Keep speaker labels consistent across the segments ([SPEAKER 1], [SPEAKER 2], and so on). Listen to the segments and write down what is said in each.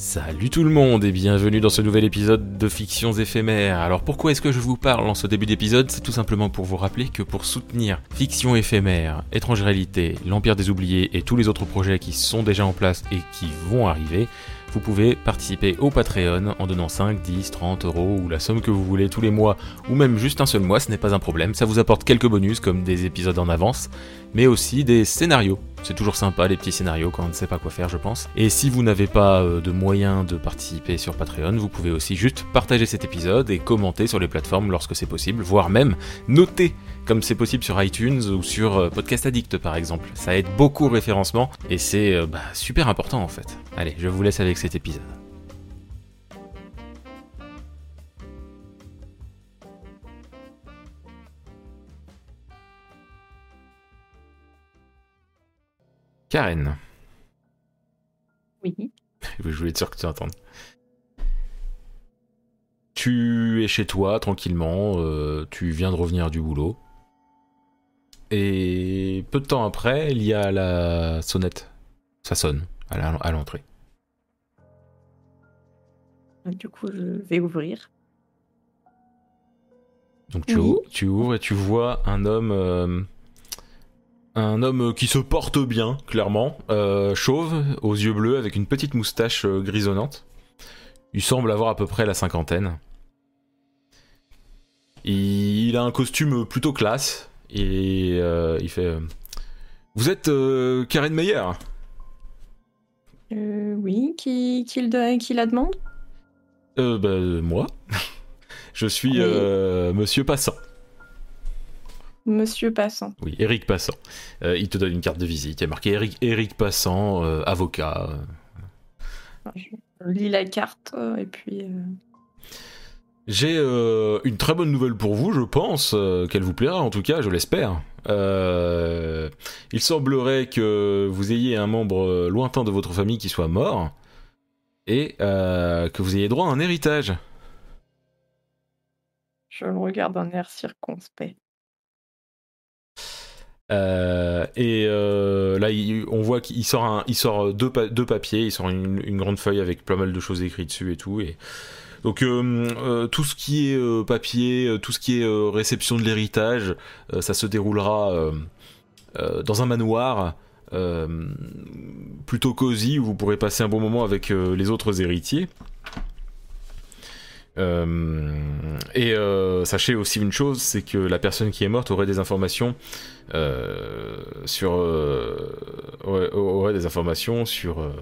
[SPEAKER 1] Salut tout le monde et bienvenue dans ce nouvel épisode de Fictions éphémères. Alors pourquoi est-ce que je vous parle en ce début d'épisode C'est tout simplement pour vous rappeler que pour soutenir Fiction éphémère, Étrange réalité, l'Empire des oubliés et tous les autres projets qui sont déjà en place et qui vont arriver, vous pouvez participer au Patreon en donnant 5, 10, 30 euros ou la somme que vous voulez tous les mois ou même juste un seul mois, ce n'est pas un problème. Ça vous apporte quelques bonus comme des épisodes en avance, mais aussi des scénarios. C'est toujours sympa les petits scénarios quand on ne sait pas quoi faire, je pense. Et si vous n'avez pas euh, de moyen de participer sur Patreon, vous pouvez aussi juste partager cet épisode et commenter sur les plateformes lorsque c'est possible, voire même noter comme c'est possible sur iTunes ou sur euh, Podcast Addict par exemple. Ça aide beaucoup au référencement et c'est euh, bah, super important en fait. Allez, je vous laisse avec cet épisode. Karen,
[SPEAKER 2] Oui.
[SPEAKER 1] je voulais être sûr que tu entendes. Tu es chez toi tranquillement, euh, tu viens de revenir du boulot. Et peu de temps après, il y a la sonnette. Ça sonne à la- à l'entrée.
[SPEAKER 2] Ah, Du coup, je vais ouvrir.
[SPEAKER 1] Donc tu,
[SPEAKER 2] Oui.
[SPEAKER 1] ou- tu ouvres et tu vois un homme, euh, un homme qui se porte bien, clairement, euh, chauve, aux yeux bleus, avec une petite moustache euh, grisonnante. Il semble avoir à peu près la cinquantaine. Il, il a un costume plutôt classe et euh, il fait. euh, Vous êtes euh, Karen Meyer
[SPEAKER 2] Euh, oui, qui, qui, le de- qui la demande
[SPEAKER 1] euh, bah, euh, Moi. Je suis
[SPEAKER 2] Oui.
[SPEAKER 1] euh, Monsieur Passant.
[SPEAKER 2] Monsieur Passant.
[SPEAKER 1] Oui, Eric Passant. Euh, il te donne une carte de visite. Il y a marqué Eric, Eric Passant, euh, avocat.
[SPEAKER 2] Enfin, je lis la carte euh, et puis. euh,
[SPEAKER 1] J'ai euh, une très bonne nouvelle pour vous, je pense, euh, qu'elle vous plaira en tout cas, je l'espère. Euh, il semblerait que vous ayez un membre euh, lointain de votre famille qui soit mort et euh, que vous ayez droit à un héritage.
[SPEAKER 2] je le regarde d'un air circonspect.
[SPEAKER 1] Euh, et euh, là, il- on voit qu'il sort, un, il sort deux, pa- deux papiers, il sort une, une grande feuille avec pas mal de choses écrites dessus et tout. Et donc euh, euh, tout ce qui est euh, papier, euh, tout ce qui est euh, réception de l'héritage, euh, ça se déroulera euh, euh, dans un manoir. euh, plutôt cosy où vous pourrez passer un bon moment avec euh, les autres héritiers Euh, et euh, sachez aussi une chose c'est que la personne qui est morte aurait des informations euh, sur euh, aurait, aurait des informations sur euh,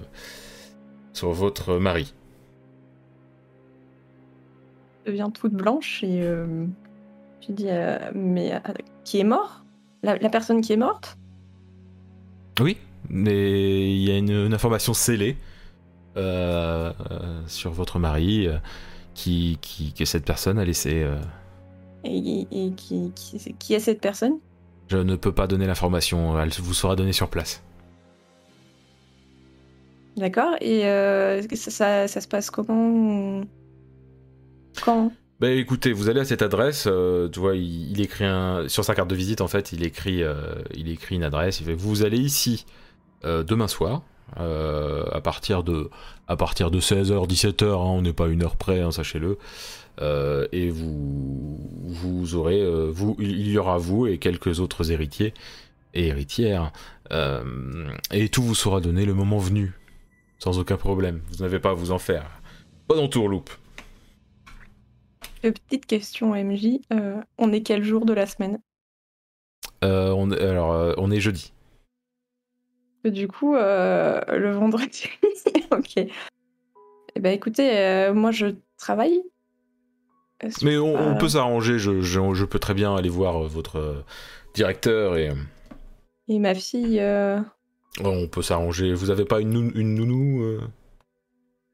[SPEAKER 1] sur votre mari.
[SPEAKER 2] Je deviens toute blanche et. euh, je dis euh, Mais euh, qui est mort la, la personne qui est morte
[SPEAKER 1] Oui, mais il y a une, une information scellée euh, euh, sur votre mari euh, qui, qui que cette personne a laissé. euh.
[SPEAKER 2] Et, et qui, qui, qui est cette personne
[SPEAKER 1] je ne peux pas donner l'information, elle vous sera donnée sur place.
[SPEAKER 2] D'accord Et euh, ça, ça, ça se passe comment Quand
[SPEAKER 1] Bah écoutez, vous allez à cette adresse, euh, tu vois, il, il écrit un... Sur sa carte de visite, en fait, il écrit, euh, il écrit une adresse, il fait « Vous allez ici euh, demain soir, euh, à partir de, à partir de 16h, 17h, hein, on n'est pas à une heure près, hein, sachez-le, euh, et vous, vous aurez... euh, vous, il y aura vous et quelques autres héritiers et héritières, euh, et tout vous sera donné le moment venu, sans aucun problème, vous n'avez pas à vous en faire. Pas d'entourloupe
[SPEAKER 2] Euh, Petite question, MJ. euh, on est quel jour de la semaine
[SPEAKER 1] Euh, on, alors, euh, on est jeudi.
[SPEAKER 2] Que Du coup, euh, le vendredi. ok. Eh ben, écoutez, euh, moi, je travaille. Est-ce
[SPEAKER 1] Mais on, on
[SPEAKER 2] Euh.
[SPEAKER 1] peut s'arranger, je, je- je peux très bien aller voir euh, votre euh, directeur et euh,
[SPEAKER 2] Et ma fille. euh,
[SPEAKER 1] on peut s'arranger. Vous avez pas une, nou- une nounou euh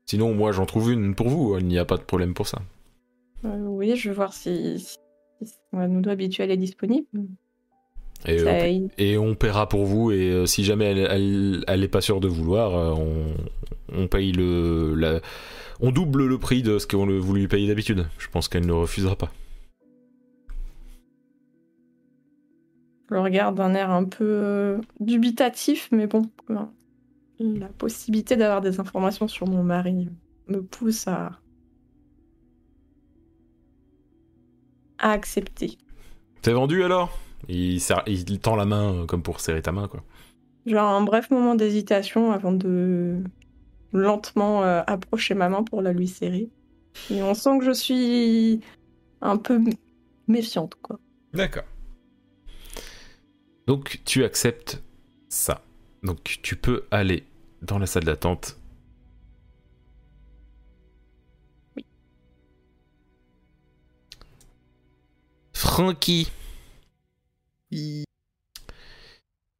[SPEAKER 1] Sinon, moi j'en trouve une pour vous, il n'y a pas de problème pour ça.
[SPEAKER 2] euh, oui, je vais voir si, si, si ma nounou habituelle est disponible.
[SPEAKER 1] Et, euh,
[SPEAKER 2] Ça,
[SPEAKER 1] on,
[SPEAKER 2] il-
[SPEAKER 1] et on paiera pour vous, et euh, si jamais elle, elle, elle est pas sûre de vouloir, euh, on, on paye le. la- on double le prix de ce que le- vous lui payez d'habitude. Je pense qu'elle ne refusera pas.
[SPEAKER 2] Je le regarde d'un air un peu euh, dubitatif, mais bon. euh, La possibilité d'avoir des informations sur mon mari me pousse à. à accepter.
[SPEAKER 1] T'es vendu alors il, serre- il tend la main euh, comme pour serrer ta main, quoi.
[SPEAKER 2] Genre un bref moment d'hésitation avant de lentement euh, approcher ma main pour la lui serrer. Et on sent que je suis un peu mé- méfiante, quoi.
[SPEAKER 1] D'accord. Donc tu acceptes ça. Donc tu peux aller dans la salle d'attente. Francky,
[SPEAKER 3] Il-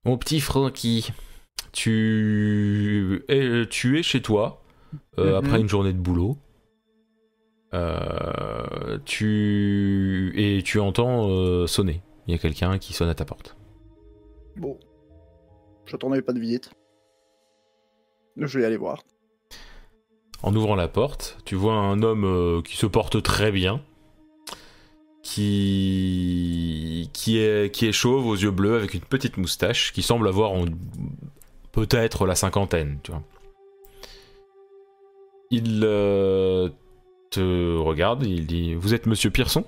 [SPEAKER 1] mon petit Francky, tu es, tu es chez toi euh,
[SPEAKER 3] Mhm.
[SPEAKER 1] après une journée de boulot. Euh, tu et tu entends euh, sonner. Il y a quelqu'un qui sonne à ta porte.
[SPEAKER 3] Bon. J'attendais pas de visite. Je vais aller voir.
[SPEAKER 1] En ouvrant la porte, tu vois un homme euh, qui se porte très bien, qui qui est qui est chauve, aux yeux bleus, avec une petite moustache, qui semble avoir en- peut-être la cinquantaine, tu vois. Il euh, te regarde, il dit "Vous êtes Monsieur Pearson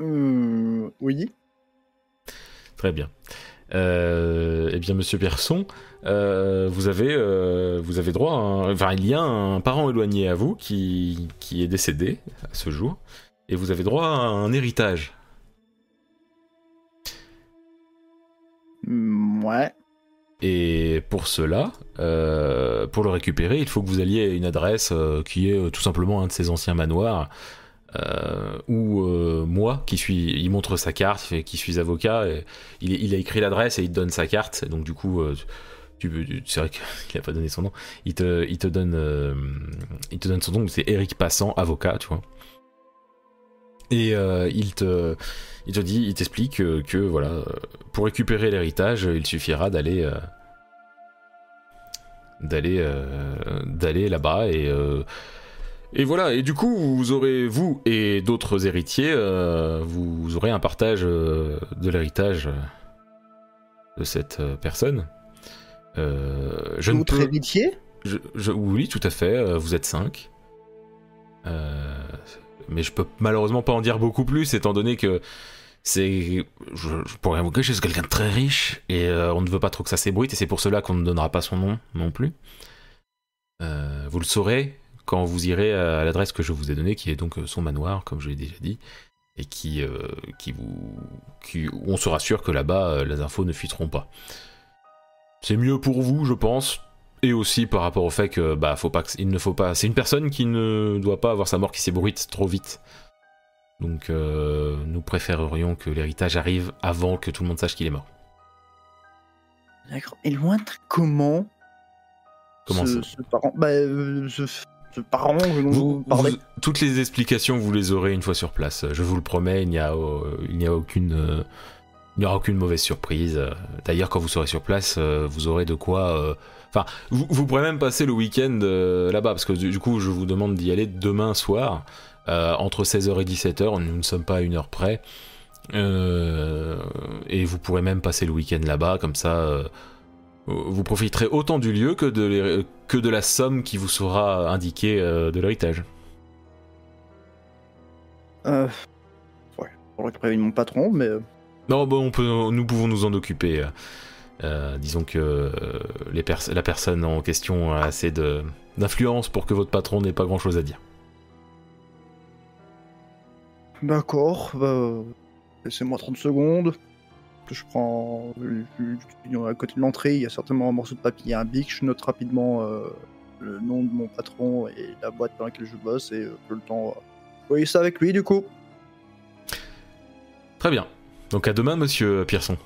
[SPEAKER 3] Euh, oui.
[SPEAKER 1] Très bien. Euh, eh bien, Monsieur Pierson, euh, vous avez, euh, vous avez droit. à un- Enfin, il y a un parent éloigné à vous qui, qui est décédé à ce jour, et vous avez droit à un héritage.
[SPEAKER 3] Hmm, ouais.
[SPEAKER 1] Et pour cela, euh, pour le récupérer, il faut que vous alliez à une adresse euh, qui est euh, tout simplement un de ces anciens manoirs. euh, où euh, moi, qui suis, il montre sa carte, il fait qui suis avocat, et il, il a écrit l'adresse et il te donne sa carte. Donc du coup, euh, tu, tu- c'est vrai qu'il a pas donné son nom. Il te, il te donne, euh, il te donne son nom. C'est Eric Passant, avocat, tu vois. Et euh, il te, il te dit, il t'explique euh, que voilà, euh, pour récupérer l'héritage, il suffira d'aller euh, d'aller euh, d'aller là-bas et euh, et voilà. Et du coup, vous aurez vous et d'autres héritiers, euh, vous aurez un partage euh, de l'héritage euh, de cette euh, personne. Euh, je ne
[SPEAKER 3] Autre
[SPEAKER 1] peux.
[SPEAKER 3] héritier
[SPEAKER 1] Je, je- oui, tout à fait, euh, vous êtes 5. mais je peux malheureusement pas en dire beaucoup plus, étant donné que c'est. Je, je pourrais vous cacher, c'est quelqu'un de très riche, et euh, on ne veut pas trop que ça s'ébruite, et c'est pour cela qu'on ne donnera pas son nom non plus. Euh, vous le saurez quand vous irez à l'adresse que je vous ai donnée, qui est donc euh, son manoir, comme je l'ai déjà dit, et qui, euh, qui vous. Qui, où on sera sûr que là-bas, euh, les infos ne fuiteront pas. C'est mieux pour vous, je pense, et aussi par rapport au fait que bah faut pas que- il ne faut pas c'est une personne qui ne doit pas avoir sa mort qui s'ébruite trop vite. Donc euh, nous préférerions que l'héritage arrive avant que tout le monde sache qu'il est mort.
[SPEAKER 3] D'accord. Et loin de comment
[SPEAKER 1] Comment
[SPEAKER 3] ce,
[SPEAKER 1] ça
[SPEAKER 3] ce parent bah, euh, ce, ce parent que dont
[SPEAKER 1] Vous-
[SPEAKER 3] vous parlez.
[SPEAKER 1] vous- toutes les explications, vous les aurez une fois sur place. Je vous le promets, il n'y a, euh, il n'y a aucune, euh, il n'y aura aucune mauvaise surprise. Euh, D'ailleurs, quand vous serez sur place, euh, vous aurez de quoi. euh, Enfin, vous, vous pourrez même passer le week-end euh, là-bas, parce que du, du coup, je vous demande d'y aller demain soir, euh, entre 16h et 17h. Nous ne sommes pas à une heure près. Euh, et vous pourrez même passer le week-end là-bas, comme ça. euh, vous profiterez autant du lieu que de, l'hé- que de la somme qui vous sera indiquée euh, de l'héritage.
[SPEAKER 3] Euh, ouais. Faudrait que je prévienne mon patron, mais euh,
[SPEAKER 1] Non, bon, on peut, nous pouvons nous en occuper. Euh, disons que euh, les pers- la personne en question a assez de- d'influence pour que votre patron n'ait pas grand chose à dire.
[SPEAKER 3] d'accord. Bah, euh, laissez-moi 30 secondes. Je prends. euh, euh, À côté de l'entrée, il y a certainement un morceau de papier, un bic. Je note rapidement euh, le nom de mon patron et la boîte dans laquelle je bosse et euh, je le temps. euh, voyez ça avec lui, du coup.
[SPEAKER 1] Très bien. Donc à demain, monsieur Pearson.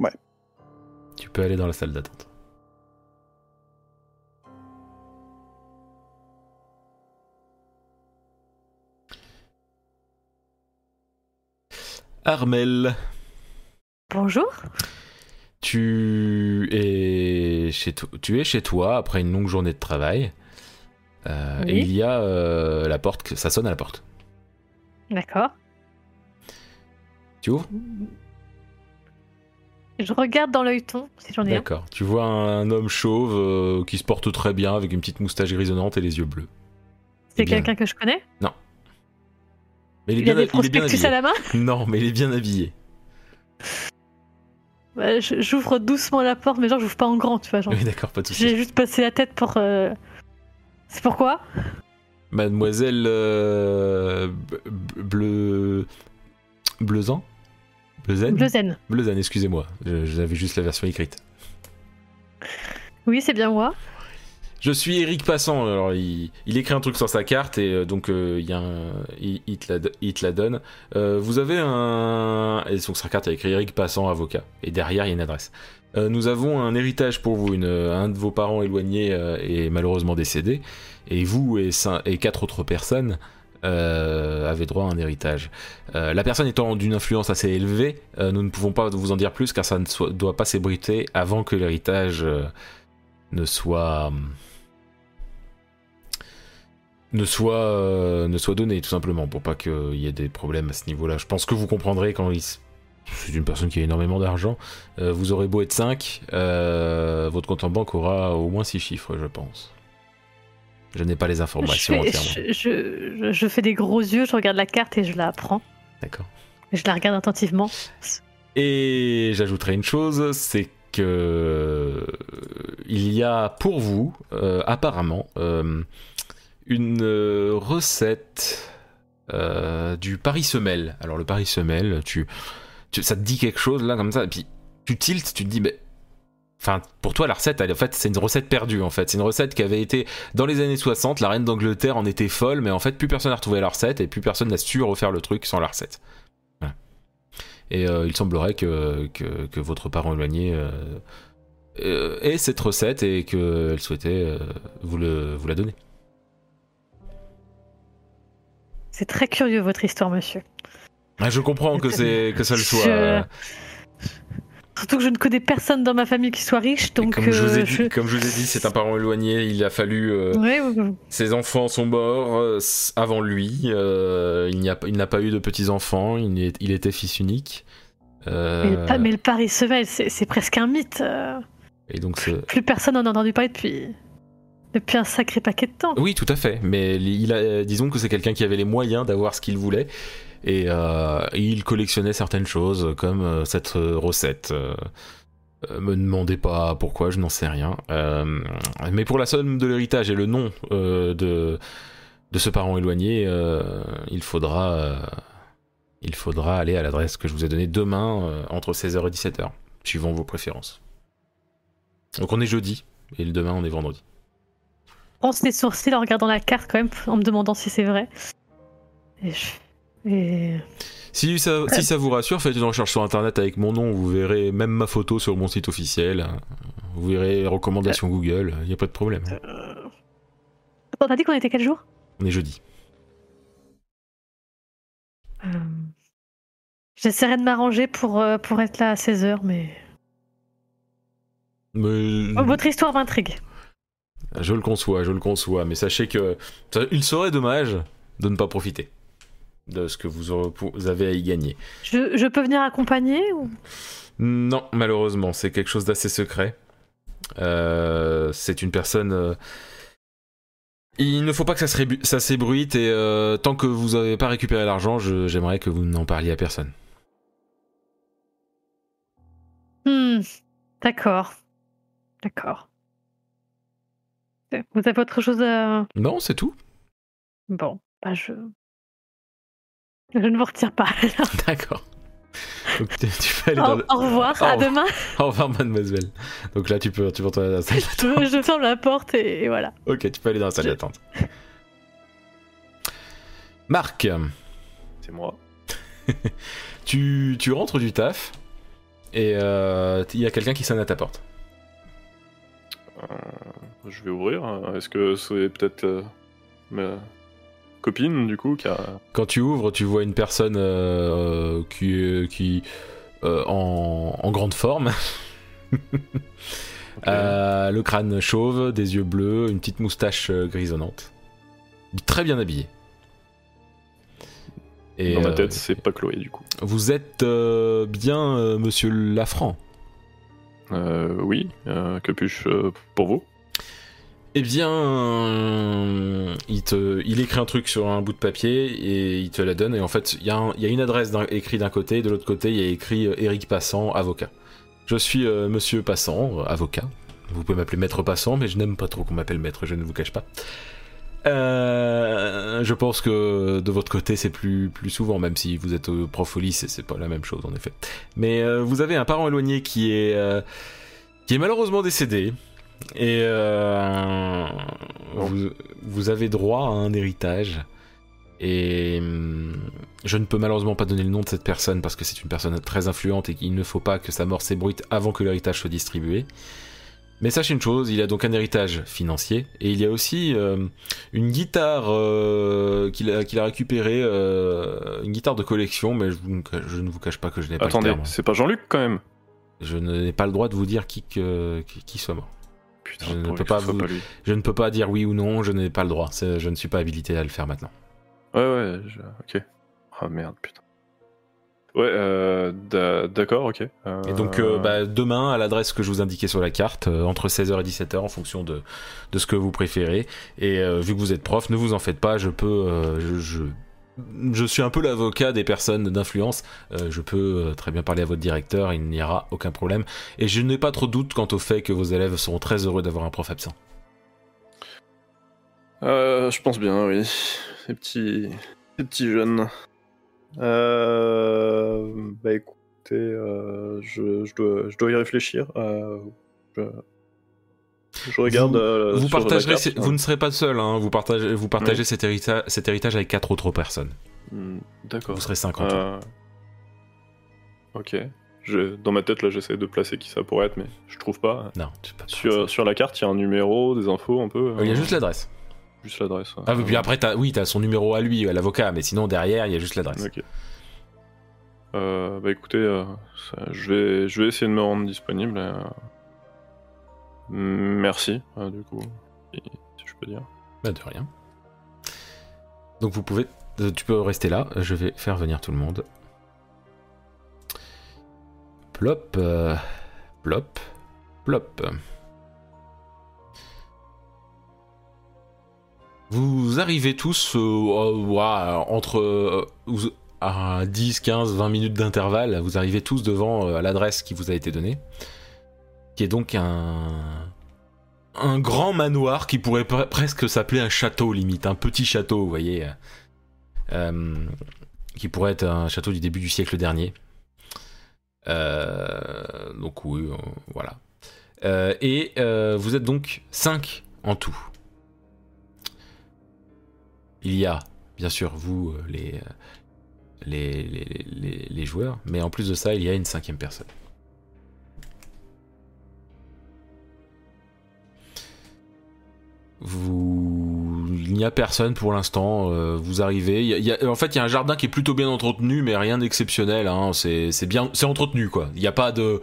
[SPEAKER 3] Ouais.
[SPEAKER 1] Tu peux aller dans la salle d'attente. Armel.
[SPEAKER 4] Bonjour.
[SPEAKER 1] Tu es chez, to- tu es chez toi après une longue journée de travail. Euh,
[SPEAKER 4] Oui.
[SPEAKER 1] Et il y a euh, la porte, que- ça sonne à la porte.
[SPEAKER 4] D'accord.
[SPEAKER 1] Tu ouvres
[SPEAKER 4] Je Je regarde dans l'œilleton, si j'en ai un.
[SPEAKER 1] D'accord. Tu vois un, un homme chauve euh, qui se porte très bien avec une petite moustache grisonnante et les yeux bleus.
[SPEAKER 4] C'est
[SPEAKER 1] bien.
[SPEAKER 4] quelqu'un que je connais.
[SPEAKER 1] Mais il est
[SPEAKER 4] Il
[SPEAKER 1] bien,
[SPEAKER 4] a
[SPEAKER 1] il
[SPEAKER 4] des
[SPEAKER 1] est bien
[SPEAKER 4] prospectus à
[SPEAKER 1] habillé.
[SPEAKER 4] la main.
[SPEAKER 1] Non, mais il est bien habillé.
[SPEAKER 4] Bah, je- j'ouvre doucement la porte, mais genre, j'ouvre pas en grand, tu vois. Genre,
[SPEAKER 1] Oui, d'accord, pas de souci.
[SPEAKER 4] j'ai juste passé la tête pour. euh, C'est pourquoi
[SPEAKER 1] Mademoiselle euh, B- B- bleu bleusan bleuzen
[SPEAKER 4] Le zen.
[SPEAKER 1] bleuzen excusez-moi Je- j'avais juste la version écrite
[SPEAKER 4] Oui, c'est bien moi.
[SPEAKER 1] je suis Eric Passant alors il, il écrit un truc sur sa carte et euh, donc euh, il y a un- il, il te la, do- il te la donne Euh, vous avez un et sur sa carte il y a écrit Eric Passant avocat et derrière il y a une adresse Euh, nous avons un héritage pour vous une, un de vos parents éloignés euh, est malheureusement décédé et vous et, cin- et quatre autres personnes euh, avez droit à un héritage Euh, la personne étant d'une influence assez élevée, euh, nous ne pouvons pas vous en dire plus car ça ne soit- doit pas s'ébriter avant que l'héritage euh, ne soit euh, ne soit euh, ne soit donné tout simplement pour pas qu'il y ait des problèmes à ce niveau-là. Je pense que vous comprendrez quand il s- c'est une personne qui a énormément d'argent. euh, vous aurez beau être 5, votre compte en banque aura au moins 6 chiffres, je pense. Je n'ai pas les
[SPEAKER 4] je,
[SPEAKER 1] informations
[SPEAKER 4] fais,
[SPEAKER 1] entièrement.
[SPEAKER 4] je, je- je- je fais des gros yeux, je regarde la carte et je la prends.
[SPEAKER 1] D'accord.
[SPEAKER 4] Je la regarde attentivement.
[SPEAKER 1] Et j'ajouterai une chose, c'est que euh, il y a pour vous euh, apparemment euh, une euh, recette euh, du Paris semelle. Alors le Paris semelle, tu, tu- ça te dit quelque chose là comme ça, et puis tu tiltes, tu te dis mais Enfin, pour toi, la recette, elle, en fait, c'est une recette perdue, en fait. C'est une recette qui avait été, dans les années 60, la reine d'Angleterre en était folle, mais en fait, plus personne n'a retrouvé la recette, et plus personne n'a su refaire le truc sans la recette. Et euh, il semblerait que, que, que votre parent éloigné euh, euh, ait cette recette et qu'elle souhaitait euh, vous, le, vous la donner.
[SPEAKER 4] C'est très curieux votre histoire, monsieur.
[SPEAKER 1] Ah, je comprends que, c'est, que ça le soit.
[SPEAKER 4] Je-
[SPEAKER 1] euh,
[SPEAKER 4] Surtout que je ne connais personne dans ma famille qui soit riche,
[SPEAKER 1] et
[SPEAKER 4] donc.
[SPEAKER 1] comme, je vous ai
[SPEAKER 4] euh,
[SPEAKER 1] dit,
[SPEAKER 4] je-
[SPEAKER 1] comme je vous ai dit, c'est un parent éloigné, il a fallu... euh,
[SPEAKER 4] Ouais, ouais, ouais.
[SPEAKER 1] Ses enfants sont morts euh, s- avant lui. euh, il n'y a- il n'a pas eu de petits-enfants. Il, est- il était fils unique. Euh,
[SPEAKER 4] Mais, le, pa- mais le Paris Semelle, c'est c'est presque un mythe. euh,
[SPEAKER 1] et donc, c'est-
[SPEAKER 4] Plus personne n'en a entendu parler depuis. Depuis un sacré paquet de temps.
[SPEAKER 1] Oui, tout à fait. Mais il a, disons que c'est quelqu'un qui avait les moyens d'avoir ce qu'il voulait. Et euh, il collectionnait certaines choses, comme euh, cette euh, recette. Euh, euh, me demandez pas pourquoi, je n'en sais rien. Euh, mais pour la somme de l'héritage et le nom euh, de, de ce parent éloigné, euh, il faudra. euh, il faudra aller à l'adresse que je vous ai donnée demain euh, entre 16h et 17h, suivant vos préférences. Donc on est jeudi, et le demain on est vendredi.
[SPEAKER 4] fronce les sourcils en regardant la carte quand même, en me demandant si c'est vrai. Et je... Et...
[SPEAKER 1] Si ça, si ça vous rassure, faites une recherche sur internet avec mon nom, vous verrez même ma photo sur mon site officiel. Vous verrez recommandations Google, il n'y a pas de problème.
[SPEAKER 4] Attends, t'as dit qu'on était quel jour
[SPEAKER 1] On est jeudi.
[SPEAKER 4] Euh, J'essaierai de m'arranger pour, euh, pour être là à 16h, mais...
[SPEAKER 1] Mais-
[SPEAKER 4] Oh, votre histoire m'intrigue.
[SPEAKER 1] Je le conçois, je le conçois, mais sachez que ça- il serait dommage de ne pas profiter de ce que vous aurez- vous avez à y gagner.
[SPEAKER 4] Je, je peux venir accompagner ou...
[SPEAKER 1] Non, malheureusement, c'est quelque chose d'assez secret. Euh, c'est une personne. euh, Il ne faut pas que ça se rébu- ça s'ébruite et euh, tant que vous n'avez pas récupéré l'argent, je- j'aimerais que vous n'en parliez à personne.
[SPEAKER 4] Hmm, D'accord. D'accord. Vous avez autre chose à...
[SPEAKER 1] Non, c'est tout.
[SPEAKER 4] Bon, bah je... Je ne vous retire pas. alors.
[SPEAKER 1] D'accord. Donc tu, tu peux aller dans
[SPEAKER 4] Au,
[SPEAKER 1] le... Oh.
[SPEAKER 4] au revoir,
[SPEAKER 1] Au
[SPEAKER 4] à
[SPEAKER 1] revoir.
[SPEAKER 4] demain.
[SPEAKER 1] Au revoir, mademoiselle. Donc là, tu peux, tu peux retourner dans la salle.
[SPEAKER 4] je, je ferme la porte et, et voilà.
[SPEAKER 1] Ok, tu peux aller dans la salle
[SPEAKER 4] Je-
[SPEAKER 1] d'attente. Marc,
[SPEAKER 5] C'est moi.
[SPEAKER 1] tu, tu rentres du taf et euh, il y a quelqu'un qui sonne à ta porte.
[SPEAKER 5] Euh, je vais ouvrir. Euh, Est-ce que c'est peut-être euh, ma copine, du coup, qui a.
[SPEAKER 1] Quand tu ouvres, tu vois une personne euh, qui est qui, euh, en, en grande forme,
[SPEAKER 5] Ok.
[SPEAKER 1] Euh, le crâne chauve, des yeux bleus, une petite moustache euh, grisonnante, très bien euh, habillée. Et
[SPEAKER 5] Dans ma
[SPEAKER 1] euh,
[SPEAKER 5] tête, c'est pas Chloé, du coup.
[SPEAKER 1] vous êtes euh, bien euh, Monsieur Lafranc.
[SPEAKER 5] Euh, oui, euh, que puis-je euh, pour vous
[SPEAKER 1] Eh bien, euh, il, te, il écrit un truc sur un bout de papier et il te la donne. Et en fait, il y, a un- il y a une adresse d'un- écrite d'un côté, et de l'autre côté, il y a écrit euh, Eric Passant, avocat. Je suis euh, monsieur Passant, euh, avocat. Vous pouvez m'appeler maître Passant, mais je n'aime pas trop qu'on m'appelle maître, je ne vous cache pas. Euh, je pense que de votre côté, c'est plus, plus souvent, même si vous êtes euh, prof au lycée, c'est pas la même chose en effet. Mais euh, vous avez un parent éloigné qui est, euh, qui est malheureusement décédé. Et euh, vous, vous avez droit à un héritage. Et hum, je ne peux malheureusement pas donner le nom de cette personne parce que c'est une personne très influente et qu'il ne faut pas que sa mort s'ébruite avant que l'héritage soit distribué. Mais sachez une chose, il a donc un héritage financier et il y a aussi euh, une guitare euh, qu'il a, qu'il a récupérée, euh, une guitare de collection, mais je, vous- je ne vous cache pas que je n'ai pas le
[SPEAKER 5] Attendez,
[SPEAKER 1] terme.
[SPEAKER 5] c'est pas Jean-Luc quand même
[SPEAKER 1] Je n'ai pas le droit de vous dire qui, que- qui, qui soit mort.
[SPEAKER 5] Putain,
[SPEAKER 1] Je ne
[SPEAKER 5] pourvu
[SPEAKER 1] peux
[SPEAKER 5] que
[SPEAKER 1] pas
[SPEAKER 5] ce soit
[SPEAKER 1] vous-
[SPEAKER 5] pas lui.
[SPEAKER 1] Je ne peux pas dire oui ou non, je n'ai pas le droit. C'est- Je ne suis pas habilité à le faire maintenant.
[SPEAKER 5] Ouais, ouais, je- ok. Ah merde, putain. Ouais, euh, d'a- d'accord, ok. Euh,
[SPEAKER 1] Et donc, euh, bah, demain, à l'adresse que je vous indiquais sur la carte, euh, entre 16h et 17h, en fonction de, de ce que vous préférez. Et euh, vu que vous êtes prof, ne vous en faites pas, je peux. euh, je, je, je suis un peu l'avocat des personnes d'influence. Euh, je peux euh, très bien parler à votre directeur, il n'y aura aucun problème. Et je n'ai pas trop de doute quant au fait que vos élèves seront très heureux d'avoir un prof absent.
[SPEAKER 5] euh, je pense bien, oui. Ces petits, ces petits jeunes. Euh, bah écoutez, euh, je, je dois, je dois y réfléchir. euh, je, je regarde. euh,
[SPEAKER 1] vous,
[SPEAKER 5] sur la
[SPEAKER 1] partagerez,
[SPEAKER 5] carte,
[SPEAKER 1] ces- vous ne serez pas seul, hein, vous partagez, vous partagez cet, hérita- cet héritage avec quatre autres personnes.
[SPEAKER 5] Hmm, D'accord.
[SPEAKER 1] Vous serez 50.
[SPEAKER 5] Euh, Ok. Je- Dans ma tête, là, j'essaie de placer qui ça pourrait être, mais je trouve pas.
[SPEAKER 1] Non, tu peux pas.
[SPEAKER 5] Sur, euh, sur la carte, il y a un numéro, des infos un peu.
[SPEAKER 1] Il y a
[SPEAKER 5] euh,
[SPEAKER 1] juste l'adresse.
[SPEAKER 5] juste l'adresse. ouais.
[SPEAKER 1] Ah, puis après, t'as, oui, t'as son numéro à lui, à l'avocat, mais sinon, derrière, il y a juste l'adresse.
[SPEAKER 5] Ok. Euh, bah écoutez, euh, ça- je, vais, je vais essayer de me rendre disponible. euh. Merci, euh, du coup, si si je peux dire.
[SPEAKER 1] Bah, de rien. Donc, vous pouvez. euh, Tu peux rester là, je vais faire venir tout le monde. Plop. euh, plop. Plop. Vous arrivez tous euh, au- au- à- entre euh, vous- à 10, 15, 20 minutes d'intervalle. Vous arrivez tous devant euh, à l'adresse qui vous a été donnée, qui est donc un un grand manoir qui pourrait pre- presque s'appeler un château limite, un petit château, vous voyez, euh, qui pourrait être un château du début du siècle dernier. Euh, donc oui, euh, voilà. Euh, et euh, vous êtes donc 5 en tout. Il y a, bien sûr, vous, euh, les, euh, les, les, les- les joueurs, mais en plus de ça, il y a une cinquième personne. Vous... Il n'y a personne pour l'instant. euh, vous arrivez. Il y a- il y a- en fait, il y a un jardin qui est plutôt bien entretenu, mais rien d'exceptionnel. hein, C'est c'est bien, c'est entretenu quoi. Il n'y a pas de,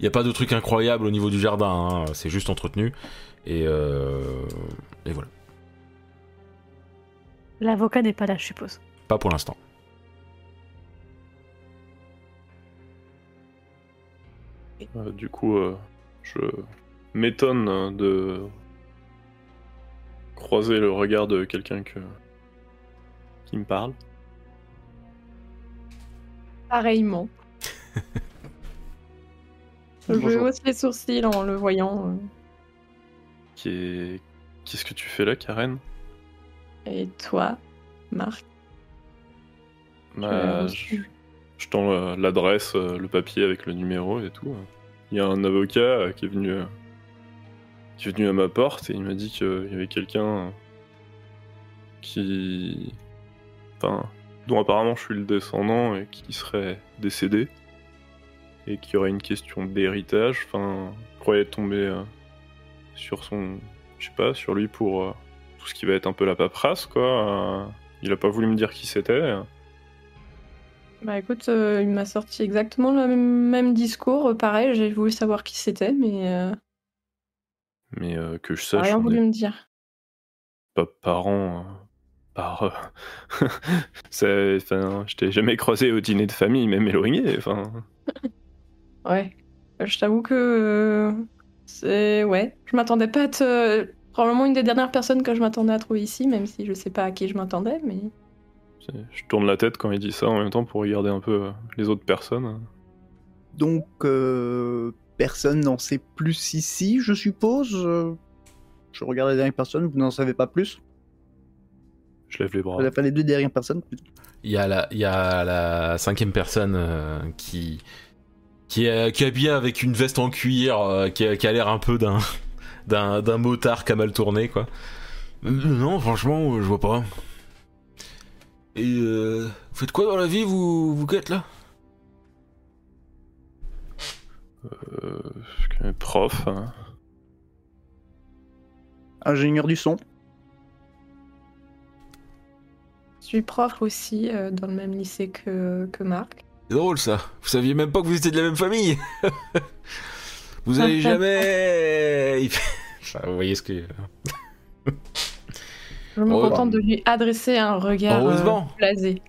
[SPEAKER 1] il y a pas de truc incroyable au niveau du jardin. hein, C'est juste entretenu. Et, euh, et voilà.
[SPEAKER 4] L'avocat n'est pas là, je suppose.
[SPEAKER 1] Pas pour l'instant.
[SPEAKER 5] Euh, du coup, euh, je m'étonne euh, de croiser le regard de quelqu'un que... qui me parle.
[SPEAKER 2] Pareillement. Je
[SPEAKER 3] Bonjour.
[SPEAKER 2] hausse les sourcils en le voyant. euh.
[SPEAKER 5] Qui est... Qu'est-ce que tu fais là, Karen
[SPEAKER 2] euh. Et toi, Marc euh,
[SPEAKER 5] Bah,
[SPEAKER 2] l'avais
[SPEAKER 5] Euh, je,
[SPEAKER 2] reçu.
[SPEAKER 5] je tends euh, l'adresse, euh, le papier avec le numéro et tout. hein. Il y a un avocat euh, qui est venu, euh, qui est venu à ma porte et il m'a dit qu'il y avait quelqu'un euh, qui, enfin, dont apparemment je suis le descendant et qui serait décédé et qui aurait une question d'héritage. Enfin, je croyais tomber euh, sur son, je sais pas, sur lui pour euh, tout ce qui va être un peu la paperasse, quoi. Euh, il a pas voulu me dire qui c'était. hein.
[SPEAKER 2] Bah écoute, euh, il m'a sorti exactement le même, même discours. euh, pareil, j'ai voulu savoir qui c'était, mais euh,
[SPEAKER 5] Mais euh, que je
[SPEAKER 2] il a
[SPEAKER 5] sache,
[SPEAKER 2] rien
[SPEAKER 5] on
[SPEAKER 2] voulu
[SPEAKER 5] n'est
[SPEAKER 2] me dire.
[SPEAKER 5] pas parents euh, par. euh, c'est- enfin, je t'ai jamais croisé au dîner de famille, même éloigné. Enfin,
[SPEAKER 2] Ouais. Euh, Je t'avoue que. euh, c'est. Ouais. Je m'attendais pas à te. Probablement une des dernières personnes que je m'attendais à trouver ici, même si je sais pas à qui je m'attendais, mais.
[SPEAKER 5] C'est- Je tourne la tête quand il dit ça en même temps pour regarder un peu euh, les autres personnes.
[SPEAKER 3] Donc, euh, personne n'en sait plus ici, je suppose. Euh, Je regarde les dernières personnes, vous n'en savez pas plus.
[SPEAKER 5] Je lève les bras.
[SPEAKER 3] Enfin, les deux dernières personnes.
[SPEAKER 1] Il y a la, il y a la cinquième personne euh, qui qui est, euh, qui est habillée avec une veste en cuir, euh, qui, a, qui a l'air un peu d'un d'un d'un motard qui a mal tourné quoi. Euh, Non, franchement, euh, je vois pas. Et euh, vous faites quoi dans la vie, vous vous quêtes là
[SPEAKER 5] Euh, je suis quand même prof. hein.
[SPEAKER 3] Ingénieur du son.
[SPEAKER 2] Je suis prof aussi euh, dans le même lycée que, que Marc.
[SPEAKER 1] C'est drôle ça. Vous saviez même pas que vous étiez de la même famille. vous allez jamais. Il fait- Enfin, vous voyez ce que.
[SPEAKER 2] Je me
[SPEAKER 1] Oh.
[SPEAKER 2] contente de lui adresser un regard euh,
[SPEAKER 1] Heureusement.
[SPEAKER 2] blasé.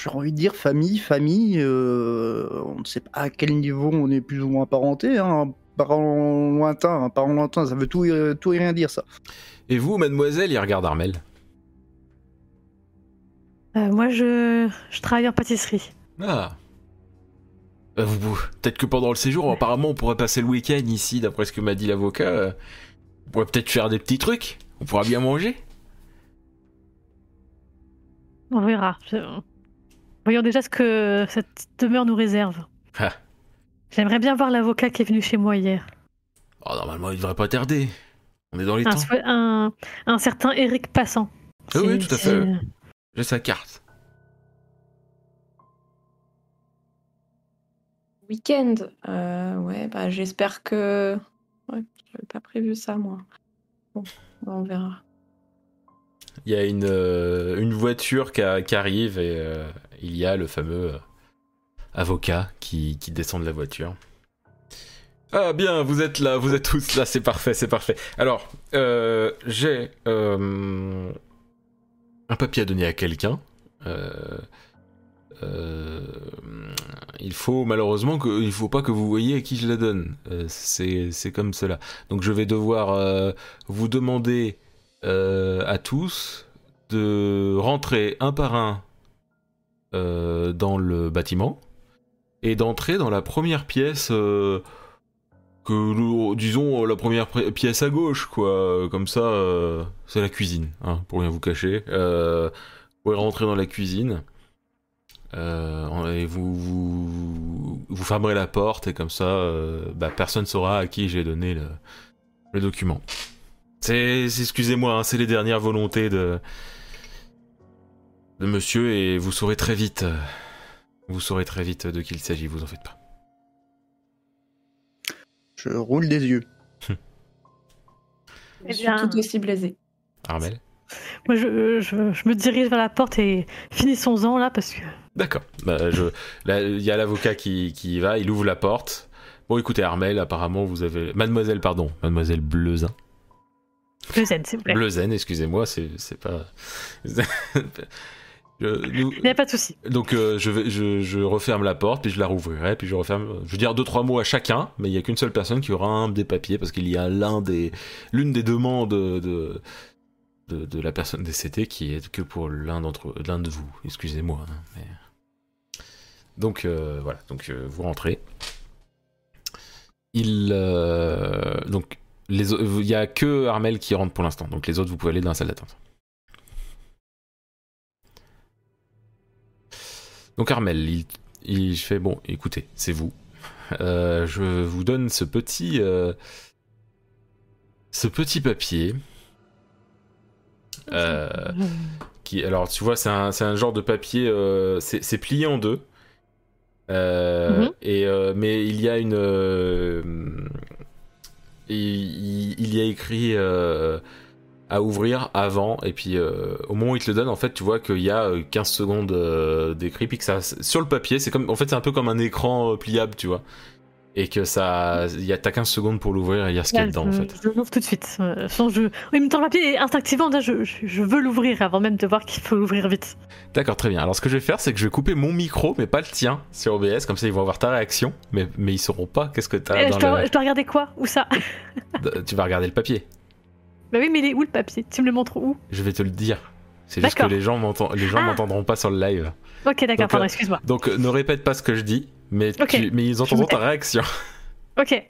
[SPEAKER 3] J'ai envie de dire famille, famille. euh, on ne sait pas à quel niveau on est plus ou moins parenté. Hein. Un Parent lointain, un parent lointain, ça veut tout et, tout et rien dire ça.
[SPEAKER 1] Et vous, mademoiselle, il regarde Armel.
[SPEAKER 4] Euh, moi, je... je travaille en pâtisserie.
[SPEAKER 1] Ah. Euh, vous- vous- Peut-être que pendant le séjour, apparemment, on pourrait passer le week-end ici, d'après ce que m'a dit l'avocat. Euh, On pourrait peut-être faire des petits trucs. On pourra bien manger.
[SPEAKER 4] On verra. Je- Voyons déjà ce que cette demeure nous réserve.
[SPEAKER 1] Ah.
[SPEAKER 4] J'aimerais bien voir l'avocat qui est venu chez moi hier.
[SPEAKER 1] Oh, normalement, il devrait pas tarder. On est dans les
[SPEAKER 4] Un,
[SPEAKER 1] temps.
[SPEAKER 4] soi- un- un certain Eric Passant.
[SPEAKER 1] Ah oui,
[SPEAKER 4] C'est-
[SPEAKER 1] tout à
[SPEAKER 4] c'est-
[SPEAKER 1] fait. J'ai sa carte.
[SPEAKER 2] Week-end euh, Ouais, bah j'espère que. Ouais, j'avais pas prévu ça, moi. Bon, on verra.
[SPEAKER 1] Il y a une, euh, une voiture qui, a- qui arrive et euh, il y a le fameux euh, avocat qui, qui descend de la voiture. Ah bien, vous êtes là, vous êtes tous là, c'est parfait, c'est parfait. Alors, euh, j'ai euh, un papier à donner à quelqu'un. Euh, euh, il faut malheureusement que, il faut pas que vous voyez à qui je la donne. Euh, c'est c'est comme cela. Donc je vais devoir euh, vous demander euh, à tous de rentrer un par un euh, dans le bâtiment et d'entrer dans la première pièce euh, que nous- disons euh, la première pri- pièce à gauche quoi comme ça euh, c'est la cuisine hein, pour rien vous cacher Euh, vous pouvez rentrer dans la cuisine euh, et vous, vous vous fermerez la porte et comme ça euh, bah, personne saura à qui j'ai donné le, le document c'est, c'est- excusez-moi, hein, c'est les dernières volontés de de monsieur et vous saurez très vite, euh, vous saurez très vite euh, de qui il s'agit. Vous en faites pas.
[SPEAKER 3] Je roule des yeux.
[SPEAKER 2] Je
[SPEAKER 4] Eh
[SPEAKER 2] suis
[SPEAKER 4] bien.
[SPEAKER 2] tout aussi blasée.
[SPEAKER 1] Armel.
[SPEAKER 4] Moi, je, je- je me dirige vers la porte et finissons-en là parce que.
[SPEAKER 1] D'accord. Bah, je, là, il y a l'avocat qui, qui y va. Il ouvre la porte. Bon, écoutez, Armel, apparemment vous avez Mademoiselle, pardon, Mademoiselle Bleuzen.
[SPEAKER 4] Je zen, s'il vous plaît.
[SPEAKER 1] Bleuzen, excusez-moi, c'est, c'est pas. Je- nous-
[SPEAKER 4] Il n'y a pas de souci.
[SPEAKER 1] Donc euh, je, vais, je, je referme la porte, puis je la rouvrirai, puis je referme. euh, Je veux dire deux trois mots à chacun, mais il y a qu'une seule personne qui aura un des papiers parce qu'il y a l'un des l'une des demandes de de, de la personne décédée qui est que pour l'un d'entre l'un de vous. Excusez-moi. hein, mais- Donc euh, voilà, donc euh, vous rentrez. Il euh, donc les au- il y a que Armel qui rentre pour l'instant. Donc les autres vous pouvez aller dans la salle d'attente. Donc Armel, il, il fait bon, écoutez, c'est vous. Euh, je vous donne ce petit, euh, ce petit papier. Euh,
[SPEAKER 4] Euh,
[SPEAKER 1] qui, alors tu vois, c'est un, c'est un genre de papier, euh, c'est c'est plié en deux. Euh,
[SPEAKER 4] Mhm.
[SPEAKER 1] Et euh, mais il y a une, euh, il, il- il y a écrit euh, à ouvrir avant et puis euh, au moment où il te le donne, en fait, tu vois qu'il y a euh, 15 secondes euh, d'écrit puis que ça sur le papier, c'est comme, en fait, c'est un peu comme un écran euh, pliable, tu vois. et que ça. il y a- T'as 15 secondes pour l'ouvrir et lire ce qu'il y a
[SPEAKER 4] Là,
[SPEAKER 1] dedans en
[SPEAKER 4] je-
[SPEAKER 1] fait.
[SPEAKER 4] Je l'ouvre tout de suite. Euh, sans je... Il me tend la pied et instinctivement, là, je, je- je veux l'ouvrir avant même de voir qu'il faut l'ouvrir vite.
[SPEAKER 1] D'accord, très bien. Alors ce que je vais faire, c'est que je vais couper mon micro, mais pas le tien, sur OBS, comme ça ils vont avoir ta réaction, mais, mais ils sauront pas qu'est-ce que t'as
[SPEAKER 4] Euh,
[SPEAKER 1] dans
[SPEAKER 4] je, dois,
[SPEAKER 1] le...
[SPEAKER 4] je dois regarder quoi Où ça
[SPEAKER 1] Euh, Tu vas regarder le papier.
[SPEAKER 4] Bah oui, mais il est où le papier Tu me le montres où
[SPEAKER 1] Je vais te le dire. C'est juste que
[SPEAKER 4] D'accord.
[SPEAKER 1] les gens m'entend- les gens
[SPEAKER 4] Ah.
[SPEAKER 1] m'entendront pas sur le live.
[SPEAKER 4] Ok, d'accord,
[SPEAKER 1] Donc,
[SPEAKER 4] pardon,
[SPEAKER 1] euh,
[SPEAKER 4] excuse-moi.
[SPEAKER 1] Donc euh, ne répète pas ce que je dis, mais, tu-
[SPEAKER 4] Ok.
[SPEAKER 1] mais ils entendront ta réaction.
[SPEAKER 4] Ok.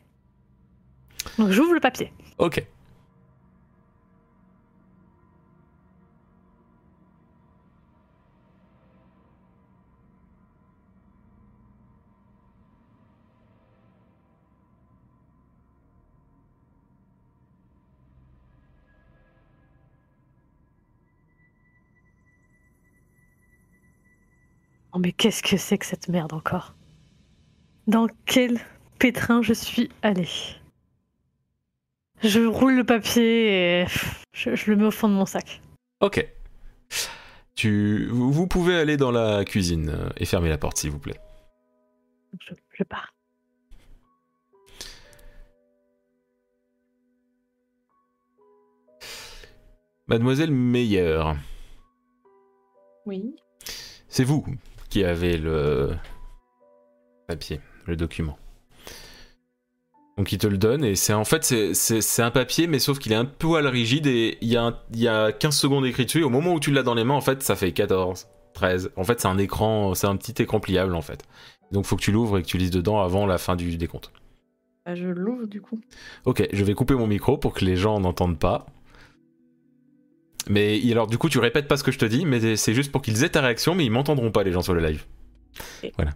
[SPEAKER 4] Donc j'ouvre le papier.
[SPEAKER 1] Ok.
[SPEAKER 4] Oh, mais qu'est-ce que c'est que cette merde encore Dans quel pétrin je suis allée Je roule le papier et pff, je, je le mets au fond de mon sac.
[SPEAKER 1] Ok. Tu... Vous vous pouvez aller dans la cuisine euh, et fermer la porte, s'il vous plaît.
[SPEAKER 4] Je, je pars.
[SPEAKER 1] Mademoiselle Meyer,
[SPEAKER 2] Oui.
[SPEAKER 1] c'est vous qui avez le papier, le document. Donc il te le donne et c'est en fait c'est- c'est c'est un papier mais sauf qu'il est un poil rigide et il y, a un- il y a 15 secondes écrites dessus. Au moment où tu l'as dans les mains en fait ça fait 14, 13. En fait c'est un écran, c'est un petit écran pliable en fait. Donc faut que tu l'ouvres et que tu lises dedans avant la fin du décompte.
[SPEAKER 2] Bah, je l'ouvre du coup.
[SPEAKER 1] Ok, je vais couper mon micro pour que les gens n'entendent pas. Mais alors du coup, tu répètes pas ce que je te dis, mais c'est juste pour qu'ils aient ta réaction, mais ils m'entendront pas les gens sur le live.
[SPEAKER 2] Ok.
[SPEAKER 1] Voilà.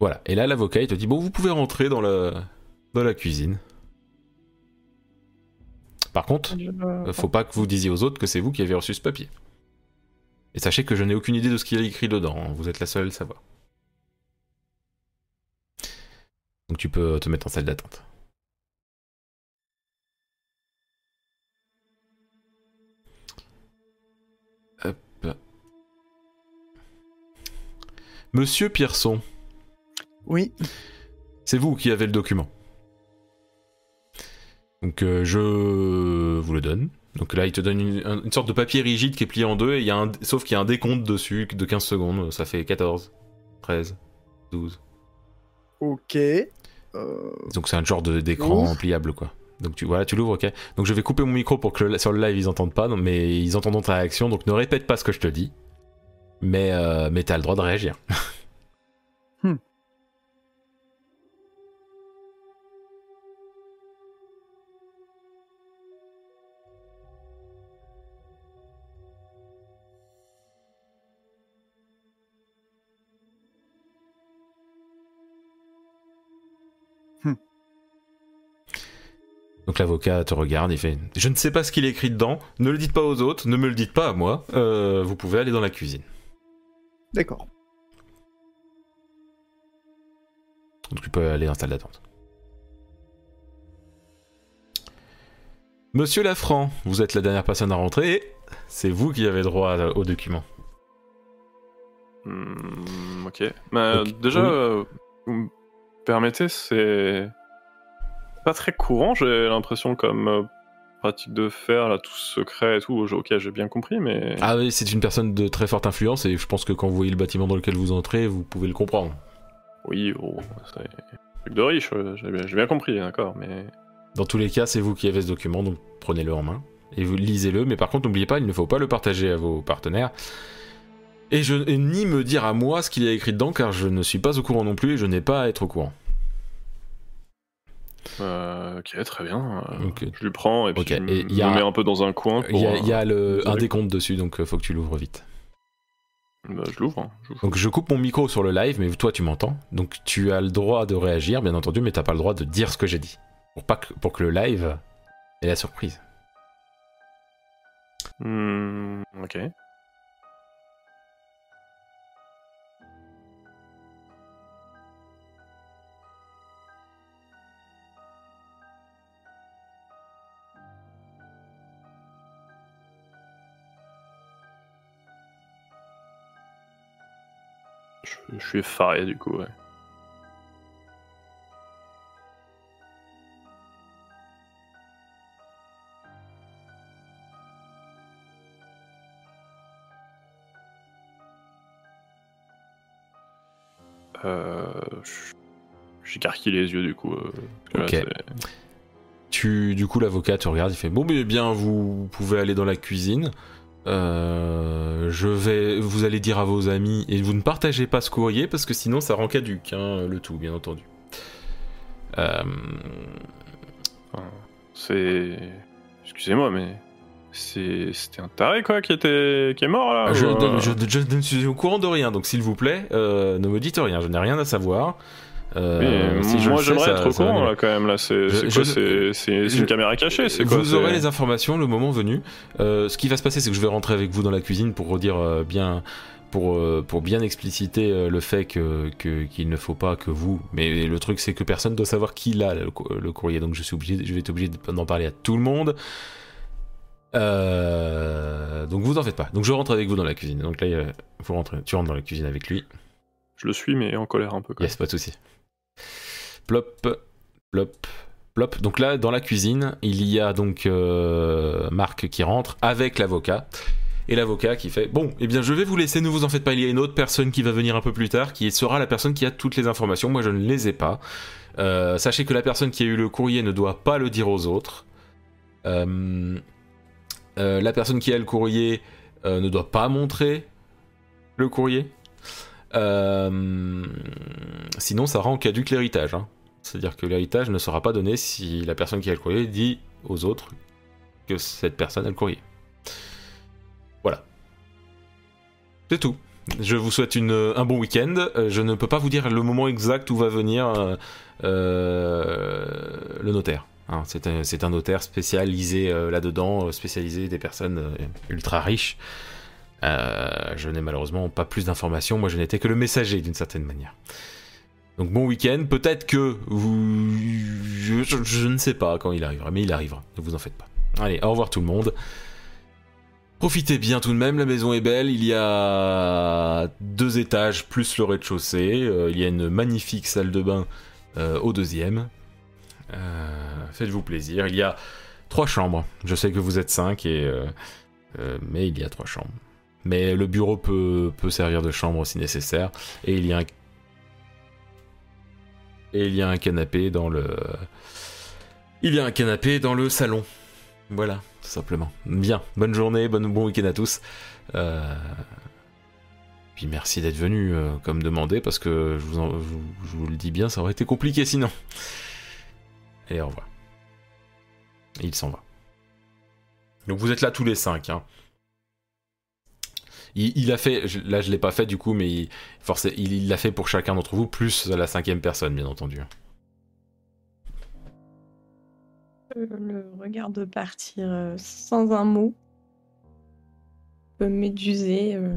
[SPEAKER 1] Voilà. Et là, l'avocat, il te dit, bon, vous pouvez rentrer dans la, dans la cuisine. Par contre,
[SPEAKER 2] Je-
[SPEAKER 1] euh, faut pas que vous disiez aux autres que c'est vous qui avez reçu ce papier. Et sachez que je n'ai aucune idée de ce qu'il y a écrit dedans, hein. vous êtes la seule à le savoir. Donc tu peux te mettre en salle d'attente. Hop. Monsieur Pierson,
[SPEAKER 3] Oui,
[SPEAKER 1] c'est vous qui avez le document. Donc euh, je vous le donne. Donc là, il te donne une, un- une sorte de papier rigide qui est plié en deux, et il y a un, sauf qu'il y a un décompte dessus de 15 secondes. Ça fait 14, 13, 12.
[SPEAKER 3] ok. Euh,
[SPEAKER 1] Donc c'est un genre de- d'écran
[SPEAKER 3] Ouf.
[SPEAKER 1] pliable, quoi. Donc tu voilà, tu l'ouvres, ok. Donc je vais couper mon micro pour que le- sur le live ils entendent pas, non, mais ils entendront ta réaction. Donc ne répète pas ce que je te dis. Mais euh, mais t'as le droit de réagir. Donc l'avocat te regarde, il fait Je ne sais pas ce qu'il est écrit dedans, ne le dites pas aux autres, ne me le dites pas à moi, euh, vous pouvez aller dans la cuisine.
[SPEAKER 3] D'accord.
[SPEAKER 1] Donc tu peux aller dans la salle d'attente. Monsieur Lafranc, vous êtes la dernière personne à rentrer et c'est vous qui avez droit à- au document.
[SPEAKER 5] Hmm, ok. Bah,
[SPEAKER 1] Ok,
[SPEAKER 5] Déjà,
[SPEAKER 1] oui.
[SPEAKER 5] euh, vous me permettez, c'est pas très courant, j'ai l'impression, comme euh, pratique de faire, là, tout secret et tout. Je- Ok, j'ai bien compris, mais.
[SPEAKER 1] Ah oui, c'est une personne de très forte influence et je pense que quand vous voyez le bâtiment dans lequel vous entrez, vous pouvez le comprendre.
[SPEAKER 5] Oui, oh, c'est un truc de riche, euh, j'ai bien- j'ai bien compris, d'accord, mais.
[SPEAKER 1] Dans tous les cas, c'est vous qui avez ce document, donc prenez-le en main et vous lisez-le. Mais par contre, n'oubliez pas, il ne faut pas le partager à vos partenaires. Et, je, et ni me dire à moi ce qu'il y a écrit dedans, car je ne suis pas au courant non plus et je n'ai pas à être au courant.
[SPEAKER 5] euh, ok, très bien. euh,
[SPEAKER 1] Ok.
[SPEAKER 5] Je lui prends et puis
[SPEAKER 1] Ok,
[SPEAKER 5] je
[SPEAKER 1] et
[SPEAKER 5] me
[SPEAKER 1] y a-
[SPEAKER 5] mets un peu dans un coin.
[SPEAKER 1] Il
[SPEAKER 5] Pour,
[SPEAKER 1] y a, il y a le, un
[SPEAKER 5] Direct.
[SPEAKER 1] décompte dessus, donc euh, faut que tu l'ouvres vite.
[SPEAKER 5] euh, bah, je l'ouvre. hein, je l'ouvre.
[SPEAKER 1] Donc je coupe mon micro sur le live, mais toi tu m'entends. Donc tu as le droit de réagir, bien entendu, mais t'as pas le droit de dire ce que j'ai dit. Pour, pas que, pour que le live ait la surprise.
[SPEAKER 5] Hmm, ok. je, je suis effaré du coup, ouais. Euh, je- J'écarquille les yeux du coup. euh, parce que là,
[SPEAKER 1] Ok. Tu, du coup, l'avocat te regarde, il fait Bon, mais bien, vous pouvez aller dans la cuisine. Euh, je vais, vous allez dire à vos amis et vous ne partagez pas ce courrier parce que sinon ça rend caduque hein, le tout, bien entendu. Euh,
[SPEAKER 5] C'est. c'est- Excusez-moi, mais. c'est- C'était un taré quoi qui, était... qui est mort là
[SPEAKER 1] Ah, je,
[SPEAKER 5] ou, euh,
[SPEAKER 1] je- je ne suis au courant de rien, donc s'il vous plaît, euh, ne me dites rien. Je n'ai rien à savoir.
[SPEAKER 5] Oui,
[SPEAKER 1] Euh, si je
[SPEAKER 5] moi
[SPEAKER 1] le sais,
[SPEAKER 5] j'aimerais
[SPEAKER 1] ça-
[SPEAKER 5] être au
[SPEAKER 1] ça va
[SPEAKER 5] courant
[SPEAKER 1] nous-
[SPEAKER 5] là quand même là. C'est
[SPEAKER 1] Je-
[SPEAKER 5] c'est
[SPEAKER 1] je-
[SPEAKER 5] quoi C'est c'est- c'est
[SPEAKER 1] je-
[SPEAKER 5] une caméra cachée C'est quoi
[SPEAKER 1] Vous
[SPEAKER 5] c'est-
[SPEAKER 1] aurez les informations le moment venu. Euh, ce qui va se passer, c'est que je vais rentrer avec vous dans la cuisine pour redire euh, bien, pour, euh, pour bien expliciter euh, le fait que que- qu'il ne faut pas que vous. Mais le truc, c'est que personne doit savoir qui l'a le, cou- le courrier. Donc je suis obligé, je vais être obligé d'en parler à tout le monde. Euh, donc vous en faites pas. Donc je rentre avec vous dans la cuisine. Donc là, il y a- vous rentrez, tu rentres dans la cuisine avec lui.
[SPEAKER 5] Je le suis mais en colère un peu quoi.
[SPEAKER 1] Yes, pas de souci. Plop, plop, plop. Donc là, dans la cuisine, il y a donc euh, Marc qui rentre avec l'avocat. Et l'avocat qui fait Bon, eh bien, je vais vous laisser, ne vous en faites pas. Il y a une autre personne qui va venir un peu plus tard, qui sera la personne qui a toutes les informations. Moi, je ne les ai pas. Euh, sachez que la personne qui a eu le courrier ne doit pas le dire aux autres. Euh, euh, la personne qui a le courrier euh, ne doit pas montrer le courrier. Euh, sinon, ça rend caduque l'héritage. hein. C'est-à-dire que l'héritage ne sera pas donné si la personne qui a le courrier dit aux autres que cette personne a le courrier. Voilà. C'est tout. Je vous souhaite une- un bon week-end. Euh, Je ne peux pas vous dire le moment exact où va venir euh, euh, le notaire. hein. c'est un, c'est un notaire spécialisé euh, là-dedans, euh, spécialisé des personnes euh, ultra riches. Euh, je n'ai malheureusement pas plus d'informations. Moi, je n'étais que le messager d'une certaine manière. Donc, bon week-end. Peut-être que vous. Je, je- je ne sais pas quand il arrivera, mais il arrivera. Ne vous en faites pas. Allez, au revoir tout le monde. Profitez bien tout de même, la maison est belle, il y a deux étages plus le rez-de-chaussée, Euh, il y a une magnifique salle de bain euh, au deuxième. Euh, Faites-vous plaisir, il y a trois chambres, je sais que vous êtes cinq, et, euh, euh, mais il y a trois chambres. Mais le bureau peut, peut servir de chambre si nécessaire. Et il y a un... Et il y a un canapé dans le... Il y a un canapé dans le salon. Voilà, tout simplement. Bien, bonne journée, bonne, bon week-end à tous. Euh, Puis merci d'être venu euh, comme demandé, parce que je vous, en- je vous- je vous le dis bien, ça aurait été compliqué sinon. Et au revoir. Et il s'en va. Donc vous êtes là tous les cinq, hein. Il, il a fait, je- là je l'ai pas fait du coup, mais il forcé- il- il l'a fait pour chacun d'entre vous, plus la cinquième personne, bien entendu.
[SPEAKER 2] Je le regarde partir euh, sans un mot. Je peux méduser. euh,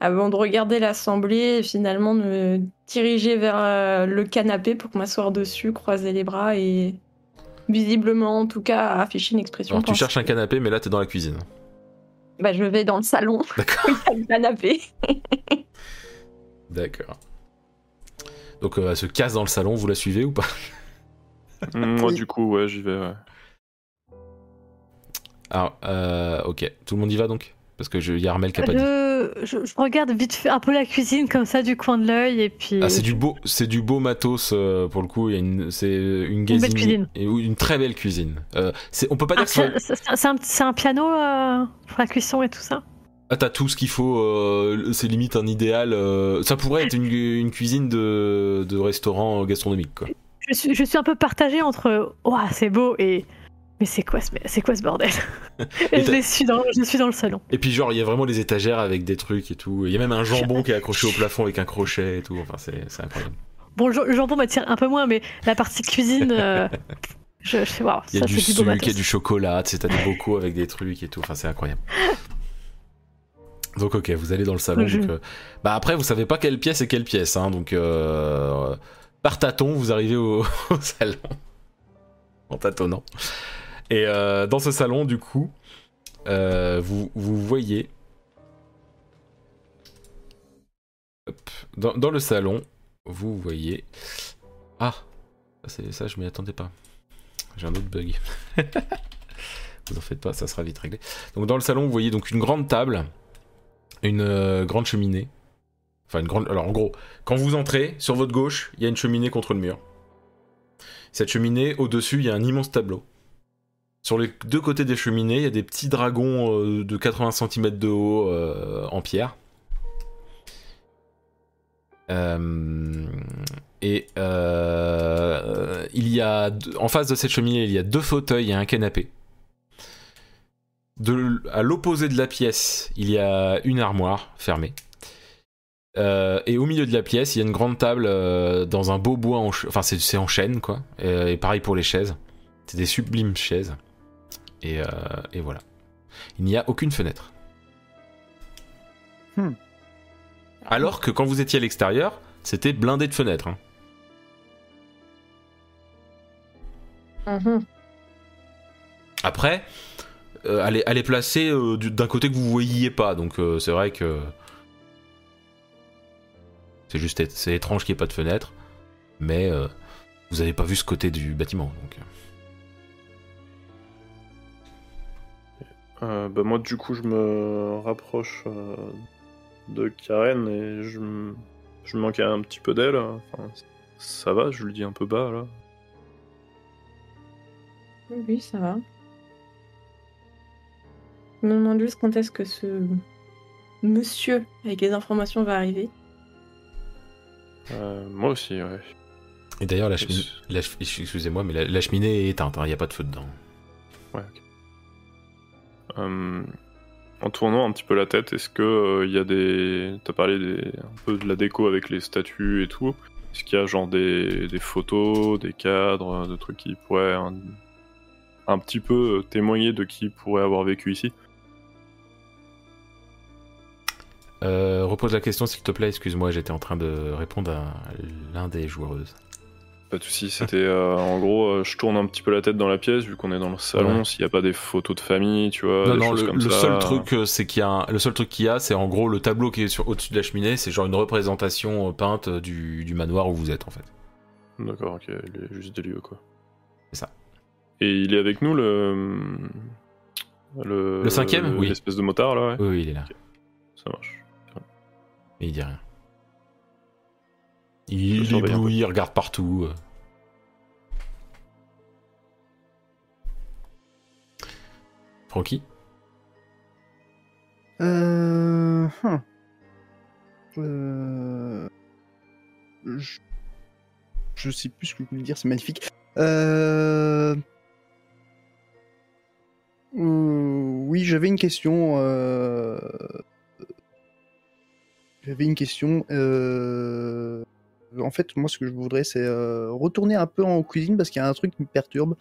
[SPEAKER 2] avant de regarder l'assemblée et finalement de me diriger vers euh, le canapé pour m'asseoir dessus, croiser les bras et visiblement, en tout cas, afficher une expression.
[SPEAKER 1] Alors tu
[SPEAKER 2] pensée.
[SPEAKER 1] cherches un canapé, mais là t'es dans la cuisine.
[SPEAKER 2] bah, Je vais dans le salon,
[SPEAKER 1] D'accord.
[SPEAKER 2] il y a le canapé.
[SPEAKER 1] D'accord. Donc euh, elle se casse dans le salon, vous la suivez ou pas
[SPEAKER 5] Mm, Moi du coup ouais j'y vais. ouais.
[SPEAKER 1] Alors, euh, ok, tout le monde y va donc Parce que je- il y a Armel qui a pas dit.
[SPEAKER 4] Je, je- je regarde vite fait un peu la cuisine comme ça du coin de l'œil et puis.
[SPEAKER 1] Ah, c'est du beau, c'est du beau matos euh, pour le coup. Il y a une, c'est une
[SPEAKER 4] belle
[SPEAKER 1] gazini-
[SPEAKER 4] cuisine.
[SPEAKER 1] et- ou une très belle cuisine. Euh, c'est, on peut pas
[SPEAKER 4] Ah,
[SPEAKER 1] dire que c'est-
[SPEAKER 4] c'est c'est- c'est un, c'est un piano euh, pour la cuisson et tout ça.
[SPEAKER 1] Ah, t'as tout ce qu'il faut, euh, c'est limite un idéal. euh, ça pourrait être une, une cuisine de, de restaurant gastronomique, quoi.
[SPEAKER 4] Je suis, je suis un peu partagée entre Ouah, c'est beau et. Mais c'est quoi, ce- c'est quoi ce bordel
[SPEAKER 1] Et
[SPEAKER 4] et
[SPEAKER 1] t'as-
[SPEAKER 4] je, les suis dans, je suis dans le salon.
[SPEAKER 1] Et puis, genre, il y a vraiment des étagères avec des trucs et tout. Il y a même un jambon qui est accroché au plafond avec un crochet et tout. Enfin, c'est, c'est incroyable.
[SPEAKER 4] Bon, le jo- le jambon m'attire un peu moins, mais la partie cuisine. euh, je, je fais Waouh,
[SPEAKER 1] Il y a
[SPEAKER 4] ça
[SPEAKER 1] du
[SPEAKER 4] c'est du beau
[SPEAKER 1] sucre, il y a
[SPEAKER 4] matos.
[SPEAKER 1] du chocolat, tu sais, t'as des bocaux avec des trucs et tout. Enfin, c'est incroyable. Donc, ok, vous allez dans le salon.
[SPEAKER 4] Je-
[SPEAKER 1] donc, euh, Bah, après, vous savez pas quelle pièce est quelle pièce. Hein, donc, euh... par tâton, vous arrivez au, au salon. En tâtonnant. Et euh, dans ce salon, du coup, euh, vous, vous voyez Hop. Dans, dans le salon, vous voyez. Ah Ça, c'est- Ça, je m'y attendais pas. J'ai un autre bug. vous en faites pas, ça sera vite réglé. Donc, dans le salon, vous voyez donc une grande table, une euh, grande cheminée. Enfin, une grande. Alors, en gros, quand vous entrez, sur votre gauche, il y a une cheminée contre le mur. Cette cheminée, au-dessus, il y a un immense tableau. Sur les deux côtés des cheminées, il y a des petits dragons euh, de 80 cm de haut euh, en pierre. Euh, et euh, il y a deux- en face de cette cheminée, il y a deux fauteuils et un canapé. De, l- à l'opposé de la pièce, il y a une armoire fermée. Euh, et au milieu de la pièce, il y a une grande table euh, dans un beau bois, en ch- enfin c'est c'est en chêne quoi. Euh, et pareil pour les chaises, c'est des sublimes chaises. Et, euh, et voilà. Il n'y a aucune fenêtre.
[SPEAKER 3] Hmm.
[SPEAKER 1] Alors que quand vous étiez à l'extérieur, c'était blindé de fenêtres. hein.
[SPEAKER 2] Mhm.
[SPEAKER 1] Après, euh, elle, est, elle est placée euh, du- d'un côté que vous voyiez pas, donc euh, c'est vrai que c'est juste é- c'est étrange qu'il n'y ait pas de fenêtre, mais euh, vous n'avez pas vu ce côté du bâtiment. Donc.
[SPEAKER 5] Euh, bah moi du coup je me rapproche euh, de Karen et je, m- je manque un petit peu d'elle. hein. Enfin, c- ça va, je le dis un peu bas là.
[SPEAKER 2] Oui, ça va. Je me demande juste quand est-ce que ce monsieur avec les informations va arriver.
[SPEAKER 5] Euh, moi aussi, ouais.
[SPEAKER 1] Et d'ailleurs, la,
[SPEAKER 5] Et
[SPEAKER 1] chemi-
[SPEAKER 5] c-
[SPEAKER 1] la ch- excusez-moi, mais la, la cheminée est éteinte, hein, il n'y a pas de feu dedans.
[SPEAKER 5] Ouais, ok. Euh, en tournant un petit peu la tête, est-ce que il y a des. T'as parlé des... un peu de la déco avec les statues et tout. Est-ce qu'il y a genre des... des photos, des cadres, euh, de trucs qui pourraient un... un petit peu euh, témoigner de qui pourrait avoir vécu ici
[SPEAKER 1] Euh, repose la question s'il te plaît, excuse-moi, j'étais en train de répondre à l'un des joueuses.
[SPEAKER 5] Pas de soucis, c'était euh, en gros, euh, je tourne un petit peu la tête dans la pièce vu qu'on est dans le salon.
[SPEAKER 1] Ouais.
[SPEAKER 5] S'il n'y a pas des photos de famille, tu vois,
[SPEAKER 1] non,
[SPEAKER 5] des
[SPEAKER 1] non,
[SPEAKER 5] choses
[SPEAKER 1] le,
[SPEAKER 5] comme
[SPEAKER 1] le
[SPEAKER 5] ça.
[SPEAKER 1] seul truc, euh, c'est qu'il y a un- le seul truc qu'il y a, c'est en gros le tableau qui est sur au-dessus de la cheminée, c'est genre une représentation euh, peinte euh, du, du manoir où vous êtes en fait.
[SPEAKER 5] D'accord, ok, il est juste des lieux quoi.
[SPEAKER 1] C'est ça.
[SPEAKER 5] Et il est avec nous le. Le,
[SPEAKER 1] Le cinquième, oui.
[SPEAKER 5] L'espèce de motard là, ouais.
[SPEAKER 1] Oui, oui, il est là,
[SPEAKER 5] Ça marche.
[SPEAKER 1] mais il dit rien. Il,
[SPEAKER 5] Je
[SPEAKER 1] il
[SPEAKER 5] le surveille un
[SPEAKER 1] éblouit, il regarde partout. euh. Francky
[SPEAKER 3] Euh... hum. Euh, Je... je sais plus ce que vous voulez dire, c'est magnifique. Euh... euh, Oui, j'avais une question. euh, J'avais une question. euh, En fait, moi, ce que je voudrais, c'est euh, retourner un peu en cuisine parce qu'il y a un truc qui me perturbe.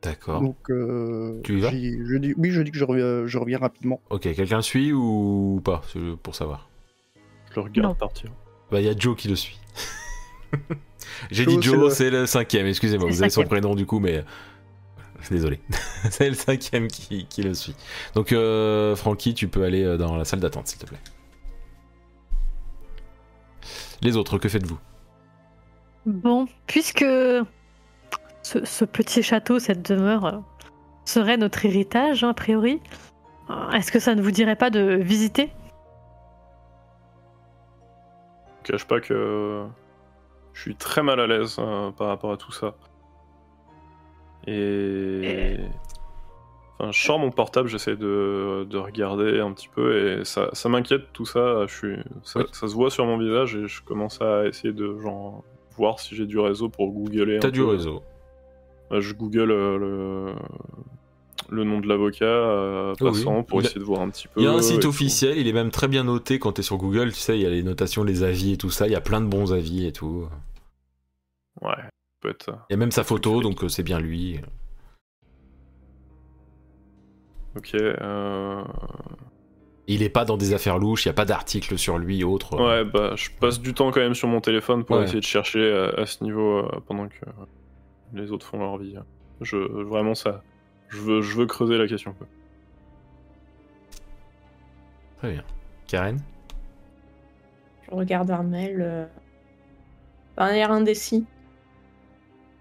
[SPEAKER 1] D'accord.
[SPEAKER 3] Donc, euh,
[SPEAKER 1] Ah. Tu y vas
[SPEAKER 3] j'y- je dis... Oui, je dis que je reviens, je reviens rapidement.
[SPEAKER 1] Ok, quelqu'un le suit ou pas c'est Pour savoir.
[SPEAKER 5] Je le regarde
[SPEAKER 4] Non.
[SPEAKER 5] partir.
[SPEAKER 1] Bah, il y a Joe qui le suit. J'ai dit
[SPEAKER 3] Joe, c'est
[SPEAKER 1] Joe,
[SPEAKER 3] le-
[SPEAKER 1] c'est le... cinquième, excusez-moi,
[SPEAKER 4] C'est le
[SPEAKER 1] vous avez son
[SPEAKER 4] cinquième.
[SPEAKER 1] prénom du coup, mais. euh, Désolé. c'est le cinquième qui, qui le suit. Donc, euh, Francky, tu peux aller euh, dans la salle d'attente, s'il te plaît. Les autres, que faites-vous
[SPEAKER 4] Bon, puisque ce, ce petit château, cette demeure, euh, serait notre héritage, hein, a priori, euh, est-ce que ça ne vous dirait pas de visiter
[SPEAKER 5] Je cache pas que je suis très mal à l'aise euh, par rapport à tout ça. Et. Enfin, je sors mon portable, j'essaie de, de regarder un petit peu et ça, ça m'inquiète tout ça. Je suis, ça,
[SPEAKER 1] Oui.
[SPEAKER 5] ça se voit sur mon visage et je commence à essayer de genre, voir si j'ai du réseau pour googler. un
[SPEAKER 1] T'as du
[SPEAKER 5] peu.
[SPEAKER 1] réseau.
[SPEAKER 5] Bah, Je google euh, le, le nom de l'avocat euh,
[SPEAKER 1] Oh oui.
[SPEAKER 5] passant pour
[SPEAKER 1] Il a-
[SPEAKER 5] essayer de voir un petit peu. euh,
[SPEAKER 1] Il y a un
[SPEAKER 5] et
[SPEAKER 1] site
[SPEAKER 5] tout.
[SPEAKER 1] officiel, il est même très bien noté quand t'es sur Google, tu sais, il y a les notations, les avis et tout ça, il y a plein de bons avis et tout.
[SPEAKER 5] Ouais, peut-être.
[SPEAKER 1] Il y a même sa photo, donc euh, c'est bien lui.
[SPEAKER 5] Ok. euh,
[SPEAKER 1] Il est pas dans des affaires louches, il n'y a pas d'article sur lui autre. euh,
[SPEAKER 5] Ouais, bah je passe du temps quand même sur mon téléphone pour
[SPEAKER 1] Ouais.
[SPEAKER 5] essayer de chercher à, à ce niveau euh, pendant que euh, les autres font leur vie. Je vraiment ça. Je veux, je veux creuser la question. quoi.
[SPEAKER 1] Très bien. Karen
[SPEAKER 2] Je regarde Armel. euh, Un air indécis.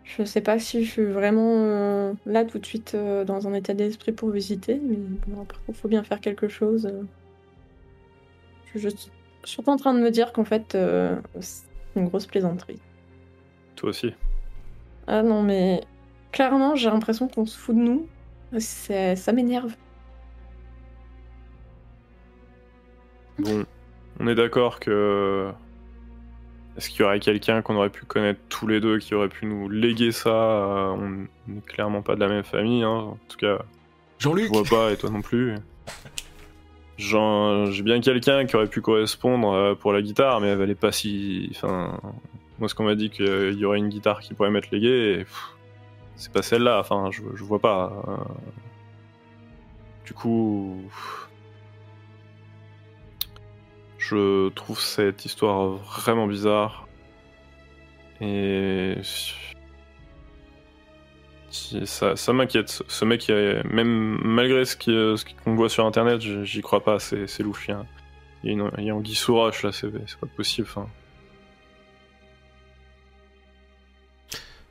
[SPEAKER 2] Je sais pas si je suis vraiment euh, là tout de suite euh, dans un état d'esprit pour visiter, mais bon, après, faut bien faire quelque chose. euh. Je suis juste- je suis surtout en train de me dire qu'en fait, euh, c'est une grosse plaisanterie.
[SPEAKER 5] Toi aussi.
[SPEAKER 2] Ah non, mais clairement, j'ai l'impression qu'on se fout de nous. C'est- Ça m'énerve.
[SPEAKER 5] Bon, on est d'accord que. Est-ce qu'il y aurait quelqu'un qu'on aurait pu connaître tous les deux qui aurait pu nous léguer ça euh, On n'est clairement pas de la même famille, hein. en tout cas, je
[SPEAKER 1] Jean-Luc
[SPEAKER 5] vois pas et toi non plus. Genre, J'ai bien quelqu'un qui aurait pu correspondre euh, pour la guitare, mais elle valait pas si. Enfin, moi, ce qu'on m'a dit qu'il y aurait une guitare qui pourrait m'être léguée, et, pff, c'est pas celle-là. Enfin, je, je vois pas. euh. Du coup, pff, je trouve cette histoire vraiment bizarre. Et si- Ça, ça m'inquiète. Ce- Ce mec, euh, même malgré ce qui, euh, ce qui- qu'on voit sur internet, j- j'y crois pas. C'est, c'est louche. Il y a- il y a une- il y a anguille sous roche, là. C'est, c'est pas possible. Enfin.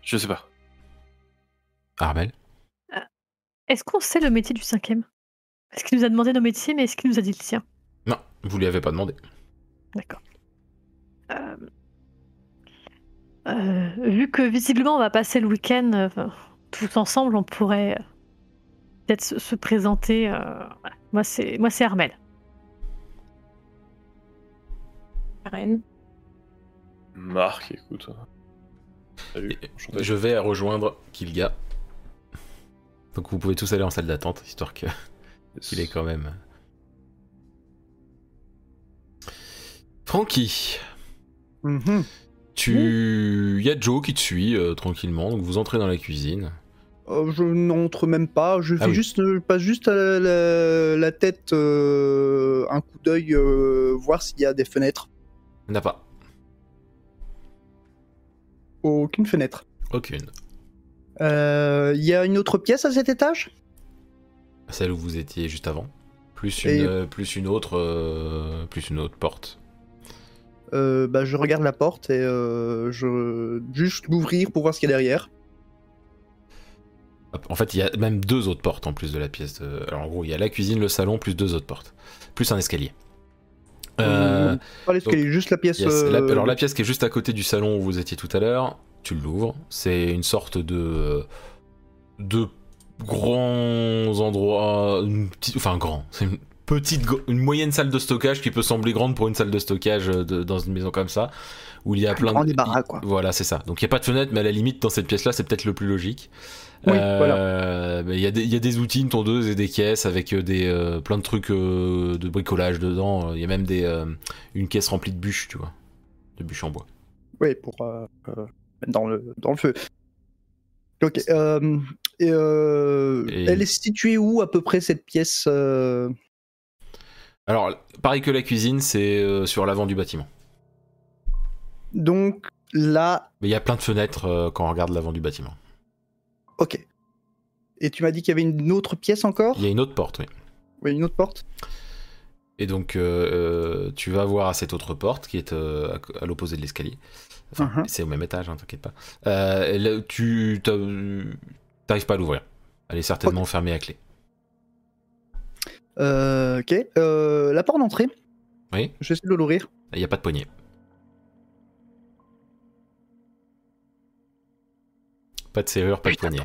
[SPEAKER 5] Je sais pas.
[SPEAKER 1] Armel
[SPEAKER 4] Est-ce qu'on sait le métier du cinquième Est-ce qu'il nous a demandé nos métiers, mais est-ce qu'il nous a dit le sien
[SPEAKER 1] Non, vous lui avez pas demandé.
[SPEAKER 4] D'accord. Euh, euh, vu que visiblement on va passer le week-end euh, enfin, tous ensemble, on pourrait euh, peut-être se, se présenter. euh, voilà. Moi c'est moi c'est Armel.
[SPEAKER 2] Karen.
[SPEAKER 5] Marc, écoute. Salut.
[SPEAKER 1] Et-
[SPEAKER 5] enchanté.
[SPEAKER 1] Je vais rejoindre Kilga. Donc vous pouvez tous aller en salle d'attente, histoire que- qu'il est quand même. euh. Francky,
[SPEAKER 3] Mhm.
[SPEAKER 1] tu. Il y a Joe qui te suit euh, tranquillement, donc vous entrez dans la cuisine.
[SPEAKER 3] Euh, je n'entre même pas, je
[SPEAKER 1] Ah
[SPEAKER 3] fais
[SPEAKER 1] oui.
[SPEAKER 3] juste, je passe juste à la, la- la tête euh, un coup d'œil, euh, voir s'il y a des fenêtres.
[SPEAKER 1] Il n'y en a pas.
[SPEAKER 3] Aucune fenêtre.
[SPEAKER 1] Aucune.
[SPEAKER 3] Euh, Il y a une autre pièce à cet étage
[SPEAKER 1] Celle où vous étiez juste avant. Plus une,
[SPEAKER 3] Et-
[SPEAKER 1] euh, plus une autre. euh, plus une autre porte.
[SPEAKER 3] Euh, bah, Je regarde la porte et euh, je juste l'ouvrir pour voir ce qu'il y a derrière.
[SPEAKER 1] Hop, En fait, il y a même deux autres portes en plus de la pièce. de- Alors en gros, il y a la cuisine, le salon, plus deux autres portes. Plus un escalier. Euh,
[SPEAKER 3] Pas l'escalier, juste la pièce.
[SPEAKER 1] Yes, la-
[SPEAKER 3] euh,
[SPEAKER 1] alors la pièce qui est juste à côté du salon où vous étiez tout à l'heure, tu l'ouvres. C'est une sorte de euh, de grands endroits, une petite- enfin grand. C'est une petite, gr- une moyenne salle de stockage qui peut sembler grande pour une salle de stockage euh, de- dans une maison comme ça, où il y a plein
[SPEAKER 3] grand
[SPEAKER 1] de
[SPEAKER 3] débarras, quoi.
[SPEAKER 1] Voilà, c'est ça. Donc il n'y a pas de fenêtre, mais à la limite dans cette pièce-là, c'est peut-être le plus logique.
[SPEAKER 3] Oui,
[SPEAKER 1] Euh, mais Il y, a des- il y a des outils, une tondeuse et des caisses avec euh, des euh, plein de trucs euh, de bricolage dedans. Il y a même des euh, une caisse remplie de bûches, tu vois, de bûches en bois.
[SPEAKER 3] Oui, pour euh, euh, mettre dans le, dans le feu. Ok. euh, et, euh,
[SPEAKER 1] Et-
[SPEAKER 3] Elle est située où à peu près cette pièce euh,
[SPEAKER 1] Alors, pareil que la cuisine, c'est euh, sur l'avant du bâtiment.
[SPEAKER 3] Donc là,
[SPEAKER 1] Mais il y a plein de fenêtres euh, quand on regarde l'avant du bâtiment.
[SPEAKER 3] ok. Et tu m'as dit qu'il y avait une autre pièce encore
[SPEAKER 1] Il y a une autre porte, oui.
[SPEAKER 3] Oui, une autre porte
[SPEAKER 1] Et donc, euh, euh, tu vas voir à cette autre porte qui est euh, à co- à, l'opposé de l'escalier. Enfin,
[SPEAKER 3] Mhm.
[SPEAKER 1] c'est au même étage, hein, t'inquiète pas. Euh, là, tu t'as- t'arrives pas à l'ouvrir. Elle est certainement fermée à clé.
[SPEAKER 3] Euh, Ok. Euh, la porte d'entrée
[SPEAKER 1] Oui.
[SPEAKER 3] J'essaie de l'ouvrir.
[SPEAKER 1] Il n'y a pas de poignée. Pas de serrure, pas de poignée.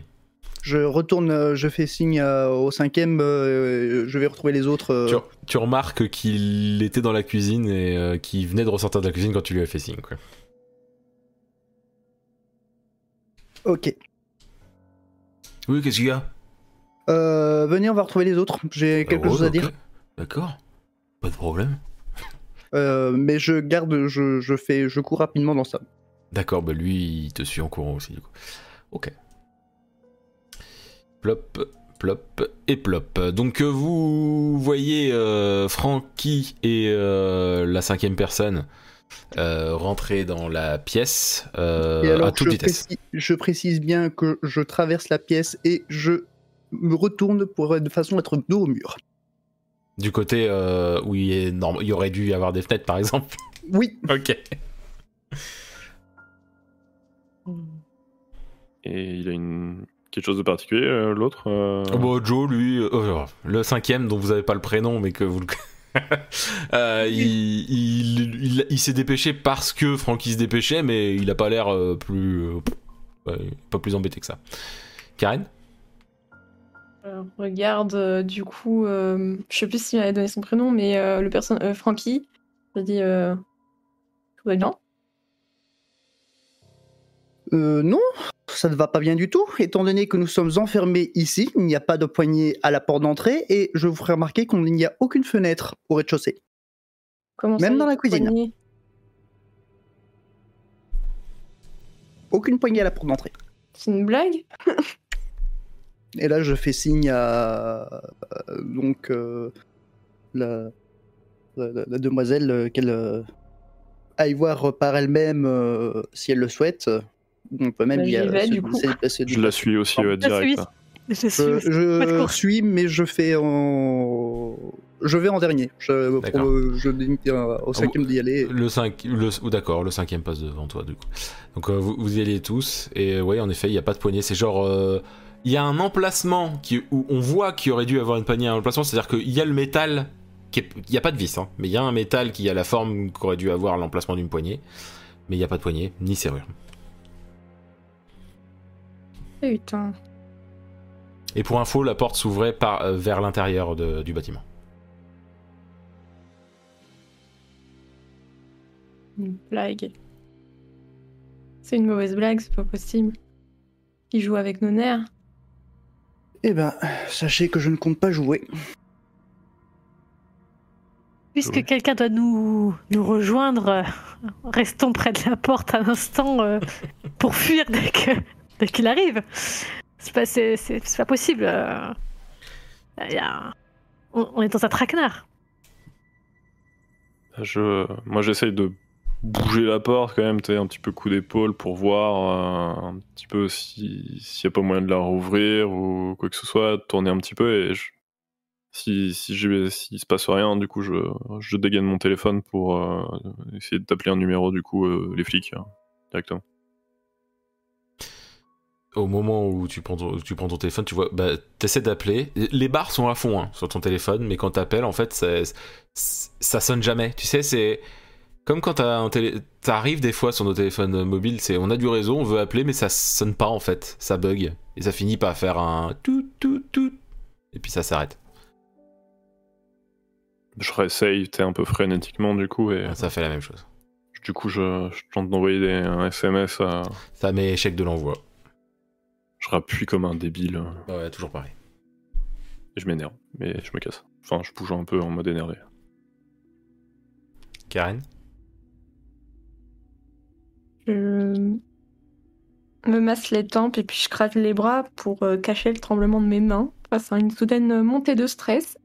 [SPEAKER 3] Je retourne, euh, je fais signe euh, au cinquième, euh, je vais retrouver les autres. euh,
[SPEAKER 1] Tu, tu remarques qu'il était dans la cuisine et euh, qu'il venait de ressortir de la cuisine quand tu lui as fait signe. quoi.
[SPEAKER 3] Ok.
[SPEAKER 1] Oui, qu'est-ce qu'il y a
[SPEAKER 3] Euh, venez, on va retrouver les autres. J'ai quelque
[SPEAKER 1] Ah,
[SPEAKER 3] chose à
[SPEAKER 1] ok.
[SPEAKER 3] dire.
[SPEAKER 1] D'accord. Pas de problème.
[SPEAKER 3] Euh, mais je garde, je, je fais, je cours rapidement dans ça.
[SPEAKER 1] D'accord, bah lui, il te suit en courant aussi, du coup. Ok. Plop, plop et plop. Donc euh, vous voyez euh, Francky et euh, la cinquième personne euh, rentrer dans la pièce euh,
[SPEAKER 3] Et alors,
[SPEAKER 1] à toute
[SPEAKER 3] je,
[SPEAKER 1] vitesse.
[SPEAKER 3] précise, je précise bien que je traverse la pièce et je me retourne pour de façon à être dos au mur.
[SPEAKER 1] Du côté euh, où il, est norm- il y aurait dû y avoir des fenêtres, par exemple.
[SPEAKER 3] Oui,
[SPEAKER 1] Ok.
[SPEAKER 5] Et il a une... quelque chose de particulier, euh, l'autre euh,
[SPEAKER 1] Ah Bon, Joe, lui, euh, euh, le cinquième dont vous avez pas le prénom, mais que vous le. Euh, il il- il- il s'est dépêché parce que Francky se dépêchait, mais il a pas l'air euh, plus. euh, ouais, pas plus embêté que ça. Karen
[SPEAKER 2] Euh, regarde, euh, du coup, euh, je sais plus s'il m'avait donné son prénom, mais euh, le personne, euh, Francky, je dis, euh, tout va bien.
[SPEAKER 3] Euh, non, ça ne va pas bien du tout, étant donné que nous sommes enfermés ici, il n'y a pas de poignée à la porte d'entrée, et je vous ferai remarquer qu'il n'y a aucune fenêtre au rez-de-chaussée.
[SPEAKER 2] Comment
[SPEAKER 3] Même
[SPEAKER 2] ça,
[SPEAKER 3] dans
[SPEAKER 2] il
[SPEAKER 3] la
[SPEAKER 2] est
[SPEAKER 3] cuisine.
[SPEAKER 2] poigné
[SPEAKER 3] Aucune poignée à la porte d'entrée.
[SPEAKER 2] C'est une blague
[SPEAKER 3] Et là, je fais signe à. euh, donc. euh, la, la- la- la demoiselle euh, qu'elle euh, aille voir par elle-même euh, si elle le souhaite. On peut même
[SPEAKER 2] Bah,
[SPEAKER 3] lui
[SPEAKER 2] j'y
[SPEAKER 3] euh,
[SPEAKER 2] vais,
[SPEAKER 3] se-
[SPEAKER 2] du coup.
[SPEAKER 3] se- se-
[SPEAKER 5] Je la suis aussi euh,
[SPEAKER 4] Je suis.
[SPEAKER 5] direct. hein.
[SPEAKER 4] Je suis.
[SPEAKER 3] Euh, Je,
[SPEAKER 4] Pas de
[SPEAKER 3] je
[SPEAKER 4] course.
[SPEAKER 3] suis, mais je fais en. Je vais en dernier. Je,
[SPEAKER 1] D'accord.
[SPEAKER 3] euh, je dis, euh, au cinquième d'y aller.
[SPEAKER 1] Le 5, le, oh, d'accord, le cinquième passe devant toi du coup. Donc euh, vous, vous y allez tous et euh, ouais en effet il n'y a pas de poignée, c'est genre euh, il y a un emplacement qui, où on voit qu'il aurait dû avoir une poignée à un emplacement, c'est-à-dire qu'il y a le métal, qui est- il n'y a pas de vis, hein, mais il y a un métal qui a la forme qu'aurait dû avoir l'emplacement d'une poignée, mais il n'y a pas de poignée ni serrure.
[SPEAKER 2] Putain.
[SPEAKER 1] Et pour info, la porte s'ouvrait par, euh, vers l'intérieur de- du bâtiment.
[SPEAKER 2] Une blague. C'est une mauvaise blague, c'est pas possible. Il joue avec nos nerfs.
[SPEAKER 3] Eh ben, sachez que je ne compte pas jouer.
[SPEAKER 4] Puisque
[SPEAKER 5] Oui.
[SPEAKER 4] quelqu'un doit nous, nous rejoindre, euh, restons près de la porte un instant euh, pour fuir dès que- dès qu'il arrive. C'est pas, c'est, c'est- c'est pas possible. euh. Il y a- on, on est dans un traquenard.
[SPEAKER 5] Je... Moi, j'essaye de bouger la porte quand même, tu sais, un petit peu coup d'épaule pour voir euh, un petit peu si- s'il n'y a pas moyen de la rouvrir ou quoi que ce soit, tourner un petit peu et je- si si j'ai- s'il se passe rien, du coup, je, je dégaine mon téléphone pour euh, essayer de t'appeler un numéro, du coup, euh, les flics, hein, directement.
[SPEAKER 1] au moment où tu prends ton, tu prends ton téléphone, tu vois, bah, t'essaies d'appeler. Les barres sont à fond hein, sur ton téléphone, mais quand t'appelles, en fait, ça, ça sonne jamais. Tu sais, c'est comme quand t'as un télé- t'arrives des fois sur nos téléphones mobiles, c'est on a du réseau, on veut appeler, mais ça sonne pas en fait, ça bug et ça finit par faire un tout tout tout et puis ça s'arrête.
[SPEAKER 5] Je réessaye, tu sais, un peu frénétiquement, du coup, et
[SPEAKER 1] Ça fait la même chose.
[SPEAKER 5] du coup, je, je tente d'envoyer des- un SMS à...
[SPEAKER 1] Ça met échec de l'envoi.
[SPEAKER 5] Je rappuie comme un débile. euh,
[SPEAKER 1] Ouais, toujours pareil.
[SPEAKER 5] Et je m'énerve, mais je me casse. Enfin, je bouge un peu en mode énervé.
[SPEAKER 1] Karen,
[SPEAKER 2] Je me masse les tempes et puis je craque les bras pour euh, cacher le tremblement de mes mains face à une soudaine montée de stress.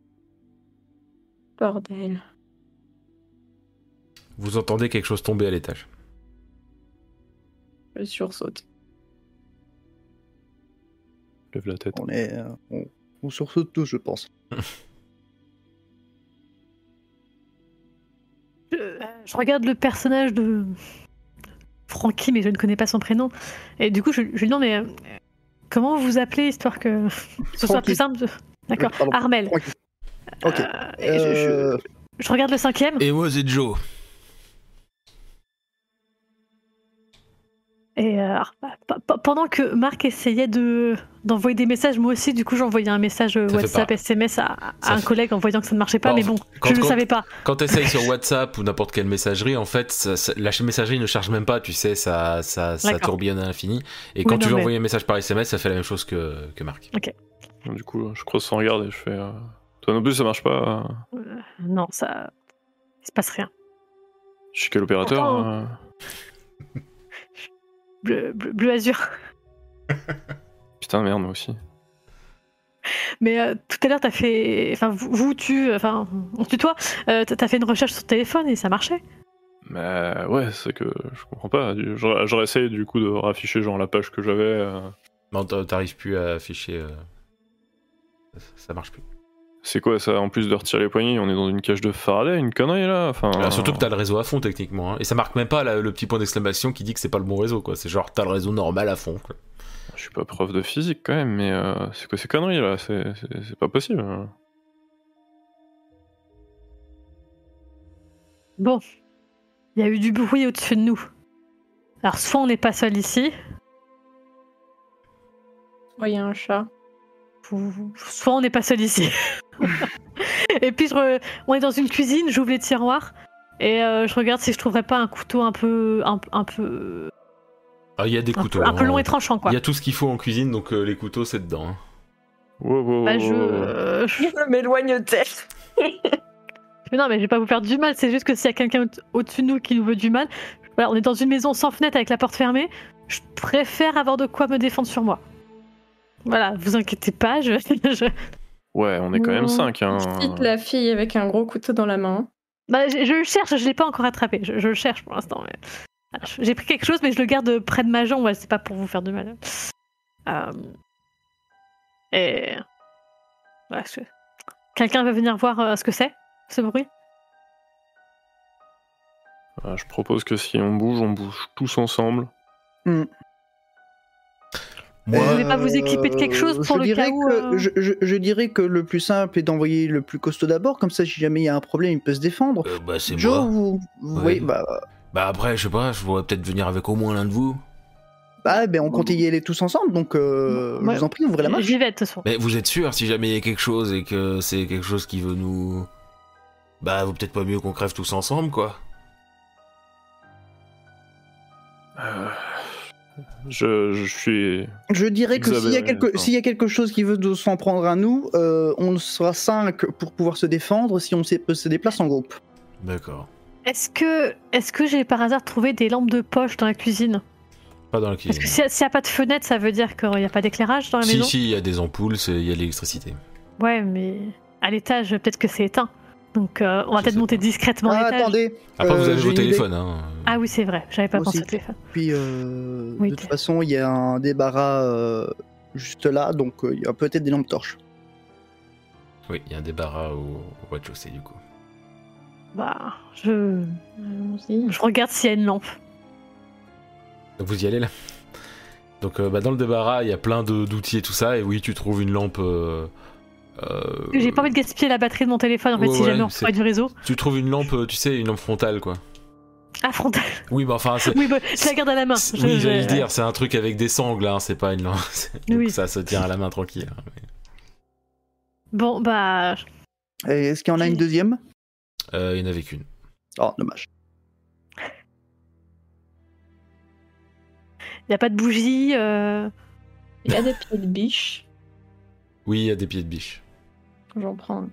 [SPEAKER 2] Bordel.
[SPEAKER 1] vous entendez quelque chose tomber à l'étage.
[SPEAKER 2] Je sursaute.
[SPEAKER 5] Je Lève la tête.
[SPEAKER 3] On est. euh, On, on sursaute tous, je pense.
[SPEAKER 4] Je, je regarde le personnage de Francky, mais je ne connais pas son prénom. Et du coup, je, je lui demande mais, euh, comment vous vous appelez, histoire que ce soit
[SPEAKER 3] Francky.
[SPEAKER 4] plus simple. de- D'accord.
[SPEAKER 3] Pardon.
[SPEAKER 4] Armel.
[SPEAKER 3] Francky. Ok.
[SPEAKER 4] Euh, et je- je-
[SPEAKER 3] Euh,
[SPEAKER 4] je regarde le cinquième.
[SPEAKER 1] Et moi c'est Joe.
[SPEAKER 4] Et euh, alors, pe- pe- pendant que Marc essayait de d'envoyer des messages, moi aussi, du coup, j'envoyais un message
[SPEAKER 1] Ça
[SPEAKER 4] euh,
[SPEAKER 1] fait
[SPEAKER 4] WhatsApp,
[SPEAKER 1] pas.
[SPEAKER 4] SMS à, à
[SPEAKER 1] Ça
[SPEAKER 4] un
[SPEAKER 1] fait-
[SPEAKER 4] collègue en voyant que ça ne marchait pas,
[SPEAKER 1] Bon,
[SPEAKER 4] mais bon,
[SPEAKER 1] quand-
[SPEAKER 4] je ne
[SPEAKER 1] quand-
[SPEAKER 4] savais pas.
[SPEAKER 1] Quand t'essayes sur WhatsApp ou n'importe quelle messagerie, en fait, ça- ça- la ch- messagerie ne charge même pas, tu sais, ça, ça, ça
[SPEAKER 4] D'accord.
[SPEAKER 1] tourbillonne à l'infini. Et
[SPEAKER 4] Oui,
[SPEAKER 1] quand tu
[SPEAKER 4] non,
[SPEAKER 1] veux
[SPEAKER 4] mais-
[SPEAKER 1] envoyer un message par SMS, ça fait la même chose que, que Marc.
[SPEAKER 5] Du coup, je creuse sans regarder et je fais. euh, Toi non plus, ça marche pas. euh,
[SPEAKER 4] Euh, non, ça. Il se passe rien.
[SPEAKER 5] Je suis quel opérateur
[SPEAKER 4] Attends.
[SPEAKER 5] euh,
[SPEAKER 4] Bleu, bleu, bleu azur.
[SPEAKER 5] Putain, merde, moi aussi.
[SPEAKER 4] Mais euh, tout à l'heure, t'as fait. Enfin, vous, vous, tu. Enfin, on se tutoie. Euh, t'as t'as fait une recherche sur téléphone et ça marchait.
[SPEAKER 5] Mais euh, ouais, c'est que je comprends pas. Du- Je, je réessaye du coup de rafficher genre la page que j'avais. euh,
[SPEAKER 1] Non, t'a- t'arrives plus à afficher. euh, Ça, ça marche plus.
[SPEAKER 5] C'est quoi ça En plus de retirer les poignées, on est dans une cage de Faraday, une connerie là enfin,
[SPEAKER 1] Alors, Ah, surtout que t'as le réseau à fond techniquement. hein. Et ça marque même pas la- le petit point d'exclamation qui dit que c'est pas le bon réseau quoi. C'est genre t'as le réseau normal à fond. quoi.
[SPEAKER 5] Je suis pas prof de physique quand même, mais euh, c'est quoi ces conneries là C'est- C'est c'est pas possible.
[SPEAKER 4] Bon, il y a eu du bruit au-dessus de nous. Alors soit on n'est pas seul ici,
[SPEAKER 2] Oh, il y a un chat.
[SPEAKER 4] ou- soit on n'est pas seul ici. et puis je re- on est dans une cuisine, j'ouvre les tiroirs et euh, je regarde si je trouverais pas un couteau un peu un, un peu
[SPEAKER 1] Ah, il y a des
[SPEAKER 4] un,
[SPEAKER 1] couteaux.
[SPEAKER 4] peu- un peu
[SPEAKER 1] hein.
[SPEAKER 4] long et tranchant quoi.
[SPEAKER 1] Il y a tout ce qu'il faut en cuisine donc euh, les couteaux c'est dedans. hein.
[SPEAKER 5] Wow, wow,
[SPEAKER 4] Bah,
[SPEAKER 5] wow,
[SPEAKER 4] je,
[SPEAKER 5] wow.
[SPEAKER 4] euh, je-
[SPEAKER 2] Je m'éloigne d'elle.
[SPEAKER 4] Mais non, mais je vais pas vous faire du mal, c'est juste que s'il y a quelqu'un au- au-dessus de nous qui nous veut du mal, voilà, on est dans une maison sans fenêtre avec la porte fermée, je préfère avoir de quoi me défendre sur moi. Voilà, vous inquiétez pas, je. je-
[SPEAKER 5] Ouais, on est quand
[SPEAKER 4] Mmh,
[SPEAKER 5] même
[SPEAKER 2] Non.
[SPEAKER 5] 5. Hein.
[SPEAKER 2] Petite la fille avec un gros couteau dans la main.
[SPEAKER 4] Bah, je, je le cherche, je l'ai pas encore attrapé, je, je le cherche pour l'instant. mais- Ah, je- J'ai pris quelque chose, mais je le garde près de ma jambe, ouais, c'est pas pour vous faire du mal. Euh, Et. voilà, je- Quelqu'un va venir voir euh, ce que c'est, ce bruit
[SPEAKER 5] Euh, Je propose que si on bouge, on bouge tous ensemble.
[SPEAKER 4] Vous voulez pas vous équiper de quelque chose pour
[SPEAKER 3] je
[SPEAKER 4] le
[SPEAKER 3] dirais
[SPEAKER 4] cas où,
[SPEAKER 3] que-
[SPEAKER 4] euh,
[SPEAKER 3] je, je- je dirais que le plus simple est d'envoyer le plus costaud d'abord, comme ça, si jamais il y a un problème, il peut se défendre.
[SPEAKER 1] Euh, bah c'est
[SPEAKER 3] Joe,
[SPEAKER 1] moi.
[SPEAKER 3] vous, vous
[SPEAKER 1] Ouais.
[SPEAKER 3] voyez, bah,
[SPEAKER 1] Bah après je sais pas, je pourrais peut-être venir avec au moins l'un de vous.
[SPEAKER 3] bah, ben, on comptait y aller tous ensemble, donc euh,
[SPEAKER 4] Ouais.
[SPEAKER 3] je vous en prie, ouvrez la main.
[SPEAKER 4] J'y vais de toute façon.
[SPEAKER 1] Mais vous êtes sûr si jamais il y a quelque chose et que c'est quelque chose qui veut nous... Bah vaut peut-être pas mieux qu'on crève tous ensemble quoi.
[SPEAKER 5] Euh, Je, je suis.
[SPEAKER 3] Je dirais que
[SPEAKER 5] Xavier,
[SPEAKER 3] s'il y, a
[SPEAKER 5] oui,
[SPEAKER 3] quelque-
[SPEAKER 5] d'accord.
[SPEAKER 3] s'il y a quelque chose qui veut de- s'en prendre à nous, euh, on sera cinq pour pouvoir se défendre si on se se déplace en groupe.
[SPEAKER 1] D'accord.
[SPEAKER 4] Est-ce que, est-ce que j'ai par hasard trouvé des lampes de poche dans la cuisine
[SPEAKER 1] Pas dans la
[SPEAKER 4] Parce que
[SPEAKER 1] cuisine.
[SPEAKER 4] s'il n'y a, pas de fenêtre, ça veut dire qu'il n'y a pas d'éclairage dans la
[SPEAKER 1] Si,
[SPEAKER 4] maison
[SPEAKER 1] si, il y a des ampoules, c'est- il y a de l'électricité.
[SPEAKER 4] Ouais, mais à l'étage, peut-être que c'est éteint. Donc euh, on va
[SPEAKER 1] Je
[SPEAKER 4] peut-être
[SPEAKER 1] sais
[SPEAKER 4] monter
[SPEAKER 1] pas.
[SPEAKER 4] discrètement à
[SPEAKER 3] ah,
[SPEAKER 4] l'étage.
[SPEAKER 3] attendez,
[SPEAKER 1] Après,
[SPEAKER 3] Euh,
[SPEAKER 1] vous avez
[SPEAKER 3] j'ai
[SPEAKER 1] vos
[SPEAKER 3] une idée.
[SPEAKER 1] téléphones. Hein.
[SPEAKER 4] Ah oui, c'est vrai, j'avais pas
[SPEAKER 3] Moi
[SPEAKER 4] pensé au
[SPEAKER 3] aussi.
[SPEAKER 4] téléphone.
[SPEAKER 3] puis euh,
[SPEAKER 4] Oui,
[SPEAKER 3] de toute
[SPEAKER 4] t'es-
[SPEAKER 3] façon, il y a un débarras euh, juste là, donc euh, il y a peut-être des lampes torches.
[SPEAKER 1] Oui, il y a un débarras au, au rez-de-chaussée du coup.
[SPEAKER 4] Bah, je,
[SPEAKER 2] Allons-y.
[SPEAKER 4] je regarde s'il y a une lampe.
[SPEAKER 1] Donc vous y allez là Donc euh, bah, dans le débarras, il y a plein de- d'outils et tout ça, et oui, tu trouves une lampe... euh, euh,
[SPEAKER 4] J'ai pas envie de gaspiller la batterie de mon téléphone en fait
[SPEAKER 1] Ouais,
[SPEAKER 4] si
[SPEAKER 1] ouais,
[SPEAKER 4] jamais on
[SPEAKER 1] c'est-
[SPEAKER 4] reçoit du réseau.
[SPEAKER 1] Tu trouves une lampe, euh, tu sais, une lampe frontale quoi.
[SPEAKER 4] Ah, frontal.
[SPEAKER 1] Oui, bah enfin, c'est...
[SPEAKER 4] Oui, bah, je la garde à la main.
[SPEAKER 1] c'est-
[SPEAKER 4] Je-
[SPEAKER 1] oui,
[SPEAKER 4] je-
[SPEAKER 1] j'allais le dire, c'est un truc avec des sangles, hein, c'est pas une lampe. Donc
[SPEAKER 4] Oui.
[SPEAKER 1] ça se tient à la main tranquille. hein, mais-
[SPEAKER 4] Bon, bah, je-
[SPEAKER 3] Et Est-ce qu'il y en a une deuxième
[SPEAKER 1] Euh, il y en avait qu'une.
[SPEAKER 3] Oh, dommage.
[SPEAKER 4] y a pas de bougie. euh,
[SPEAKER 2] Il y a des pieds de biche.
[SPEAKER 1] Oui, il y a des pieds de biche.
[SPEAKER 2] J'en prends. un.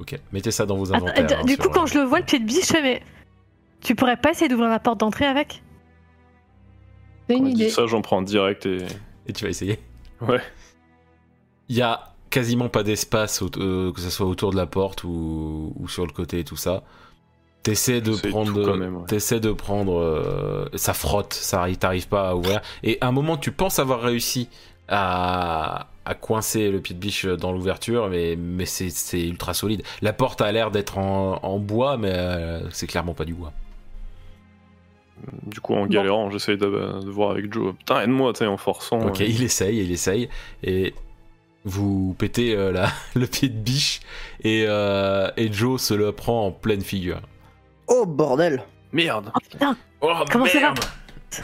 [SPEAKER 1] Ok, mettez ça dans vos
[SPEAKER 4] Attends, euh,
[SPEAKER 1] inventaires. hein,
[SPEAKER 4] du coup, quand je le vois, le pied de biche, je fais, mais tu pourrais pas essayer d'ouvrir la porte d'entrée avec
[SPEAKER 2] C'est
[SPEAKER 5] On
[SPEAKER 2] une
[SPEAKER 5] dit
[SPEAKER 2] idée.
[SPEAKER 5] ça, j'en prends direct et.
[SPEAKER 1] Et tu vas essayer
[SPEAKER 5] Ouais.
[SPEAKER 1] Il y a quasiment pas d'espace, aut- euh, que ce soit autour de la porte ou, ou sur le côté et tout ça. T'essaies de
[SPEAKER 5] C'est
[SPEAKER 1] prendre,
[SPEAKER 5] tout quand même, ouais.
[SPEAKER 1] t'essaies de prendre, euh, ça frotte, ça arrive- t'arrives pas à ouvrir. Et à un moment, tu penses avoir réussi à, à coincer le pied de biche dans l'ouverture, mais, mais c'est, c'est ultra solide. La porte a l'air d'être en, en bois, mais euh, c'est clairement pas du bois.
[SPEAKER 5] Du coup, en galérant, j'essaye de, de voir avec Joe. Putain, aide-moi, tu sais, en forçant. euh.
[SPEAKER 1] Ok, il essaye, il essaye, et vous pétez euh, la- le pied de biche, et, euh, et Joe se le prend en pleine figure.
[SPEAKER 3] Oh, bordel
[SPEAKER 5] Merde
[SPEAKER 4] Oh putain
[SPEAKER 1] Oh
[SPEAKER 4] Comment ça va
[SPEAKER 1] merde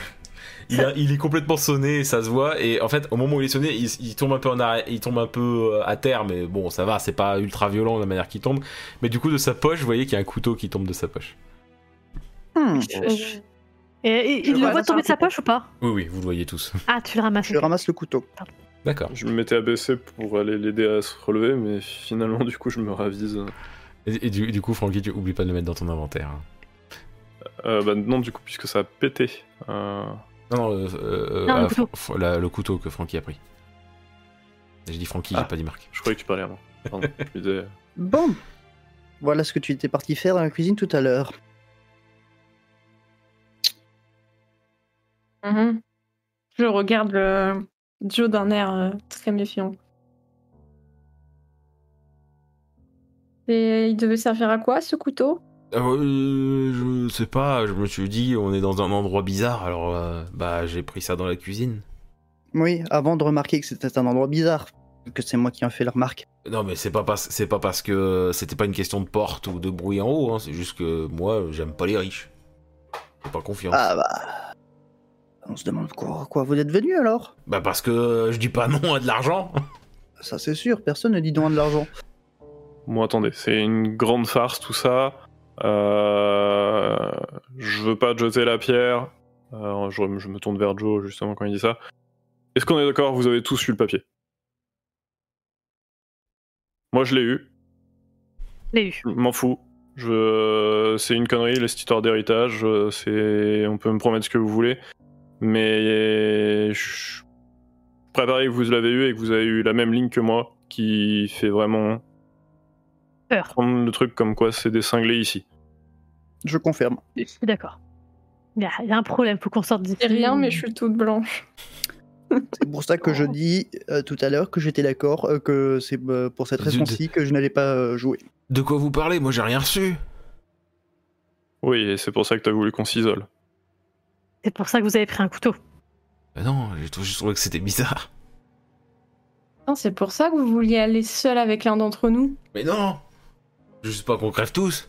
[SPEAKER 1] il, a- il est complètement sonné, ça se voit, et en fait, au moment où il est sonné, il, il tombe un peu en arrière, il tombe un peu euh, à terre, mais bon, ça va, c'est pas ultra violent la manière qu'il tombe. Mais du coup, de sa poche, vous voyez qu'il y a un couteau qui tombe de sa poche.
[SPEAKER 3] Hmm.
[SPEAKER 2] Euh,
[SPEAKER 4] Je- Et, et-
[SPEAKER 3] Je
[SPEAKER 4] il le
[SPEAKER 3] vois
[SPEAKER 4] voit
[SPEAKER 3] la
[SPEAKER 4] tomber de sa poche ou pas
[SPEAKER 1] Oui, oui, vous le voyez tous.
[SPEAKER 4] Ah, tu le ramasses.
[SPEAKER 3] Je ramasse le couteau.
[SPEAKER 1] D'accord.
[SPEAKER 5] Je me mettais à baisser pour aller l'aider à se relever, mais finalement, du coup, je me ravise.
[SPEAKER 1] Et, et du, du coup, Francky, tu oublies pas de le mettre dans ton inventaire. hein.
[SPEAKER 5] Euh, bah non, du coup, puisque ça a pété. Euh,
[SPEAKER 1] Non, non, euh, euh,
[SPEAKER 4] Non, le
[SPEAKER 1] ah,
[SPEAKER 4] couteau.
[SPEAKER 1] Fr- Fr- la- le couteau que Francky a pris. J'ai dit Francky,
[SPEAKER 5] Ah.
[SPEAKER 1] j'ai pas dit Marc.
[SPEAKER 5] je croyais que tu parlais à moi. Pardon, je disais-
[SPEAKER 3] Bon Voilà ce que tu étais parti faire dans la cuisine tout à l'heure.
[SPEAKER 2] Mhm. Je regarde le Joe d'un air euh, très méfiant. Et il devait servir à quoi ce couteau
[SPEAKER 1] Euh, je sais pas, je me suis dit, on est dans un endroit bizarre, alors euh, bah j'ai pris ça dans la cuisine.
[SPEAKER 3] Oui, avant de remarquer que c'était un endroit bizarre, que c'est moi qui ai fait la remarque.
[SPEAKER 1] Non mais c'est pas parce c'est pas parce que c'était pas une question de porte ou de bruit en haut, hein, c'est juste que moi j'aime pas les riches. J'ai pas confiance.
[SPEAKER 3] Ah bah. On se demande quoi, quoi vous êtes venu alors
[SPEAKER 1] Bah parce que euh, je dis pas non à de l'argent.
[SPEAKER 3] Ça c'est sûr, personne ne dit non à de l'argent.
[SPEAKER 5] Bon, attendez, c'est une grande farce tout ça. Euh, je veux pas te jeter la pierre. Euh, je, je me tourne vers Joe justement quand il dit ça. Est-ce qu'on est d'accord Vous avez tous eu le papier. Moi, je l'ai eu.
[SPEAKER 4] Je l'ai eu.
[SPEAKER 5] Je m'en fous. Je... C'est une connerie, les histoires d'héritage. euh, C'est... On peut me promettre ce que vous voulez. Mais je- préparez que vous l'avez eu et que vous avez eu la même ligne que moi qui fait vraiment
[SPEAKER 4] Peur.
[SPEAKER 5] prendre le truc comme quoi c'est des cinglés ici.
[SPEAKER 3] Je confirme.
[SPEAKER 4] Je suis d'accord. Il y, a- il y a un problème, faut qu'on sorte d'ici.
[SPEAKER 2] C'est rien, mais je suis toute blanche.
[SPEAKER 3] C'est pour ça que je dis euh, tout à l'heure que j'étais d'accord, euh, que c'est euh, pour cette
[SPEAKER 1] Zut.
[SPEAKER 3] raison-ci que je n'allais pas euh, jouer.
[SPEAKER 1] De quoi vous parlez Moi j'ai rien reçu.
[SPEAKER 5] Oui, et c'est pour ça que t'as voulu qu'on s'isole.
[SPEAKER 4] C'est pour ça que vous avez pris un couteau.
[SPEAKER 1] Bah non, j'ai tou- j'ai trouvé que c'était bizarre.
[SPEAKER 2] Putain, C'est pour ça que vous vouliez aller seul avec l'un d'entre nous
[SPEAKER 1] Mais non Je sais pas qu'on crève tous.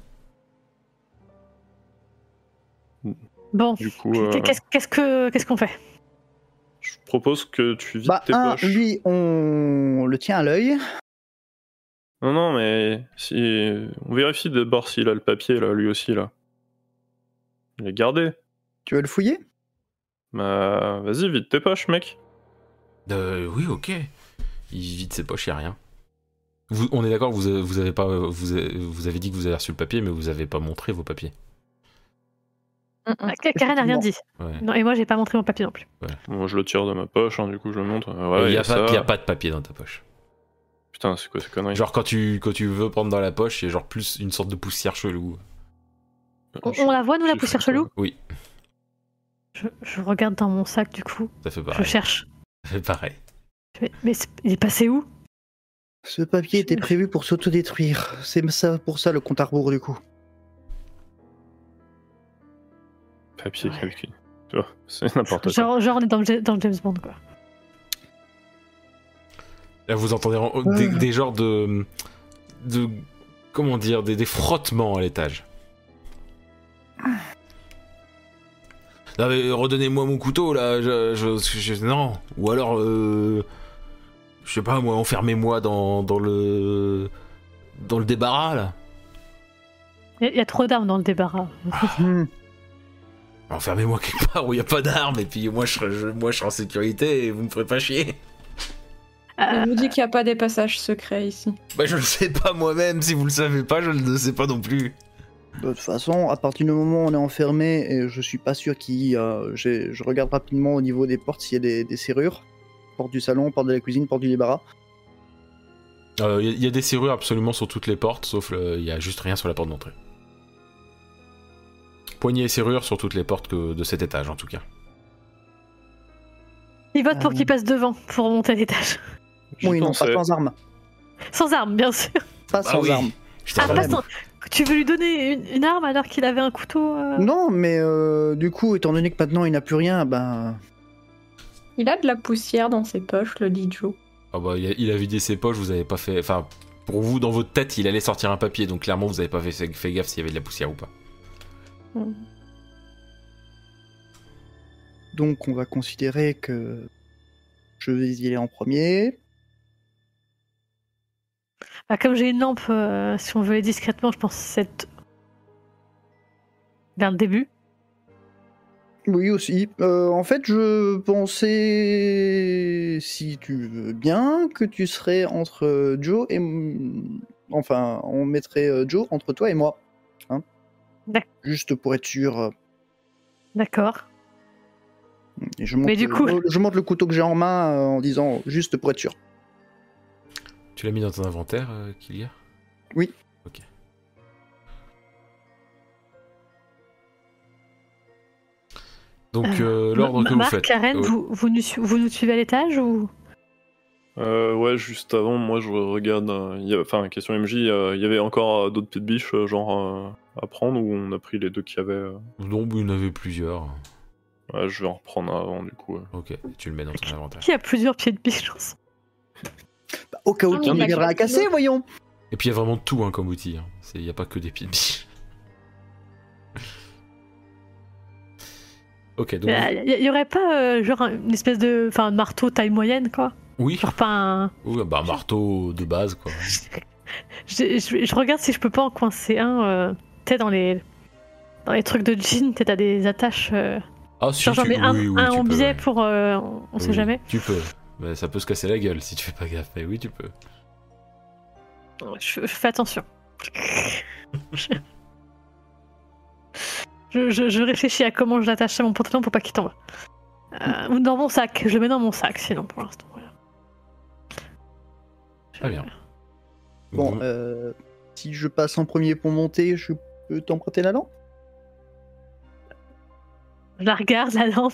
[SPEAKER 4] Bon,
[SPEAKER 5] Du coup, euh,
[SPEAKER 4] qu'est-ce qu'est-ce que qu'est-ce qu'on fait
[SPEAKER 5] je propose que tu vides
[SPEAKER 3] Bah,
[SPEAKER 5] tes
[SPEAKER 3] un,
[SPEAKER 5] poches.
[SPEAKER 3] lui, on le tient à l'œil.
[SPEAKER 5] Non, non, mais si on vérifie d'abord s'il a le papier là, lui aussi là. Il est gardé.
[SPEAKER 3] Tu veux le fouiller
[SPEAKER 5] Bah, vas-y, vide tes poches, mec.
[SPEAKER 1] Euh, oui, ok. Il vide ses poches, y a rien. Vous, on est d'accord, vous, avez- vous avez pas, vous, avez- vous avez dit que vous avez reçu le papier, mais vous avez pas montré vos papiers.
[SPEAKER 2] Mm-mm.
[SPEAKER 4] Ah, Ka- Karen n'a rien dit.
[SPEAKER 1] Ouais.
[SPEAKER 4] Non, et moi, j'ai pas montré mon papier non plus.
[SPEAKER 5] Moi, je le tire de ma poche, hein, du coup, je le montre. Euh,
[SPEAKER 1] Il
[SPEAKER 5] Ouais,
[SPEAKER 1] y a,
[SPEAKER 5] ça.
[SPEAKER 1] pas, y a pas de papier dans ta poche.
[SPEAKER 5] Putain, c'est quoi ces conneries
[SPEAKER 1] Genre quand tu, quand tu veux prendre dans la poche, il y a genre plus une sorte de poussière chelou.
[SPEAKER 4] On,
[SPEAKER 5] Ah, Je-
[SPEAKER 4] on la voit, nous, la
[SPEAKER 5] je-
[SPEAKER 4] poussière chelou
[SPEAKER 1] Oui,
[SPEAKER 4] je, je regarde dans mon sac, du coup.
[SPEAKER 1] ça fait
[SPEAKER 4] Je
[SPEAKER 1] pareil.
[SPEAKER 4] cherche.
[SPEAKER 1] Ça fait pareil.
[SPEAKER 4] Mais, mais c'est- il est passé où
[SPEAKER 3] Ce papier était prévu pour s'autodétruire. C'est ça pour ça le compte à rebours du coup.
[SPEAKER 5] Papier
[SPEAKER 4] Ouais.
[SPEAKER 5] calcul. Tu vois, c'est n'importe quoi.
[SPEAKER 4] genre, genre, on est dans, le Ja- dans le James Bond, quoi.
[SPEAKER 1] Là, vous entendez en- des, des genres de, de, comment dire, des, des frottements à l'étage. Non mais redonnez-moi mon couteau là, je, je- je- non. Ou alors, euh, je sais pas moi, enfermez-moi dans, dans le, dans le débarras là.
[SPEAKER 4] Il y a- il y, a trop d'armes dans le débarras.
[SPEAKER 3] Hmm.
[SPEAKER 1] Enfermez-moi quelque part où il y a pas d'armes et puis moi je, serai- je- moi je serai en sécurité et vous me ferez pas chier.
[SPEAKER 4] Euh,
[SPEAKER 2] On vous dit qu'il n'y a pas des passages secrets ici.
[SPEAKER 1] Bah je le sais pas moi-même, si vous le savez pas, je le sais pas non plus.
[SPEAKER 3] Bah, De toute façon, à partir du moment où on est enfermé, et je suis pas sûr qu'il. y a- j'ai- je regarde rapidement au niveau des portes s'il y a des, des serrures. Porte du salon, porte de la cuisine, porte du débarras.
[SPEAKER 1] Il Euh, y, a- y a des serrures absolument sur toutes les portes, sauf il y a juste rien sur la porte d'entrée. Poignées et serrures sur toutes les portes que- de cet étage en tout cas.
[SPEAKER 4] il vote pour
[SPEAKER 3] Euh.
[SPEAKER 4] qu'il passe devant, pour monter à l'étage.
[SPEAKER 5] J'y
[SPEAKER 3] Oui, non,
[SPEAKER 5] pensais.
[SPEAKER 3] pas sans armes.
[SPEAKER 4] Sans armes, bien sûr.
[SPEAKER 3] Pas
[SPEAKER 1] euh, Bah
[SPEAKER 3] sans
[SPEAKER 1] oui.
[SPEAKER 3] armes.
[SPEAKER 1] Je
[SPEAKER 4] Ah,
[SPEAKER 1] t'avais-
[SPEAKER 4] pas sans- Tu veux lui donner une, une arme alors qu'il avait un couteau euh,
[SPEAKER 3] Non, mais euh, du coup, étant donné que maintenant il n'a plus rien, ben.
[SPEAKER 2] Il a de la poussière dans ses poches, le dit Joe.
[SPEAKER 1] Ah bah, il, a, il a vidé ses poches, vous avez pas fait... Enfin, pour vous, dans votre tête, il allait sortir un papier, donc clairement vous avez pas fait, fait gaffe s'il y avait de la poussière ou pas.
[SPEAKER 3] Donc on va considérer que. Je vais y aller en premier.
[SPEAKER 4] bah, Comme j'ai une lampe, euh, si on veut aller discrètement, je pense que c'est vers le début.
[SPEAKER 3] Oui, aussi. Euh, en fait, je pensais, si tu veux bien, que tu serais entre euh, Joe et. m- Enfin, on mettrait euh, Joe entre toi et moi. Hein
[SPEAKER 4] D'accord.
[SPEAKER 3] Juste pour être sûr. euh,
[SPEAKER 4] D'accord.
[SPEAKER 3] Et je montre,
[SPEAKER 4] Mais du coup-
[SPEAKER 3] euh, je montre le couteau que j'ai en main euh, en disant juste pour être sûr.
[SPEAKER 1] Tu l'as mis dans ton inventaire, euh, Kilia
[SPEAKER 3] Oui.
[SPEAKER 1] Ok. Donc, euh, l'ordre
[SPEAKER 4] Ma-
[SPEAKER 1] que vous
[SPEAKER 4] Marc,
[SPEAKER 1] faites...
[SPEAKER 4] Karen,
[SPEAKER 1] Oui.
[SPEAKER 4] Euh,
[SPEAKER 1] euh,
[SPEAKER 5] Euh,
[SPEAKER 4] vous, vous, nous, su- vous nous suivez à l'étage ou
[SPEAKER 5] Euh, ouais, juste avant, moi je regarde. euh, il y a- Enfin, question MJ, euh, il y avait encore euh, d'autres petites biches, euh, genre euh, à prendre, ou on a pris les deux qu'il y avait euh
[SPEAKER 1] Donc il y en avait plusieurs.
[SPEAKER 5] Ouais, Je vais en reprendre avant, du coup. euh.
[SPEAKER 1] Ok, tu le mets dans ton inventaire.
[SPEAKER 4] Qui a plusieurs pieds de biche, je pense
[SPEAKER 3] Bah, au cas où
[SPEAKER 2] Ah,
[SPEAKER 3] tu
[SPEAKER 2] mais il y a
[SPEAKER 3] viendras à
[SPEAKER 2] quelqu'un
[SPEAKER 3] casser,
[SPEAKER 2] d'autre.
[SPEAKER 3] voyons
[SPEAKER 1] Et puis il y a vraiment tout hein, comme outil. hein. C'est- Il n'y a pas que des pieds de biche. ok, donc.
[SPEAKER 4] Il y, y aurait pas euh, genre un- une espèce de, enfin, un marteau taille moyenne, quoi.
[SPEAKER 1] Oui,
[SPEAKER 4] Genre pas un.
[SPEAKER 1] oui, bah marteau de base quoi.
[SPEAKER 4] Je, je- je regarde si je peux pas en coincer un. euh, tu sais, dans les dans les trucs de jean, tu sais, t'as des attaches. euh,
[SPEAKER 1] Ah, si,
[SPEAKER 4] genre j'en
[SPEAKER 1] tu-
[SPEAKER 4] mets un,
[SPEAKER 1] oui, oui,
[SPEAKER 4] un
[SPEAKER 1] tu
[SPEAKER 4] en
[SPEAKER 1] peux,
[SPEAKER 4] biais
[SPEAKER 1] ouais.
[SPEAKER 4] pour. euh, on on sait
[SPEAKER 1] Oui,
[SPEAKER 4] jamais.
[SPEAKER 1] Tu peux. Mais ça peut se casser la gueule si tu fais pas gaffe. Mais oui, tu peux.
[SPEAKER 4] Je, je fais attention. je, je- je réfléchis à comment je l'attache à mon pantalon pour pas qu'il tombe. Euh, ou dans mon sac. Je le mets dans mon sac, sinon pour l'instant. voilà.
[SPEAKER 1] Très bien.
[SPEAKER 3] Bon,
[SPEAKER 1] Vous-
[SPEAKER 3] euh, si je passe en premier pour monter, je peux t'emprunter la lampe
[SPEAKER 4] Je la regarde, la lampe.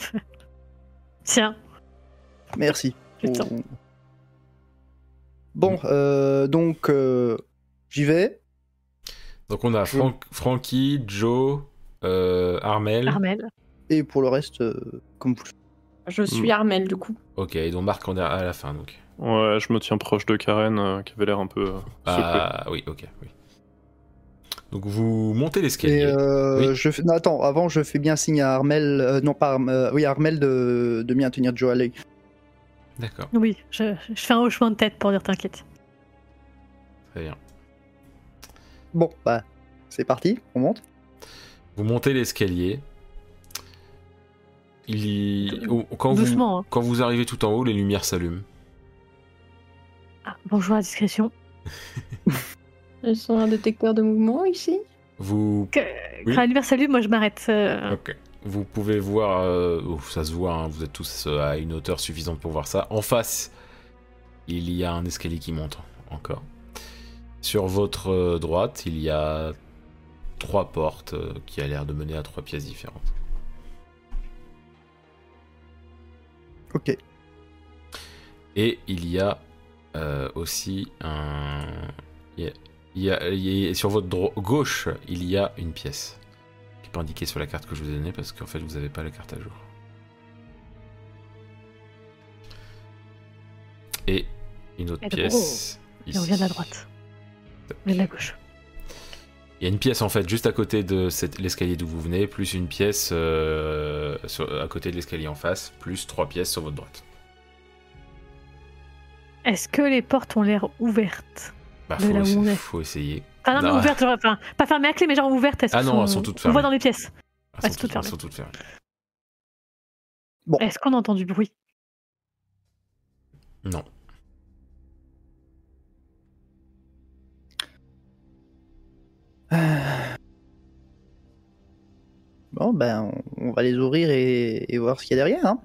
[SPEAKER 4] Tiens,
[SPEAKER 3] Merci.
[SPEAKER 4] Putain.
[SPEAKER 3] Oh. Bon, euh, donc euh, j'y vais.
[SPEAKER 1] Donc on a
[SPEAKER 3] je-
[SPEAKER 1] Frank- Frankie, Joe, euh, Armel.
[SPEAKER 4] Armel.
[SPEAKER 3] Et pour le reste, euh, comme vous
[SPEAKER 2] Je
[SPEAKER 5] Mm.
[SPEAKER 2] suis Armel, du coup.
[SPEAKER 1] Ok, et donc Marc on est à la fin donc.
[SPEAKER 5] Ouais, je me tiens proche de Karen, euh, qui avait l'air un peu. euh, secouée.
[SPEAKER 1] Ah oui, ok, oui. Donc vous montez l'escalier.
[SPEAKER 3] Et euh,
[SPEAKER 1] Oui.
[SPEAKER 3] je fais... non, attends, avant je fais bien signe à Armel, euh, non pas Arm- euh, oui, à Armel de, de bien tenir Joe à l'œil.
[SPEAKER 1] D'accord,
[SPEAKER 4] Oui, je, je fais un hochement de tête pour dire t'inquiète.
[SPEAKER 1] très bien.
[SPEAKER 3] Bon, bah c'est parti, on monte.
[SPEAKER 1] Vous montez l'escalier. Il y- au- quand vous
[SPEAKER 4] Doucement. hein.
[SPEAKER 1] quand vous arrivez tout en haut, les lumières s'allument.
[SPEAKER 4] Ah, bonjour à discrétion.
[SPEAKER 2] Ils sont un détecteur de mouvement ici.
[SPEAKER 1] Vous Oui.
[SPEAKER 4] Quand la lumière s'allume, moi je m'arrête. euh,
[SPEAKER 1] Ok. Vous pouvez voir, euh, ouf, ça se voit, hein, vous êtes tous euh, à une hauteur suffisante pour voir ça. En face, il y a un escalier qui monte encore. Sur votre euh, droite, il y a trois portes euh, qui a l'air de mener à trois pièces différentes.
[SPEAKER 3] Ok.
[SPEAKER 1] Et il y a euh, aussi un. Il y a- il y a- il y a- sur votre dro- gauche, il y a une pièce qui n'est pas indiquée sur la carte que je vous ai donnée parce qu'en fait, vous n'avez pas la carte à jour. Et une autre
[SPEAKER 4] Et drôle.
[SPEAKER 1] pièce.
[SPEAKER 4] Et on
[SPEAKER 1] ici.
[SPEAKER 4] vient de la droite.
[SPEAKER 1] Euh,
[SPEAKER 4] On vient de la gauche.
[SPEAKER 1] Il y a une pièce en fait juste à côté de cette- l'escalier d'où vous venez, plus une pièce euh, sur- à côté de l'escalier en face, plus trois pièces sur votre droite.
[SPEAKER 4] Est-ce que les portes ont l'air ouvertes
[SPEAKER 1] Bah,
[SPEAKER 4] De
[SPEAKER 1] faut,
[SPEAKER 4] là où
[SPEAKER 1] essa-
[SPEAKER 4] on est.
[SPEAKER 1] faut essayer.
[SPEAKER 4] Enfin, non, mais
[SPEAKER 1] Non.
[SPEAKER 4] ouvertes, genre, enfin, pas fermées à clé, mais genre ouvertes. Est-ce
[SPEAKER 1] Ah
[SPEAKER 4] qu'on-
[SPEAKER 1] non, elles sont toutes
[SPEAKER 4] On
[SPEAKER 1] fermées.
[SPEAKER 4] voit dans les pièces.
[SPEAKER 1] Elles
[SPEAKER 4] c'est
[SPEAKER 1] sont
[SPEAKER 4] tout
[SPEAKER 1] toutes-
[SPEAKER 4] fermé.
[SPEAKER 1] elles sont toutes fermées.
[SPEAKER 3] Bon.
[SPEAKER 4] Est-ce qu'on entend du bruit
[SPEAKER 1] Non.
[SPEAKER 3] Bon, ben on, on va les ouvrir et, et voir ce qu'il y a derrière. Hein.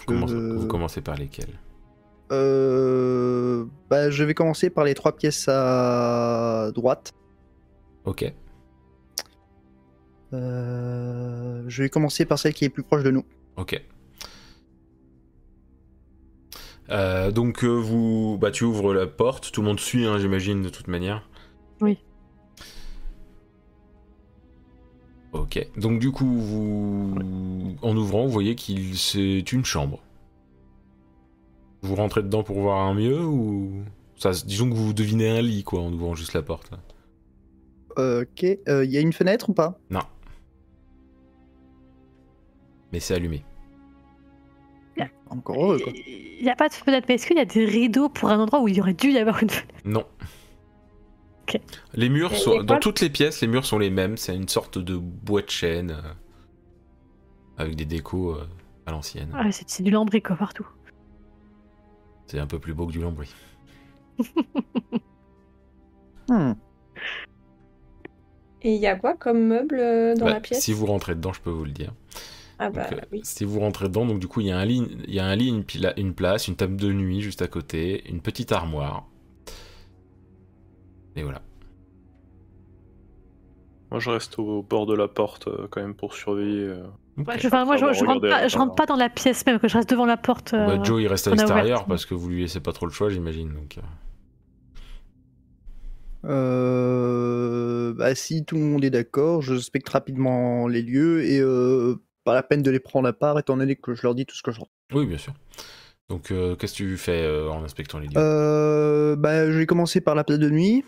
[SPEAKER 1] Vous, commencez,
[SPEAKER 3] Euh,
[SPEAKER 1] vous commencez par lesquelles
[SPEAKER 3] Euh, bah, je vais commencer par les trois pièces à droite.
[SPEAKER 1] Ok.
[SPEAKER 3] Euh, je vais commencer par celle qui est plus proche de nous.
[SPEAKER 1] Ok. Euh, donc euh, vous, bah tu ouvres la porte, tout le monde suit, hein, j'imagine de toute manière.
[SPEAKER 4] Oui.
[SPEAKER 1] Ok. Donc du coup, vous, en ouvrant, vous voyez qu'il c'est une chambre. Vous rentrez dedans pour voir un mieux ou ça, se- disons que vous devinez un lit quoi en ouvrant juste la porte. là.
[SPEAKER 3] Euh, Ok, il y a une fenêtre ou pas
[SPEAKER 1] Mais c'est allumé.
[SPEAKER 3] Encore heureux Oh, quoi.
[SPEAKER 4] Il n'y a pas de fenêtre, mais est-ce qu'il y a des rideaux pour un endroit où il y aurait dû y avoir une fenêtre
[SPEAKER 1] Non.
[SPEAKER 4] Ok.
[SPEAKER 1] Les murs
[SPEAKER 2] Et
[SPEAKER 1] sont-
[SPEAKER 2] l'école
[SPEAKER 1] dans toutes les pièces, les murs sont les mêmes. C'est une sorte de bois de chêne euh, avec des décos euh, à l'ancienne.
[SPEAKER 4] ah, C'est c'est du lambris, quoi, partout.
[SPEAKER 1] C'est un peu plus beau que du lambris.
[SPEAKER 3] Hmm.
[SPEAKER 2] Et il y a quoi comme meuble euh, dans
[SPEAKER 1] Bah,
[SPEAKER 2] la pièce
[SPEAKER 1] Si vous rentrez dedans, je peux vous le dire.
[SPEAKER 2] Ah
[SPEAKER 1] Donc,
[SPEAKER 2] bah
[SPEAKER 1] euh,
[SPEAKER 2] oui.
[SPEAKER 1] Si vous rentrez dedans, donc du coup, il y a un lit, il y a un lit, une, pila- une place, une table de nuit juste à côté, une petite armoire. Et voilà.
[SPEAKER 5] Moi, je reste au bord de la porte euh, quand même pour surveiller. euh.
[SPEAKER 4] Ouais,
[SPEAKER 1] Ok. Bah,
[SPEAKER 4] je, enfin, moi, je,
[SPEAKER 5] Faut
[SPEAKER 4] je rentre
[SPEAKER 5] regarder
[SPEAKER 4] pas,
[SPEAKER 5] la
[SPEAKER 4] je rentre
[SPEAKER 5] porte,
[SPEAKER 4] pas dans la pièce même, que je reste devant la porte. euh,
[SPEAKER 1] Bah, Joe il reste à
[SPEAKER 4] on a
[SPEAKER 1] l'extérieur
[SPEAKER 4] ouvert.
[SPEAKER 1] parce que vous lui laissez pas trop le choix, j'imagine. Donc, euh,
[SPEAKER 3] Euh, bah, si tout le monde est d'accord, je spectre rapidement les lieux et euh, pas la peine de les prendre à part étant donné que je leur dis tout ce que je
[SPEAKER 1] Oui, bien sûr. Donc, euh, qu'est-ce que tu fais euh, en inspectant les lieux
[SPEAKER 3] Euh, bah, je vais commencer par la place de nuit.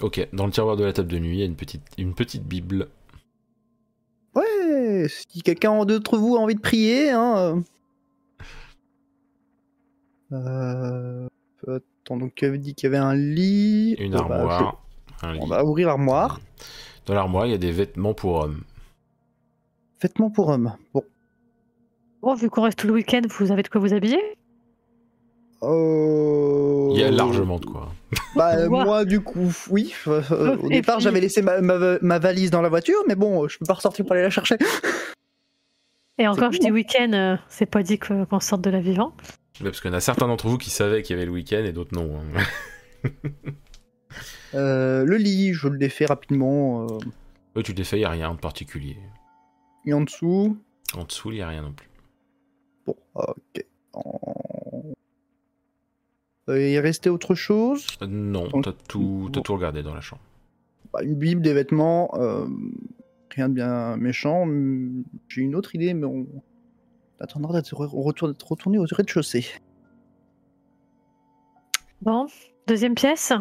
[SPEAKER 1] Ok, dans le tiroir de la table de nuit, il y a une petite, une petite Bible.
[SPEAKER 3] Ouais, si quelqu'un d'entre vous a envie de prier, hein. euh. Euh, Attends, donc tu avais dit qu'il y avait un lit.
[SPEAKER 1] Une
[SPEAKER 3] Oh, bah,
[SPEAKER 1] armoire. un
[SPEAKER 3] je-
[SPEAKER 1] lit.
[SPEAKER 3] On va ouvrir l'armoire.
[SPEAKER 1] Dans l'armoire, il y a des vêtements pour hommes.
[SPEAKER 3] Vêtements pour hommes. Bon.
[SPEAKER 4] Bon, vu qu'on reste tout le week-end, vous avez de quoi vous habiller
[SPEAKER 3] Euh,
[SPEAKER 1] Il y a largement de quoi.
[SPEAKER 3] Bah, euh,
[SPEAKER 4] Quoi
[SPEAKER 3] moi, du coup, oui. euh, euh, au
[SPEAKER 4] Et
[SPEAKER 3] départ,
[SPEAKER 4] puis-
[SPEAKER 3] j'avais laissé ma, ma- ma valise dans la voiture, mais bon, je peux pas ressortir pour aller la chercher.
[SPEAKER 4] Et encore,
[SPEAKER 3] cool,
[SPEAKER 4] je dis week-end, euh, c'est pas dit que- qu'on sorte de la vivant.
[SPEAKER 1] Ouais, parce qu'il y en a certains d'entre vous qui savaient qu'il y avait le week-end et d'autres non. hein.
[SPEAKER 3] Euh, le lit, je le défais rapidement. euh,
[SPEAKER 1] Eux, tu les fais, il n'y a rien de particulier.
[SPEAKER 3] et en dessous.
[SPEAKER 1] En dessous, il n'y a rien non plus.
[SPEAKER 3] Bon, ok. En- Euh, il restait autre chose
[SPEAKER 1] Euh, Non,
[SPEAKER 3] Donc-
[SPEAKER 1] t'as tout, t'as tout regardé dans la chambre.
[SPEAKER 3] Bah, Une bible, des vêtements, euh, rien de bien méchant. Hum, J'ai une autre idée, mais on on attendra d'être re- retour- d'être retourné au rez-de-chaussée.
[SPEAKER 4] Bon, deuxième pièce.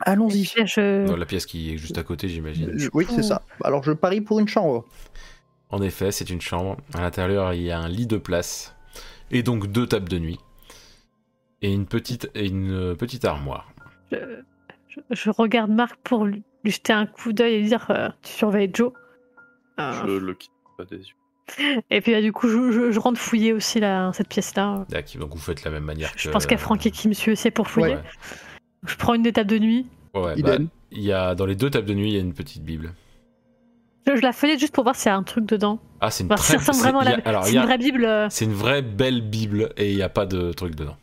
[SPEAKER 3] Allons-y.
[SPEAKER 4] Là, je-
[SPEAKER 1] Dans la pièce qui est juste à côté, j'imagine.
[SPEAKER 3] Je- Oui, c'est ça. Alors je parie pour une chambre.
[SPEAKER 1] En effet, c'est une chambre. À l'intérieur, il y a un lit de place. Et donc deux tables de nuit. Et une petite, et une euh, petite armoire.
[SPEAKER 4] je, je- je regarde Marc pour lui lui jeter un coup d'œil et lui dire euh, Tu surveilles Joe. Euh,
[SPEAKER 5] Je le quitte pas des yeux.
[SPEAKER 4] Et puis, là, du coup, je, je- je rentre fouiller aussi là, hein, cette pièce-là.
[SPEAKER 1] D'accord, Donc vous faites de la même manière
[SPEAKER 4] Je
[SPEAKER 1] que- euh,
[SPEAKER 4] pense qu'il y a Francky qui me suit aussi pour fouiller.
[SPEAKER 1] Ouais.
[SPEAKER 4] Je prends une des tables de nuit.
[SPEAKER 1] Ouais, ouais, bah,
[SPEAKER 3] Idem.
[SPEAKER 1] il y a, dans les deux tables de nuit, il y a une petite Bible.
[SPEAKER 4] Je, je la feuillette juste pour voir s'il y a un truc dedans.
[SPEAKER 1] Ah, c'est une
[SPEAKER 4] Voir si ça
[SPEAKER 1] très...
[SPEAKER 4] ressemble
[SPEAKER 1] c'est-
[SPEAKER 4] vraiment à
[SPEAKER 1] il y
[SPEAKER 4] la
[SPEAKER 1] a- alors,
[SPEAKER 4] c'est
[SPEAKER 1] il y a-
[SPEAKER 4] une vraie Bible. euh,
[SPEAKER 1] c'est une vraie belle Bible et il n'y a pas de truc dedans.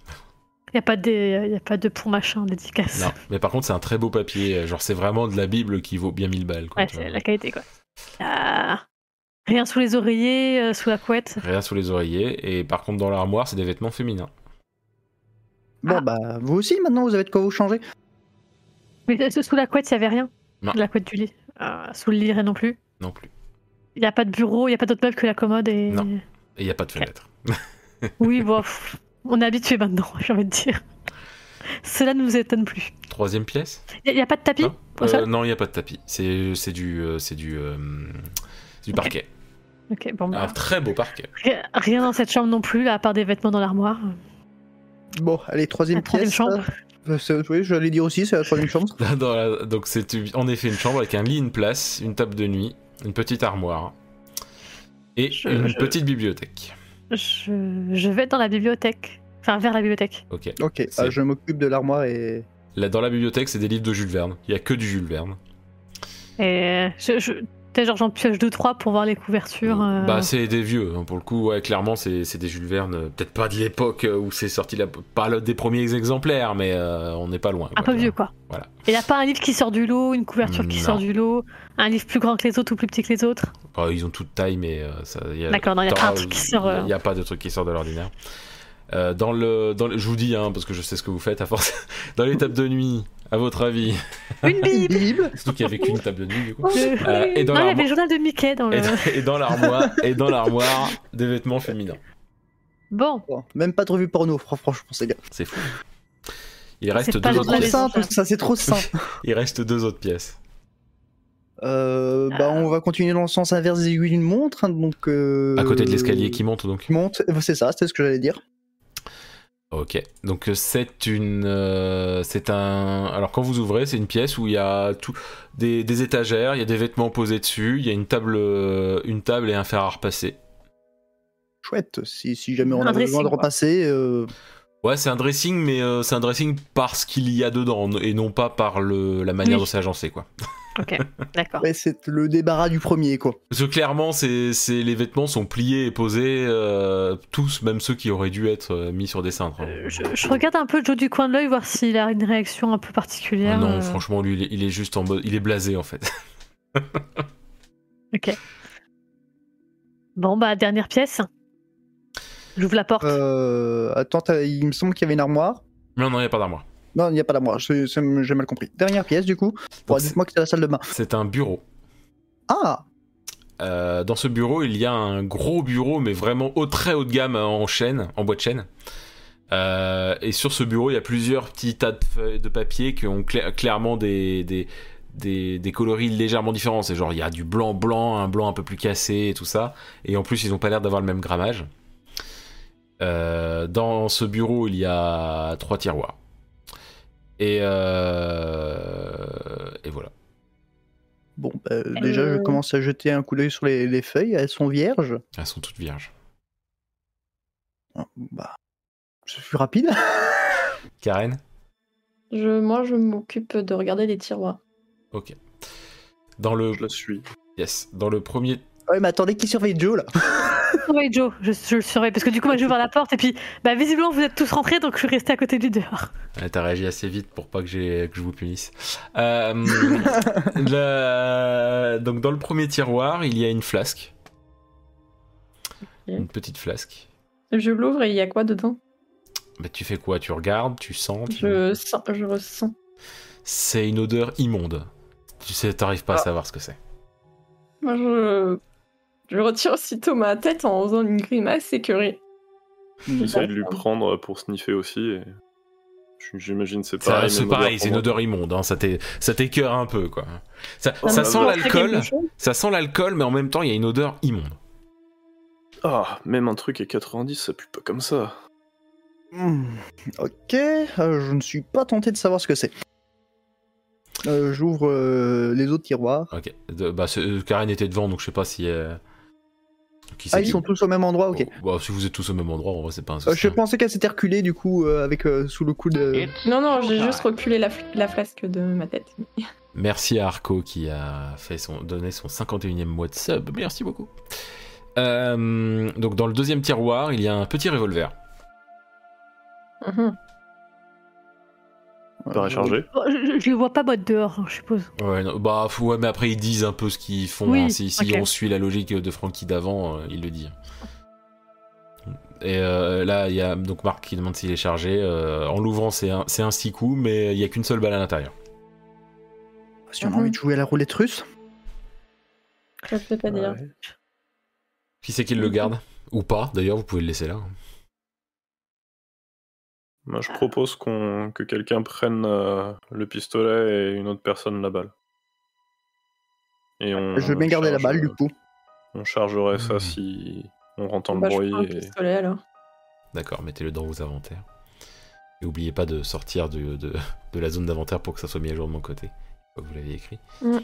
[SPEAKER 4] Il n'y a, pas des- y a pas de pour machin dédicace.
[SPEAKER 1] Non, mais par contre, c'est un très beau papier. Genre, c'est vraiment de la Bible qui vaut bien 1000 balles. Quoi,
[SPEAKER 4] Ouais,
[SPEAKER 1] tu
[SPEAKER 4] c'est
[SPEAKER 1] vois.
[SPEAKER 4] la qualité quoi. Ah, rien sous les oreillers, euh, sous la couette.
[SPEAKER 1] Rien sous les oreillers. Et par contre, dans l'armoire, c'est des vêtements féminins.
[SPEAKER 3] Bon,
[SPEAKER 4] Ah.
[SPEAKER 3] bah vous aussi maintenant, vous avez de quoi vous changer.
[SPEAKER 4] Mais euh, sous la couette, il n'y avait rien.
[SPEAKER 1] Non.
[SPEAKER 4] Sous la couette du lit. Euh, sous le lit, rien non plus.
[SPEAKER 1] Non plus.
[SPEAKER 4] Il n'y a pas de bureau, il n'y a pas d'autre meuble que la commode. Et...
[SPEAKER 1] Non. Et il n'y a pas de fenêtre.
[SPEAKER 4] Oui, bon, pff, on est habitué maintenant, j'ai envie de dire. Cela ne nous étonne plus.
[SPEAKER 1] Troisième pièce
[SPEAKER 4] Il n'y a, pas de tapis
[SPEAKER 1] Non.
[SPEAKER 4] au sol
[SPEAKER 1] Euh, Non, il n'y a pas de tapis. C'est c'est du, euh, c'est du, euh, c'est du
[SPEAKER 4] Ok.
[SPEAKER 1] parquet.
[SPEAKER 4] Ok, bon, bah,
[SPEAKER 1] Un très beau parquet.
[SPEAKER 4] ri- rien dans cette chambre non plus, là, à part des vêtements dans l'armoire.
[SPEAKER 3] Bon, allez, troisième
[SPEAKER 4] La troisième
[SPEAKER 3] pièce.
[SPEAKER 4] chambre.
[SPEAKER 3] Euh, c'est- oui, j'allais dire aussi, c'est la troisième chambre.
[SPEAKER 1] Dans la- Donc, c'est en effet une chambre avec un lit, une place, une table de nuit, une petite armoire et
[SPEAKER 4] Je-
[SPEAKER 1] une
[SPEAKER 4] je-
[SPEAKER 1] petite bibliothèque.
[SPEAKER 4] Je, je vais dans la bibliothèque. Enfin, vers la bibliothèque.
[SPEAKER 1] Ok.
[SPEAKER 3] Ok,
[SPEAKER 1] C'est-
[SPEAKER 3] ah, je m'occupe de l'armoire et.
[SPEAKER 1] Là, dans la bibliothèque, c'est des livres de Jules Verne. Il n'y a que du Jules Verne.
[SPEAKER 4] Et euh, je. je... peut-être, genre, j'en pioche deux, trois pour voir les couvertures. euh,
[SPEAKER 1] Bah c'est des vieux, hein, pour le coup, ouais, clairement c'est c'est des Jules Verne, euh, peut-être pas de l'époque euh, où c'est sorti, la, pas le- des premiers exemplaires, mais euh, on n'est pas loin.
[SPEAKER 4] un
[SPEAKER 1] quoi.
[SPEAKER 4] peu vieux quoi.
[SPEAKER 1] Voilà.
[SPEAKER 4] Et y a pas un livre qui sort du lot, une couverture qui
[SPEAKER 1] Non.
[SPEAKER 4] sort du lot, un livre plus grand que les autres ou plus petit que les autres.
[SPEAKER 1] Enfin, ils ont toute taille, mais euh, ça, y a,
[SPEAKER 4] D'accord, non, il y a pas un
[SPEAKER 1] t'as-
[SPEAKER 4] truc qui sort. euh,
[SPEAKER 1] Il n'y a pas de truc qui sort de l'ordinaire. Euh, dans le, dans le- je vous dis, hein, parce que je sais ce que vous faites à force. Dans les tables de nuit, à votre avis,
[SPEAKER 4] Une bible.
[SPEAKER 3] Bible
[SPEAKER 1] surtout qu'il n'y avait qu'une table de nuit du
[SPEAKER 3] Oh,
[SPEAKER 1] coup.
[SPEAKER 4] Le-
[SPEAKER 1] Euh, et dans
[SPEAKER 4] non, il y
[SPEAKER 1] l'armoire-
[SPEAKER 4] avait le journal de Mickey dans le.
[SPEAKER 1] Et dans- Et dans l'armoire, et dans l'armoire, des vêtements féminins.
[SPEAKER 4] Bon,
[SPEAKER 3] Bon, Même pas de revue porno, fran- franchement, c'est bien.
[SPEAKER 1] C'est fou. Il reste
[SPEAKER 4] C'est pas
[SPEAKER 1] deux
[SPEAKER 4] le
[SPEAKER 1] autres
[SPEAKER 3] Trop
[SPEAKER 4] droit des
[SPEAKER 1] pièces.
[SPEAKER 3] sain,
[SPEAKER 4] enfants.
[SPEAKER 3] tout ça, c'est trop sain.
[SPEAKER 1] Il reste deux autres pièces.
[SPEAKER 3] Euh,
[SPEAKER 4] Ah.
[SPEAKER 3] bah, on va continuer dans le sens inverse des aiguilles d'une montre. hein, donc, euh,
[SPEAKER 1] À côté de l'escalier qui monte donc.
[SPEAKER 3] qui monte. Euh, C'est ça, c'était ce que j'allais dire.
[SPEAKER 1] Ok, donc euh, c'est une, euh, c'est un. Alors quand vous ouvrez, c'est une pièce où il y a tout des, des étagères, il y a des vêtements posés dessus, il y a une table, euh, une table et un fer à repasser.
[SPEAKER 3] Chouette, si, si jamais on
[SPEAKER 4] Un
[SPEAKER 3] a
[SPEAKER 4] dressing,
[SPEAKER 3] besoin de
[SPEAKER 4] quoi.
[SPEAKER 3] repasser. euh,
[SPEAKER 1] Ouais, c'est un dressing, mais euh, c'est un dressing parce qu'il y a dedans et non pas par le, la manière
[SPEAKER 4] Oui.
[SPEAKER 1] dont c'est agencé quoi.
[SPEAKER 4] ok, d'accord.
[SPEAKER 3] ouais, c'est le débarras du premier, quoi.
[SPEAKER 1] Parce que clairement, c'est, c'est les vêtements sont pliés et posés euh, tous, même ceux qui auraient dû être euh, mis sur des cintres. hein.
[SPEAKER 4] Euh, Je, je regarde un peu Joe du coin de l'œil, voir s'il a une réaction un peu
[SPEAKER 1] Ah
[SPEAKER 4] particulière.
[SPEAKER 1] non,
[SPEAKER 4] euh.
[SPEAKER 1] franchement, lui, il est, il est juste en mode, il est blasé en fait.
[SPEAKER 4] Ok. Bon, bah, dernière pièce. J'ouvre la porte.
[SPEAKER 3] Euh, attends, t'as- il me semble qu'il y avait une armoire.
[SPEAKER 1] Non, non, il n'y a pas d'armoire.
[SPEAKER 3] Non, il n'y a pas d'armoire, c'est- c'est- j'ai mal compris. Dernière pièce du coup. Bon,
[SPEAKER 1] Donc, c'est-
[SPEAKER 3] Dites-moi que c'est la salle de bain.
[SPEAKER 1] C'est un bureau.
[SPEAKER 3] Ah
[SPEAKER 1] Euh, dans ce bureau, il y a un gros bureau, mais vraiment au très haut de gamme euh, en chaîne, en boîte chaîne. Euh, et sur ce bureau, il y a plusieurs petits tas de feuilles de papier qui ont cla- clairement des, des, des- des coloris légèrement différents. C'est genre, il y a du blanc blanc, un blanc un peu plus cassé et tout ça. Et en plus, ils n'ont pas l'air d'avoir le même grammage. Euh, dans ce bureau, il y a trois tiroirs. Et, euh, et voilà.
[SPEAKER 3] Bon, bah, déjà, je
[SPEAKER 2] Euh.
[SPEAKER 3] commence à jeter un coup d'œil sur les, les feuilles, elles sont vierges.
[SPEAKER 1] Elles sont toutes vierges.
[SPEAKER 3] Ah, Bah, je suis rapide.
[SPEAKER 1] Karen
[SPEAKER 2] Je, moi, je m'occupe de regarder les tiroirs.
[SPEAKER 1] Dans le
[SPEAKER 5] Je la suis.
[SPEAKER 1] Yes, dans le premier.
[SPEAKER 3] Ouais, mais attendez, qui surveille Joe là
[SPEAKER 4] Oui, Joe, je, je le surveille. Parce que du coup, moi, j'ouvre la porte et puis, bah, visiblement, vous êtes tous rentrés, donc je suis restée à côté du dehors.
[SPEAKER 1] Ah, T'as réagi assez vite pour pas que, j'ai- que je vous punisse. Euh, le- Donc, dans le premier tiroir, il y a une flasque.
[SPEAKER 2] Ok.
[SPEAKER 1] Une petite flasque.
[SPEAKER 2] Je l'ouvre et il y a quoi dedans
[SPEAKER 1] Mais tu fais quoi Tu regardes, tu sens tu-
[SPEAKER 2] Je sens, je ressens.
[SPEAKER 1] C'est une odeur immonde. Tu sais, t'arrives
[SPEAKER 2] Ah.
[SPEAKER 1] pas à savoir ce que c'est.
[SPEAKER 2] Moi, je, je retire aussitôt ma tête en faisant une grimace écœurée.
[SPEAKER 1] Hmm.
[SPEAKER 5] J'essaie de lui prendre pour sniffer aussi. Et... j- J'imagine c'est
[SPEAKER 1] Ça-
[SPEAKER 5] pareil.
[SPEAKER 1] C'est
[SPEAKER 5] même
[SPEAKER 1] pareil,
[SPEAKER 5] odeur
[SPEAKER 1] c'est
[SPEAKER 5] pour
[SPEAKER 1] une odeur immonde. hein, Ça t'é- ça t'écœure un peu, quoi. Ça,
[SPEAKER 5] Ah,
[SPEAKER 1] ça
[SPEAKER 5] bah,
[SPEAKER 1] sent
[SPEAKER 5] bah.
[SPEAKER 1] l'alcool,
[SPEAKER 2] Quelque chose
[SPEAKER 1] ça sent l'alcool, mais en même temps, il y a une odeur immonde.
[SPEAKER 5] moi. Ah, même un truc à 90, ça pue pas comme ça.
[SPEAKER 3] Hmm, Ok, euh, je ne suis pas tenté de savoir ce que c'est. Euh, J'ouvre euh, les autres tiroirs.
[SPEAKER 1] Ok. De- bah, c'est- euh, Karen était devant, donc je sais pas si. euh, qui
[SPEAKER 3] Ah,
[SPEAKER 1] c'est
[SPEAKER 3] ils
[SPEAKER 1] qui-
[SPEAKER 3] sont tous au même endroit, ok.
[SPEAKER 1] Oh, bah, si vous êtes tous au même endroit, en vrai, c'est pas un
[SPEAKER 3] Euh,
[SPEAKER 1] souci.
[SPEAKER 3] je pensais qu'elle s'était reculée du coup euh, avec euh, sous le coup de.
[SPEAKER 2] Non, non, j'ai
[SPEAKER 1] Ah
[SPEAKER 2] juste reculé la, fl- la flasque de ma tête.
[SPEAKER 1] Merci à Arco qui a fait son, donné son 51e mois de sub. Merci beaucoup. Euh, donc, dans le deuxième tiroir, il y a un petit revolver.
[SPEAKER 2] Mhm.
[SPEAKER 3] euh,
[SPEAKER 5] Pas rechargé.
[SPEAKER 4] Bon, Oh, je, je- je le vois pas, moi, dehors, hein, je suppose.
[SPEAKER 1] Ouais, non, bah, f- ouais, mais après, ils disent un peu ce qu'ils font.
[SPEAKER 4] Oui,
[SPEAKER 1] hein. Si, si
[SPEAKER 4] ok.
[SPEAKER 1] on suit la logique de Frankie d'avant, euh, il le dit. Et euh, là, il y a donc Marc qui demande s'il est chargé. Euh, en l'ouvrant, c'est un, c'est un six coups, mais il n'y a qu'une seule balle à l'intérieur.
[SPEAKER 3] Si on a envie de jouer à la roulette russe.
[SPEAKER 2] Je sais pas dire.
[SPEAKER 5] Ouais.
[SPEAKER 1] Qui c'est qui le garde Ou pas, d'ailleurs, vous pouvez le laisser là. hein.
[SPEAKER 5] Moi, je propose qu'on que quelqu'un prenne euh, le pistolet et une autre personne la balle. Et on,
[SPEAKER 3] je vais bien garder la
[SPEAKER 5] charge- euh,
[SPEAKER 3] balle
[SPEAKER 1] euh,
[SPEAKER 3] du coup.
[SPEAKER 5] On chargerait
[SPEAKER 1] Mhm.
[SPEAKER 5] ça si on entend
[SPEAKER 2] Bah,
[SPEAKER 5] le
[SPEAKER 2] je
[SPEAKER 5] bruit.
[SPEAKER 2] prends un
[SPEAKER 5] et-
[SPEAKER 2] pistolet alors.
[SPEAKER 1] D'accord, mettez-le dans vos inventaires. Et oubliez pas de sortir du- de, de la zone d'inventaire pour que ça soit mis à jour de mon côté. Je crois que vous l'avez écrit.
[SPEAKER 2] Mm.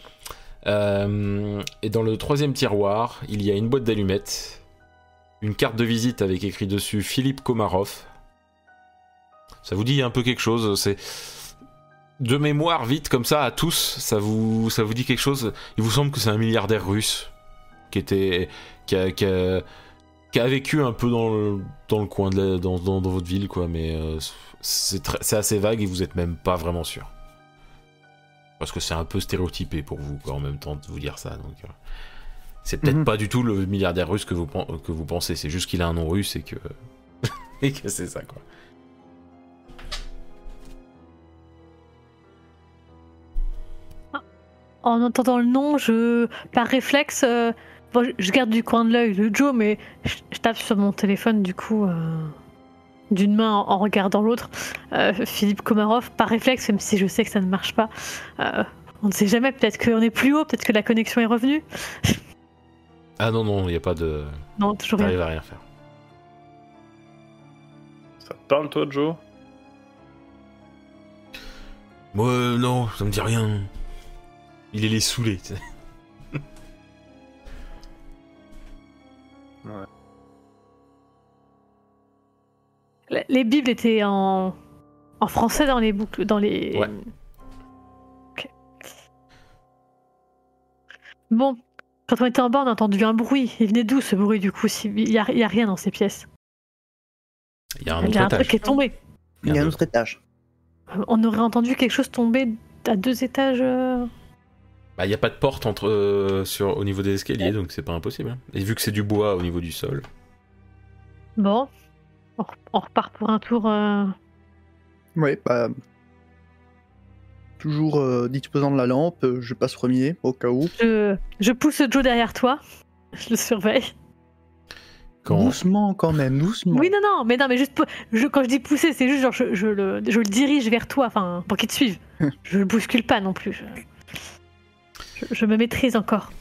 [SPEAKER 1] Euh, et dans le troisième tiroir, il y a une boîte d'allumettes, une carte de visite avec écrit dessus Philippe Komarov. Ça vous dit un peu quelque chose C'est de mémoire vite comme ça à tous. Ça vous ça vous dit quelque chose Il vous semble que c'est un milliardaire russe qui était qui a- qui a- qui a vécu un peu dans le, dans le coin, de la- dans, dans- dans votre ville, quoi, mais euh, c'est très- c'est assez vague et vous êtes même pas vraiment sûr. Parce que c'est un peu stéréotypé pour vous, quoi, en même temps, de vous dire ça. Donc, euh, c'est peut-être
[SPEAKER 3] Mhm.
[SPEAKER 1] pas du tout le milliardaire russe que vous, pen- que vous pensez, c'est juste qu'il a un nom russe et que. et que c'est ça, quoi.
[SPEAKER 4] En entendant le nom, je, par réflexe, euh, bon, je, je garde du coin de l'œil le Joe, mais je, je tape sur mon téléphone du coup, euh, d'une main en, en regardant l'autre. Euh, Philippe Komarov, par réflexe, même si je sais que ça ne marche pas. euh, on ne sait jamais, peut-être qu'on est plus haut, peut-être que la connexion est revenue.
[SPEAKER 1] Ah non, non, il n'y a pas de.
[SPEAKER 4] Non, toujours rien.
[SPEAKER 1] T'arrives à rien faire.
[SPEAKER 5] Ça te parle, toi, Joe
[SPEAKER 1] Moi, euh, non, ça me dit rien. Il est les saoulés, tu sais.
[SPEAKER 4] La- Les Bibles étaient en, en français dans les boucles, dans les.
[SPEAKER 1] Ouais.
[SPEAKER 4] Ok. Bon, quand on était en bas, on a entendu un bruit. Il venait d'où ce bruit du coup s'il- Il n'y a, il y a rien dans ces pièces.
[SPEAKER 1] Il y a un
[SPEAKER 4] Il y
[SPEAKER 1] autre
[SPEAKER 4] a un
[SPEAKER 1] étage.
[SPEAKER 4] truc qui est tombé.
[SPEAKER 3] Il y a un autre étage.
[SPEAKER 4] On aurait entendu quelque chose tomber à deux étages. euh,
[SPEAKER 1] Bah, il n'y a pas de porte entre, euh, sur, au niveau des escaliers, donc c'est pas impossible. hein. Et vu que c'est du bois au niveau du sol,
[SPEAKER 4] Bon, on, re- on repart pour un tour. euh,
[SPEAKER 3] Oui, bah. Toujours euh, disposant de la lampe, euh, je passe premier, au cas où.
[SPEAKER 4] Je, je pousse Joe derrière toi. Je le surveille.
[SPEAKER 1] quand
[SPEAKER 3] Doucement quand même, doucement.
[SPEAKER 4] Oui, non, non, mais non, mais juste. pou- je- quand je dis pousser, c'est juste genre je, je le, je le dirige vers toi, enfin, pour qu'il te suive. je le bouscule pas non plus. Je- je- je me maîtrise encore.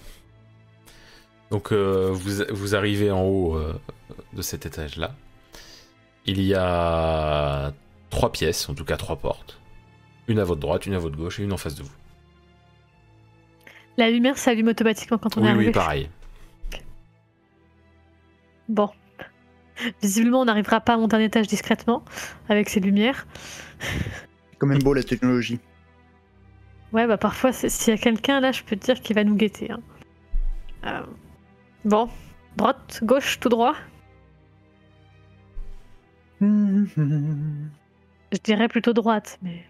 [SPEAKER 1] Donc euh, vous, vous arrivez en haut euh, de cet étage-là. Il y a trois pièces, en tout cas trois portes. Une à votre droite, une à votre gauche et une en face de vous.
[SPEAKER 4] La lumière s'allume automatiquement quand on
[SPEAKER 1] oui,
[SPEAKER 4] est arrivé.
[SPEAKER 1] oui, pareil.
[SPEAKER 4] Bon. Visiblement, on n'arrivera pas à monter un étage discrètement avec ces lumières.
[SPEAKER 3] C'est quand même beau la technologie.
[SPEAKER 4] Ouais, bah parfois, c'est- s'il y a quelqu'un là, je peux te dire qu'il va nous guetter. hein. Euh, Bon. Droite, gauche, tout droit.
[SPEAKER 3] Bah,
[SPEAKER 4] Je dirais plutôt droite, mais.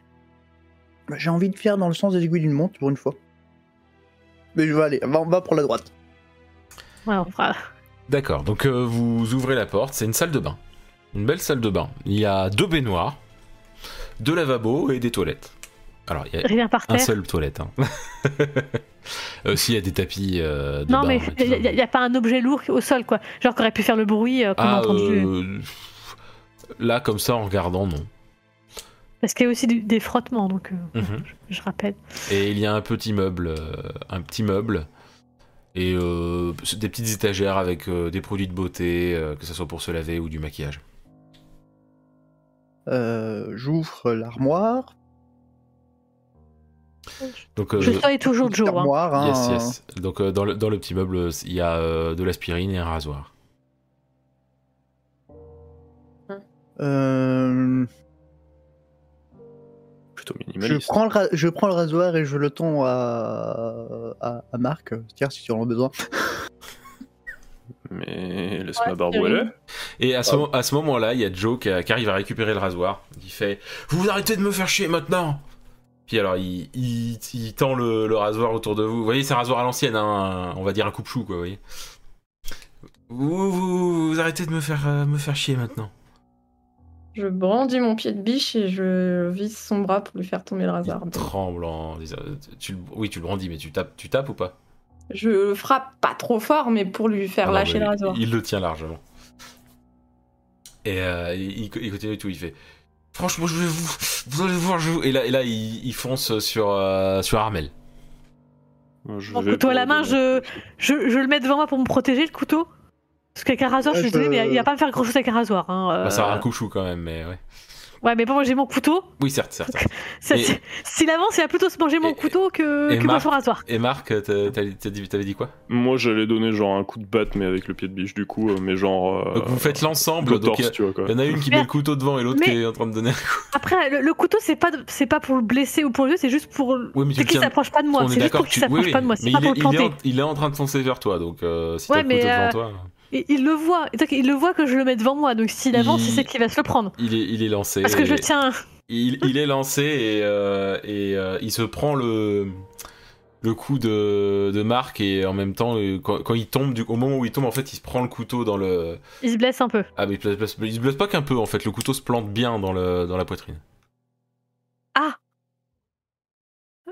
[SPEAKER 3] J'ai envie de faire dans le sens des aiguilles d'une montre pour une fois. Mais je vais aller, va- on va pour la droite.
[SPEAKER 4] Ouais, on
[SPEAKER 1] Euh,
[SPEAKER 4] fera-
[SPEAKER 1] D'accord, donc euh, vous ouvrez la porte, c'est une salle de bain. Une belle salle de bain. Il y a deux baignoires, deux lavabos et des toilettes. Alors, il y a
[SPEAKER 4] Rien par
[SPEAKER 1] un
[SPEAKER 4] terre.
[SPEAKER 1] seul toilette. Hein. Euh, si, il y a des tapis euh, de
[SPEAKER 4] Non,
[SPEAKER 1] bain,
[SPEAKER 4] mais
[SPEAKER 1] tout ça.
[SPEAKER 4] il n'y a, pas un objet lourd au sol, quoi. Genre qu'aurait pu faire le bruit euh, qu'on a
[SPEAKER 1] Ah,
[SPEAKER 4] entendu.
[SPEAKER 1] euh, pff, là, comme ça, en regardant, non.
[SPEAKER 4] Parce qu'il y a aussi du- des frottements, donc euh,
[SPEAKER 1] Mhm.
[SPEAKER 4] je, je rappelle.
[SPEAKER 1] Et il y a un petit meuble, euh, un petit meuble, et euh, c'est des petites étagères avec euh, des produits de beauté, euh, que ce soit pour se laver ou du maquillage.
[SPEAKER 3] Euh, J'ouvre l'armoire.
[SPEAKER 1] Donc, euh,
[SPEAKER 4] Je surveille toujours Joe. hein.
[SPEAKER 3] L'armoire, hein,
[SPEAKER 1] yes, yes. Donc euh, dans, le, dans le petit meuble, il y a euh, de l'aspirine et un rasoir.
[SPEAKER 3] euh,
[SPEAKER 5] Plutôt
[SPEAKER 3] je,
[SPEAKER 5] minimaliste.
[SPEAKER 3] prends le ra- je prends le rasoir et je le tends à, à, à Marc. Tiens, si tu en as besoin.
[SPEAKER 5] Mais laisse
[SPEAKER 2] Ouais,
[SPEAKER 5] ma barbe
[SPEAKER 2] c'est
[SPEAKER 5] où elle
[SPEAKER 2] horrible.
[SPEAKER 5] est.
[SPEAKER 1] Et à ce, mo- à ce moment-là, il y a Joe qui, a- qui arrive à récupérer le rasoir. Il fait Vous arrêtez de me faire chier maintenant Puis alors, il, il- il tend le, le rasoir autour de vous. Vous voyez, c'est un rasoir à l'ancienne, hein, un- on va dire un coupe-chou, quoi, vous voyez. Vous, vous- vous arrêtez de me faire, euh, me faire chier maintenant.
[SPEAKER 2] Je brandis mon pied de biche et je vise son bras pour lui faire tomber le rasoir.
[SPEAKER 1] Il tremble en disant tu le- Oui, tu le brandis, mais tu tapes, tu tapes ou pas
[SPEAKER 2] Je le frappe pas trop fort, mais pour lui faire
[SPEAKER 1] Ah non,
[SPEAKER 2] lâcher
[SPEAKER 1] mais
[SPEAKER 2] le rasoir.
[SPEAKER 1] Il le tient largement. Et euh, il, il- il continue et tout, il fait Franchement, je vais vous. Vous allez voir, je vous. Et là, et là il, il fonce sur, euh, sur Armel.
[SPEAKER 5] Moi, je
[SPEAKER 4] Mon
[SPEAKER 5] vais
[SPEAKER 4] couteau à
[SPEAKER 5] pour
[SPEAKER 4] hein. la main,
[SPEAKER 5] donner-
[SPEAKER 4] Je, je le mets devant moi pour me protéger, le couteau. Parce qu'avec un rasoir,
[SPEAKER 3] Ouais,
[SPEAKER 4] je suis désolée,
[SPEAKER 3] je-
[SPEAKER 4] mais il va pas me faire grand chose avec un rasoir. hein, euh.
[SPEAKER 1] Bah, ça a un couchou quand même, mais ouais.
[SPEAKER 4] Ouais, mais bon, moi j'ai mon couteau.
[SPEAKER 1] Oui, certes, certes. certes.
[SPEAKER 4] Ça,
[SPEAKER 1] Et-
[SPEAKER 4] c'est- S'il avance, il va plutôt se manger mon
[SPEAKER 1] et-
[SPEAKER 4] couteau que,
[SPEAKER 1] et
[SPEAKER 4] que moi
[SPEAKER 1] Marc-
[SPEAKER 4] son rasoir.
[SPEAKER 1] Et Marc, euh, t'as- t'as- t'as dit- t'avais dit quoi
[SPEAKER 5] Moi, j'allais donner genre un coup de batte, mais avec le pied de biche, du coup, euh, mais genre. euh,
[SPEAKER 1] Donc vous faites
[SPEAKER 5] le
[SPEAKER 1] l'ensemble. Donc il
[SPEAKER 5] torse,
[SPEAKER 1] y, a-
[SPEAKER 5] tu vois, quoi.
[SPEAKER 1] il y en a une qui met le couteau devant et l'autre
[SPEAKER 4] Mais-
[SPEAKER 1] qui est en train de donner.
[SPEAKER 4] Après, le, le couteau, c'est pas, de- c'est pas pour le blesser ou pour le c'est juste pour.
[SPEAKER 1] Oui, mais tu
[SPEAKER 4] C'est
[SPEAKER 1] le
[SPEAKER 4] qu'il
[SPEAKER 1] tiens.
[SPEAKER 4] s'approche pas de moi.
[SPEAKER 1] on est
[SPEAKER 4] C'est juste
[SPEAKER 1] d'accord.
[SPEAKER 4] pour qu'il
[SPEAKER 1] tu-
[SPEAKER 4] s'approche
[SPEAKER 1] oui,
[SPEAKER 4] pas
[SPEAKER 1] oui,
[SPEAKER 4] de moi. C'est
[SPEAKER 1] mais
[SPEAKER 4] pas
[SPEAKER 1] il
[SPEAKER 4] pour
[SPEAKER 1] est,
[SPEAKER 4] le
[SPEAKER 1] il, est
[SPEAKER 4] planter.
[SPEAKER 1] en, il est en train de foncer vers toi, donc euh, si
[SPEAKER 4] Ouais,
[SPEAKER 1] t'as le couteau
[SPEAKER 4] mais,
[SPEAKER 1] devant toi,
[SPEAKER 4] euh, Et Il le voit. Et donc, il le voit que je le mets devant moi. Donc s'il avance,
[SPEAKER 1] Il-
[SPEAKER 4] il sait qu'il va se le prendre.
[SPEAKER 1] il est, il est lancé.
[SPEAKER 4] Parce que je
[SPEAKER 1] et-
[SPEAKER 4] le tiens.
[SPEAKER 1] il, il est lancé et, euh, et, euh, il se prend le, le coup de, de Marc et en même temps euh, quand, quand il tombe du, au moment où il tombe en fait il se prend le couteau dans le
[SPEAKER 4] Il se blesse un peu.
[SPEAKER 1] ah mais il se blesse- il se blesse pas qu'un peu en fait le couteau se plante bien dans, le, dans la poitrine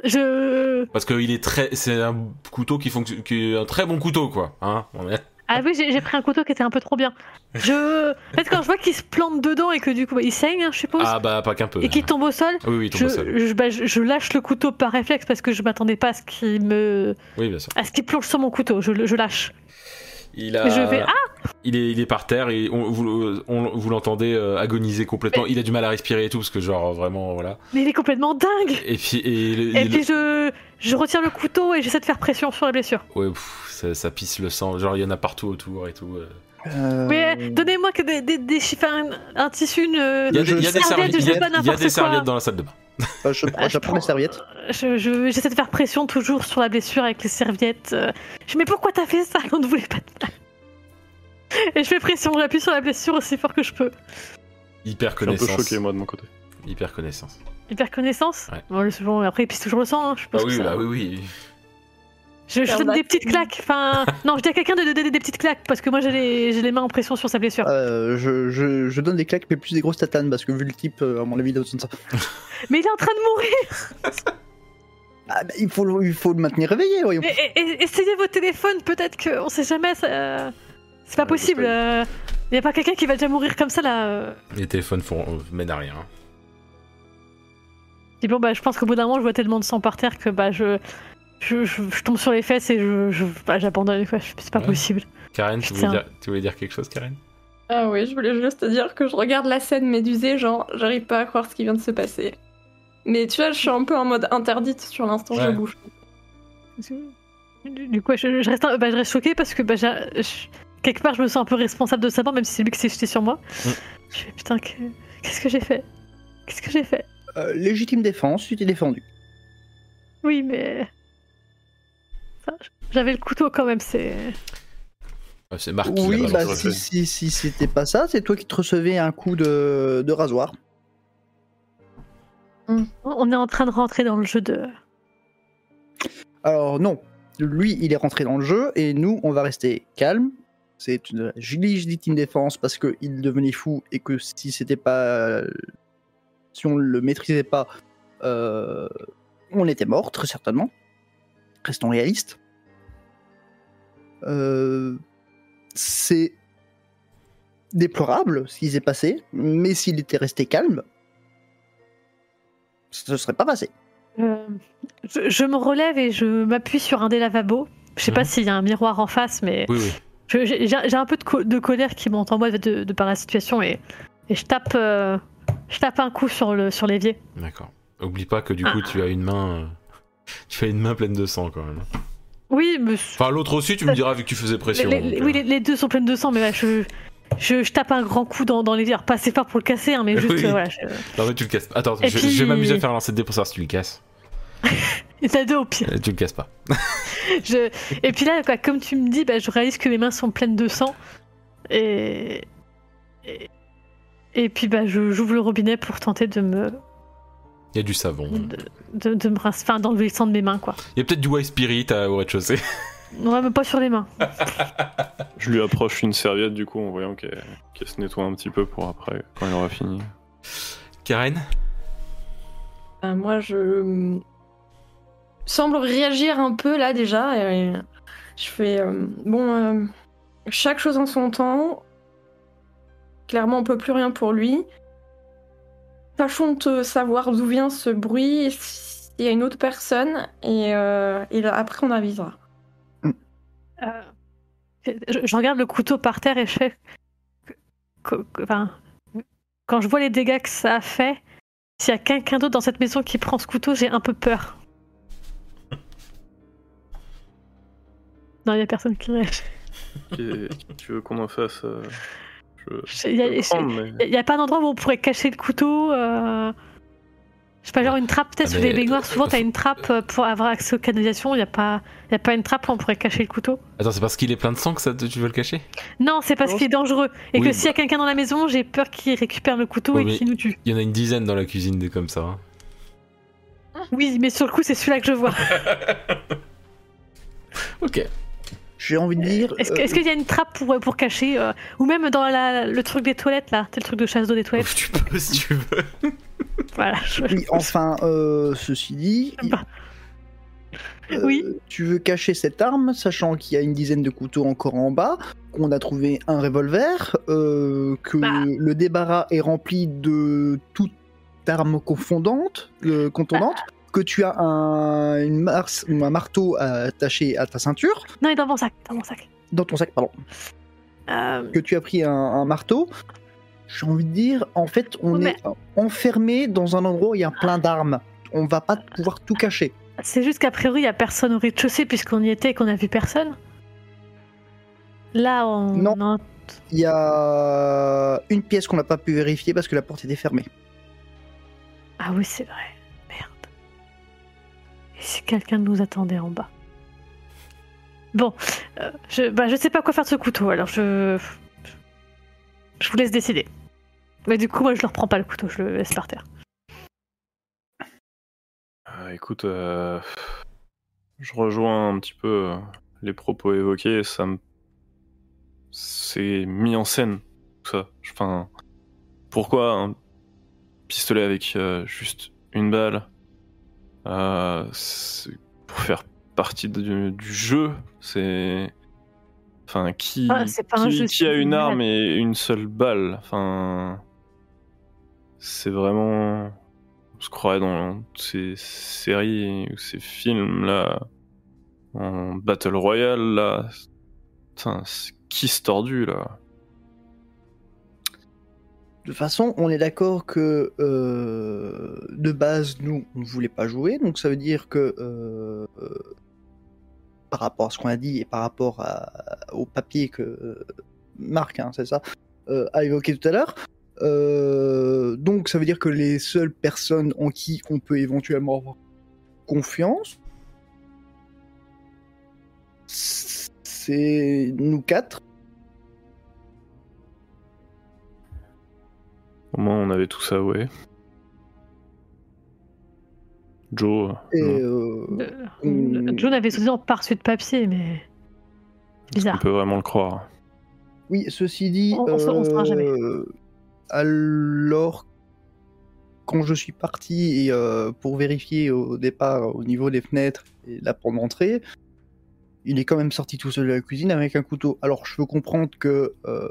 [SPEAKER 4] Je.
[SPEAKER 1] parce que il est très c'est un couteau qui fonctionne qui est un très bon couteau quoi hein On est-
[SPEAKER 4] Ah oui, j'ai j'ai pris un couteau qui était un peu trop bien. Je. En fait, quand je vois qu'il se plante dedans et que du coup, bah, il saigne, hein, je suppose.
[SPEAKER 1] ah bah pas qu'un peu
[SPEAKER 4] et qu'il tombe au sol.
[SPEAKER 1] oui oui il tombe
[SPEAKER 4] Je,
[SPEAKER 1] au sol.
[SPEAKER 4] je, bah, je- je lâche le couteau par réflexe parce que je m'attendais pas à ce qu'il me,
[SPEAKER 1] oui bien sûr
[SPEAKER 4] à ce qu'il plonge sur mon couteau. Je, le- je lâche.
[SPEAKER 1] il a
[SPEAKER 4] Je vais- ah!
[SPEAKER 1] il est il est par terre et on, vous, on- vous l'entendez euh, agoniser complètement il a du mal à respirer et tout parce que genre vraiment voilà
[SPEAKER 4] Mais il est complètement dingue.
[SPEAKER 1] et puis et, il-
[SPEAKER 4] Et
[SPEAKER 1] il-
[SPEAKER 4] puis je, je retire le couteau et j'essaie de faire pression sur la blessure.
[SPEAKER 1] Ouais, pff, ça, ça pisse le sang. Genre, il y en a partout autour et tout. euh.
[SPEAKER 3] Euh,
[SPEAKER 4] Mais euh, donnez-moi que des, des, des chiffres, un, un tissu, une.
[SPEAKER 1] Il y a
[SPEAKER 3] Je-
[SPEAKER 1] des, il y a des
[SPEAKER 4] serviettes,
[SPEAKER 1] serviettes,
[SPEAKER 4] je
[SPEAKER 1] il y a-
[SPEAKER 4] sais pas,
[SPEAKER 1] il y a
[SPEAKER 4] n'importe
[SPEAKER 1] des
[SPEAKER 4] quoi.
[SPEAKER 1] serviettes dans la salle de bain.
[SPEAKER 3] euh, je prends,
[SPEAKER 4] Ah, je
[SPEAKER 3] j'apprends
[SPEAKER 4] prends-
[SPEAKER 3] les serviettes.
[SPEAKER 4] Je- je- J'essaie de faire pression toujours sur la blessure avec les serviettes. euh. Je mais pourquoi t'as fait ça On ne voulait pas. de ça. Et je fais pression, j'appuie sur la blessure aussi fort que je peux.
[SPEAKER 1] Hyper
[SPEAKER 5] Je suis un peu
[SPEAKER 1] connaissance.
[SPEAKER 5] choqué, moi, de mon côté.
[SPEAKER 1] Hyper connaissance.
[SPEAKER 4] Hyper connaissance.
[SPEAKER 1] Ouais.
[SPEAKER 4] Bon, le- bon, après, il pisse toujours le sang, hein, je
[SPEAKER 1] Ah
[SPEAKER 4] pense.
[SPEAKER 1] oui,
[SPEAKER 4] que
[SPEAKER 1] bah
[SPEAKER 4] ça-
[SPEAKER 1] oui, oui.
[SPEAKER 4] Je, je
[SPEAKER 2] Faire
[SPEAKER 4] donne
[SPEAKER 2] ma-
[SPEAKER 4] des petites claques. Enfin, non, je dis à quelqu'un de de donner des petites claques parce que moi j'ai les, j'ai les mains en pression sur sa blessure.
[SPEAKER 3] Euh, je, je- je donne des claques, mais plus des grosses tatanes, parce que vu le type, euh, à mon avis, il a besoin de ça.
[SPEAKER 4] Mais il est en train de mourir.
[SPEAKER 3] Ah, bah, il, faut, le- il faut le maintenir réveillé, voyons.
[SPEAKER 4] Et- et- et- essayez vos téléphones, peut-être que on sait jamais. ça- C'est pas
[SPEAKER 5] Ouais,
[SPEAKER 4] possible.
[SPEAKER 5] je sais.
[SPEAKER 4] euh, Il n'y a pas quelqu'un qui va déjà mourir comme ça là. euh.
[SPEAKER 1] Les téléphones font, euh, mènent à rien.
[SPEAKER 4] Et bon, bah, je pense qu'au bout d'un moment, je vois tellement de sang par terre que bah, je, je, je, je tombe sur les fesses et je, je- bah, j'abandonne. quoi. C'est pas
[SPEAKER 1] Ouais.
[SPEAKER 4] possible.
[SPEAKER 1] Karen, tu voulais,
[SPEAKER 4] Putain.
[SPEAKER 1] dire, tu voulais dire quelque chose, Karen
[SPEAKER 2] Ah oui, je voulais juste te dire que je regarde la scène médusée, genre, j'arrive pas à croire ce qui vient de se passer. Mais tu vois, je suis un peu en mode interdite sur l'instant, je
[SPEAKER 1] Ouais.
[SPEAKER 2] bouge.
[SPEAKER 4] Du du coup, je, je reste, un- bah, je reste choquée parce que bah, j'a- je- quelque part, je me sens un peu responsable de sa mort, même si c'est lui qui s'est jeté sur moi.
[SPEAKER 1] Mm.
[SPEAKER 4] Je fais putain, que- qu'est-ce que j'ai fait Qu'est-ce que j'ai fait
[SPEAKER 3] Euh, légitime défense, tu t'es défendu.
[SPEAKER 4] Oui, mais. Enfin, J'avais le couteau quand même, c'est.
[SPEAKER 1] Euh, C'est Marc qui
[SPEAKER 3] oui,
[SPEAKER 1] l'a
[SPEAKER 3] bah
[SPEAKER 1] balancé.
[SPEAKER 3] si, si, si c'était pas ça, c'est toi qui te recevais un coup de, de rasoir.
[SPEAKER 4] On est en train de rentrer dans le jeu de.
[SPEAKER 3] Alors non, lui il est rentré dans le jeu et nous on va rester calme. C'est une légitime défense parce qu'il devenait fou et que si c'était pas, si on le maîtrisait pas, euh, on était mort très certainement. Restons réalistes. Euh, C'est déplorable ce qui s'est passé, mais s'il était resté calme, ça ne serait pas passé.
[SPEAKER 4] Euh, je, je me relève et je m'appuie sur un des lavabos. Je sais pas
[SPEAKER 1] Mhm.
[SPEAKER 4] s'il y a un miroir en face, mais
[SPEAKER 1] Oui, oui.
[SPEAKER 4] je- j'ai j'ai- j'ai un peu de, co- de colère qui monte en moi de, de- de par la situation et, et je tape, euh, je tape un coup sur le sur l'évier.
[SPEAKER 1] D'accord. Oublie pas que du coup, tu as une main. euh, Tu as une main pleine de sang quand même.
[SPEAKER 4] Oui, mais
[SPEAKER 1] Enfin, l'autre aussi, tu me diras vu que tu faisais pression.
[SPEAKER 4] les, les-
[SPEAKER 1] donc,
[SPEAKER 4] oui,
[SPEAKER 1] euh.
[SPEAKER 4] les, les deux sont pleines de sang, mais là, je, je, je tape un grand coup dans, dans l'évier. Alors, pas assez fort pour le casser, hein, mais juste
[SPEAKER 1] Oui.
[SPEAKER 4] euh, voilà. je-
[SPEAKER 1] Non, mais tu le casses pas. Attends,
[SPEAKER 4] Et
[SPEAKER 1] je, je vais
[SPEAKER 4] puis-
[SPEAKER 1] m'amuser à faire un lancer de dés pour savoir si tu le casses.
[SPEAKER 4] Il y en a deux au pire.
[SPEAKER 1] Euh, Tu le casses pas.
[SPEAKER 4] Je- Et puis là, quoi, comme tu me dis, bah, je réalise que mes mains sont pleines de sang. Et. Et, et puis, bah, je- j'ouvre le robinet pour tenter de me.
[SPEAKER 1] Il y a du savon.
[SPEAKER 4] de, de- de me rincer. Enfin, d'enlever le sang de mes mains, quoi.
[SPEAKER 1] Il y a peut-être du white spirit à- au rez-de-chaussée.
[SPEAKER 4] Ouais, mais pas sur les mains.
[SPEAKER 5] Je lui approche une serviette du coup en voyant qu'elle qu'elle se nettoie un petit peu pour après, quand elle aura fini.
[SPEAKER 1] Karen
[SPEAKER 2] Euh, moi, je hum, semble réagir un peu là déjà. Et je fais euh, bon, euh, chaque chose en son temps. Clairement, on peut plus rien pour lui. Tâchons de savoir d'où vient ce bruit, et s'il y a une autre personne, et, euh, et là, après on avisera.
[SPEAKER 4] Euh, je, je regarde le couteau par terre et je fais. que- que- Enfin, quand je vois les dégâts que ça a fait, s'il y a quelqu'un d'autre dans cette maison qui prend ce couteau, j'ai un peu peur. Non, il n'y a personne qui réagit.
[SPEAKER 5] Qu'est- tu veux qu'on en fasse euh, Je
[SPEAKER 4] Je- Il n'y
[SPEAKER 5] je peux prendre, mais-
[SPEAKER 4] a, pas un endroit où on pourrait cacher le couteau euh, Je sais pas, genre une trappe, peut-être
[SPEAKER 1] Ah,
[SPEAKER 4] sur
[SPEAKER 1] mais,
[SPEAKER 4] les baignoires.
[SPEAKER 1] euh,
[SPEAKER 4] Souvent,
[SPEAKER 1] euh,
[SPEAKER 4] t'as une trappe euh, pour avoir accès aux canalisations. Il n'y a, pas- y a pas une trappe où on pourrait cacher le couteau.
[SPEAKER 1] Attends, c'est parce qu'il est plein de sang que ça, te- tu veux le cacher
[SPEAKER 4] Non, c'est parce
[SPEAKER 3] Non,
[SPEAKER 4] qu'il est dangereux. Et
[SPEAKER 1] Oui,
[SPEAKER 4] que s'il y a quelqu'un dans la maison, j'ai peur qu'il récupère le couteau
[SPEAKER 1] Oui, mais-
[SPEAKER 4] et qu'il nous tue.
[SPEAKER 1] Il y en a une dizaine dans la cuisine des comme ça. hein.
[SPEAKER 4] Oui, mais sur le coup, c'est celui-là que je vois.
[SPEAKER 1] Ok.
[SPEAKER 3] J'ai envie de dire.
[SPEAKER 4] Est-ce que-
[SPEAKER 3] euh,
[SPEAKER 4] est-ce qu'il y a une trappe pour, pour cacher euh, Ou même dans la- le truc des toilettes, là. C'est le truc de chasse d'eau des toilettes.
[SPEAKER 1] Tu peux si tu veux.
[SPEAKER 4] voilà. je-
[SPEAKER 3] Oui, enfin, euh, ceci dit,
[SPEAKER 4] J'aime pas.
[SPEAKER 3] euh,
[SPEAKER 4] Ah bah, Oui.
[SPEAKER 3] tu veux cacher cette arme, sachant qu'il y a une dizaine de couteaux encore en bas, qu'on a trouvé un revolver, euh, que
[SPEAKER 4] Bah.
[SPEAKER 3] le débarras est rempli de toute arme confondante, euh, contondante,
[SPEAKER 4] Bah.
[SPEAKER 3] que tu as un, une marce, ou un marteau attaché à ta ceinture,
[SPEAKER 4] Non, il est dans mon sac. Dans mon sac.
[SPEAKER 3] dans ton sac, pardon,
[SPEAKER 4] Euh,
[SPEAKER 3] que tu as pris un, un marteau. J'ai envie de dire, en fait, on
[SPEAKER 4] Oui, mais-
[SPEAKER 3] est enfermé dans un endroit où il y a plein d'armes. On va pas pouvoir tout cacher.
[SPEAKER 4] c'est juste qu'a priori, il n'y a personne au rez-de-chaussée puisqu'on y était et qu'on a vu personne. Là, on.
[SPEAKER 3] Non.
[SPEAKER 4] on-
[SPEAKER 3] Il y a une pièce qu'on n'a pas pu vérifier parce que la porte était fermée.
[SPEAKER 4] Ah oui, c'est vrai. Merde. Et si quelqu'un nous attendait en bas Bon, euh, je, bah, je sais pas quoi faire de ce couteau, alors je. Je vous laisse décider. Mais du coup, moi, je leur prends pas le couteau, je le laisse par terre.
[SPEAKER 5] Ah, écoute, euh, Je rejoins un petit peu euh, les propos évoqués. Ça me. C'est mis en scène, tout ça. Enfin. Pourquoi un pistolet avec euh, juste une balle Euh, c'est Pour faire partie du, du jeu, c'est. Enfin, qui,
[SPEAKER 4] Ah, c'est pas un
[SPEAKER 5] qui-
[SPEAKER 4] jeu,
[SPEAKER 5] qui a
[SPEAKER 4] c'est
[SPEAKER 5] une
[SPEAKER 4] une
[SPEAKER 5] arme et une seule balle Enfin. C'est vraiment. On se croirait dans ces séries ou ces films là. En Battle Royale là. Putain, c'est- qui se tordu là
[SPEAKER 3] De toute façon, on est d'accord que euh, de base, nous, on ne voulait pas jouer, donc ça veut dire que euh, euh, par rapport à ce qu'on a dit et par rapport à- au papier que euh, Marc, hein, c'est ça, euh, a évoqué tout à l'heure, euh, donc ça veut dire que les seules personnes en qui on peut éventuellement avoir confiance, c'est nous quatre.
[SPEAKER 5] Au moins on avait tout ça, ouais. Joe.
[SPEAKER 3] Et,
[SPEAKER 5] non.
[SPEAKER 3] euh,
[SPEAKER 4] Euh,
[SPEAKER 3] Mm.
[SPEAKER 4] John avait soutenu en parçu de papier, mais.
[SPEAKER 5] On
[SPEAKER 4] Bizarre.
[SPEAKER 5] peut vraiment le croire.
[SPEAKER 3] Oui, ceci dit,
[SPEAKER 4] On- on se- on se fera jamais.
[SPEAKER 3] euh, alors quand je suis parti et, euh, pour vérifier au départ au niveau des fenêtres et la porte d'entrée, il est quand même sorti tout seul de la cuisine avec un couteau. Alors je veux comprendre que euh,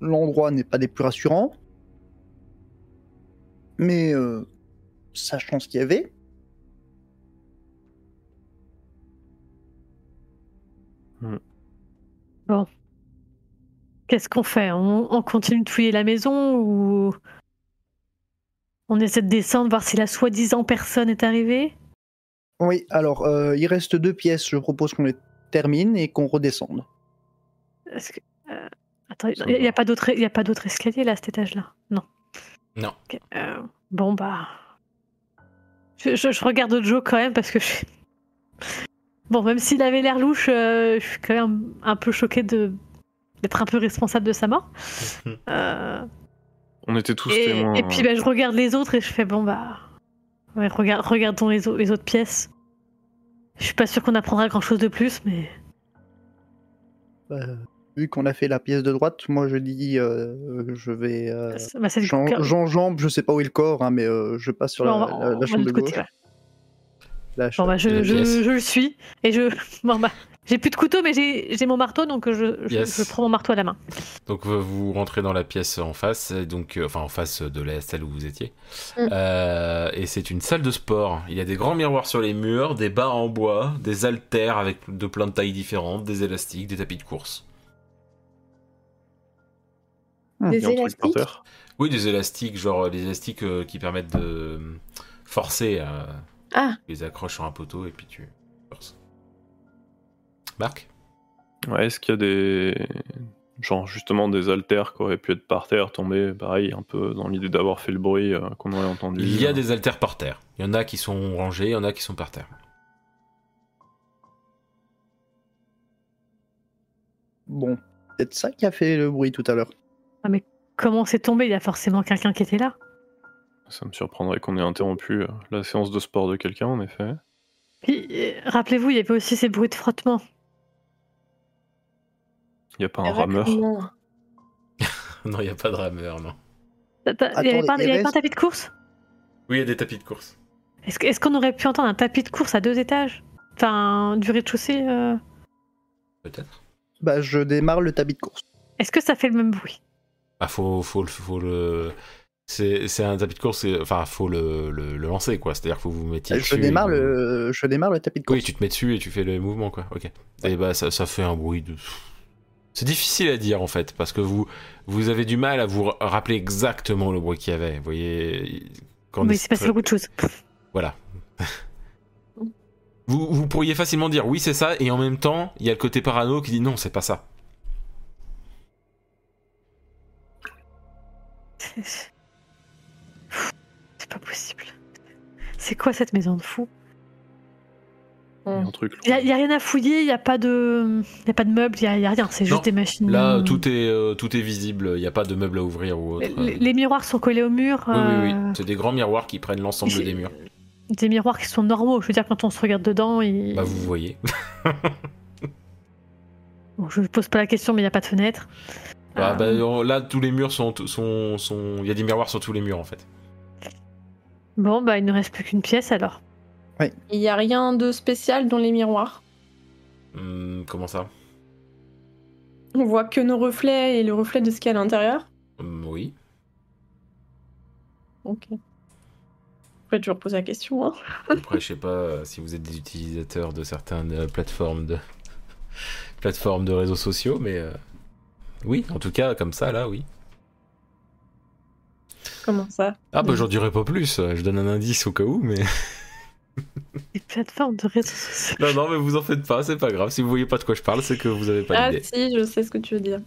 [SPEAKER 3] l'endroit n'est pas des plus rassurants, mais euh, sachant ce qu'il y avait,
[SPEAKER 4] Qu'est-ce qu'on fait on, on continue de fouiller la maison ou. On essaie de descendre, voir si la soi-disant personne est arrivée
[SPEAKER 3] oui. Alors euh, il reste deux pièces. Je propose qu'on les termine et qu'on redescende.
[SPEAKER 4] Est-ce que- euh, Attends, il n'y a, pas d'autre- y a pas d'autre escalier là, à cet étage-là Non.
[SPEAKER 1] Non.
[SPEAKER 4] Ok, euh, bon, bah. Je, je- je regarde Joe quand même parce que je. Bon, même s'il avait l'air louche, euh, je suis quand même un peu choquée de- d'être un peu responsable de sa mort. Euh,
[SPEAKER 5] On était tous
[SPEAKER 4] et,
[SPEAKER 5] témoins. euh,
[SPEAKER 4] et
[SPEAKER 3] hein.
[SPEAKER 4] puis bah, je regarde les autres et je fais bon bah ouais, regarde, regardons les, au- les autres pièces. Je suis pas sûre qu'on apprendra grand chose de plus, mais
[SPEAKER 3] Euh, vu qu'on a fait la pièce de droite, moi je dis euh, je vais. euh,
[SPEAKER 4] bah, c'est le
[SPEAKER 3] j'en-
[SPEAKER 4] cœur-
[SPEAKER 3] J'enjambe, je sais pas où est le corps, hein, mais euh, je passe sur
[SPEAKER 4] Ouais,
[SPEAKER 3] la,
[SPEAKER 4] on va-
[SPEAKER 3] la- la
[SPEAKER 4] on va
[SPEAKER 3] chambre de
[SPEAKER 4] l'autre côté,
[SPEAKER 3] gauche.
[SPEAKER 4] ouais.
[SPEAKER 3] la cha-
[SPEAKER 4] Bon bah je,
[SPEAKER 1] La
[SPEAKER 4] je-
[SPEAKER 1] pièce.
[SPEAKER 4] je le suis et je bon bah j'ai plus de couteau mais j'ai j'ai mon marteau donc euh, je, je,
[SPEAKER 1] Yes.
[SPEAKER 4] je prends mon marteau à la main.
[SPEAKER 1] Donc vous- vous rentrez dans la pièce en face, et donc euh, enfin en face de la salle où vous étiez,
[SPEAKER 2] Mm.
[SPEAKER 1] Euh, et c'est une salle de sport. Il y a des grands miroirs sur les murs, des barres en bois, des haltères avec de plein de tailles différentes, des élastiques, des tapis de course.
[SPEAKER 5] Il y
[SPEAKER 2] Des
[SPEAKER 5] a un truc par
[SPEAKER 2] élastiques.
[SPEAKER 5] terre.
[SPEAKER 1] Oui, des élastiques, genre euh, des élastiques euh, qui permettent de forcer. euh,
[SPEAKER 2] Ah.
[SPEAKER 1] Tu les accroches sur un poteau et puis tu forces. Marc
[SPEAKER 5] Ouais, est-ce qu'il y a des. Genre justement des haltères qui auraient pu être par terre, tombés, pareil, un peu dans l'idée d'avoir fait le bruit euh, qu'on aurait entendu.
[SPEAKER 1] Il y a des haltères par terre. Il y en a qui sont rangés, il y en a qui sont par terre.
[SPEAKER 3] Bon, peut-être ça qui a fait le bruit tout à l'heure.
[SPEAKER 4] Comment c'est tombé Il y a forcément quelqu'un qui était là.
[SPEAKER 5] Ça me surprendrait qu'on ait interrompu euh, la séance de sport de quelqu'un, en effet.
[SPEAKER 4] Puis euh, rappelez-vous il y avait aussi ces bruits de frottement.
[SPEAKER 5] Il n'y a pas un rameur.
[SPEAKER 1] non, il n'y a pas de rameur, non.
[SPEAKER 4] T'as- t'as- Il y avait
[SPEAKER 3] Attendez,
[SPEAKER 4] pas, il y avait
[SPEAKER 3] il
[SPEAKER 4] pas un
[SPEAKER 3] reste-
[SPEAKER 4] tapis de course
[SPEAKER 1] Oui, il y a des tapis de course.
[SPEAKER 4] Est-ce que- est-ce qu'on aurait pu entendre un tapis de course à deux étages Enfin du rez-de-chaussée. euh,
[SPEAKER 1] Peut-être.
[SPEAKER 3] Bah, je démarre le tapis de course.
[SPEAKER 4] Est-ce que ça fait le même bruit
[SPEAKER 1] Ah, faut, faut, le- faut le. C'est c'est un tapis de course, c'est- enfin, faut le, le- le lancer, quoi. C'est-à-dire faut que vous vous mettiez
[SPEAKER 3] Je
[SPEAKER 1] dessus. et
[SPEAKER 3] démarre,
[SPEAKER 1] vous-
[SPEAKER 3] le, je démarre le tapis de course.
[SPEAKER 1] Oui, tu te mets dessus et tu fais le mouvement, quoi. Ok. Et bah, ça, ça fait un bruit de. C'est difficile à dire, en fait, parce que vous, vous avez du mal à vous ra- rappeler exactement le bruit qu'il y avait. Vous voyez. Quand on
[SPEAKER 4] Mais
[SPEAKER 1] est
[SPEAKER 4] il s'est passé
[SPEAKER 1] très-
[SPEAKER 4] beaucoup de choses.
[SPEAKER 1] Voilà. vous, vous pourriez facilement dire oui, c'est ça, et en même temps, il y a le côté parano qui dit non, c'est pas ça.
[SPEAKER 4] C'est c'est pas possible. C'est quoi cette maison de fou
[SPEAKER 5] Il y a un truc.
[SPEAKER 4] Il y, a- y a rien à fouiller, il y a pas de, y a pas de meubles, il y, a- y a rien. C'est
[SPEAKER 1] Non.
[SPEAKER 4] juste des machines.
[SPEAKER 1] Là,
[SPEAKER 4] euh,
[SPEAKER 1] tout est, euh, tout est visible, il n'y a pas de meubles à ouvrir ou autre.
[SPEAKER 4] Les, les miroirs sont collés au mur.
[SPEAKER 1] Oui, oui, oui.
[SPEAKER 4] euh,
[SPEAKER 1] C'est des grands miroirs qui prennent l'ensemble
[SPEAKER 4] j'ai-
[SPEAKER 1] des murs.
[SPEAKER 4] des miroirs qui sont normaux. Je veux dire, quand on se regarde dedans, il...
[SPEAKER 1] Bah, vous voyez.
[SPEAKER 4] Bon, je ne pose pas la question, mais il n'y a pas de fenêtre.
[SPEAKER 1] Bah,
[SPEAKER 4] Euh,
[SPEAKER 1] bah, on- là, tous les murs sont. sont, sont... Il y a des miroirs sur tous les murs en fait.
[SPEAKER 4] Bon, bah, il ne reste plus qu'une pièce alors.
[SPEAKER 2] Il n'y a rien de spécial dans les miroirs.
[SPEAKER 1] Hum, comment ça
[SPEAKER 2] On voit que nos reflets et le reflet de ce qu'il y a à l'intérieur.
[SPEAKER 1] Hum, Oui.
[SPEAKER 2] Ok. euh, Après, toujours poser la question. Hein.
[SPEAKER 1] Après, je sais pas euh, si vous êtes des utilisateurs de certaines euh, plateformes de plateformes de réseaux sociaux, mais euh, oui, en tout cas, comme ça, là, oui.
[SPEAKER 2] Comment ça
[SPEAKER 1] Ah bah
[SPEAKER 2] Oui.
[SPEAKER 1] j'en dirai pas plus. euh, Je donne un indice au cas où, mais
[SPEAKER 4] Des plateformes de réseaux sociaux.
[SPEAKER 1] non, non, mais vous en faites pas, c'est pas grave. Si vous voyez pas de quoi je parle, c'est que vous avez pas
[SPEAKER 2] Ah
[SPEAKER 1] d'idée.
[SPEAKER 2] si, je sais ce que tu veux dire.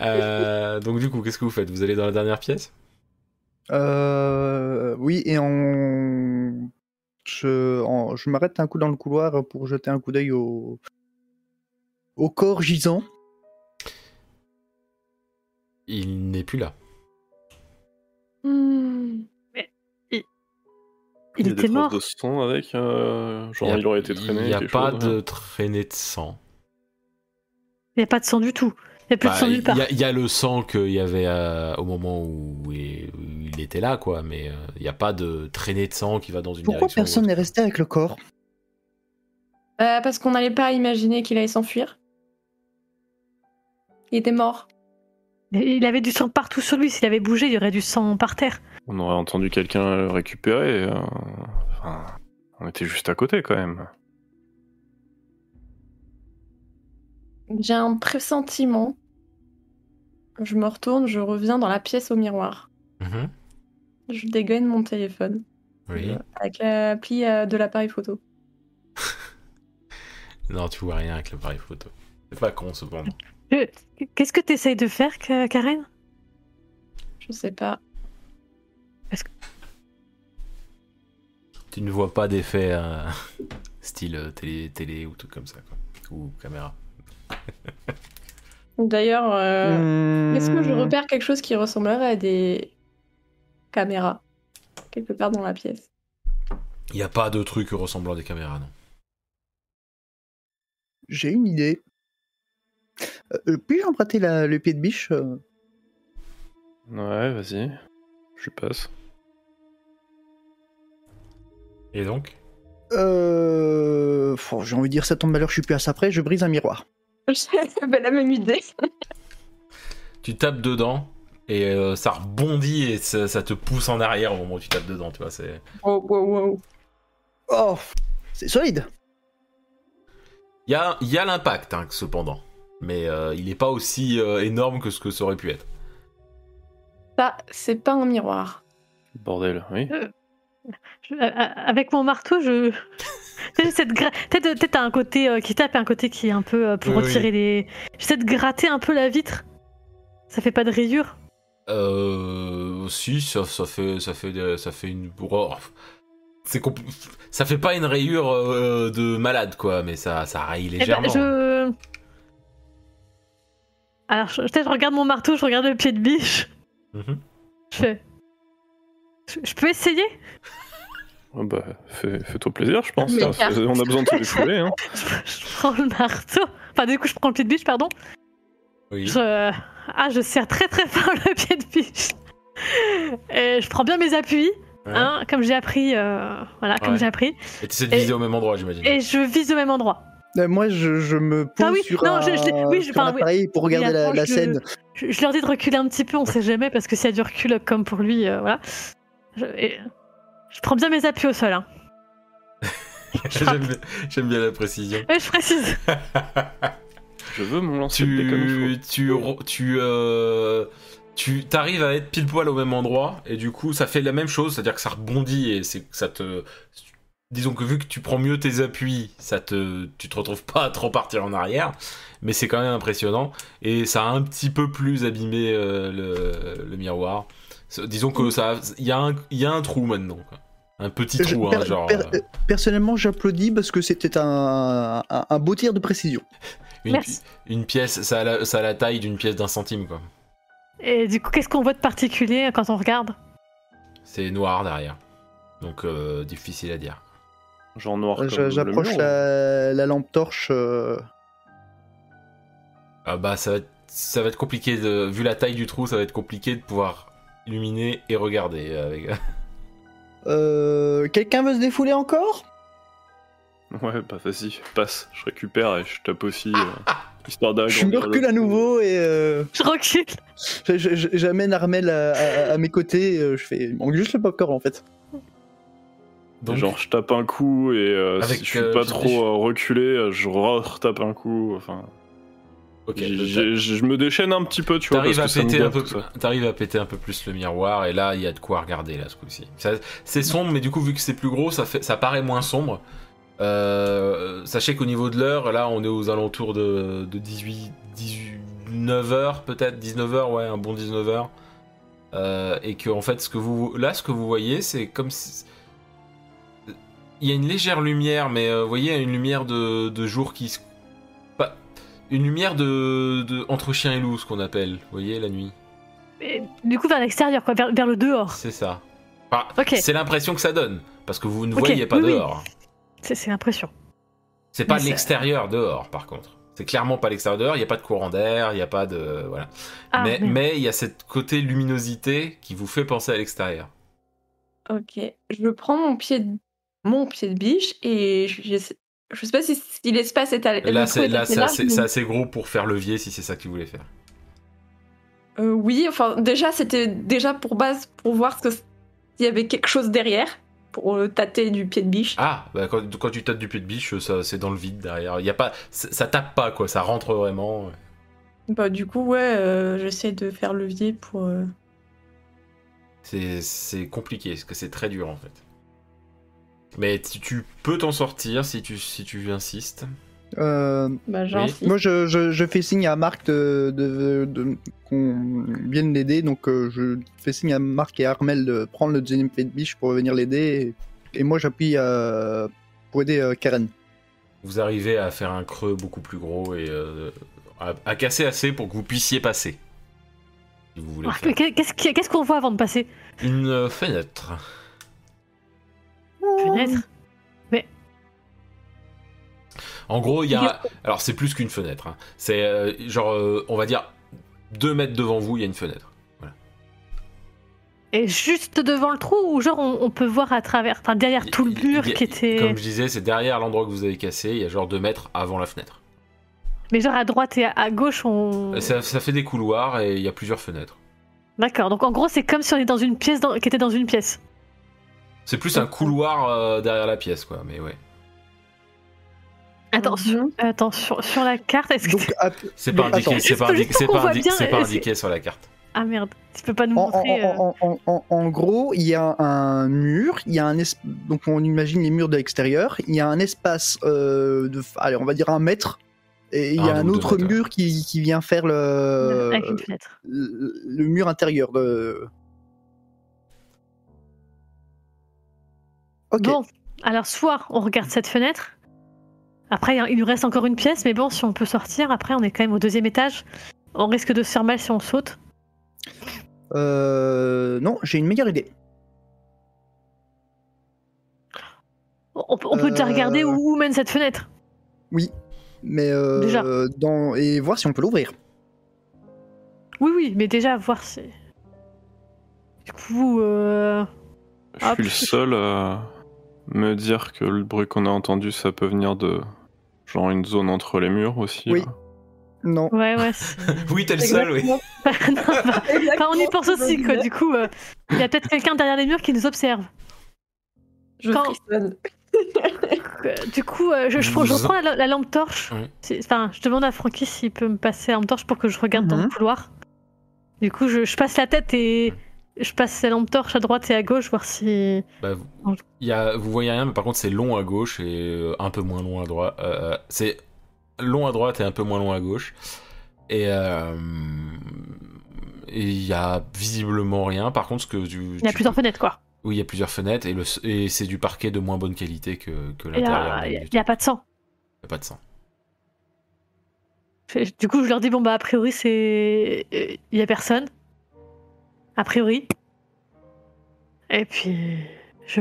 [SPEAKER 1] Euh, donc du coup, qu'est-ce que vous faites Vous allez dans la dernière pièce
[SPEAKER 3] Euh, oui, et on... Je, en- je m'arrête un coup dans le couloir pour jeter un coup d'œil au... au corps gisant.
[SPEAKER 1] Il n'est plus là.
[SPEAKER 2] Hmm.
[SPEAKER 4] Il
[SPEAKER 5] y a des
[SPEAKER 4] était mort.
[SPEAKER 5] traces de sang avec. euh, genre,
[SPEAKER 1] y a-
[SPEAKER 5] il aurait été traîné.
[SPEAKER 1] Il n'y a
[SPEAKER 5] quelque
[SPEAKER 1] pas
[SPEAKER 5] chose,
[SPEAKER 1] de
[SPEAKER 5] hein.
[SPEAKER 1] traînée de sang.
[SPEAKER 4] Il n'y a pas de sang du tout. Il n'y a plus de
[SPEAKER 1] Bah,
[SPEAKER 4] sang
[SPEAKER 1] Il
[SPEAKER 4] nulle part.
[SPEAKER 1] y a- il y, a le sang qu'il y avait euh, au moment où il, où il était là, quoi. Mais euh, il n'y a pas de traînée de sang qui va dans une
[SPEAKER 3] Pourquoi
[SPEAKER 1] direction. ou
[SPEAKER 3] personne
[SPEAKER 1] autre.
[SPEAKER 3] n'est resté avec le corps
[SPEAKER 2] Euh, parce qu'on n'allait pas imaginer qu'il allait s'enfuir. Il était mort.
[SPEAKER 4] Il avait du sang partout sur lui. S'il avait bougé, il y aurait du sang par terre.
[SPEAKER 5] On aurait entendu quelqu'un le récupérer. euh, Enfin, on était juste à côté quand même.
[SPEAKER 2] J'ai un pressentiment. Je me retourne, je reviens dans la pièce au miroir.
[SPEAKER 1] Mhm.
[SPEAKER 2] Je dégaine mon téléphone
[SPEAKER 1] Oui.
[SPEAKER 2] Euh, avec l'appli euh, de l'appareil photo.
[SPEAKER 1] Non, tu vois rien avec l'appareil photo. C'est pas con, cependant.
[SPEAKER 4] Euh, Qu'est-ce que tu essayes de faire, Ka- Karen
[SPEAKER 2] Je sais pas.
[SPEAKER 1] Tu ne vois pas d'effet euh, style euh, télé, télé ou tout comme ça, quoi. Ou caméra.
[SPEAKER 2] D'ailleurs, euh, est-ce que je
[SPEAKER 3] Hmm.
[SPEAKER 2] repère quelque chose qui ressemblerait à des caméras quelque part dans la pièce
[SPEAKER 1] Il n'y a pas de truc ressemblant à des caméras, non.
[SPEAKER 3] J'ai une idée. Euh, Puis-je emprunter la- le pied de biche euh
[SPEAKER 5] Ouais, vas-y. Je passe.
[SPEAKER 1] Et donc
[SPEAKER 3] Euh, pff, J'ai envie de dire ça tombe malheur, je suis plus à ça près, je brise un miroir.
[SPEAKER 2] J'ai bah, la même idée.
[SPEAKER 1] Tu tapes dedans et euh, ça rebondit et ça, ça te pousse en arrière au moment où tu tapes dedans, tu vois. C'est...
[SPEAKER 2] Wow, wow, wow.
[SPEAKER 3] Oh C'est solide
[SPEAKER 1] Il y a, il y a l'impact, hein, cependant. Mais euh, il n'est pas aussi euh, énorme que ce que ça aurait pu être.
[SPEAKER 2] Ça, c'est pas un miroir.
[SPEAKER 5] Bordel, oui.
[SPEAKER 4] Je- euh, Avec mon marteau, je. J'ai cette gra- Peut-être peut-être t'as un côté euh, qui tape et un côté qui est un peu euh, pour
[SPEAKER 1] Oui,
[SPEAKER 4] retirer les. J'essaie de gratter un peu la vitre. Ça fait pas de rayures.
[SPEAKER 1] Euh, si, ça, ça fait, ça fait, des- ça fait une, oh, c'est compl- ça fait pas une rayure euh, de malade quoi, mais ça, ça raye
[SPEAKER 4] Eh ben,
[SPEAKER 1] légèrement. hein.
[SPEAKER 4] je. Alors, je- peut-être je regarde mon marteau, je regarde le pied de biche.
[SPEAKER 1] Mhm.
[SPEAKER 4] Je fais. Je- Je peux essayer
[SPEAKER 5] Ah bah, fais- fais-toi plaisir, je pense.
[SPEAKER 2] Mais
[SPEAKER 5] hein.
[SPEAKER 2] carte.
[SPEAKER 5] C'est- On a besoin de se défouler. Hein.
[SPEAKER 4] je, je prends le marteau. Enfin, du coup, je prends le pied de biche, pardon.
[SPEAKER 1] Oui.
[SPEAKER 4] Je- Ah, je serre très très fort le pied de biche. Et je prends bien mes appuis,
[SPEAKER 1] Ouais.
[SPEAKER 4] hein, comme j'ai appris. euh, Voilà, comme
[SPEAKER 1] Ouais.
[SPEAKER 4] j'ai appris.
[SPEAKER 1] Et tu essaies de viser au même endroit, j'imagine.
[SPEAKER 4] Et je vise au même endroit.
[SPEAKER 3] Euh, Moi, je, je me pose
[SPEAKER 4] Ah oui,
[SPEAKER 3] sur
[SPEAKER 4] non,
[SPEAKER 3] un,
[SPEAKER 4] je- je l'ai- oui, je-
[SPEAKER 3] sur
[SPEAKER 4] enfin,
[SPEAKER 3] un
[SPEAKER 4] oui.
[SPEAKER 3] appareil pour regarder
[SPEAKER 4] Il
[SPEAKER 3] la, la
[SPEAKER 4] approche le-
[SPEAKER 3] scène.
[SPEAKER 4] Je, je leur dis de reculer un petit peu, on sait jamais, parce que s'il y a du recul comme pour lui, euh, voilà. Je, et- je prends bien mes appuis au sol. Hein.
[SPEAKER 1] j'aime, bien- j'aime bien la précision.
[SPEAKER 4] Et je précise.
[SPEAKER 5] Je veux mon lancer de dés comme il faut.
[SPEAKER 1] tu, tu, ro- tu, euh, tu t'arrives à être pile poil au même endroit et du coup ça fait la même chose, c'est-à-dire que ça rebondit et c'est ça te, disons que vu que tu prends mieux tes appuis, ça te, tu te retrouves pas à trop partir en arrière, mais c'est quand même impressionnant et ça a un petit peu plus abîmé euh, le, le miroir. C'est- Disons que ça, il y a un, il y a un trou maintenant, quoi. un petit
[SPEAKER 3] Je-
[SPEAKER 1] trou, hein,
[SPEAKER 3] per-
[SPEAKER 1] genre
[SPEAKER 3] per-
[SPEAKER 1] euh,
[SPEAKER 3] euh, personnellement, j'applaudis parce que c'était un, un, un beau tir de précision.
[SPEAKER 1] une,
[SPEAKER 4] Merci.
[SPEAKER 1] une pièce, ça a la, ça a la taille d'une pièce d'un centime quoi.
[SPEAKER 4] Et du coup, qu'est-ce qu'on voit de particulier quand on regarde
[SPEAKER 1] C'est noir derrière. Donc, euh, difficile à dire.
[SPEAKER 5] Genre noir
[SPEAKER 3] Je-
[SPEAKER 5] comme le
[SPEAKER 3] J'approche
[SPEAKER 5] mur,
[SPEAKER 3] la, la lampe torche. euh,
[SPEAKER 1] Ah bah, ça va être, ça va être compliqué, de, vu la taille du trou, ça va être compliqué de pouvoir illuminer et regarder. Avec...
[SPEAKER 3] euh, Quelqu'un veut se défouler encore
[SPEAKER 5] ou- Ouais, bah vas-y, passe. Je récupère et je tape aussi. euh, histoire d'agrandir.
[SPEAKER 3] Je me recule
[SPEAKER 5] le-
[SPEAKER 3] à nouveau et euh,
[SPEAKER 4] Je recule.
[SPEAKER 3] je- je- j'amène Armel à, à- à mes côtés. euh, Je fais il manque juste le popcorn en fait.
[SPEAKER 1] Donc,
[SPEAKER 5] Genre je tape un coup et euh,
[SPEAKER 1] Avec,
[SPEAKER 5] si je suis
[SPEAKER 1] euh,
[SPEAKER 5] pas
[SPEAKER 1] je-
[SPEAKER 5] trop euh, reculé, euh, je retape un coup. Enfin,
[SPEAKER 1] ok,
[SPEAKER 5] j'ai-
[SPEAKER 1] le-
[SPEAKER 5] j'ai- je me déchaîne un petit peu, tu vois.
[SPEAKER 1] T'arrives à,
[SPEAKER 5] parce que ça me
[SPEAKER 1] péter un
[SPEAKER 5] gave,
[SPEAKER 1] peu,
[SPEAKER 5] tout ça.
[SPEAKER 1] t'arrives à péter un peu plus le miroir et là il y a de quoi regarder là ce coup-ci. Ça- C'est sombre mais du coup vu que c'est plus gros ça, fait, ça paraît moins sombre. Euh, sachez qu'au niveau de l'heure là on est aux alentours de, de 18, 19h peut-être 19h ouais un bon 19h Euh, et que en fait ce que vous là ce que vous voyez c'est comme si- il y a une légère lumière mais euh, vous voyez une lumière de, de jour qui se pas- une lumière de, de- entre chien et loup, ce qu'on appelle, vous voyez, la nuit.
[SPEAKER 4] Et du coup, vers l'extérieur, quoi, vers, vers le dehors.
[SPEAKER 1] C'est ça. Enfin,
[SPEAKER 4] Ok.
[SPEAKER 1] C'est l'impression que ça donne, parce que vous ne
[SPEAKER 4] Ok,
[SPEAKER 1] voyez pas
[SPEAKER 4] oui, oui.
[SPEAKER 1] dehors.
[SPEAKER 4] C'est c'est l'impression.
[SPEAKER 1] C'est pas
[SPEAKER 2] Mais ça-
[SPEAKER 1] l'extérieur dehors, par contre. C'est clairement pas l'extérieur dehors. Il y a pas de courant d'air, il y a pas de voilà.
[SPEAKER 4] Ah,
[SPEAKER 1] mais
[SPEAKER 4] merde.
[SPEAKER 1] mais il y a cette côté luminosité qui vous fait penser à l'extérieur.
[SPEAKER 2] Ok, je prends mon pied de, mon pied de biche et je, j'essa- je sais pas si, si l'espace est à
[SPEAKER 1] Là c'est là c'est
[SPEAKER 2] ça
[SPEAKER 1] assez, c'est assez gros pour faire levier si c'est ça que tu voulais faire.
[SPEAKER 2] euh, oui, enfin déjà c'était déjà pour base pour voir ce que- s'il y avait quelque chose derrière pour le tâter du pied de biche.
[SPEAKER 1] Ah bah, quand, quand tu tapes du pied de biche, ça c'est dans le vide derrière. Il y a pas ça ça tape pas quoi, ça rentre vraiment.
[SPEAKER 2] Bah du coup ouais, euh, j'essaie de faire levier pour. euh,
[SPEAKER 1] C'est- C'est compliqué, parce que c'est très dur en fait. Mais tu, tu peux t'en sortir si tu, si tu insistes.
[SPEAKER 3] Euh,
[SPEAKER 2] Bah genre. si-
[SPEAKER 3] Moi, je, je- je fais signe à Marc de, de- de- qu'on vienne l'aider, donc euh, je fais signe à Marc et à Armel de prendre le deuxième pied de biche pour venir l'aider, et, et moi j'appuie euh, pour aider euh, Karen.
[SPEAKER 1] Vous arrivez à faire un creux beaucoup plus gros et euh, à, à casser assez pour que vous puissiez passer. Si vous voulez. le
[SPEAKER 4] Marc,
[SPEAKER 1] faire.
[SPEAKER 4] Ah, mais qu'est- Qu'est-ce qu'il y a- qu'est-ce qu'on voit avant de passer
[SPEAKER 1] Une euh, fenêtre.
[SPEAKER 4] Fenêtre.
[SPEAKER 1] En gros, il y a. Alors, c'est plus qu'une fenêtre. hein. C'est euh, genre, euh, on va dire, 2 mètres devant vous, il y a une fenêtre.
[SPEAKER 4] Et juste devant le trou, ou genre on, on peut voir à travers, enfin derrière tout le
[SPEAKER 1] Il- il-
[SPEAKER 4] mur
[SPEAKER 1] il y a-
[SPEAKER 4] qui était.
[SPEAKER 1] Comme je disais, c'est derrière l'endroit que vous avez cassé, il y a genre 2 mètres avant la fenêtre.
[SPEAKER 4] Mais genre à droite et à, à gauche, on.
[SPEAKER 1] Ça, ça fait des couloirs et il y a plusieurs fenêtres.
[SPEAKER 4] D'accord, donc en gros, c'est comme si on était dans une pièce dans- qui était dans une pièce.
[SPEAKER 1] C'est plus un couloir euh, derrière la pièce, quoi, mais ouais.
[SPEAKER 4] Attends, sur,
[SPEAKER 2] Mhm.
[SPEAKER 4] attends, sur, sur la carte, est-ce que.
[SPEAKER 3] Donc, app-
[SPEAKER 1] C'est pas
[SPEAKER 3] Mais
[SPEAKER 1] indiqué,
[SPEAKER 3] attends.
[SPEAKER 1] c'est pas,
[SPEAKER 4] Juste-
[SPEAKER 1] indiqué,
[SPEAKER 4] juste
[SPEAKER 1] c'est
[SPEAKER 4] pour
[SPEAKER 1] pas,
[SPEAKER 4] qu'on
[SPEAKER 1] indiqué-
[SPEAKER 4] voit bien,
[SPEAKER 1] c'est pas
[SPEAKER 4] est-ce-
[SPEAKER 1] indiqué sur la carte.
[SPEAKER 4] Ah merde, tu peux pas nous
[SPEAKER 3] en, en-
[SPEAKER 4] montrer. euh,
[SPEAKER 3] en- en- en- en- en gros, il y a un mur, il y a un es- donc on imagine les murs de l'extérieur, il y a un espace euh, de, allez, on va dire un mètre, et il y
[SPEAKER 1] Un
[SPEAKER 3] a un
[SPEAKER 1] ou Ah, deux
[SPEAKER 3] autre
[SPEAKER 1] mètres,
[SPEAKER 3] mur qui, qui vient faire le,
[SPEAKER 4] euh, Avec une fenêtre.
[SPEAKER 3] le, le mur intérieur de. Ok.
[SPEAKER 4] Bon, alors soit on regarde cette fenêtre. Après, il y a- il nous reste encore une pièce, mais bon, si on peut sortir, après, on est quand même au deuxième étage. On risque de se faire mal si on saute.
[SPEAKER 3] Euh, non, j'ai une meilleure idée.
[SPEAKER 4] On, peut- on peut déjà
[SPEAKER 3] Euh.
[SPEAKER 4] regarder où, où mène cette fenêtre.
[SPEAKER 3] Mais euh,
[SPEAKER 4] Déjà.
[SPEAKER 3] dans- et voir si on peut l'ouvrir.
[SPEAKER 4] Oui, oui, mais déjà, voir si. Du coup, euh,
[SPEAKER 5] Je
[SPEAKER 3] Ah,
[SPEAKER 4] Hop.
[SPEAKER 5] suis le seul à me dire que le bruit qu'on a entendu, ça peut venir de genre une zone entre les murs aussi.
[SPEAKER 3] Oui.
[SPEAKER 5] là.
[SPEAKER 3] Non.
[SPEAKER 4] ouais, ouais. c'est-
[SPEAKER 1] Oui, t'es le seul, oui.
[SPEAKER 2] Exactement.
[SPEAKER 4] Non, bah, enfin, on y
[SPEAKER 2] Exactement
[SPEAKER 4] pense
[SPEAKER 2] ce que je
[SPEAKER 4] aussi, quoi.
[SPEAKER 2] disais.
[SPEAKER 4] Du coup, euh, il y a peut-être quelqu'un derrière les murs qui nous observe.
[SPEAKER 2] Je
[SPEAKER 4] Quand-
[SPEAKER 2] frissonne.
[SPEAKER 4] Euh, du coup, euh, je, je,
[SPEAKER 1] Vous
[SPEAKER 4] je
[SPEAKER 1] en-
[SPEAKER 4] reprends la, la lampe torche.
[SPEAKER 1] Oui.
[SPEAKER 4] C'est- Enfin, je demande à Francky s'il peut me passer la lampe torche pour que je regarde dans le
[SPEAKER 3] Mhm.
[SPEAKER 4] couloir. Du coup, je, je passe la tête et je passe la lampe torche à droite et à gauche, voir si.
[SPEAKER 1] Bah, vous, il y a, vous voyez rien, mais par contre, c'est long à gauche et euh, un peu moins long à droite. Euh, euh, c'est long à droite et un peu moins long à gauche. Et euh, et il y a visiblement rien. Par contre, ce que tu.
[SPEAKER 4] Il y a plusieurs fenêtres, quoi.
[SPEAKER 1] Oui, il y a plusieurs fenêtres et, le, et c'est du parquet de moins bonne qualité que, que
[SPEAKER 4] Il y
[SPEAKER 1] l'intérieur.
[SPEAKER 4] a,
[SPEAKER 1] du-
[SPEAKER 4] euh, il y a-
[SPEAKER 1] du-
[SPEAKER 4] il y a pas de sang.
[SPEAKER 1] il y a pas de sang.
[SPEAKER 4] Je- Du coup, je leur dis bon, bah, a priori, c'est. euh, Il y a personne. A priori. Et puis. Je...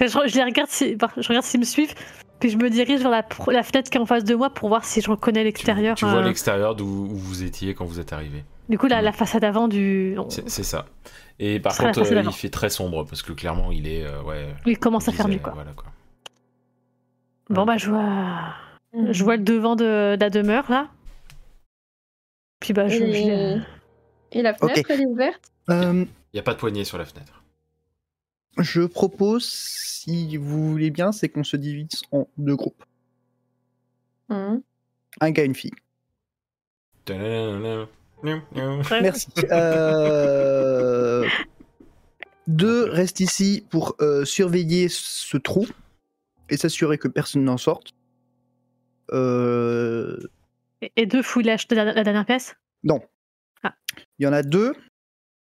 [SPEAKER 4] Je, je les regarde si, enfin, je regarde s'ils me suivent, puis je me dirige vers la, pro- la fenêtre qui est en face de moi pour voir si je reconnais
[SPEAKER 1] Tu-
[SPEAKER 4] l'extérieur.
[SPEAKER 1] Tu, vois
[SPEAKER 4] hein.
[SPEAKER 1] l'extérieur d'où où vous étiez quand vous êtes arrivé.
[SPEAKER 4] Du coup, la,
[SPEAKER 1] Mhm.
[SPEAKER 4] la façade avant du. on-
[SPEAKER 1] C'est c'est ça. Et par
[SPEAKER 4] Ce sera la
[SPEAKER 1] contre,
[SPEAKER 4] façade
[SPEAKER 1] euh,
[SPEAKER 4] avant.
[SPEAKER 1] il fait très sombre parce que clairement, il est. euh, ouais,
[SPEAKER 4] Il commence à
[SPEAKER 1] il
[SPEAKER 4] faire
[SPEAKER 1] disait,
[SPEAKER 4] nuit, quoi.
[SPEAKER 1] voilà, quoi.
[SPEAKER 4] Bon, bah, je vois,
[SPEAKER 2] Mhm.
[SPEAKER 4] je vois le devant de, de la demeure, là. Puis, bah, je. je-
[SPEAKER 2] Et, et la fenêtre,
[SPEAKER 3] Ok.
[SPEAKER 2] elle est ouverte
[SPEAKER 3] Euh,
[SPEAKER 1] Il n'y a pas de poignée sur la fenêtre.
[SPEAKER 3] je propose, si vous voulez bien, c'est qu'on se divise en deux groupes.
[SPEAKER 2] Hum.
[SPEAKER 3] Un gars, une fille.
[SPEAKER 1] Tadadadada. Nium, nium.
[SPEAKER 4] Ouais.
[SPEAKER 3] Merci. Euh, Deux restent ici pour euh, surveiller ce trou et s'assurer que personne n'en sorte. Euh,
[SPEAKER 4] Et- Et deux fouilles la, la, la dernière pièce
[SPEAKER 3] Il y en a deux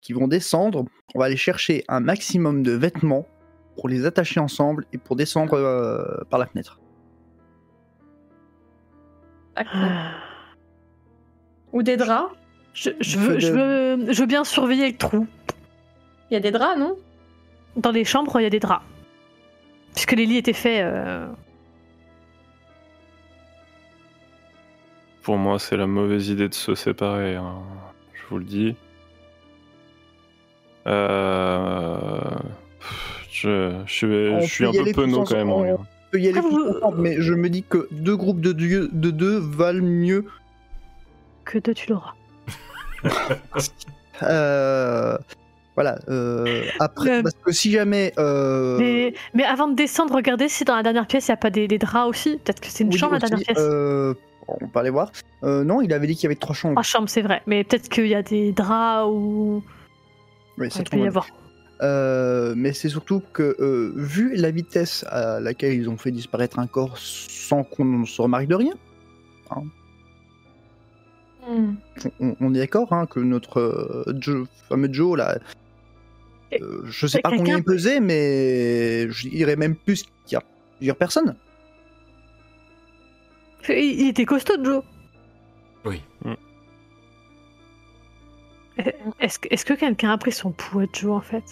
[SPEAKER 3] qui vont descendre. On va aller chercher un maximum de vêtements pour les attacher ensemble et pour descendre euh, par la fenêtre.
[SPEAKER 2] D'accord.
[SPEAKER 4] Ah. Euh,
[SPEAKER 2] Ou des draps
[SPEAKER 4] je, je veux,
[SPEAKER 3] Fais
[SPEAKER 4] je,
[SPEAKER 3] de-
[SPEAKER 4] veux, je veux bien surveiller le trou.
[SPEAKER 2] Il y a des draps, non
[SPEAKER 4] Dans les chambres, il y a des draps. Puisque les lits étaient faits. euh,
[SPEAKER 5] Pour moi, c'est la mauvaise idée de se séparer, hein. je vous le dis. Euh, pff, Je, je
[SPEAKER 3] On
[SPEAKER 5] suis, je suis
[SPEAKER 3] peut
[SPEAKER 5] un
[SPEAKER 3] y
[SPEAKER 5] peu
[SPEAKER 3] aller tous
[SPEAKER 5] penaud quand
[SPEAKER 3] ensemble,
[SPEAKER 5] même.
[SPEAKER 3] on-
[SPEAKER 5] regarde.
[SPEAKER 3] On peut y aller
[SPEAKER 4] Ah,
[SPEAKER 3] tous
[SPEAKER 4] vous-
[SPEAKER 3] ensemble, mais je me dis que deux groupes de dieux- de deux valent mieux
[SPEAKER 4] que deux, tu l'auras.
[SPEAKER 3] Euh, voilà. euh, après,
[SPEAKER 4] Le-
[SPEAKER 3] parce que si jamais. euh,
[SPEAKER 4] Mais, mais avant de descendre, regardez si dans la dernière pièce, il n'y a pas des, des draps aussi. Peut-être que c'est une
[SPEAKER 3] oui,
[SPEAKER 4] chambre, la
[SPEAKER 3] aussi,
[SPEAKER 4] dernière pièce.
[SPEAKER 3] euh, on peut aller voir. Euh, non, il avait dit qu'il y avait trois chambres.
[SPEAKER 4] Trois chambres, c'est vrai. Mais peut-être qu'il y a des draps ou.
[SPEAKER 3] Ouais, c'est
[SPEAKER 4] Il
[SPEAKER 3] trop
[SPEAKER 4] peut y
[SPEAKER 3] mal.
[SPEAKER 4] avoir.
[SPEAKER 3] Euh, mais c'est surtout que, euh, vu la vitesse à laquelle ils ont fait disparaître un corps sans qu'on se remarque de rien, hein, on, on est d'accord hein, que notre euh, Joe- fameux Joe, là, euh, je sais pas
[SPEAKER 4] Quelqu'un
[SPEAKER 3] combien il
[SPEAKER 4] peut-
[SPEAKER 3] pesait, mais je dirais même plus qu'il y a plusieurs personnes.
[SPEAKER 4] Il, il était costaud, Joe.
[SPEAKER 1] Oui.
[SPEAKER 5] Mm.
[SPEAKER 4] Euh, Est-ce que, est-ce que quelqu'un a pris son pouls à Joe, en fait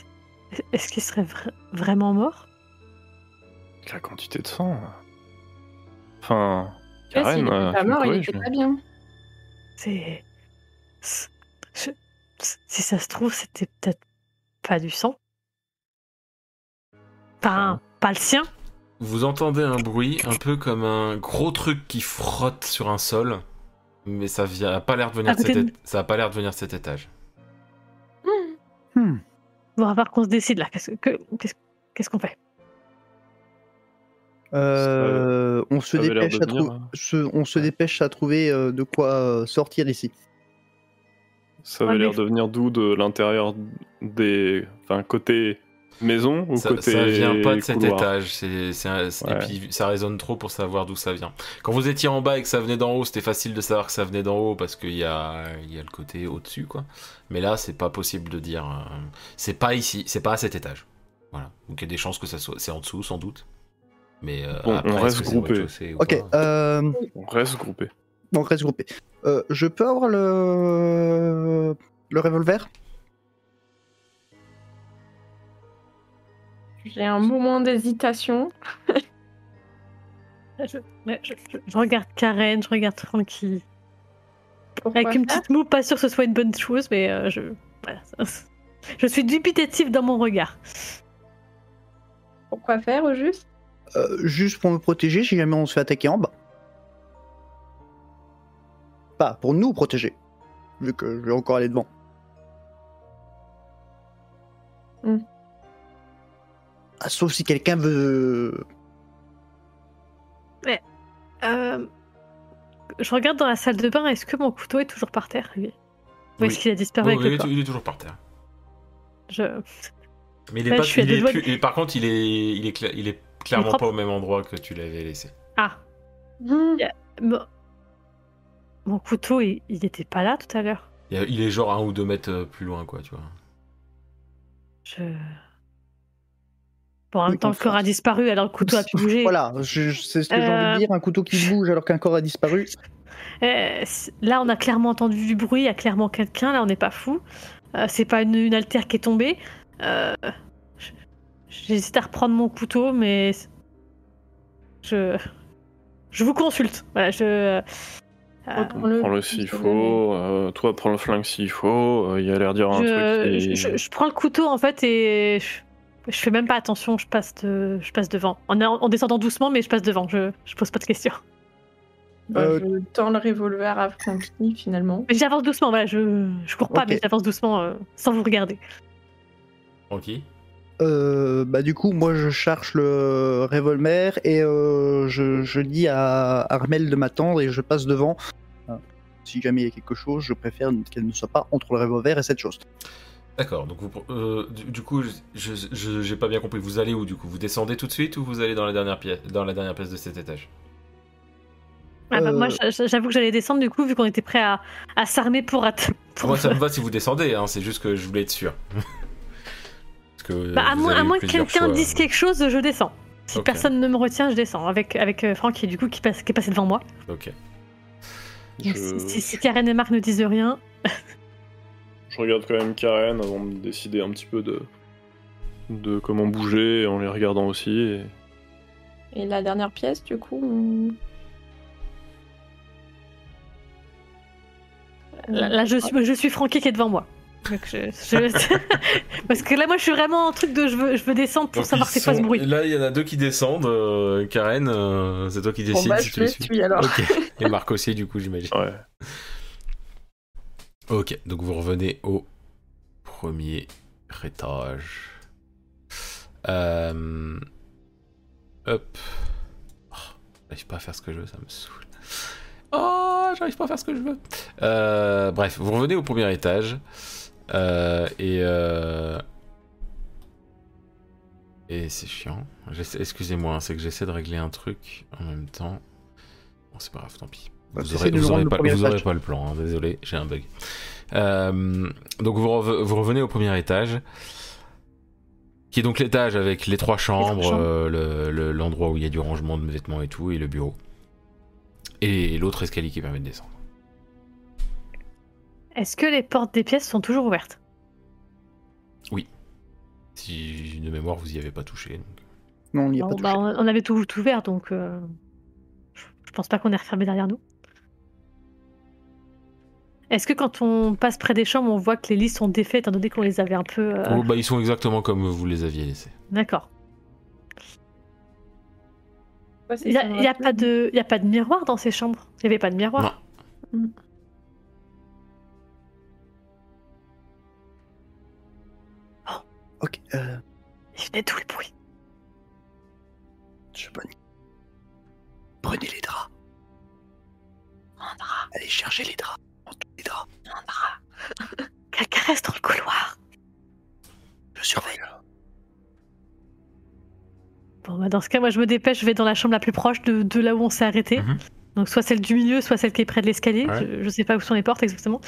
[SPEAKER 4] Est-ce qu'il serait vra- vraiment mort
[SPEAKER 5] La quantité de sang. hein. Enfin,
[SPEAKER 2] Ouais,
[SPEAKER 5] Karen,
[SPEAKER 2] s'il était
[SPEAKER 5] euh,
[SPEAKER 2] pas
[SPEAKER 5] tu me
[SPEAKER 2] mort, Eh, Ah, il
[SPEAKER 5] corriges,
[SPEAKER 2] était
[SPEAKER 5] mais-
[SPEAKER 2] pas bien.
[SPEAKER 4] C'est. c'est- je- Si ça se trouve, c'était peut-être pas du sang. Pas,
[SPEAKER 1] Mmh.
[SPEAKER 4] un- pas le sien.
[SPEAKER 1] Vous entendez un bruit, un peu comme un gros truc qui frotte sur un sol, mais ça vient, a pas l'air de venir
[SPEAKER 4] À
[SPEAKER 1] de cet,
[SPEAKER 4] côté de-
[SPEAKER 1] é- ça a pas l'air de venir de cet étage.
[SPEAKER 3] Hmm.
[SPEAKER 4] On va voir qu'on se décide là. Qu'est-ce que- qu'est-ce- qu'est-ce qu'on fait
[SPEAKER 3] Euh, on se
[SPEAKER 5] ça avait l'air
[SPEAKER 3] dépêche
[SPEAKER 5] de
[SPEAKER 3] à
[SPEAKER 5] venir,
[SPEAKER 3] trou-
[SPEAKER 5] hein.
[SPEAKER 3] se- on se dépêche à trouver euh, de quoi euh, sortir d'ici.
[SPEAKER 5] ça avait
[SPEAKER 4] Ouais,
[SPEAKER 5] l'air
[SPEAKER 4] mais-
[SPEAKER 5] de venir d'où De l'intérieur des. Enfin, côté maison ou
[SPEAKER 1] Ça,
[SPEAKER 5] côté.
[SPEAKER 1] ça vient pas de cet
[SPEAKER 5] couloir
[SPEAKER 1] étage, c'est, c'est un- c'est- et
[SPEAKER 5] Ouais.
[SPEAKER 1] puis ça résonne trop pour savoir d'où ça vient. Quand vous étiez en bas et que ça venait d'en haut, c'était facile de savoir que ça venait d'en haut parce qu'il y a, il y a le côté au-dessus, quoi. Mais là, c'est pas possible de dire. euh, C'est pas ici, c'est pas à cet étage. Voilà. Donc il y a des chances que ça soit. C'est en dessous, sans doute. Mais euh,
[SPEAKER 5] Bon, on
[SPEAKER 1] après, est-ce
[SPEAKER 5] reste
[SPEAKER 1] que c'est
[SPEAKER 5] groupé.
[SPEAKER 1] au rez-de-chaussée ou
[SPEAKER 3] Ok,
[SPEAKER 1] pas
[SPEAKER 3] euh,
[SPEAKER 5] On reste groupé.
[SPEAKER 3] on reste groupé. Euh, je peux avoir le le revolver
[SPEAKER 2] J'ai un moment d'hésitation.
[SPEAKER 4] je, ouais, je- je- je regarde Karen, je regarde Frankie.
[SPEAKER 2] Pourquoi
[SPEAKER 4] Avec une
[SPEAKER 2] pas
[SPEAKER 4] petite moue, pas sûr que ce soit une bonne chose, mais euh, je. voilà, ça- je suis dubitative dans mon regard.
[SPEAKER 2] Pourquoi faire au juste
[SPEAKER 3] Euh, juste pour me protéger si jamais on se fait attaquer en bas. Pas pour nous protéger, vu que je vais encore aller devant.
[SPEAKER 2] Hmm.
[SPEAKER 3] Ah, sauf si quelqu'un veut.
[SPEAKER 4] Euh, je regarde dans la salle de bain, est-ce que mon couteau est toujours par terre lui Ou
[SPEAKER 1] Oui.
[SPEAKER 4] est-ce qu'il a disparu
[SPEAKER 1] Oui,
[SPEAKER 4] avec
[SPEAKER 1] oui, il
[SPEAKER 4] le
[SPEAKER 1] est-
[SPEAKER 4] corps
[SPEAKER 1] il est toujours par terre.
[SPEAKER 4] Je-
[SPEAKER 1] Mais il est
[SPEAKER 4] Ouais,
[SPEAKER 1] pas.
[SPEAKER 4] je suis à
[SPEAKER 1] il
[SPEAKER 4] deux
[SPEAKER 1] est
[SPEAKER 4] doigts
[SPEAKER 1] plus-
[SPEAKER 4] de-
[SPEAKER 1] et par contre, il est, il est, cla- il est clairement
[SPEAKER 4] propre.
[SPEAKER 1] pas au même endroit que tu l'avais laissé.
[SPEAKER 4] Ah,
[SPEAKER 2] Hmm.
[SPEAKER 4] Mon, mon couteau, il il était pas là tout à l'heure.
[SPEAKER 1] Il y a- Il est genre un ou deux mètres euh, plus loin, quoi, tu vois.
[SPEAKER 4] Je. Bon, en
[SPEAKER 3] Oui,
[SPEAKER 4] même temps,
[SPEAKER 3] on
[SPEAKER 4] le corps a
[SPEAKER 3] force.
[SPEAKER 4] disparu, alors le couteau a pu bouger.
[SPEAKER 3] Voilà, je- je- c'est ce que j'ai
[SPEAKER 4] Euh.
[SPEAKER 3] envie de dire un couteau qui bouge alors qu'un corps a disparu.
[SPEAKER 4] Euh, c- là, on a clairement entendu du bruit, il y a clairement quelqu'un, là, on n'est pas fou. Euh, c'est pas une, une altère qui est tombée. Euh, je- J'hésite à reprendre mon couteau, mais je je vous consulte. Voilà, je euh,
[SPEAKER 2] Reprends-le.
[SPEAKER 5] Prends-le s'il faut, euh, toi prends le flingue s'il faut, euh, il a l'air d'y avoir un
[SPEAKER 4] je,
[SPEAKER 5] truc qui...
[SPEAKER 4] je- je- je prends le couteau en fait et je, je fais même pas attention. Je passe de, je passe devant. En, en descendant doucement, mais je passe devant. Je, je pose pas de questions.
[SPEAKER 2] Bah,
[SPEAKER 3] Euh,
[SPEAKER 2] Je tends le revolver à Frankie finalement.
[SPEAKER 4] Mais j'avance doucement. Voilà, je je cours pas,
[SPEAKER 3] Ok.
[SPEAKER 4] mais j'avance doucement euh, sans vous regarder.
[SPEAKER 1] Tranquille.
[SPEAKER 3] Euh, bah du coup, moi je cherche le revolver et euh, je, je dis à Armel de m'attendre et je passe devant. Euh, Si jamais il y a quelque chose, je préfère qu'elle ne soit pas entre le revolver et cette chose.
[SPEAKER 1] D'accord, donc vous, euh, du, du coup, je- je je- j'ai pas bien compris. Vous allez où du coup Vous descendez tout de suite ou vous allez dans la dernière pièce, dans la dernière pièce de cet étage
[SPEAKER 4] Ah bah,
[SPEAKER 3] Euh.
[SPEAKER 4] Moi, j'a- j'avoue que j'allais descendre du coup, vu qu'on était prêt à, à s'armer pour atta- pour-
[SPEAKER 1] Moi, ça me va si vous descendez, hein, c'est juste que je voulais être sûr. Parce que, euh,
[SPEAKER 4] Bah, à
[SPEAKER 1] vous
[SPEAKER 4] moins, à
[SPEAKER 1] avez eu
[SPEAKER 4] moins que
[SPEAKER 1] plusieurs
[SPEAKER 4] quelqu'un
[SPEAKER 1] choix.
[SPEAKER 4] dise quelque chose, je descends. Si
[SPEAKER 1] Ok.
[SPEAKER 4] personne ne me retient, je descends avec, avec euh, Franck qui, du coup, qui, passe, qui est passé devant moi.
[SPEAKER 1] Ok.
[SPEAKER 4] Donc,
[SPEAKER 5] Je-
[SPEAKER 4] si, si- si Karen et Marc ne disent rien,
[SPEAKER 5] Je regarde quand même Karen avant de décider un petit peu de, de comment bouger en les regardant aussi. Et...
[SPEAKER 2] Et la dernière pièce, du coup. on-
[SPEAKER 4] là,
[SPEAKER 2] Euh,
[SPEAKER 4] là, je, suis, je suis Francky qui est devant moi. Donc, je- je- Parce que là, moi, je suis vraiment en truc de je veux, je veux descendre pour
[SPEAKER 1] Donc,
[SPEAKER 4] savoir
[SPEAKER 1] ils
[SPEAKER 4] c'est quoi ce
[SPEAKER 1] sont-
[SPEAKER 4] bruit.
[SPEAKER 1] Là, il y en a deux qui descendent. euh, Karen, euh, c'est toi qui
[SPEAKER 2] Bon,
[SPEAKER 1] décides
[SPEAKER 2] bah,
[SPEAKER 1] si tu
[SPEAKER 2] je
[SPEAKER 1] les
[SPEAKER 2] le
[SPEAKER 1] suis.
[SPEAKER 2] suis alors.
[SPEAKER 1] Ok. Et Marc aussi, du coup, j'imagine.
[SPEAKER 5] Ouais.
[SPEAKER 1] Ok, donc vous revenez au premier étage. Euh... Hop. Oh, j'arrive pas à faire ce que je veux, ça me saoule. Oh, j'arrive pas à faire ce que je veux. Euh, bref, vous revenez au premier étage. Euh, et... euh, Et c'est chiant. J'essa- Excusez-moi, hein, c'est que j'essaie de régler un truc en même temps. Bon, c'est pas grave, tant pis.
[SPEAKER 3] Bah,
[SPEAKER 1] Vous
[SPEAKER 3] t'essaies
[SPEAKER 1] aurez,
[SPEAKER 3] de nous
[SPEAKER 1] vous aurez
[SPEAKER 3] rendre le
[SPEAKER 1] pas,
[SPEAKER 3] premier
[SPEAKER 1] vous aurez
[SPEAKER 3] étage.
[SPEAKER 1] pas le plan, hein, désolé, j'ai un bug. Euh, donc vous, reve- vous revenez au premier étage, qui est donc l'étage avec les trois chambres,
[SPEAKER 4] chambres.
[SPEAKER 1] euh, le- le- l'endroit où il y a du rangement de vêtements et tout, et le bureau. Et l'autre escalier qui permet de descendre.
[SPEAKER 4] Est-ce que les portes des pièces sont toujours ouvertes
[SPEAKER 1] Si de mémoire vous y avez pas touché. donc.
[SPEAKER 3] Non, il n'y a
[SPEAKER 4] Bon,
[SPEAKER 3] pas de
[SPEAKER 4] bah, on, on avait tout, tout ouvert, donc euh, je, je pense pas qu'on est refermé derrière nous. Est-ce que quand on passe près des chambres, on voit que les lits sont défaits, étant donné qu'on les avait un peu... euh,
[SPEAKER 1] Oh, bah, ils sont exactement comme vous les aviez laissés.
[SPEAKER 4] D'accord.
[SPEAKER 2] Ouais, c'est
[SPEAKER 4] Il n'y
[SPEAKER 2] ça,
[SPEAKER 4] a, y a
[SPEAKER 2] ouais.
[SPEAKER 4] pas de- y a pas de miroir dans ces chambres. Il n'y avait pas de miroir.
[SPEAKER 1] Non.
[SPEAKER 3] Ok, euh,
[SPEAKER 4] Il venait tout le bruit.
[SPEAKER 3] je panique. Prenez les draps. Allez chercher les draps. Prends tous les draps.
[SPEAKER 4] Quelqu'un reste dans le couloir.
[SPEAKER 3] Je surveille.
[SPEAKER 4] Bon, bah, dans ce cas, moi, je me dépêche, je vais dans la chambre la plus proche de, de là où on s'est arrêté.
[SPEAKER 1] Mhm.
[SPEAKER 4] Donc, soit celle du milieu, soit celle qui est près de l'escalier.
[SPEAKER 1] Ouais.
[SPEAKER 4] Je, je sais pas où sont les portes exactement.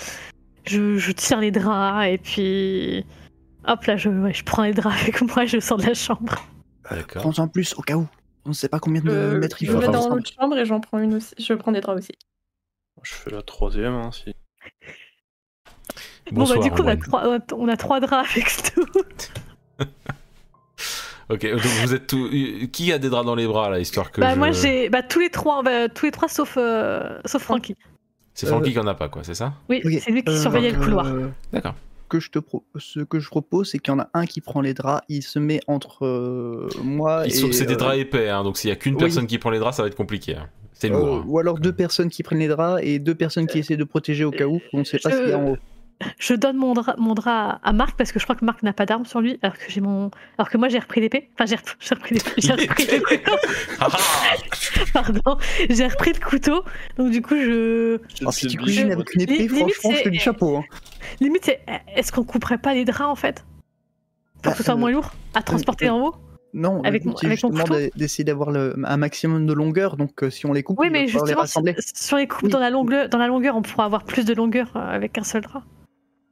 [SPEAKER 4] Je, je tire les draps et puis. Hop là, je, ouais, je prends les draps avec moi, je sors de la chambre. Ah,
[SPEAKER 1] D'accord.
[SPEAKER 3] Prends en plus au cas où. On ne sait pas combien de
[SPEAKER 2] Euh,
[SPEAKER 3] mètres il
[SPEAKER 2] je
[SPEAKER 3] faut.
[SPEAKER 2] vais
[SPEAKER 3] faire
[SPEAKER 2] dans
[SPEAKER 3] ensemble.
[SPEAKER 2] l'autre chambre et j'en prends une aussi. Je prends des draps aussi.
[SPEAKER 5] Je fais la troisième, hein, si.
[SPEAKER 1] Bonsoir,
[SPEAKER 4] bon, bah, du coup, on a,
[SPEAKER 1] Antoine.
[SPEAKER 4] trois, on a- on a trois draps avec nous.
[SPEAKER 1] Ok, donc vous êtes tout... euh, Qui a des draps dans les bras là, histoire que
[SPEAKER 4] Bah,
[SPEAKER 1] je-
[SPEAKER 4] moi, j'ai. Bah, tous les trois, bah, tous les trois sauf, euh, sauf Frankie.
[SPEAKER 1] C'est Francky
[SPEAKER 4] Euh,
[SPEAKER 1] qui en a pas, quoi, c'est ça
[SPEAKER 4] Oui,
[SPEAKER 3] Ok,
[SPEAKER 4] c'est lui qui
[SPEAKER 3] euh,
[SPEAKER 4] surveillait le couloir.
[SPEAKER 3] euh,
[SPEAKER 1] D'accord.
[SPEAKER 3] que je te pro- ce que je propose, c'est qu'il y en a un qui prend les draps, il se met entre euh,
[SPEAKER 4] ah,
[SPEAKER 3] moi
[SPEAKER 1] Ils
[SPEAKER 3] et.
[SPEAKER 1] sont- C'est des
[SPEAKER 3] euh,
[SPEAKER 1] draps épais, hein, donc s'il y a qu'une
[SPEAKER 3] oui.
[SPEAKER 1] personne qui prend les draps, ça va être compliqué. hein. C'est
[SPEAKER 3] euh,
[SPEAKER 4] Oh,
[SPEAKER 1] lourd. hein.
[SPEAKER 3] ou alors deux personnes qui prennent les draps et deux personnes qui essaient de protéger au cas où. On ne sait pas
[SPEAKER 4] Euh, je-
[SPEAKER 3] ce qu'il y a en haut.
[SPEAKER 4] Je donne mon, dra- mon drap à Marc parce que je crois que Marc n'a pas d'arme sur lui, alors que j'ai mon, alors que moi j'ai repris l'épée. Enfin j'ai rep- j'ai repris l'épée. J'ai repris le couteau.
[SPEAKER 1] Ah, ah
[SPEAKER 4] Pardon, j'ai repris le couteau. Donc du coup je
[SPEAKER 3] Alors, Ah, si tu
[SPEAKER 5] Cette
[SPEAKER 3] cuisines
[SPEAKER 5] biche,
[SPEAKER 3] avec une épée,
[SPEAKER 4] Limite,
[SPEAKER 3] franchement, je
[SPEAKER 4] c'est-
[SPEAKER 3] fais du chapeau. hein.
[SPEAKER 4] limite c'est est-ce qu'on couperait pas les draps en fait pour que ce soit
[SPEAKER 3] Bah,
[SPEAKER 4] moins lourd à transporter en haut.
[SPEAKER 3] Non,
[SPEAKER 4] Avec
[SPEAKER 3] le but,
[SPEAKER 4] mon-
[SPEAKER 3] c'est
[SPEAKER 4] avec mon
[SPEAKER 3] justement
[SPEAKER 4] couteau.
[SPEAKER 3] d'e- d'essayer d'avoir le- un maximum de longueur. Donc, euh, si on les coupe,
[SPEAKER 4] Oui
[SPEAKER 3] il va
[SPEAKER 4] mais
[SPEAKER 3] falloir les
[SPEAKER 4] justement si,
[SPEAKER 3] rassembler.
[SPEAKER 4] si on les coupe
[SPEAKER 3] Oui.
[SPEAKER 4] dans la longueur, dans la longueur on pourra avoir plus de longueur euh, avec un seul drap.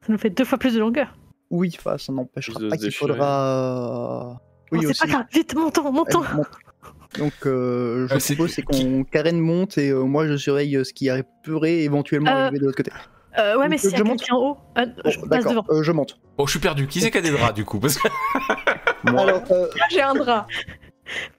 [SPEAKER 4] Ça nous fait deux fois plus de longueur.
[SPEAKER 3] Oui, enfin, ça n'empêchera
[SPEAKER 5] Ils osent
[SPEAKER 3] pas qu'il
[SPEAKER 5] déchirer.
[SPEAKER 3] faudra. euh, Oui,
[SPEAKER 4] Non, c'est
[SPEAKER 3] aussi. Euh,
[SPEAKER 4] pas grave. Vite montons montons.
[SPEAKER 3] Elle monte. Donc, euh, je
[SPEAKER 1] Ah, c'est-
[SPEAKER 3] propose c'est qu'on Karen monte et euh, moi je surveille euh, ce qui arrive- pourrait éventuellement
[SPEAKER 4] Euh,
[SPEAKER 3] arriver de l'autre côté.
[SPEAKER 4] Euh, ouais mais
[SPEAKER 3] Je Oh,
[SPEAKER 4] s'il y a
[SPEAKER 3] monte.
[SPEAKER 4] quelqu'un en haut, euh,
[SPEAKER 3] Bon,
[SPEAKER 4] je passe devant.
[SPEAKER 3] D'accord, euh, je monte.
[SPEAKER 1] Bon, je suis perdu. Qui c'est qui a des draps, du coup Parce que-
[SPEAKER 5] Moi,
[SPEAKER 3] Alors, euh,
[SPEAKER 2] Moi, Ah, j'ai un drap.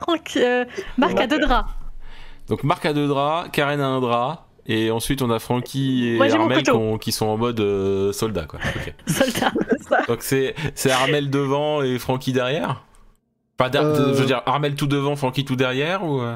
[SPEAKER 4] Franck, euh, Marc a deux draps.
[SPEAKER 1] Donc Marc a deux draps, Karen a un drap, et ensuite on a Francky et
[SPEAKER 4] Moi, j'ai mon
[SPEAKER 1] Armel qui,
[SPEAKER 4] couteau.
[SPEAKER 1] ont- qui sont en mode euh, soldat quoi. Ok.
[SPEAKER 4] Soldat.
[SPEAKER 1] Donc c'est c'est Armel devant et Francky derrière. Enfin, d'Ar-
[SPEAKER 3] Euh.
[SPEAKER 1] je veux dire Armel tout devant, Francky tout derrière ou euh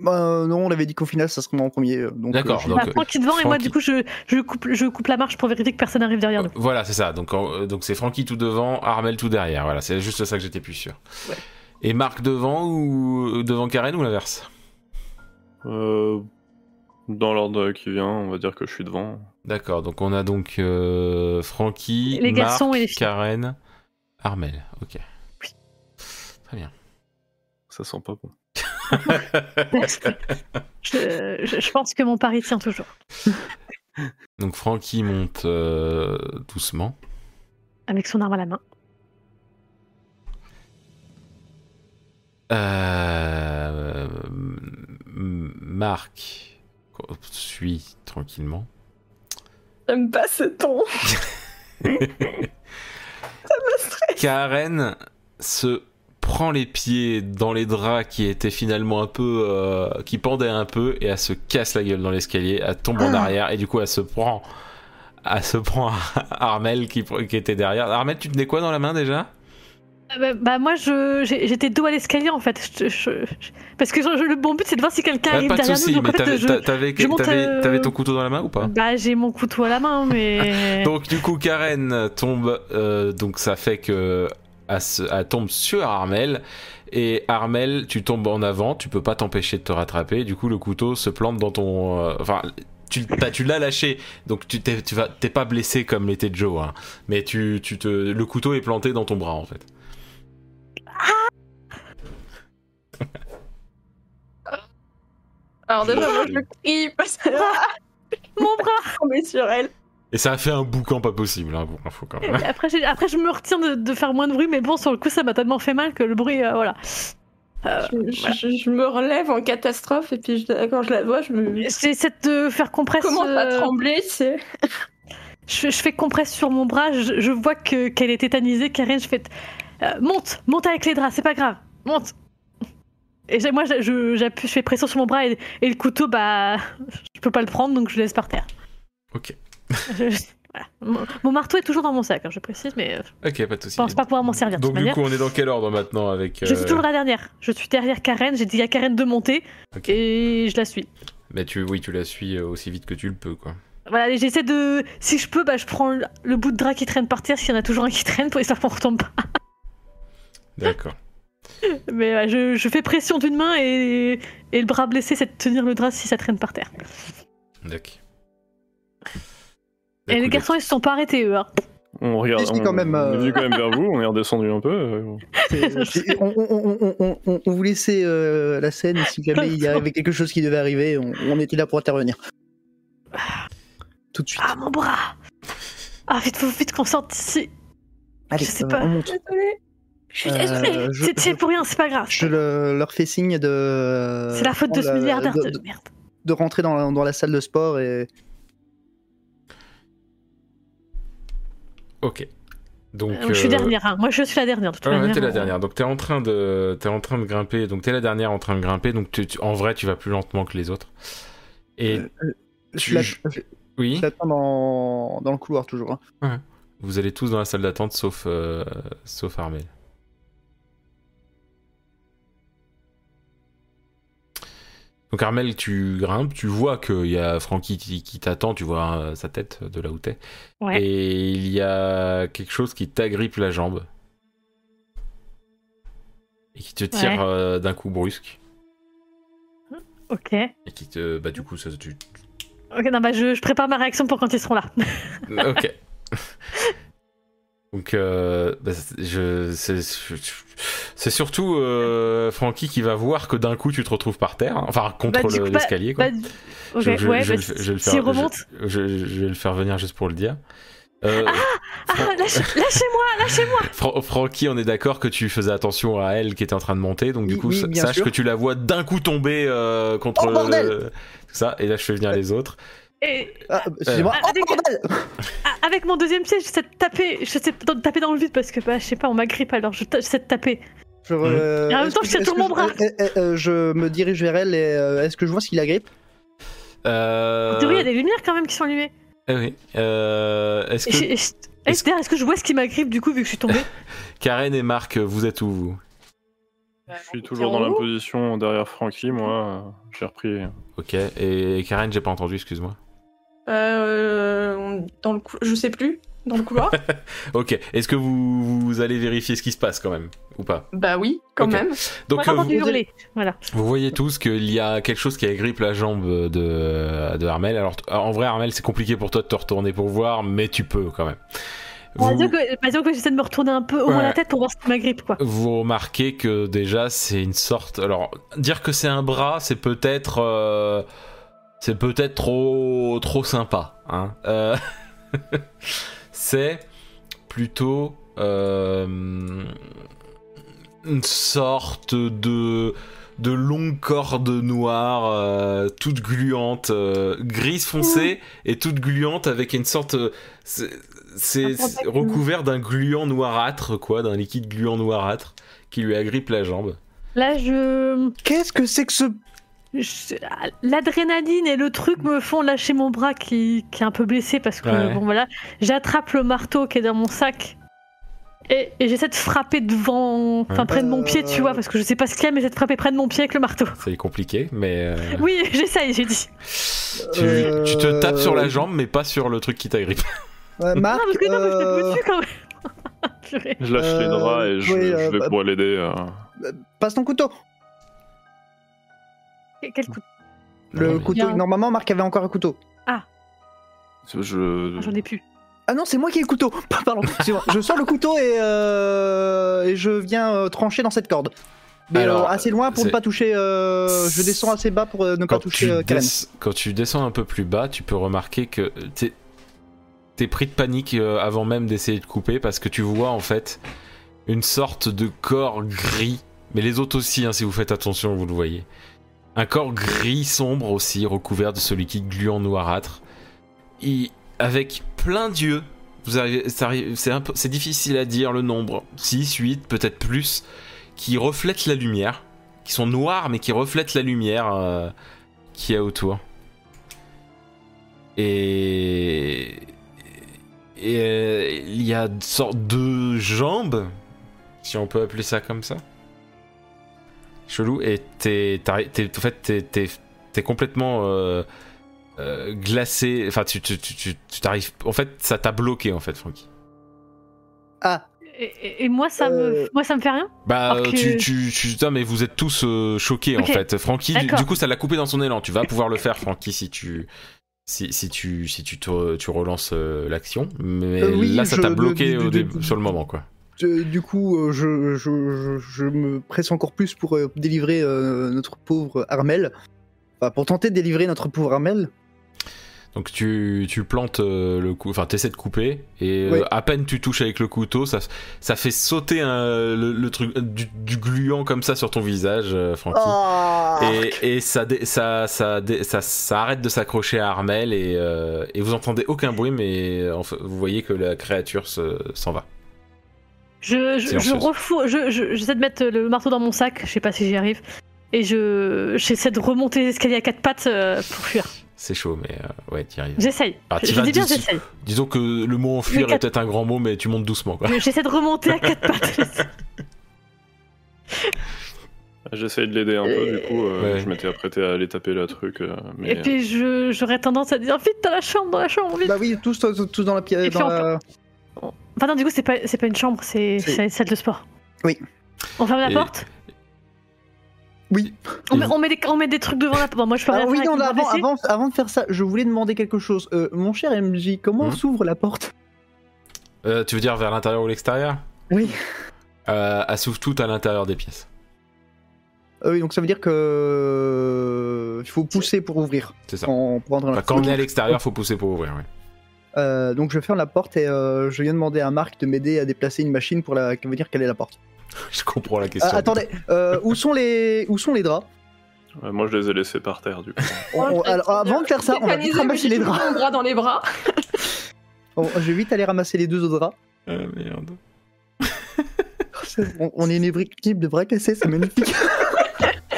[SPEAKER 3] bah, euh, non, on avait dit qu'au final, ça serait moi en premier. euh, donc,
[SPEAKER 1] D'accord,
[SPEAKER 3] euh, je-
[SPEAKER 1] donc,
[SPEAKER 4] Bah, Franck qui est devant et moi,
[SPEAKER 1] Franck
[SPEAKER 4] du coup, je, je, coupe, je coupe la marche pour vérifier que personne n'arrive derrière nous.
[SPEAKER 1] Voilà, c'est ça. Donc en- donc c'est Francky tout devant, Armel tout derrière. Voilà, c'est juste ça que j'étais plus sûr.
[SPEAKER 2] Ouais.
[SPEAKER 1] Et Marc devant ou euh, devant Karen ou l'inverse
[SPEAKER 5] euh, dans l'ordre qui vient, on va dire que je suis devant.
[SPEAKER 1] D'accord, donc on a donc euh, Francky,
[SPEAKER 4] Les
[SPEAKER 1] Marc,
[SPEAKER 4] garçons et les filles.
[SPEAKER 1] Karen, Armel. Ok.
[SPEAKER 4] Oui.
[SPEAKER 1] Très bien.
[SPEAKER 5] Ça sent pas bon.
[SPEAKER 4] je, je- je pense que mon pari tient toujours.
[SPEAKER 1] Donc Francky monte euh, doucement.
[SPEAKER 4] Avec son arme à la main.
[SPEAKER 1] Euh, M- Marc suit tranquillement.
[SPEAKER 2] J'aime pas ce ton.
[SPEAKER 1] Karen se prend les pieds dans les draps qui étaient finalement un peu euh, qui pendaient un peu et elle se casse la gueule dans l'escalier, elle tombe en
[SPEAKER 3] Ah.
[SPEAKER 1] arrière et du coup elle se prend elle se prend à Armel qui, qui était derrière. Armel, tu tenais quoi dans la main déjà
[SPEAKER 4] Euh, Bah, bah, moi, je- j'ai- j'étais dos à l'escalier en fait. Je- je- je- parce que je- je- le bon but c'est de voir si quelqu'un
[SPEAKER 1] Ah,
[SPEAKER 4] arrive
[SPEAKER 1] Pas de
[SPEAKER 4] derrière
[SPEAKER 1] soucis,
[SPEAKER 4] nous. donc,
[SPEAKER 1] mais
[SPEAKER 4] en fait,
[SPEAKER 1] t'avais
[SPEAKER 4] je-
[SPEAKER 1] t'as- t'avais-
[SPEAKER 4] je monte,
[SPEAKER 1] t'avais-
[SPEAKER 4] euh,
[SPEAKER 1] t'avais ton couteau dans la main ou pas
[SPEAKER 4] bah, j'ai mon couteau à la main, mais.
[SPEAKER 1] Donc du coup Karen tombe, euh, donc ça fait que elle, se- elle tombe sur Armel et Armel, tu tombes en avant, tu peux pas t'empêcher de te rattraper. Du coup le couteau se plante dans ton, euh, enfin tu, t'as- tu l'as lâché, donc tu t'es, tu vas, t'es pas blessé comme l'était Joe, hein. mais tu, tu te, le couteau est planté dans ton bras en fait.
[SPEAKER 2] Alors déjà, moi, je crie parce que ah,
[SPEAKER 4] Mon bras
[SPEAKER 2] je suis tombée sur elle.
[SPEAKER 1] Et ça a fait un boucan pas possible, hein, pour info, quand même.
[SPEAKER 4] Et après, j'ai- après, je me retiens de, de faire moins de bruit, mais bon, sur le coup, ça m'a tellement fait mal que le bruit, euh, voilà.
[SPEAKER 2] Je, je- je me relève en catastrophe et puis je- quand je la vois, je me
[SPEAKER 4] J'essaie de faire compresse.
[SPEAKER 2] commence à
[SPEAKER 4] euh,
[SPEAKER 2] trembler. C'est
[SPEAKER 4] je, je fais compresse sur mon bras, je, je vois que qu'elle est tétanisée. Karen, je fais euh, monte, monte avec les draps, c'est pas grave, monte. Et j'ai- moi, je- je- j'appuie, je fais pression sur mon bras et, et le couteau, bah, je peux pas le prendre, donc je le laisse par terre.
[SPEAKER 1] Ok.
[SPEAKER 4] Je- je- voilà. mon, mon marteau est toujours dans mon sac, hein, je précise, mais euh,
[SPEAKER 1] Ok, pas de
[SPEAKER 4] je
[SPEAKER 1] soucis.
[SPEAKER 4] pense pas pouvoir m'en servir de
[SPEAKER 1] Donc
[SPEAKER 4] toute
[SPEAKER 1] du
[SPEAKER 4] manière.
[SPEAKER 1] coup on est dans quel ordre maintenant avec
[SPEAKER 4] Je
[SPEAKER 1] euh,
[SPEAKER 4] suis toujours la dernière. Je suis derrière Karen. J'ai dit à Karen de monter
[SPEAKER 1] Ok.
[SPEAKER 4] et je la suis.
[SPEAKER 1] Mais tu, oui, tu la suis euh, aussi vite que tu le peux quoi.
[SPEAKER 4] Voilà, et j'essaie de. Si je peux, bah, je prends le, le bout de drap qui traîne par terre. S'il y en a toujours un qui traîne, pour histoire qu'on retombe pas.
[SPEAKER 1] D'accord.
[SPEAKER 4] Mais ouais, je, je fais pression d'une main et, et le bras blessé, c'est de tenir le drap si ça traîne par terre.
[SPEAKER 1] Bah, D'accord.
[SPEAKER 4] et les garçons, ils se sont pas arrêtés, eux. hein.
[SPEAKER 5] On regarde.
[SPEAKER 3] Si, si,
[SPEAKER 5] On,
[SPEAKER 3] quand même,
[SPEAKER 5] on est
[SPEAKER 3] euh.
[SPEAKER 5] venu quand même vers vous, on est redescendu un peu. euh,
[SPEAKER 3] c'est- c'est- on, on- on- on- on- on vous laissait euh, la scène si jamais il y avait quelque chose qui devait arriver, on, on était là pour intervenir. Tout de suite.
[SPEAKER 4] Ah, mon bras Ah, vite, faut vite qu'on sorte d'ici.
[SPEAKER 3] Allez,
[SPEAKER 4] Ah, je sais
[SPEAKER 3] euh,
[SPEAKER 4] pas.
[SPEAKER 3] on monte.
[SPEAKER 2] désolée. Je suis
[SPEAKER 3] Euh,
[SPEAKER 2] désolée.
[SPEAKER 3] je-
[SPEAKER 4] C'est- C'est pour rien, c'est pas grave.
[SPEAKER 3] Je le- leur fais signe de.
[SPEAKER 4] C'est la faute de ce
[SPEAKER 3] la-
[SPEAKER 4] milliardaire
[SPEAKER 3] de-
[SPEAKER 4] de,
[SPEAKER 3] de-
[SPEAKER 4] merde.
[SPEAKER 3] de rentrer dans la, dans la salle de sport et
[SPEAKER 1] Ok. Donc,
[SPEAKER 4] Donc, Je suis
[SPEAKER 1] euh,
[SPEAKER 4] dernière, hein. moi je suis la dernière de toute
[SPEAKER 1] ah ouais,
[SPEAKER 4] manière.
[SPEAKER 1] t'es la dernière. Donc t'es en train de, t'es en train de grimper. Donc t'es la dernière en train de grimper. Donc tu- tu- en vrai, tu vas plus lentement que les autres. Et
[SPEAKER 3] Euh, euh,
[SPEAKER 1] tu-
[SPEAKER 3] je l'at-
[SPEAKER 1] je-
[SPEAKER 3] je-
[SPEAKER 1] oui,
[SPEAKER 3] je l'attends dans, dans le couloir toujours. hein.
[SPEAKER 1] vous allez tous dans la salle d'attente, sauf, euh, sauf Armel. Donc Armel, tu grimpes, tu vois qu'il y a Francky qui, qui t'attend, tu vois euh, sa tête de là où t'es.
[SPEAKER 4] Ouais.
[SPEAKER 1] Et il y a quelque chose qui t'agrippe la jambe. Et qui te tire
[SPEAKER 4] Ouais.
[SPEAKER 1] euh, d'un coup brusque.
[SPEAKER 4] Ok.
[SPEAKER 1] Et qui te. Bah, du coup, ça. Tu...
[SPEAKER 4] Ok, non, bah je, je prépare ma réaction pour quand ils seront là.
[SPEAKER 1] Euh, ok. Donc, euh, bah, c'est- je. C'est c'est surtout euh, Francky qui va voir que d'un coup, tu te retrouves par terre. hein. Enfin, contre
[SPEAKER 4] Bah, du
[SPEAKER 1] le-
[SPEAKER 4] coup, bah-
[SPEAKER 1] l'escalier, quoi.
[SPEAKER 4] Bah, du- ok,
[SPEAKER 1] Je- je-
[SPEAKER 4] ouais,
[SPEAKER 1] je
[SPEAKER 4] bah,
[SPEAKER 1] le fais- je vais le
[SPEAKER 4] s'ils
[SPEAKER 1] faire- je-
[SPEAKER 4] remontent,
[SPEAKER 1] je, je- je vais le faire venir juste pour le dire. Euh,
[SPEAKER 4] Ah, lâche- lâchez-moi, lâchez-moi
[SPEAKER 1] Fra- Francky, on est d'accord que tu faisais attention à elle qui était en train de monter, donc du
[SPEAKER 3] Oui,
[SPEAKER 1] coup,
[SPEAKER 3] oui,
[SPEAKER 1] sa-
[SPEAKER 3] bien
[SPEAKER 1] sache
[SPEAKER 3] sûr.
[SPEAKER 1] que tu la vois d'un coup tomber euh, contre
[SPEAKER 3] Oh, bordel
[SPEAKER 1] le- tout ça, et là je fais venir les autres.
[SPEAKER 4] Et
[SPEAKER 3] Ah, bah, excusez-moi.
[SPEAKER 4] Ah,
[SPEAKER 3] Oh,
[SPEAKER 4] avec-
[SPEAKER 3] bordel
[SPEAKER 4] a- avec mon deuxième pied, j'essaie de taper, j'essaie de taper dans le vide parce que, bah, je sais pas, on m'agrippe alors je ta- j'essaie de taper.
[SPEAKER 3] Je, euh,
[SPEAKER 4] Et en même
[SPEAKER 3] est-ce
[SPEAKER 4] temps,
[SPEAKER 3] que-
[SPEAKER 4] je tiens
[SPEAKER 3] est-ce
[SPEAKER 4] tout
[SPEAKER 3] que
[SPEAKER 4] mon
[SPEAKER 3] je-
[SPEAKER 4] bras.
[SPEAKER 3] eh, eh, euh, je me dirige vers elle et euh, est-ce que je vois s'il la grippe
[SPEAKER 1] Euh,
[SPEAKER 4] En théorie, il y a des lumières quand même qui sont allumées.
[SPEAKER 1] ah oui. Euh, Est-ce
[SPEAKER 4] Et
[SPEAKER 1] que
[SPEAKER 4] je- et je- et
[SPEAKER 1] est-ce-
[SPEAKER 4] d'ailleurs, Est-ce que je vois ce qui m'agrippe du coup vu que je suis tombée
[SPEAKER 1] Karen et Marc, vous êtes où vous
[SPEAKER 5] Je suis toujours dans la position derrière Francky, moi. euh, J'ai repris.
[SPEAKER 1] Ok. Et Karen, j'ai pas entendu, excuse-moi.
[SPEAKER 2] Euh, on- dans le cou- je sais plus, dans le couloir.
[SPEAKER 1] Ok. Est-ce que vous, vous allez vérifier ce qui se passe quand même ou pas
[SPEAKER 2] bah oui, quand
[SPEAKER 1] Ok.
[SPEAKER 2] même.
[SPEAKER 1] Donc
[SPEAKER 4] J'ai
[SPEAKER 1] euh,
[SPEAKER 4] entendu
[SPEAKER 1] vous,
[SPEAKER 4] hurler. Voilà.
[SPEAKER 1] vous voyez tous qu'il y a quelque chose qui agrippe la jambe de, de Armel. Alors t- en vrai, Armel, c'est compliqué pour toi de te retourner pour voir, mais tu peux quand même.
[SPEAKER 4] On va
[SPEAKER 1] Vous-
[SPEAKER 4] dire que, bah, disons que j'essaie de me retourner un peu au moins
[SPEAKER 1] Ouais.
[SPEAKER 4] la tête pour voir ce qui m'agrippe quoi.
[SPEAKER 1] vous remarquez que déjà c'est une sorte. Alors dire que c'est un bras, c'est peut-être, euh, c'est peut-être trop trop sympa. Hein. Euh, c'est plutôt euh, une sorte de de longue corde noire, euh, toute gluante, euh, grise foncée et toute gluante avec une sorte. euh, c'est- C'est
[SPEAKER 2] Un contact.
[SPEAKER 1] c'est recouvert d'un gluant noirâtre, quoi, d'un liquide gluant noirâtre qui lui agrippe la jambe.
[SPEAKER 4] Là, je,
[SPEAKER 3] Qu'est-ce que c'est que ce.
[SPEAKER 4] je- l'adrénaline et le truc me font lâcher mon bras qui, qui est un peu blessé parce que
[SPEAKER 1] Ouais.
[SPEAKER 4] bon voilà, j'attrape le marteau qui est dans mon sac. Et, et j'essaie de frapper devant, enfin
[SPEAKER 1] Ouais.
[SPEAKER 4] près de mon pied,
[SPEAKER 3] Euh.
[SPEAKER 4] tu vois, parce que je sais pas ce qu'il y a, mais j'essaie de frapper près de mon pied avec le marteau.
[SPEAKER 1] C'est compliqué, mais euh,
[SPEAKER 4] Oui, j'essaye, j'ai dit.
[SPEAKER 1] tu,
[SPEAKER 3] Euh,
[SPEAKER 1] tu te tapes sur la jambe, mais pas sur le truc qui t'agrippe.
[SPEAKER 3] Euh,
[SPEAKER 4] Ah,
[SPEAKER 3] Marc
[SPEAKER 4] parce que non, mais je
[SPEAKER 3] euh,
[SPEAKER 4] tape dessus quand même. Purée.
[SPEAKER 5] Je lâche les
[SPEAKER 3] Euh,
[SPEAKER 5] draps et je,
[SPEAKER 3] oui,
[SPEAKER 5] je
[SPEAKER 3] euh,
[SPEAKER 5] vais
[SPEAKER 3] bah-
[SPEAKER 5] pour l'aider. euh.
[SPEAKER 3] Passe ton couteau
[SPEAKER 4] Quel coup de-
[SPEAKER 3] Le
[SPEAKER 1] Non, mais-
[SPEAKER 3] couteau.
[SPEAKER 2] Bien.
[SPEAKER 3] Normalement, Marc avait encore un couteau.
[SPEAKER 5] Je...
[SPEAKER 4] Ah, J'en ai plus.
[SPEAKER 3] Ah non, c'est moi qui ai le couteau Pardon, excuse-moi. je sors le couteau et, euh, et je viens euh, trancher dans cette corde. Mais
[SPEAKER 1] Alors,
[SPEAKER 3] euh, assez loin pour
[SPEAKER 1] c'est-
[SPEAKER 3] ne pas toucher. euh, je descends assez bas pour euh, ne pas
[SPEAKER 1] quand tu,
[SPEAKER 3] toucher euh, Karen.
[SPEAKER 1] des- quand tu descends un peu plus bas, tu peux remarquer que t'es t'es pris de panique euh, avant même d'essayer de couper parce que tu vois en fait une sorte de corps gris, mais les autres aussi, hein, si vous faites attention, vous le voyez. Un corps gris sombre aussi, recouvert de ce liquide gluant noirâtre. Et avec plein d'yeux, vous arrivez- ça arrive- c'est un peu- c'est difficile à dire le nombre, 6, 8, peut-être plus, qui reflètent la lumière, qui sont noirs mais qui reflètent la lumière. euh, qu'il y a autour. Et. Et euh, il y a une sorte de jambes, si on peut appeler ça comme ça. Chelou, et t'es. t'arri- t'es- en fait, t'es- t'es t'es complètement euh, euh, glacé. Enfin, tu tu- tu- tu- tu t'arrives. En fait, ça t'a bloqué, en fait, Francky.
[SPEAKER 3] Ah,
[SPEAKER 4] Et, et- et moi, ça
[SPEAKER 3] Euh.
[SPEAKER 4] me, moi, ça me fait rien.
[SPEAKER 1] Bah,
[SPEAKER 4] Alors
[SPEAKER 1] euh,
[SPEAKER 4] que-
[SPEAKER 1] tu, tu, tu- putain, mais vous êtes tous euh, choqués en
[SPEAKER 4] Ok.
[SPEAKER 1] fait. Francky, du,
[SPEAKER 4] D'accord.
[SPEAKER 1] du coup, ça l'a coupé dans son élan. Tu vas pouvoir le faire, Francky, si tu, si, si tu, si tu, te- tu relances euh, l'action. Mais
[SPEAKER 3] Euh, oui,
[SPEAKER 1] là, ça
[SPEAKER 3] je-
[SPEAKER 1] t'a
[SPEAKER 3] le-
[SPEAKER 1] bloqué
[SPEAKER 3] du-
[SPEAKER 1] au
[SPEAKER 3] du-
[SPEAKER 1] début-
[SPEAKER 3] du-
[SPEAKER 1] sur le moment, quoi.
[SPEAKER 3] euh, du coup, euh, je, je- je- je me presse encore plus pour euh, délivrer euh, notre pauvre Armel. Enfin, pour tenter de délivrer notre pauvre Armel.
[SPEAKER 1] Donc tu, tu plantes euh, le cou, enfin t'essaies de couper et euh,
[SPEAKER 3] Ouais.
[SPEAKER 1] à peine tu touches avec le couteau, ça, ça fait sauter un- le, le truc euh, du, du gluant comme ça sur ton visage, euh, Francky.
[SPEAKER 3] Ah
[SPEAKER 1] Et, et ça, dé- ça, ça, dé- ça, ça arrête de s'accrocher à Armel et, euh, et vous entendez aucun bruit, mais euh, en fait, vous voyez que la créature se- s'en va.
[SPEAKER 4] Je, je, je
[SPEAKER 1] Silencieuse.
[SPEAKER 4] refous- je, je- j'essaie de mettre le marteau dans mon sac, je sais pas si j'y arrive. Et je, j'essaie de remonter les escaliers à quatre pattes euh, pour fuir.
[SPEAKER 1] C'est chaud, mais euh, ouais, t'y arrives.
[SPEAKER 4] J'essaye.
[SPEAKER 1] Ah,
[SPEAKER 4] je
[SPEAKER 1] t'y
[SPEAKER 4] je
[SPEAKER 1] vas
[SPEAKER 4] dis bien,
[SPEAKER 1] dessus.
[SPEAKER 4] j'essaye.
[SPEAKER 1] Disons que le mot
[SPEAKER 4] Mais
[SPEAKER 1] enfuir est
[SPEAKER 4] quatre-
[SPEAKER 1] peut-être un grand mot, mais tu montes doucement, quoi.
[SPEAKER 4] Je- J'essaie de remonter à quatre pattes.
[SPEAKER 5] J'essaye de l'aider un peu, du coup. euh,
[SPEAKER 1] Ouais.
[SPEAKER 5] Je m'étais apprêté à aller taper la truc. euh, mais...
[SPEAKER 4] Et puis je, j'aurais tendance à dire vite dans la chambre, dans la chambre, vite.
[SPEAKER 3] Bah oui, tous, tous, tous dans la
[SPEAKER 4] Et
[SPEAKER 3] pièce.
[SPEAKER 4] puis Enfin non, du coup c'est pas, c'est pas une chambre, c'est,
[SPEAKER 3] C'est-
[SPEAKER 4] c'est une salle de sport.
[SPEAKER 3] Oui.
[SPEAKER 4] On ferme la
[SPEAKER 1] Et-
[SPEAKER 4] porte.
[SPEAKER 3] Oui.
[SPEAKER 4] On met, on met des, on met des trucs devant la porte. Bon, moi je peux rien
[SPEAKER 3] Ah oui,
[SPEAKER 4] faire
[SPEAKER 3] non,
[SPEAKER 4] avec
[SPEAKER 3] là,
[SPEAKER 4] mon
[SPEAKER 3] avant,
[SPEAKER 4] AVC.
[SPEAKER 3] avant, avant de faire ça, je voulais demander quelque chose. Euh, mon cher MJ, comment
[SPEAKER 1] Hmm
[SPEAKER 3] s'ouvre la porte
[SPEAKER 1] Euh, tu veux dire vers l'intérieur ou l'extérieur
[SPEAKER 3] Oui.
[SPEAKER 1] euh, Elle s'ouvre tout à l'intérieur des pièces.
[SPEAKER 3] Ah Oui, donc ça veut dire que il faut pousser pour ouvrir.
[SPEAKER 1] C'est ça.
[SPEAKER 3] Quand, pour entrer dans la
[SPEAKER 1] Enfin, Bah, quand on
[SPEAKER 3] pièce.
[SPEAKER 1] est à l'extérieur, faut pousser pour ouvrir, ouais.
[SPEAKER 3] Euh, donc je ferme la porte et euh, je viens demander à Marc de m'aider à déplacer une machine pour la... qui veut dire quelle est la porte.
[SPEAKER 1] Je comprends la
[SPEAKER 3] Euh,
[SPEAKER 1] question.
[SPEAKER 3] attendez, euh, où sont les où sont les draps
[SPEAKER 5] Ouais, moi, je les ai laissés par terre, du coup.
[SPEAKER 3] On- on- alors, avant de faire ça, on va vite ramasser les draps.
[SPEAKER 2] Mon bras dans les bras.
[SPEAKER 3] On- je vais vite aller ramasser les deux autres draps.
[SPEAKER 1] Ah merde.
[SPEAKER 3] On, on est une brique type de bras cassés, c'est magnifique.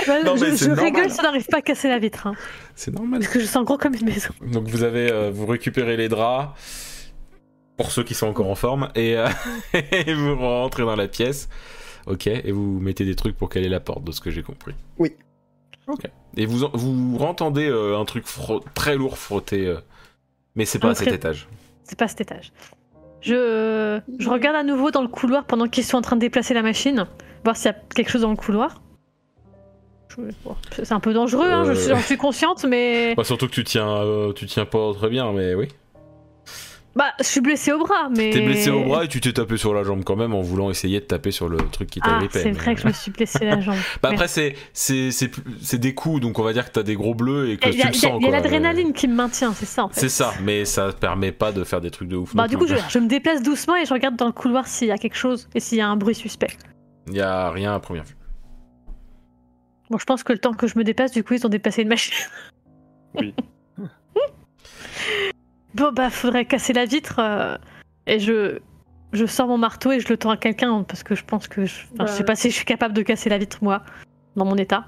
[SPEAKER 1] Non, mais
[SPEAKER 4] je
[SPEAKER 1] c'est
[SPEAKER 4] je
[SPEAKER 1] normal.
[SPEAKER 4] rigole si on n'arrive pas à casser la vitre. hein,
[SPEAKER 1] C'est normal.
[SPEAKER 4] parce que je sens gros comme une maison.
[SPEAKER 1] Donc vous avez, euh, vous récupérez les draps pour ceux qui sont encore en forme et, euh, et vous rentrez dans la pièce. Ok, et vous mettez des trucs pour caler la porte, de ce que j'ai compris.
[SPEAKER 3] Oui.
[SPEAKER 1] Ok. Et vous en- vous entendez euh, un truc fro- très lourd frotter, euh, mais c'est pas
[SPEAKER 4] Un
[SPEAKER 1] à cet
[SPEAKER 4] très-
[SPEAKER 1] étage.
[SPEAKER 4] C'est pas cet étage. Je, je regarde à nouveau dans le couloir pendant qu'ils sont en train de déplacer la machine, voir s'il y a quelque chose dans le couloir. Je- bon, c'est un peu dangereux, hein, je
[SPEAKER 1] Euh.
[SPEAKER 4] suis- j'en suis consciente, mais.
[SPEAKER 1] Bah, surtout que tu tiens, euh, tu tiens pas très bien, mais oui.
[SPEAKER 4] Bah, je suis blessée au bras, mais.
[SPEAKER 1] T'es blessé au bras et tu t'es tapé sur la jambe quand même en voulant essayer de taper sur le truc qui
[SPEAKER 4] Ah,
[SPEAKER 1] t'avait peine.
[SPEAKER 4] c'est vrai que je me suis blessée la jambe.
[SPEAKER 1] Bah, après c'est c'est c'est plus- c'est des coups donc on va dire que t'as des gros bleus et que
[SPEAKER 4] Il y
[SPEAKER 1] tu
[SPEAKER 4] a,
[SPEAKER 1] le
[SPEAKER 4] il y a-
[SPEAKER 1] sens.
[SPEAKER 4] il
[SPEAKER 1] quoi.
[SPEAKER 4] y a
[SPEAKER 1] euh.
[SPEAKER 4] l'adrénaline qui me maintient, c'est ça en fait.
[SPEAKER 1] C'est ça, mais ça te permet pas de faire des trucs de ouf.
[SPEAKER 4] Bah,
[SPEAKER 1] non
[SPEAKER 4] du coup,
[SPEAKER 1] plus.
[SPEAKER 4] je, je me déplace doucement et je regarde dans le couloir s'il y a quelque chose et s'il y a un bruit suspect.
[SPEAKER 1] Y a rien à première vue.
[SPEAKER 4] Bon, je pense que le temps que je me déplace, du coup, ils ont déplacé une machine.
[SPEAKER 5] Oui.
[SPEAKER 4] bon, bah, faudrait casser la vitre euh, et je. Je sors mon marteau et je le tends à quelqu'un parce que je pense que je, enfin, je sais
[SPEAKER 2] Bah.
[SPEAKER 4] pas si je suis capable de casser la vitre moi dans mon état.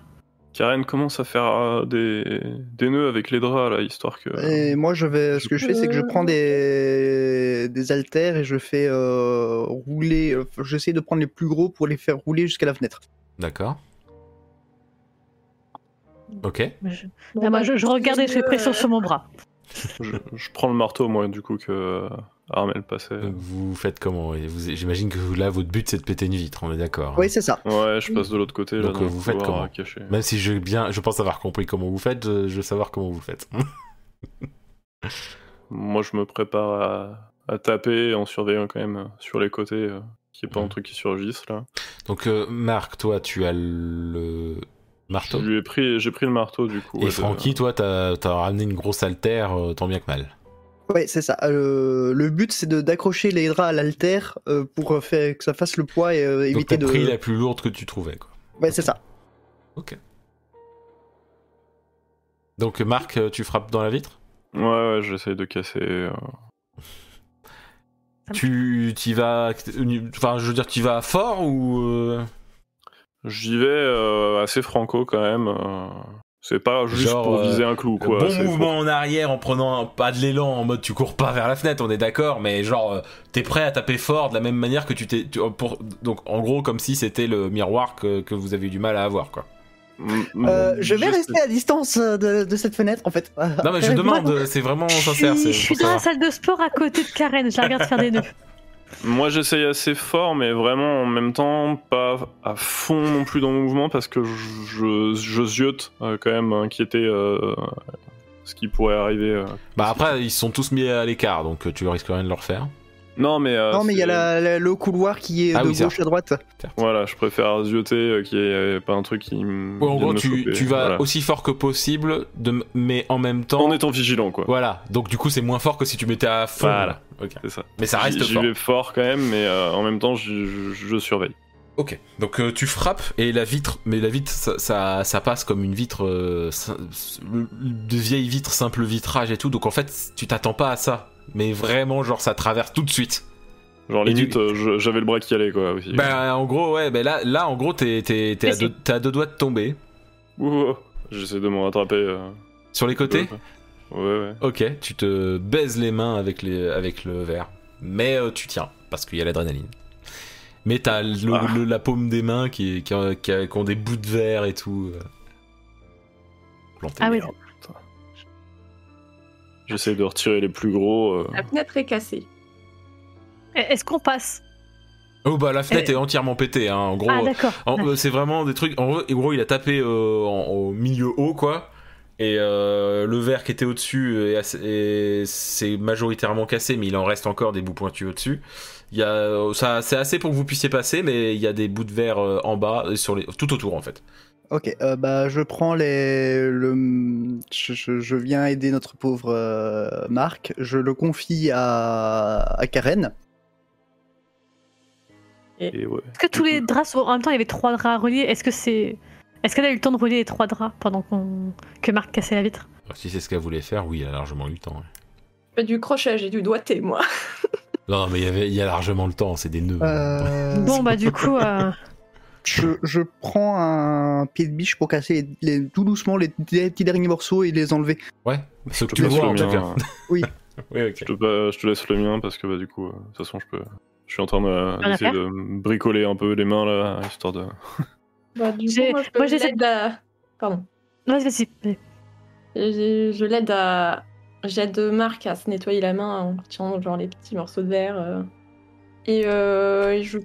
[SPEAKER 5] Karen commence à faire euh, des... des nœuds avec les draps, là, histoire que.
[SPEAKER 3] Et moi, je vais, ce que je fais, c'est que je prends des, des haltères et je fais euh, rouler. euh, J'essaie de prendre les plus gros pour les faire rouler jusqu'à la fenêtre.
[SPEAKER 1] D'accord. Ok.
[SPEAKER 4] Mais Je,
[SPEAKER 2] Bon,
[SPEAKER 4] Ah, moi,
[SPEAKER 2] bah,
[SPEAKER 4] je, je regarde et je fais pression
[SPEAKER 2] euh,
[SPEAKER 4] sur mon bras.
[SPEAKER 5] Je, je prends le marteau, moi, du coup, que euh, Armel passait.
[SPEAKER 1] Donc vous faites comment Et vous- J'imagine que vous- là, votre but, c'est de péter une vitre, on est d'accord. hein
[SPEAKER 3] Oui, c'est ça.
[SPEAKER 5] Ouais, je passe de l'autre côté, là,
[SPEAKER 1] Donc,
[SPEAKER 5] dans
[SPEAKER 1] euh,
[SPEAKER 5] le
[SPEAKER 1] vous faites
[SPEAKER 5] couloir,
[SPEAKER 1] comment
[SPEAKER 5] euh, caché.
[SPEAKER 1] Même si je, bien, je pense avoir compris comment vous faites, je, je veux savoir comment vous le faites.
[SPEAKER 5] Moi, je me prépare à, à taper en surveillant quand même euh, sur les côtés, euh, qu'il n'y ait pas
[SPEAKER 1] Ouais.
[SPEAKER 5] un truc qui surgisse, là.
[SPEAKER 1] Donc euh, Marc, toi, tu as le marteau.
[SPEAKER 5] Je lui ai pris, j'ai pris le marteau, du coup.
[SPEAKER 1] Et
[SPEAKER 5] ouais, de-
[SPEAKER 1] Francky, toi, t'as t'as ramené une grosse altère, euh, tant bien que mal.
[SPEAKER 3] Oui, c'est ça. Euh, le but, c'est de- d'accrocher les draps à l'haltère euh, pour faire que ça fasse le poids et euh,
[SPEAKER 1] Donc t'as
[SPEAKER 3] éviter de.
[SPEAKER 1] pris la plus lourde que tu trouvais. Quoi.
[SPEAKER 3] Ouais, c'est ça.
[SPEAKER 1] Donc Marc, euh, tu frappes dans la vitre
[SPEAKER 5] Ouais, ouais, j'essaye de casser. euh,
[SPEAKER 1] Tu t'y vas, enfin je veux dire, tu vas fort ou euh,
[SPEAKER 5] J'y vais euh, assez franco quand même. euh, C'est pas juste
[SPEAKER 1] Genre,
[SPEAKER 5] pour
[SPEAKER 1] euh,
[SPEAKER 5] viser un clou, quoi.
[SPEAKER 1] bon
[SPEAKER 5] c'est
[SPEAKER 1] mouvement en arrière en prenant un pas de l'élan en mode tu cours pas vers la fenêtre, on est d'accord, mais genre euh, t'es prêt à taper fort de la même manière que tu t'es, tu- euh, pour donc en gros comme si c'était le miroir que, que vous avez eu du mal à avoir quoi.
[SPEAKER 5] pour- Mm, mm,
[SPEAKER 3] Euh, je vais
[SPEAKER 5] juste-
[SPEAKER 3] rester à distance euh, de, de cette fenêtre, en fait.
[SPEAKER 1] Non mais je demande, euh, c'est vraiment
[SPEAKER 4] Je suis,
[SPEAKER 1] sincère, c'est
[SPEAKER 4] je suis
[SPEAKER 1] pour
[SPEAKER 4] dans la
[SPEAKER 1] savoir.
[SPEAKER 4] salle de sport à côté de Karen, je la regarde faire des nœuds.
[SPEAKER 5] Moi, j'essaye assez fort, mais vraiment en même temps pas à fond non plus dans le mouvement parce que je, je, je ziote euh, quand même inquiété euh, ce qui pourrait arriver. euh.
[SPEAKER 1] Bah après ils se sont tous mis à l'écart donc euh, tu risques rien de leur faire.
[SPEAKER 5] Non, mais euh,
[SPEAKER 3] Non, mais il y a
[SPEAKER 5] c'est-
[SPEAKER 3] la- la- le couloir qui est
[SPEAKER 1] Ah
[SPEAKER 3] de
[SPEAKER 1] oui, ça.
[SPEAKER 3] gauche à droite.
[SPEAKER 5] Voilà, je préfère zioter euh, qu'il n'y ait pas un truc qui. me-
[SPEAKER 1] Ouais, en
[SPEAKER 5] vienne
[SPEAKER 1] gros
[SPEAKER 5] me
[SPEAKER 1] tu,
[SPEAKER 5] choper,
[SPEAKER 1] tu vas
[SPEAKER 5] voilà.
[SPEAKER 1] aussi fort que possible, de, m- mais en même temps.
[SPEAKER 5] en étant vigilant, quoi.
[SPEAKER 1] Voilà, donc du coup c'est moins fort que si tu mettais à fond.
[SPEAKER 5] Voilà.
[SPEAKER 1] Ok.
[SPEAKER 5] C'est ça.
[SPEAKER 1] Mais ça reste
[SPEAKER 5] J'y- J'y
[SPEAKER 1] fort.
[SPEAKER 5] vais fort quand même, mais euh, en même temps, j'y- je, je surveille.
[SPEAKER 1] Ok, donc euh, tu frappes et la vitre, mais la vitre, ça, ça, ça passe comme une vitre euh, sim- de vieille vitre, simple vitrage et tout. Donc en fait, tu t'attends pas à ça, mais vraiment, genre ça traverse tout de suite.
[SPEAKER 5] Genre,
[SPEAKER 1] Et
[SPEAKER 5] limite,
[SPEAKER 1] du-
[SPEAKER 5] euh, je- j'avais le bras qui allait, quoi. Aussi.
[SPEAKER 1] Bah en gros, ouais, bah là, là en gros, t'es, t'es, t'es à,
[SPEAKER 4] Laissez.
[SPEAKER 1] deux, t'es à deux doigts de tomber
[SPEAKER 5] Ouh, ouh. J'essaie de me rattraper. euh,
[SPEAKER 1] sur les côtés.
[SPEAKER 5] Ouais, ouais.
[SPEAKER 1] Ok, tu te baises les mains avec les, avec le verre, mais euh, tu tiens parce qu'il y a l'adrénaline. Mais t'as le-
[SPEAKER 5] Ah.
[SPEAKER 1] le- la paume des mains qui, qui, qui, qui ont des bouts de verre et tout. euh, plantés.
[SPEAKER 4] Ah oui.
[SPEAKER 5] merde. J'essaie de retirer les plus gros. euh.
[SPEAKER 2] La fenêtre est cassée.
[SPEAKER 4] Eh, Est-ce qu'on passe
[SPEAKER 1] Oh bah la fenêtre
[SPEAKER 4] Eh.
[SPEAKER 1] est entièrement pétée, hein. en gros.
[SPEAKER 4] Ah d'accord.
[SPEAKER 1] en- euh, c'est vraiment des trucs. En gros, en gros, il a tapé euh, en- au milieu haut, quoi. Et euh, le verre qui était au-dessus euh, est assez- est- c'est majoritairement cassé, mais il en reste encore des bouts pointus au-dessus. Il y a, euh, ça, c'est assez pour que vous puissiez passer, mais il y a des bouts de verre euh, en bas, euh, sur les, tout autour en fait.
[SPEAKER 3] Ok, euh, bah je prends les. Le... Je, je- je viens aider notre pauvre euh, Marc. Je le confie à, à Karen.
[SPEAKER 5] Et ouais.
[SPEAKER 4] Est-ce que tous les draps sont... En même temps, il y avait trois draps reliés. Est-ce que c'est... Est-ce qu'elle a eu le temps de rouler les trois draps pendant qu'on que Marc cassait la vitre
[SPEAKER 1] Alors, Bah, si c'est ce qu'elle voulait faire, oui, elle a largement eu le temps. hein. ouais.
[SPEAKER 2] Je fais du crochet, j'ai du doigté, moi.
[SPEAKER 1] Non, mais il y, avait, il y a largement le temps, c'est des nœuds.
[SPEAKER 3] Euh,
[SPEAKER 4] Bon, bah du coup, euh,
[SPEAKER 3] je, je prends un pied de biche pour casser les- les- tout doucement les, les petits derniers morceaux et les enlever.
[SPEAKER 1] Ouais, ce que
[SPEAKER 5] Je te
[SPEAKER 1] tu
[SPEAKER 5] laisse
[SPEAKER 1] vois en
[SPEAKER 5] le
[SPEAKER 1] tout
[SPEAKER 5] mien,
[SPEAKER 1] cas.
[SPEAKER 5] euh,
[SPEAKER 3] Oui.
[SPEAKER 1] Oui, ok.
[SPEAKER 5] Je te, bah, je te laisse le mien parce que bah, du coup, euh, de toute façon, je peux. Je suis en train de-
[SPEAKER 4] Rien à
[SPEAKER 5] d'essayer
[SPEAKER 4] faire.
[SPEAKER 5] de, me bricoler un peu les mains là, histoire de.
[SPEAKER 2] Bah, du
[SPEAKER 4] J'ai-
[SPEAKER 2] coup, moi, je peux-
[SPEAKER 4] moi,
[SPEAKER 2] je
[SPEAKER 4] j'essaie-
[SPEAKER 2] l'aide à... Pardon.
[SPEAKER 4] vas-y, vas-y. vas-y.
[SPEAKER 2] Je, je l'aide à... J'aide Marc à se nettoyer la main en tirant genre les petits morceaux de verre. euh. Et euh, je...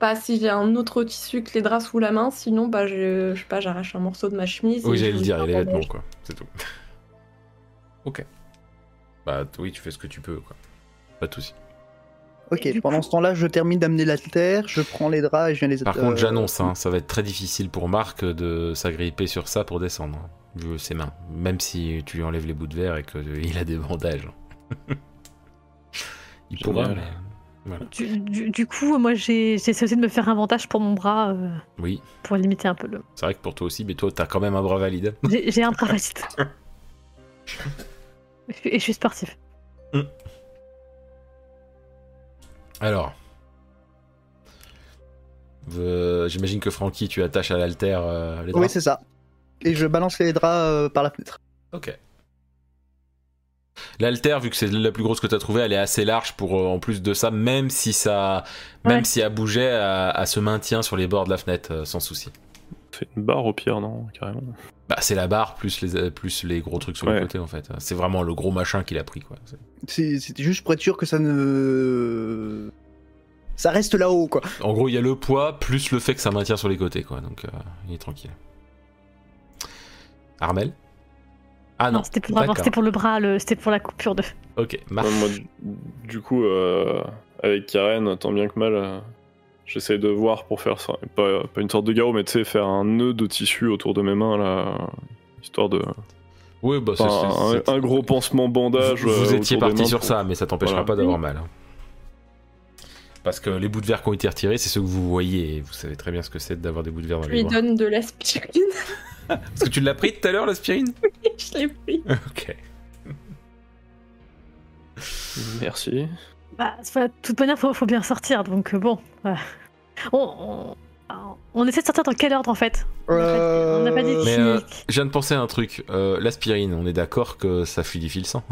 [SPEAKER 2] Pas si j'ai un autre tissu que les draps sous la main, sinon bah je, je sais pas, j'arrache un morceau de ma chemise.
[SPEAKER 1] Oui,
[SPEAKER 2] et
[SPEAKER 1] j'allais
[SPEAKER 2] je
[SPEAKER 1] le
[SPEAKER 2] lui
[SPEAKER 1] dire,
[SPEAKER 2] fais
[SPEAKER 1] il y
[SPEAKER 2] un
[SPEAKER 1] a les vêtements,
[SPEAKER 2] bandage.
[SPEAKER 1] quoi. C'est tout. ok. Bah t- oui, tu fais ce que tu peux, quoi. Pas de soucis.
[SPEAKER 3] Ok,
[SPEAKER 4] Et du
[SPEAKER 3] pendant
[SPEAKER 4] coup-
[SPEAKER 3] ce temps-là, je termine d'amener la terre, je prends les draps et je viens les
[SPEAKER 1] Par
[SPEAKER 3] euh,
[SPEAKER 1] contre, j'annonce, hein, ça va être très difficile pour Marc de s'agripper sur ça pour descendre, hein, vu ses mains. Même si tu lui enlèves les bouts de verre et qu'il a des bandages. il pourra,
[SPEAKER 5] Génial.
[SPEAKER 1] mais-
[SPEAKER 4] Du, du- du coup, moi j'ai j'ai essayé de me faire un bandage pour mon bras euh,
[SPEAKER 1] Oui,
[SPEAKER 4] pour limiter un peu le.
[SPEAKER 1] c'est vrai que pour toi aussi, mais toi, t'as quand même un bras valide.
[SPEAKER 4] J'ai j'ai un bras valide. Et je suis- Et je suis sportif.
[SPEAKER 1] Alors. Euh, J'imagine que Francky, tu attaches à l'altère euh, les
[SPEAKER 3] Oui,
[SPEAKER 1] draps.
[SPEAKER 3] c'est ça. Et je balance les draps euh, par la fenêtre.
[SPEAKER 1] Ok. L'altère, vu que c'est la plus grosse que tu as trouvée, elle est assez large pour, euh, en plus de ça, même si ça, même
[SPEAKER 4] Ouais.
[SPEAKER 1] si elle bougeait, elle, elle se maintient sur les bords de la fenêtre euh, sans souci.
[SPEAKER 5] C'est une barre au pire, non Carrément.
[SPEAKER 1] Bah, c'est la barre plus les, euh, plus les gros trucs sur le
[SPEAKER 5] Ouais.
[SPEAKER 1] côté en fait. C'est vraiment le gros machin qu'il a pris quoi. C'est-
[SPEAKER 3] C'est- C'était juste pour être sûr que ça ne. Ça reste là-haut, quoi.
[SPEAKER 1] En gros, il y a le poids plus le fait que ça maintient sur les côtés quoi. Donc, euh, il est tranquille. Armel. Ah non.
[SPEAKER 4] Non, c'était pour, avoir-
[SPEAKER 1] d'accord.
[SPEAKER 4] c'était pour le bras, le- c'était pour la coupure de.
[SPEAKER 1] Ok. Marc.
[SPEAKER 5] Ouais, moi, du, du coup, euh, avec Karen, tant bien que mal, euh, j'essaie de voir pour faire ça. Pas, pas une sorte de garrot, mais tu sais, faire un nœud de tissu autour de mes mains, là, histoire de.
[SPEAKER 1] Oui, bah c'est-
[SPEAKER 5] Enfin,
[SPEAKER 1] c'est- c'est-
[SPEAKER 5] un, un gros pansement bandage.
[SPEAKER 1] Vous, vous
[SPEAKER 5] euh,
[SPEAKER 1] étiez
[SPEAKER 5] autour des
[SPEAKER 1] parti
[SPEAKER 5] mains
[SPEAKER 1] sur
[SPEAKER 5] pour-
[SPEAKER 1] ça, mais ça t'empêchera
[SPEAKER 5] Voilà.
[SPEAKER 1] pas d'avoir mal. hein. Parce que les bouts de verre qui ont été retirés, c'est ceux que vous voyez. et Vous savez très bien ce que c'est d'avoir des bouts de verre dans
[SPEAKER 2] Je
[SPEAKER 1] les
[SPEAKER 2] lui
[SPEAKER 1] bras.
[SPEAKER 2] donne de l'aspirine,
[SPEAKER 1] Est-ce que tu l'as pris tout à l'heure, l'aspirine
[SPEAKER 2] je l'ai pris.
[SPEAKER 1] Ok.
[SPEAKER 5] Merci.
[SPEAKER 4] Bah, c'est pas- de toute manière, faut, faut bien sortir, donc euh, bon. ouais. On, on, on essaie de sortir dans quel ordre en fait On n'a pas dit
[SPEAKER 3] Euh,
[SPEAKER 1] Mais, euh,
[SPEAKER 4] clinique.
[SPEAKER 1] Je viens de penser à un truc. Euh, l'aspirine, on est d'accord que ça fluidifie le sang.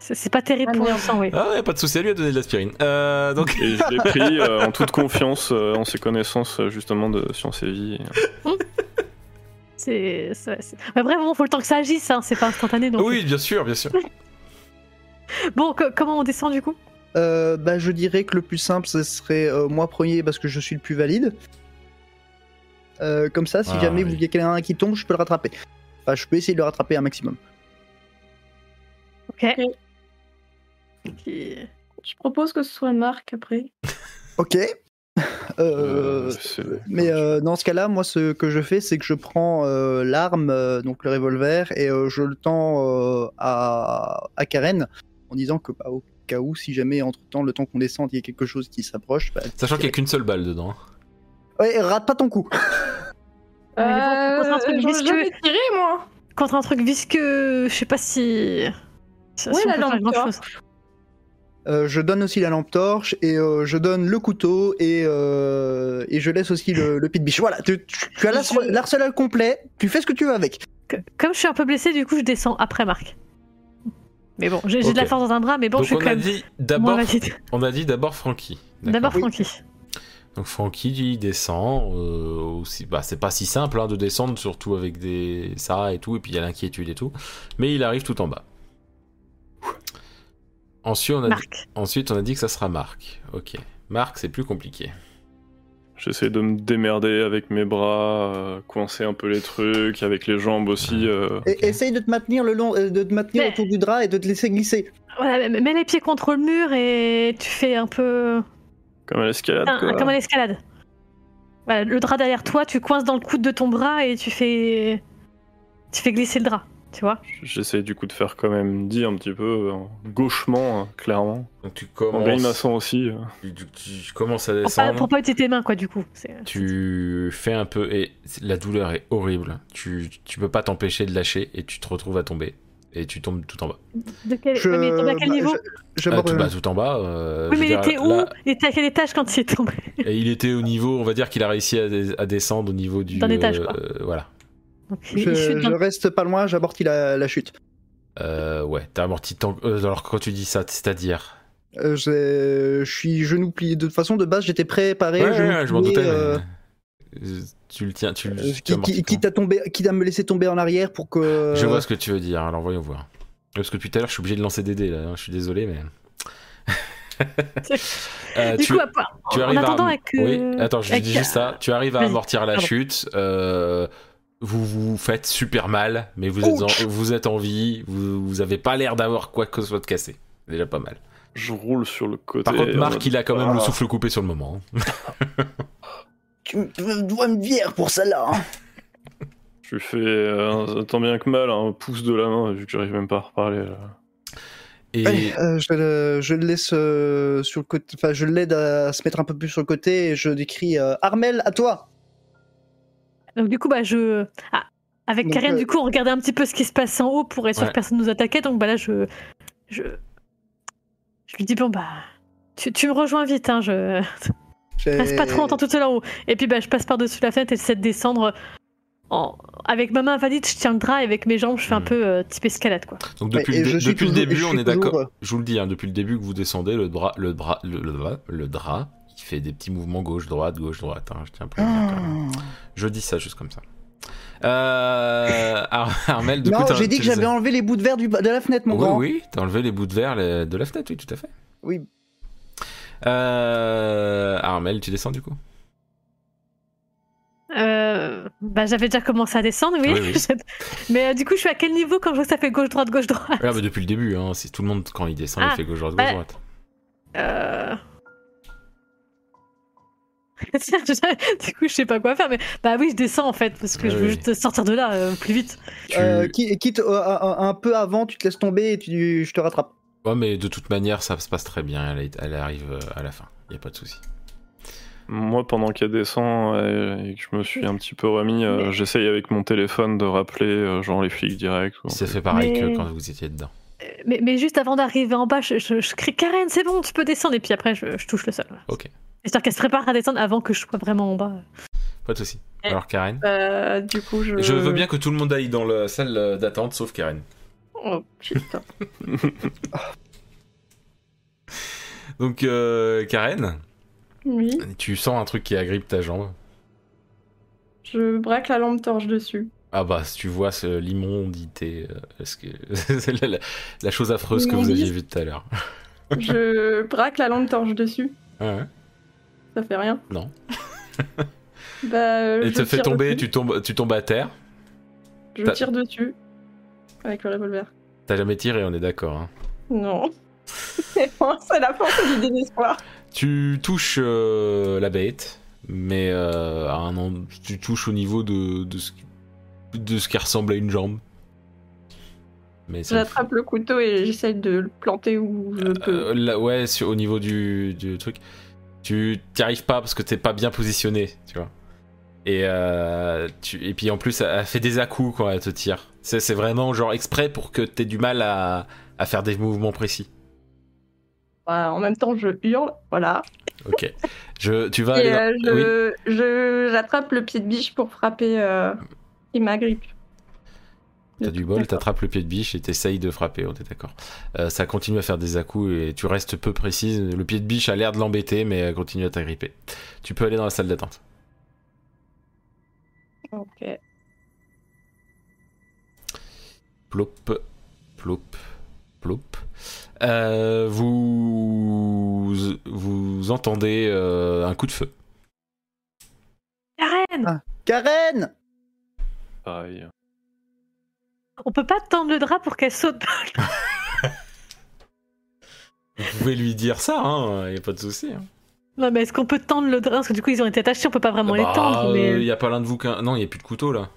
[SPEAKER 4] C'est c'est pas terrible
[SPEAKER 2] Ah,
[SPEAKER 4] pour le
[SPEAKER 2] merde.
[SPEAKER 4] sang, oui.
[SPEAKER 1] Ah ouais, pas de souci, elle lui a donné de l'aspirine. Euh, donc,
[SPEAKER 5] Et je l'ai pris euh, en toute confiance euh, en ses connaissances, euh, justement, de sciences et vie.
[SPEAKER 4] C'est. c'est- c'est- Mais bref, bon, faut le temps que ça agisse, hein, c'est pas instantané. Donc...
[SPEAKER 1] oui, bien sûr, bien sûr.
[SPEAKER 4] Bon, co- comment on descend du coup
[SPEAKER 3] euh, bah, je dirais que le plus simple, ce serait euh, moi premier parce que je suis le plus valide. Euh, comme ça, si
[SPEAKER 1] Ah,
[SPEAKER 3] jamais
[SPEAKER 1] oui.
[SPEAKER 3] vous voyez quelqu'un qui tombe, je peux le rattraper. Enfin, je peux essayer de le rattraper un maximum.
[SPEAKER 4] Ok.
[SPEAKER 2] Ok.
[SPEAKER 4] Qui-
[SPEAKER 2] Je propose que ce soit Marc après.
[SPEAKER 3] Ok.
[SPEAKER 5] Euh,
[SPEAKER 3] Euh,
[SPEAKER 5] c'est-
[SPEAKER 3] Mais euh, dans ce cas-là, moi, ce que je fais, c'est que je prends euh, l'arme, euh, donc le revolver, et euh, je le tends euh, à, à Karen en disant que, bah, au cas où, si jamais entre temps, le temps qu'on descende, il y a quelque chose qui s'approche, bah,
[SPEAKER 1] Sachant qu'il y a qu'une seule balle dedans. hein.
[SPEAKER 3] ouais, rate pas ton coup.
[SPEAKER 4] mais bon, contre un truc
[SPEAKER 2] Euh, j'en ai
[SPEAKER 4] visqueux.
[SPEAKER 2] jamais tiré, moi
[SPEAKER 4] Contre un truc visqueux, je sais pas si. si
[SPEAKER 2] Ouais,
[SPEAKER 4] on
[SPEAKER 2] la
[SPEAKER 4] peut faire
[SPEAKER 2] lampe
[SPEAKER 4] grand-chose.
[SPEAKER 3] Euh, je donne aussi la lampe torche et euh, je donne le couteau et, euh, et je laisse aussi le, le pit biche. Voilà, tu, tu- tu as l'ars- l'arsenal complet, tu fais ce que tu veux avec.
[SPEAKER 4] Co- Comme je suis un peu blessée, du coup, je descends après Marc. Mais bon, j'ai j'ai de la
[SPEAKER 1] Ok.
[SPEAKER 4] force dans un bras, mais bon,
[SPEAKER 1] donc,
[SPEAKER 4] je suis
[SPEAKER 1] on
[SPEAKER 4] quand
[SPEAKER 1] a,
[SPEAKER 4] même.
[SPEAKER 1] dit
[SPEAKER 4] moins
[SPEAKER 1] d'abord,
[SPEAKER 4] valide.
[SPEAKER 1] on a dit d'abord Francky. D'accord.
[SPEAKER 4] D'abord,
[SPEAKER 3] Oui.
[SPEAKER 4] Francky.
[SPEAKER 1] Donc Francky il descend. euh, aussi, bah, c'est pas si simple hein, de descendre, surtout avec des ça et tout, et puis il y a l'inquiétude et tout. Mais il arrive tout en bas. Ensuite on a, dit,
[SPEAKER 4] Marc.
[SPEAKER 1] ensuite, on a dit que ça sera Marc. Ok. Marc, c'est plus compliqué.
[SPEAKER 5] J'essaie de me démerder avec mes bras, euh, coincer un peu les trucs, avec les jambes aussi. euh,
[SPEAKER 3] Et
[SPEAKER 1] Ok.
[SPEAKER 3] essaye de te maintenir le long, euh, de te maintenir
[SPEAKER 4] Mais-
[SPEAKER 3] autour du drap et de te laisser glisser.
[SPEAKER 4] Voilà, mets- mets les pieds contre le mur et tu fais un peu.
[SPEAKER 5] comme à l'escalade,
[SPEAKER 4] un-
[SPEAKER 5] quoi.
[SPEAKER 4] un- comme à l'escalade. Voilà, le drap derrière toi, tu coinces dans le coude de ton bras et tu fais. Tu fais glisser le drap. Tu vois
[SPEAKER 5] J'essaie du coup de faire quand même dit un petit peu, euh, gauchement, euh, clairement.
[SPEAKER 1] Donc tu
[SPEAKER 5] En
[SPEAKER 1] commences,
[SPEAKER 5] grimaçant aussi. euh.
[SPEAKER 1] tu, tu- tu commences à
[SPEAKER 4] pour pas,
[SPEAKER 1] descendre.
[SPEAKER 4] pour pas utiliser tes mains, quoi, du coup. C'est-
[SPEAKER 1] Tu fais un peu et la douleur est horrible. Tu, tu peux pas t'empêcher de lâcher et tu te retrouves à tomber et tu tombes tout en bas.
[SPEAKER 4] De quel,
[SPEAKER 3] Je-
[SPEAKER 4] Ouais, mais il est tombé à quel
[SPEAKER 3] bah,
[SPEAKER 4] niveau
[SPEAKER 3] je- je-
[SPEAKER 1] Ah, tout, bah, tout en bas. euh,
[SPEAKER 4] Oui,
[SPEAKER 1] je
[SPEAKER 4] mais il
[SPEAKER 1] veux dire,
[SPEAKER 4] était où
[SPEAKER 1] là-
[SPEAKER 4] Il était à quel étage quand il est tombé
[SPEAKER 1] et il était au niveau, on va dire qu'il a réussi à, dé- à descendre au niveau du.
[SPEAKER 4] D'un étage,
[SPEAKER 1] euh,
[SPEAKER 4] quoi.
[SPEAKER 1] voilà.
[SPEAKER 4] Donc, il-
[SPEAKER 3] je,
[SPEAKER 4] il chute hein.
[SPEAKER 3] je
[SPEAKER 4] d'un-
[SPEAKER 3] reste pas loin, j'abortis la, la chute.
[SPEAKER 1] Euh, ouais, t'as amorti tant. euh, alors quand tu dis ça, c'est-à-dire.
[SPEAKER 3] Euh, j'ai- je suis genou plié. De toute façon, de base, j'étais préparé.
[SPEAKER 1] Ouais, ouais,
[SPEAKER 3] genou
[SPEAKER 1] ouais, je m'en
[SPEAKER 3] plié,
[SPEAKER 1] doutais. mais,
[SPEAKER 3] euh,
[SPEAKER 1] euh, Tu le tiens, tu le.
[SPEAKER 3] euh,
[SPEAKER 1] tu
[SPEAKER 3] qui-
[SPEAKER 1] amortis
[SPEAKER 3] qui-
[SPEAKER 1] comment
[SPEAKER 3] Quitte euh, à tomber, quitte à me laisser tomber en arrière pour que.
[SPEAKER 1] Je vois ce que tu veux dire, alors voyons voir. Parce que depuis tout à l'heure, je suis obligé de lancer des dés, là. hein, Je suis désolé, mais. Euh,
[SPEAKER 4] Du
[SPEAKER 1] tu,
[SPEAKER 4] coup, à part-
[SPEAKER 1] tu
[SPEAKER 4] en
[SPEAKER 1] arrives
[SPEAKER 4] attendant
[SPEAKER 1] à...
[SPEAKER 4] à que-
[SPEAKER 1] Oui, attends, je
[SPEAKER 4] à
[SPEAKER 1] dis
[SPEAKER 4] que-
[SPEAKER 1] juste ça. Tu arrives à
[SPEAKER 4] euh, Vas-y,
[SPEAKER 1] amortir la
[SPEAKER 4] pardon.
[SPEAKER 1] chute. euh, Vous vous faites super mal, mais vous êtes, en, vous êtes en vie. Vous, vous avez pas l'air d'avoir quoi que ce soit de cassé. Déjà pas mal.
[SPEAKER 5] Je roule sur le côté.
[SPEAKER 1] Par contre,
[SPEAKER 5] en
[SPEAKER 3] euh,
[SPEAKER 1] Marc,
[SPEAKER 5] mode,
[SPEAKER 1] il a quand même le
[SPEAKER 5] Ah.
[SPEAKER 1] souffle coupé sur le moment. hein.
[SPEAKER 3] Tu me dois me virer pour hein. ça là.
[SPEAKER 5] Je lui fais euh, un- tant bien que mal un pouce de la main, vu que j'arrive même pas à reparler. là.
[SPEAKER 1] Et
[SPEAKER 3] Allez, euh, je, le, je le laisse euh, sur le côté. Enfin, je l'aide à se mettre un peu plus sur le côté et je décris euh, Armel à toi.
[SPEAKER 4] Donc du coup, bah, je... ah, avec
[SPEAKER 3] Donc,
[SPEAKER 4] Karen,
[SPEAKER 3] euh,
[SPEAKER 4] du coup, on regardait un petit peu ce qui se passait en haut pour être sûr
[SPEAKER 1] Ouais.
[SPEAKER 4] que personne nous attaquait. Donc bah, là, je... je... Je lui dis, bon, bah... Tu, tu me rejoins vite, hein, je...
[SPEAKER 3] J'ai-
[SPEAKER 4] Reste pas trop longtemps toute seule en haut. Et puis, bah, je passe par-dessus la fenêtre et j'essaie de descendre... En... Avec ma main valide, je tiens le drap et avec mes jambes, je fais un
[SPEAKER 1] Mm.
[SPEAKER 4] peu euh, type escalade, quoi.
[SPEAKER 1] donc
[SPEAKER 3] Et-
[SPEAKER 1] depuis,
[SPEAKER 3] et
[SPEAKER 1] le, dé-
[SPEAKER 3] je suis
[SPEAKER 1] depuis le
[SPEAKER 3] toujours- et
[SPEAKER 1] début,
[SPEAKER 3] je
[SPEAKER 1] on
[SPEAKER 3] suis
[SPEAKER 1] est d'accord.
[SPEAKER 3] toujours, euh,
[SPEAKER 1] Je vous le dis, hein, depuis le début que vous descendez, le bras, le bras, le, le, bras- le drap, il fait des petits mouvements gauche droite, gauche droite. hein, je tiens à prévenir
[SPEAKER 3] Ah.
[SPEAKER 1] quand même. Je dis ça juste comme ça. Euh, Ar- Armel, de
[SPEAKER 3] non,
[SPEAKER 1] coup, t'as-
[SPEAKER 3] j'ai dit
[SPEAKER 1] tu
[SPEAKER 3] que
[SPEAKER 1] les as-
[SPEAKER 3] j'avais enlevé les bouts de verre du, de la fenêtre, mon
[SPEAKER 1] Oui,
[SPEAKER 3] grand.
[SPEAKER 1] oui, t'as enlevé les bouts de verre les- de la fenêtre, oui, tout à fait.
[SPEAKER 3] Oui.
[SPEAKER 1] Euh, Armel, tu descends du coup
[SPEAKER 4] Euh, bah, j'avais déjà commencé à descendre, oui.
[SPEAKER 1] Oui, oui.
[SPEAKER 4] Mais euh, du coup, je suis à quel niveau quand je vois que ça fait gauche-droite, gauche-droite
[SPEAKER 1] Ah, bah, Depuis le début, hein, c'est tout le monde quand il descend, il
[SPEAKER 4] Ah,
[SPEAKER 1] fait gauche droite,
[SPEAKER 4] ouais.
[SPEAKER 3] bah,
[SPEAKER 1] gauche droite.
[SPEAKER 4] Euh... Tiens, je- du coup, je sais pas quoi faire, mais bah oui, je descends en fait, parce que
[SPEAKER 1] Ah
[SPEAKER 4] je veux
[SPEAKER 1] oui.
[SPEAKER 4] juste sortir de là euh, plus vite.
[SPEAKER 1] Tu-
[SPEAKER 3] Euh, qui- quitte euh, un, un peu avant, tu te laisses tomber et tu, je te rattrape.
[SPEAKER 1] Ouais, mais de toute manière, ça se passe très bien. Elle, est- elle arrive euh, à la fin. Il y a pas de souci.
[SPEAKER 5] Moi, pendant qu'elle descend euh, et que je me suis un petit peu remis, euh,
[SPEAKER 4] Mais-
[SPEAKER 5] j'essaye avec mon téléphone de rappeler euh, genre les flics direct. ou un
[SPEAKER 1] Ça
[SPEAKER 5] truc.
[SPEAKER 1] fait pareil
[SPEAKER 4] Mais-
[SPEAKER 1] que quand vous étiez dedans.
[SPEAKER 4] Mais, mais juste avant d'arriver en bas, je, je- je crie Karen, c'est bon, tu peux descendre, et puis après, je, je touche le sol.
[SPEAKER 1] Ok.
[SPEAKER 4] J'espère qu'elle se prépare à descendre avant que je sois vraiment en bas.
[SPEAKER 1] Pas de souci.
[SPEAKER 2] Eh.
[SPEAKER 1] Alors, Karen
[SPEAKER 2] Euh, du coup, je.
[SPEAKER 1] Je veux bien que tout le monde aille dans la salle euh, d'attente, sauf Karen.
[SPEAKER 2] Oh putain.
[SPEAKER 1] Donc, euh, Karen,
[SPEAKER 2] Oui,
[SPEAKER 1] tu sens un truc qui agrippe ta jambe.
[SPEAKER 2] je braque la lampe torche dessus.
[SPEAKER 1] Ah bah, si tu vois ce- l'immondité, euh, ce que- c'est la, la- la chose affreuse que vous
[SPEAKER 2] Oui.
[SPEAKER 1] aviez vue tout à l'heure.
[SPEAKER 2] Je braque la lampe torche dessus.
[SPEAKER 1] Ouais.
[SPEAKER 2] Ça fait rien.
[SPEAKER 1] Non.
[SPEAKER 2] bah, euh,
[SPEAKER 1] Et
[SPEAKER 2] je
[SPEAKER 1] te fait
[SPEAKER 2] tire
[SPEAKER 1] tomber,
[SPEAKER 2] dessus.
[SPEAKER 1] tu tombes, tu tombes à terre.
[SPEAKER 2] Je
[SPEAKER 1] t'as-
[SPEAKER 2] tire dessus. Avec le revolver.
[SPEAKER 1] T'as jamais tiré, on est d'accord. hein.
[SPEAKER 2] Non. C'est bon, c'est la force du désespoir.
[SPEAKER 1] Tu touches euh, la bête, mais euh, à un en- tu touches au niveau de, de, ce... de ce qui ressemble à une jambe. Mais ça ne fait-
[SPEAKER 2] J'attrape le couteau et j'essaie de le planter où je peux.
[SPEAKER 1] Euh, là, ouais, sur- au niveau du, du truc, tu t'y arrives pas parce que t'es pas bien positionné, tu vois. Et, euh, tu, et puis en plus, elle fait des à-coups quand elle te tire. C'est c'est vraiment genre exprès pour que t'aies du mal à, à faire des mouvements précis.
[SPEAKER 2] Bah, en même temps, je hurle. Voilà.
[SPEAKER 1] Ok. Je, tu vas aller
[SPEAKER 2] et
[SPEAKER 1] dans-
[SPEAKER 2] euh,
[SPEAKER 1] Bah, oui.
[SPEAKER 2] je- je- j'attrape le pied de biche pour frapper. euh, Il m'agrippe.
[SPEAKER 1] T'as du bol,
[SPEAKER 2] D'accord.
[SPEAKER 1] t'attrapes le pied de biche et t'essayes de frapper, on est d'accord. Euh, ça continue à faire des à-coups et tu restes peu précise. Le pied de biche a l'air de l'embêter, mais euh, continue à t'agripper. Tu peux aller dans la salle d'attente.
[SPEAKER 2] Ok.
[SPEAKER 1] Plop, plop, plop. Euh, vous, vous entendez euh, un coup de feu.
[SPEAKER 4] Karen,
[SPEAKER 3] Karen
[SPEAKER 5] Pareil.
[SPEAKER 4] on peut pas tendre le drap pour qu'elle saute.
[SPEAKER 1] Vous pouvez lui dire ça, hein, y a pas de souci. hein.
[SPEAKER 4] non, mais est-ce qu'on peut tendre le
[SPEAKER 1] Eh
[SPEAKER 4] drap Parce que du coup, ils ont été attachés, on peut pas vraiment les
[SPEAKER 1] Bah,
[SPEAKER 4] tendre. Mais...
[SPEAKER 1] euh, y a pas l'un de vous qu'un. Non, y a plus de couteau là.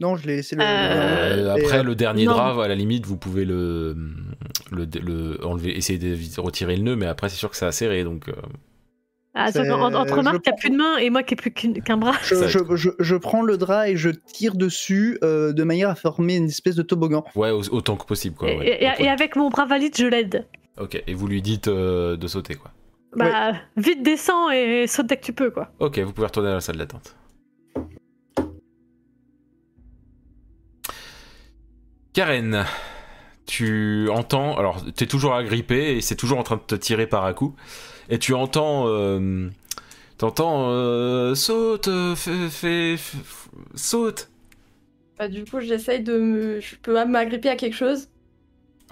[SPEAKER 3] Non, je l'ai laissé le.
[SPEAKER 4] Euh,
[SPEAKER 3] le-
[SPEAKER 1] Euh,
[SPEAKER 3] et,
[SPEAKER 1] après,
[SPEAKER 3] euh,
[SPEAKER 1] le dernier
[SPEAKER 4] non.
[SPEAKER 1] drap, à la limite, vous pouvez le, le, le- enlever, essayer de retirer le nœud, mais après, c'est sûr que ça a serré, donc. euh,
[SPEAKER 4] Ah,
[SPEAKER 3] C'est-
[SPEAKER 4] sauf qu'en- en- entre
[SPEAKER 3] je
[SPEAKER 4] Marc qui a
[SPEAKER 3] prends-
[SPEAKER 4] plus de main et moi qui ai plus qu'une- qu'un bras.
[SPEAKER 3] Je,
[SPEAKER 1] Ça-
[SPEAKER 3] je- je- je prends le drap et je tire dessus euh, de manière à former une espèce de toboggan.
[SPEAKER 1] ouais, au- autant que possible, quoi.
[SPEAKER 4] Et-
[SPEAKER 1] ouais.
[SPEAKER 4] et,
[SPEAKER 1] Ok.
[SPEAKER 4] et avec mon bras valide, je l'aide.
[SPEAKER 1] Ok, et vous lui dites euh, de sauter, quoi.
[SPEAKER 4] Bah, vite descends et saute dès que tu peux, quoi.
[SPEAKER 1] Ok, vous pouvez retourner à la salle d'attente. Karen, tu entends. Alors, t'es toujours agrippé et c'est toujours en train de te tirer par à coup. Et tu entends. euh, T'entends. euh, saute, euh, fais- fais- fais- saute.
[SPEAKER 2] Bah, du coup, j'essaye de me. Je peux m'agripper à quelque chose.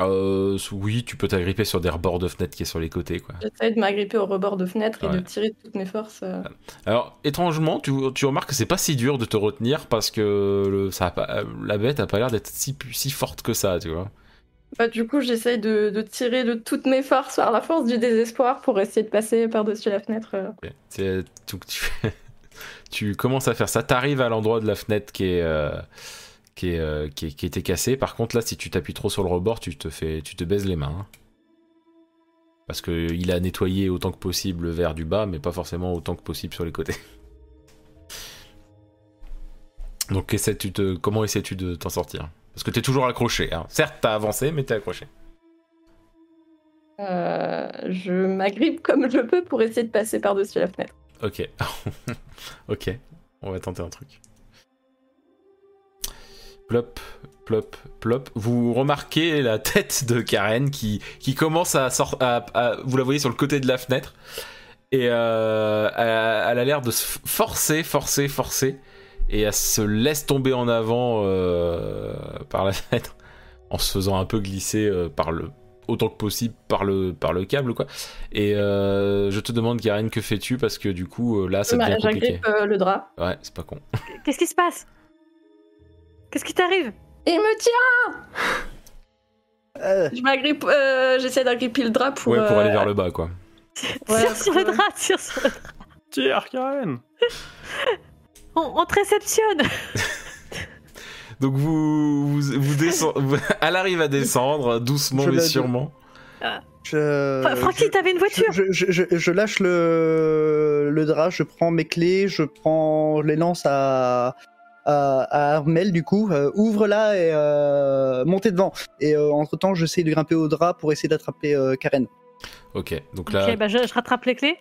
[SPEAKER 1] Euh, oui, tu peux t'agripper sur des rebords de fenêtre qui est sur les côtés, quoi.
[SPEAKER 2] J'essaye de m'agripper au rebord de fenêtre et
[SPEAKER 1] Ouais.
[SPEAKER 2] de tirer de toutes mes forces. euh.
[SPEAKER 1] Alors, étrangement, tu, tu remarques que c'est pas si dur de te retenir parce que le, ça a pas- la bête a pas l'air d'être si, pu- si forte que ça, tu vois.
[SPEAKER 2] Bah, du coup, j'essaye de, de tirer de toutes mes forces par la force du désespoir pour essayer de passer par-dessus la fenêtre. euh.
[SPEAKER 1] Ok. C'est- donc tu, tu commences à faire ça. T'arrives à l'endroit de la fenêtre qui est euh, qui est, euh, qui, est- qui était cassée. Par contre, là, si tu t'appuies trop sur le rebord, tu te fais, tu te baises les mains. hein. Parce que il a nettoyé autant que possible le verre du bas, mais pas forcément autant que possible sur les côtés. Donc, essaies-tu de- comment essaies-tu de t'en sortir Parce que t'es toujours accroché. hein. Certes, t'as avancé, mais t'es accroché.
[SPEAKER 2] Euh, je m'agrippe comme je peux pour essayer de passer par-dessus la fenêtre.
[SPEAKER 1] Ok. ok. On va tenter un truc. Plop, plop, plop. Vous remarquez la tête de Karen qui, qui commence à, sor- à- à- Vous la voyez sur le côté de la fenêtre. Et euh, elle, elle a l'air de se forcer, forcer, forcer. Et elle se laisse tomber en avant euh, par la fenêtre. En se faisant un peu glisser euh, par le, autant que possible par le, par le câble, quoi. Et euh, je te demande, Karen, que fais-tu Parce que du coup, euh, là, ça
[SPEAKER 2] Bah,
[SPEAKER 1] devient compliqué.
[SPEAKER 2] J'agrippe euh, le drap.
[SPEAKER 1] Ouais, c'est pas con.
[SPEAKER 4] Qu'est-ce qui se passe Qu'est-ce qui t'arrive
[SPEAKER 2] Il me tient
[SPEAKER 3] Euh,
[SPEAKER 2] Je m'agrippe, euh, j'essaie d'agripper le drap pour.
[SPEAKER 1] ouais, pour aller
[SPEAKER 2] euh,
[SPEAKER 1] vers le bas, quoi.
[SPEAKER 2] Ouais,
[SPEAKER 4] Tire sur le
[SPEAKER 2] ouais.
[SPEAKER 4] drap, tire sur le drap.
[SPEAKER 5] Tire, Karen
[SPEAKER 4] On, on te réceptionne
[SPEAKER 1] Donc vous, vous, vous descend- vous- elle arrive à descendre doucement
[SPEAKER 3] Je
[SPEAKER 1] mais
[SPEAKER 3] l'adore.
[SPEAKER 1] sûrement.
[SPEAKER 3] je-
[SPEAKER 4] Enfin, Francky,
[SPEAKER 3] Euh, je-
[SPEAKER 4] t'avais une voiture
[SPEAKER 3] je, je- je- je lâche le, le drap, je prends mes clés, je prends, je les lance à, à, à Armel du coup. Euh, ouvre là et euh, montez devant. Et entre temps, j'essaye de grimper au drap pour essayer d'attraper euh, Karen.
[SPEAKER 1] Ok, donc là,
[SPEAKER 4] Ok, bah je, je rattrape les clés.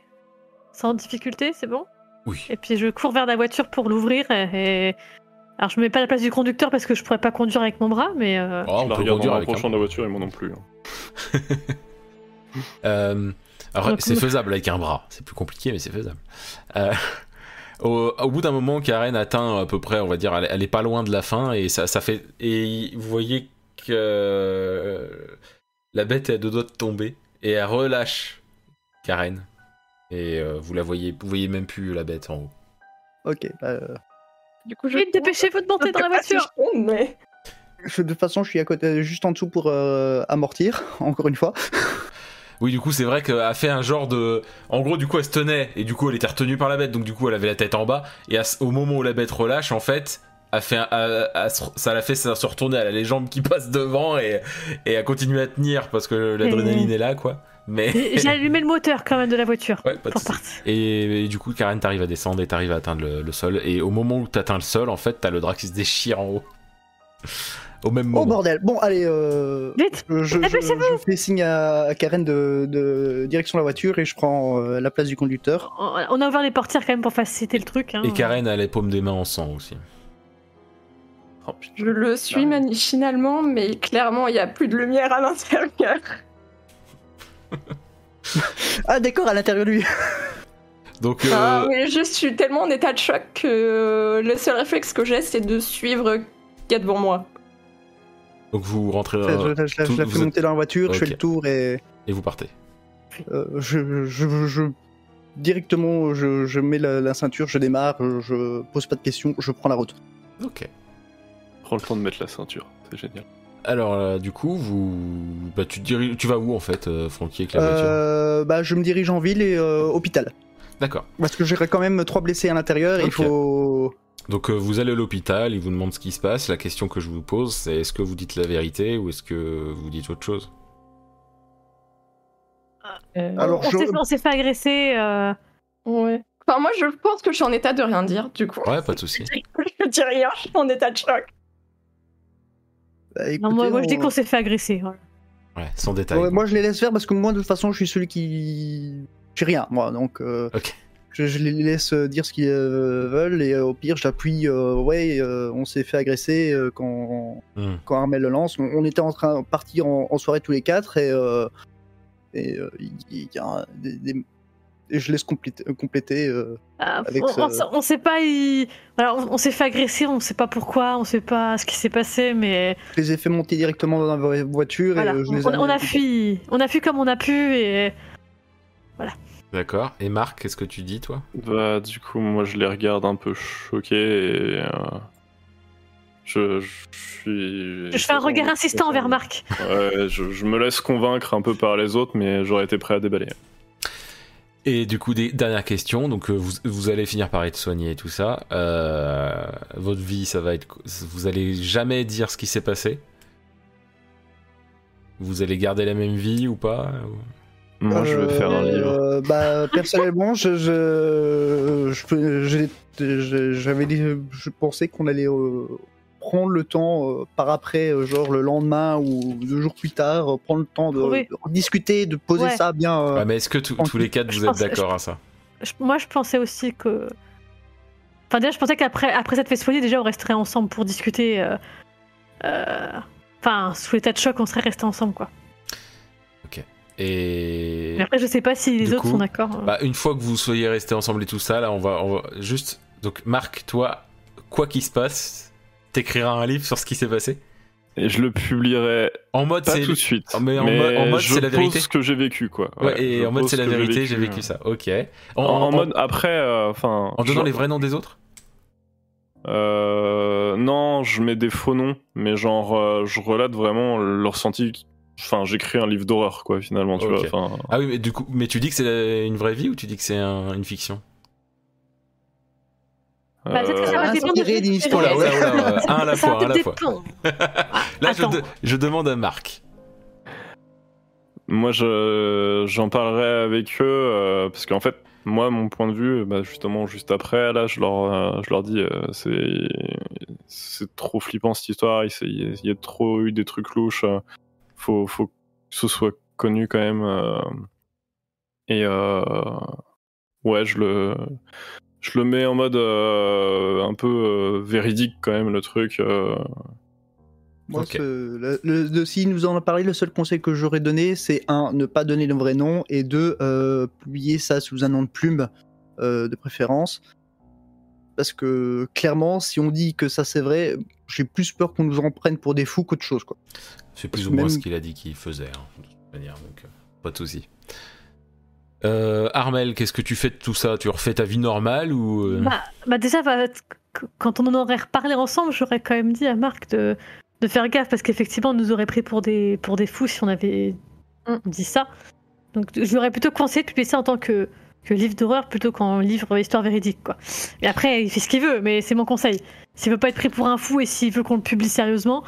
[SPEAKER 4] Sans difficulté, c'est bon
[SPEAKER 1] oui.
[SPEAKER 4] Et puis je cours vers la voiture pour l'ouvrir et... et- Alors je me mets pas à la place du conducteur parce que je pourrais pas conduire avec mon bras, mais... euh,
[SPEAKER 1] Oh,
[SPEAKER 5] Je
[SPEAKER 1] on
[SPEAKER 5] la
[SPEAKER 1] peut
[SPEAKER 5] regarde
[SPEAKER 1] conduire
[SPEAKER 5] en
[SPEAKER 1] avec un-
[SPEAKER 5] rapprochant de la voiture et moi non plus. hein.
[SPEAKER 1] Euh, alors,
[SPEAKER 4] Donc,
[SPEAKER 1] c'est
[SPEAKER 4] nous-
[SPEAKER 1] faisable avec un bras. C'est plus compliqué, mais c'est faisable. Euh, au, au bout d'un moment, Karen atteint à peu près, on va dire, elle, elle est pas loin de la fin et ça, ça fait. Et vous voyez que euh, la bête est à deux doigts de tomber et elle relâche Karen. Et euh, vous la voyez, vous voyez même plus la bête en haut.
[SPEAKER 3] Ok. euh,
[SPEAKER 2] Du coup, je.
[SPEAKER 4] Vite, dépêchez-vous de monter dans la
[SPEAKER 2] Je sais pas si
[SPEAKER 4] voiture
[SPEAKER 2] je tombe, mais-
[SPEAKER 3] je- de toute façon, je suis à côté, juste en dessous pour euh, amortir. Encore une fois.
[SPEAKER 1] Oui, du coup, c'est vrai qu'elle a fait un genre de. En gros, du coup, elle se tenait et du coup, elle était retenue par la bête, donc du coup, elle avait la tête en bas. Et à ce- au moment où la bête relâche, en fait, a fait un- a- a- se- ça l'a fait se se retourner. Elle a les jambes qui passent devant et, et a continué à tenir parce que l'adrénaline est là, quoi. Mais.
[SPEAKER 4] J'ai j'ai allumé le moteur quand même de la voiture.
[SPEAKER 1] Ouais, pas de
[SPEAKER 4] pour
[SPEAKER 1] soucis.
[SPEAKER 4] partir.
[SPEAKER 1] Et, et du coup, Karen, t'arrives à descendre et t'arrives à atteindre le, le sol. Et au moment où t'atteins le sol, en fait, t'as le drap qui se déchire en haut. Au même
[SPEAKER 3] Oh
[SPEAKER 1] moment.
[SPEAKER 3] bordel. Bon, allez. euh,
[SPEAKER 4] Vite
[SPEAKER 3] Je, je- je-
[SPEAKER 4] Dépêchez-vous
[SPEAKER 3] je fais signe à, à Karen de, de direction la voiture et je prends euh, la place du conducteur.
[SPEAKER 4] On on a ouvert les portières quand même pour faciliter le truc.
[SPEAKER 3] bah.
[SPEAKER 4] hein.
[SPEAKER 1] et Karen a les paumes des mains en sang aussi.
[SPEAKER 5] Oh, putain.
[SPEAKER 2] Je le suis
[SPEAKER 5] Ah.
[SPEAKER 2] machinalement, mais clairement, il n'y a plus de lumière à l'intérieur.
[SPEAKER 3] Ah d'accord, à l'intérieur de lui.
[SPEAKER 1] Donc. euh,
[SPEAKER 2] Ah, mais je suis tellement en état de choc que euh, le seul réflexe que j'ai, c'est de suivre qu'il y a devant moi.
[SPEAKER 1] Donc vous rentrez
[SPEAKER 3] Je, je- je- je
[SPEAKER 1] Euh, tout-
[SPEAKER 3] la
[SPEAKER 1] vous
[SPEAKER 3] fais
[SPEAKER 1] êtes-
[SPEAKER 3] monter dans la voiture, je fais
[SPEAKER 1] Ok.
[SPEAKER 3] le tour et
[SPEAKER 1] et vous partez.
[SPEAKER 3] euh, je, je- je- directement je, je mets la, la ceinture, je démarre, euh, je pose pas de questions, je prends la route.
[SPEAKER 1] Ok.
[SPEAKER 5] Prends le temps de mettre la ceinture, c'est génial.
[SPEAKER 1] Alors euh, du coup, vous, bah, tu, te diriges- tu vas où en fait, euh, Francky, avec la voiture
[SPEAKER 3] Euh, bah, je me dirige en ville et euh, hôpital
[SPEAKER 1] D'accord.
[SPEAKER 3] parce que j'aurai quand même trois blessés à l'intérieur. et Il
[SPEAKER 1] Ok.
[SPEAKER 3] faut
[SPEAKER 1] Donc euh, vous allez à l'hôpital, ils vous demandent ce qui se passe. La question que je vous pose, c'est est-ce que vous dites la vérité ou est-ce que vous dites autre chose
[SPEAKER 2] Euh,
[SPEAKER 3] Alors,
[SPEAKER 4] on
[SPEAKER 3] je-
[SPEAKER 4] s'est- on s'est fait agresser. euh,
[SPEAKER 2] ouais. Enfin, moi, je pense que je suis en état de rien dire, du coup.
[SPEAKER 1] Ouais, pas de souci.
[SPEAKER 2] je dis rien, je suis en état de choc.
[SPEAKER 3] Bah,
[SPEAKER 4] non, moi,
[SPEAKER 3] écoutez,
[SPEAKER 4] moi, je dis
[SPEAKER 3] on-
[SPEAKER 4] qu'on s'est fait agresser. voilà.
[SPEAKER 1] Ouais, sans détail.
[SPEAKER 3] Ouais, moi, je les laisse faire parce que moi, de toute façon, je suis celui qui. Je suis rien, moi. Donc, euh,
[SPEAKER 1] Ok.
[SPEAKER 3] je, je les laisse euh, dire ce qu'ils euh, veulent et euh, au pire, j'appuie. euh, ouais, euh, on s'est fait agresser euh, quand,
[SPEAKER 1] Hmm.
[SPEAKER 3] quand Armel le lance. On, on était en train de partir en, en soirée tous les quatre et. euh, et euh, il- il y a un- des- des- et je laisse compléter. compléter, euh,
[SPEAKER 4] Ah,
[SPEAKER 3] Avec
[SPEAKER 4] on,
[SPEAKER 3] ce-
[SPEAKER 4] on s- on sait pas. il- voilà, on, on s'est fait agresser. On sait pas pourquoi. On sait pas ce qui s'est passé, mais
[SPEAKER 3] je les ai fait monter directement dans la vo- voiture
[SPEAKER 4] voilà,
[SPEAKER 3] et euh, je les
[SPEAKER 4] on, on a
[SPEAKER 3] amené-
[SPEAKER 4] fui. On a fui comme on a pu et
[SPEAKER 1] D'accord. Et Marc, qu'est-ce que tu dis, toi
[SPEAKER 5] Bah, du coup, moi je les regarde un peu choqués et. euh, je, je suis.
[SPEAKER 4] je fais un regard insistant envers Marc.
[SPEAKER 5] Ouais, je, je me laisse convaincre un peu par les autres, mais j'aurais été prêt à déballer.
[SPEAKER 1] Et du coup, des, dernière question. Donc, euh, vous, vous allez finir par être soigné et tout ça. Euh, votre vie, ça va être. Vous allez jamais dire ce qui s'est passé. Vous allez garder la même vie ou pas
[SPEAKER 5] Moi je vais
[SPEAKER 3] Euh,
[SPEAKER 5] faire un livre.
[SPEAKER 3] euh, bah, personnellement, je, je, je peux- j'ai- je- j'avais dit- je pensais qu'on allait euh, prendre le temps euh, par après, euh, genre le lendemain ou deux jours plus tard, euh, prendre le temps de,
[SPEAKER 4] Trouver.
[SPEAKER 3] de discuter, de poser
[SPEAKER 4] Ouais.
[SPEAKER 3] ça bien. euh,
[SPEAKER 1] Ah, mais est-ce que tous-
[SPEAKER 3] en-
[SPEAKER 1] tous les quatre
[SPEAKER 4] je
[SPEAKER 1] vous êtes
[SPEAKER 4] pense- je-
[SPEAKER 1] d'accord à ça
[SPEAKER 4] Je- moi, je pensais aussi que. Enfin, déjà, je pensais qu'après après cette fête soignée, déjà, on resterait ensemble pour discuter. euh, euh, Enfin, sous l'état de choc, on serait restés ensemble, quoi.
[SPEAKER 1] Et.
[SPEAKER 4] Mais après, je sais pas si les
[SPEAKER 1] Du
[SPEAKER 4] autres
[SPEAKER 1] coup,
[SPEAKER 4] sont d'accord. euh.
[SPEAKER 1] Bah, une fois que vous soyez restés ensemble et tout ça, là, on va, on va juste. Donc, Marc, toi, quoi qu'il se passe, t'écriras un livre sur ce qui s'est passé.
[SPEAKER 5] Et je le publierai
[SPEAKER 1] En mode,
[SPEAKER 5] pas
[SPEAKER 1] c'est. Ah,
[SPEAKER 5] tout de suite.
[SPEAKER 1] Mais en mode- en mode,
[SPEAKER 5] je
[SPEAKER 1] c'est la vérité.
[SPEAKER 5] pose ce que j'ai vécu, quoi.
[SPEAKER 1] Ouais,
[SPEAKER 5] Ouais,
[SPEAKER 1] et
[SPEAKER 5] je
[SPEAKER 1] en mode,
[SPEAKER 5] pose
[SPEAKER 1] c'est la
[SPEAKER 5] ce que
[SPEAKER 1] vérité, j'ai vécu ça. Ok. En,
[SPEAKER 5] En,
[SPEAKER 1] en-
[SPEAKER 5] en
[SPEAKER 1] en-
[SPEAKER 5] mode après, euh, enfin.
[SPEAKER 1] en donnant les vrais noms des autres
[SPEAKER 5] Euh, non, je mets des faux noms, mais genre, euh, je relate vraiment le ressenti. Enfin, j'écris un livre d'horreur, quoi, finalement, tu
[SPEAKER 1] Ok.
[SPEAKER 5] vois. Enfin,
[SPEAKER 1] Ah oui, mais du coup, mais tu dis que c'est une vraie vie ou tu dis que c'est un- une fiction
[SPEAKER 4] Bah, peut-être que ça
[SPEAKER 5] euh,
[SPEAKER 4] va
[SPEAKER 3] Ah,
[SPEAKER 4] dépendre de
[SPEAKER 3] inspiré d'une
[SPEAKER 4] ce que-
[SPEAKER 3] histoire.
[SPEAKER 1] Oh là, oh là, oh là,
[SPEAKER 4] Ça-
[SPEAKER 1] un à la
[SPEAKER 4] ça
[SPEAKER 1] fois,
[SPEAKER 4] va
[SPEAKER 1] un à la fois.
[SPEAKER 4] dépendre.
[SPEAKER 1] Là, je,
[SPEAKER 4] Attends.
[SPEAKER 1] de- je demande à Marc.
[SPEAKER 5] Moi, je, j'en parlerai avec eux euh, parce qu'en fait, moi, mon point de vue, bah, justement, juste après, là, je leur, euh, je leur dis, euh, c'est, c'est trop flippant cette histoire. Il, s'est- il y a- il y a trop eu des trucs louches. euh, faut, faut que ce soit connu quand même. euh, et euh, ouais, je le, je le mets en mode euh, un peu euh, véridique quand même le truc. euh,
[SPEAKER 3] Moi,
[SPEAKER 1] Ok.
[SPEAKER 3] ce- le, le- de- si nous en a parlé, le seul conseil que j'aurais donné, c'est un, ne pas donner le vrai nom, et deux, euh, publier ça sous un nom de plume, euh, de préférence. Parce que clairement, si on dit que ça c'est vrai, j'ai plus peur qu'on nous en prenne pour des fous qu'autre chose. Quoi.
[SPEAKER 1] C'est plus
[SPEAKER 3] Parce
[SPEAKER 1] ou
[SPEAKER 3] que
[SPEAKER 1] moins
[SPEAKER 3] même-
[SPEAKER 1] ce qu'il a dit qu'il faisait, hein, de toute manière, donc euh, pas de soucis. Euh, Armel, qu'est-ce que tu fais de tout ça Tu refais ta vie normale ou. euh,
[SPEAKER 4] Bah, bah déjà, bah, t- qu- quand on en aurait reparlé ensemble, j'aurais quand même dit à Marc de, de faire gaffe parce qu'effectivement, on nous aurait pris pour des, pour des fous si on avait
[SPEAKER 2] Mm.
[SPEAKER 4] dit ça. Donc, je lui aurais plutôt conseillé de publier ça en tant que, que livre d'horreur plutôt qu'en livre histoire véridique. Quoi. Et après, il fait ce qu'il veut, mais c'est mon conseil. S'il veut pas être pris pour un fou et s'il veut qu'on le publie sérieusement,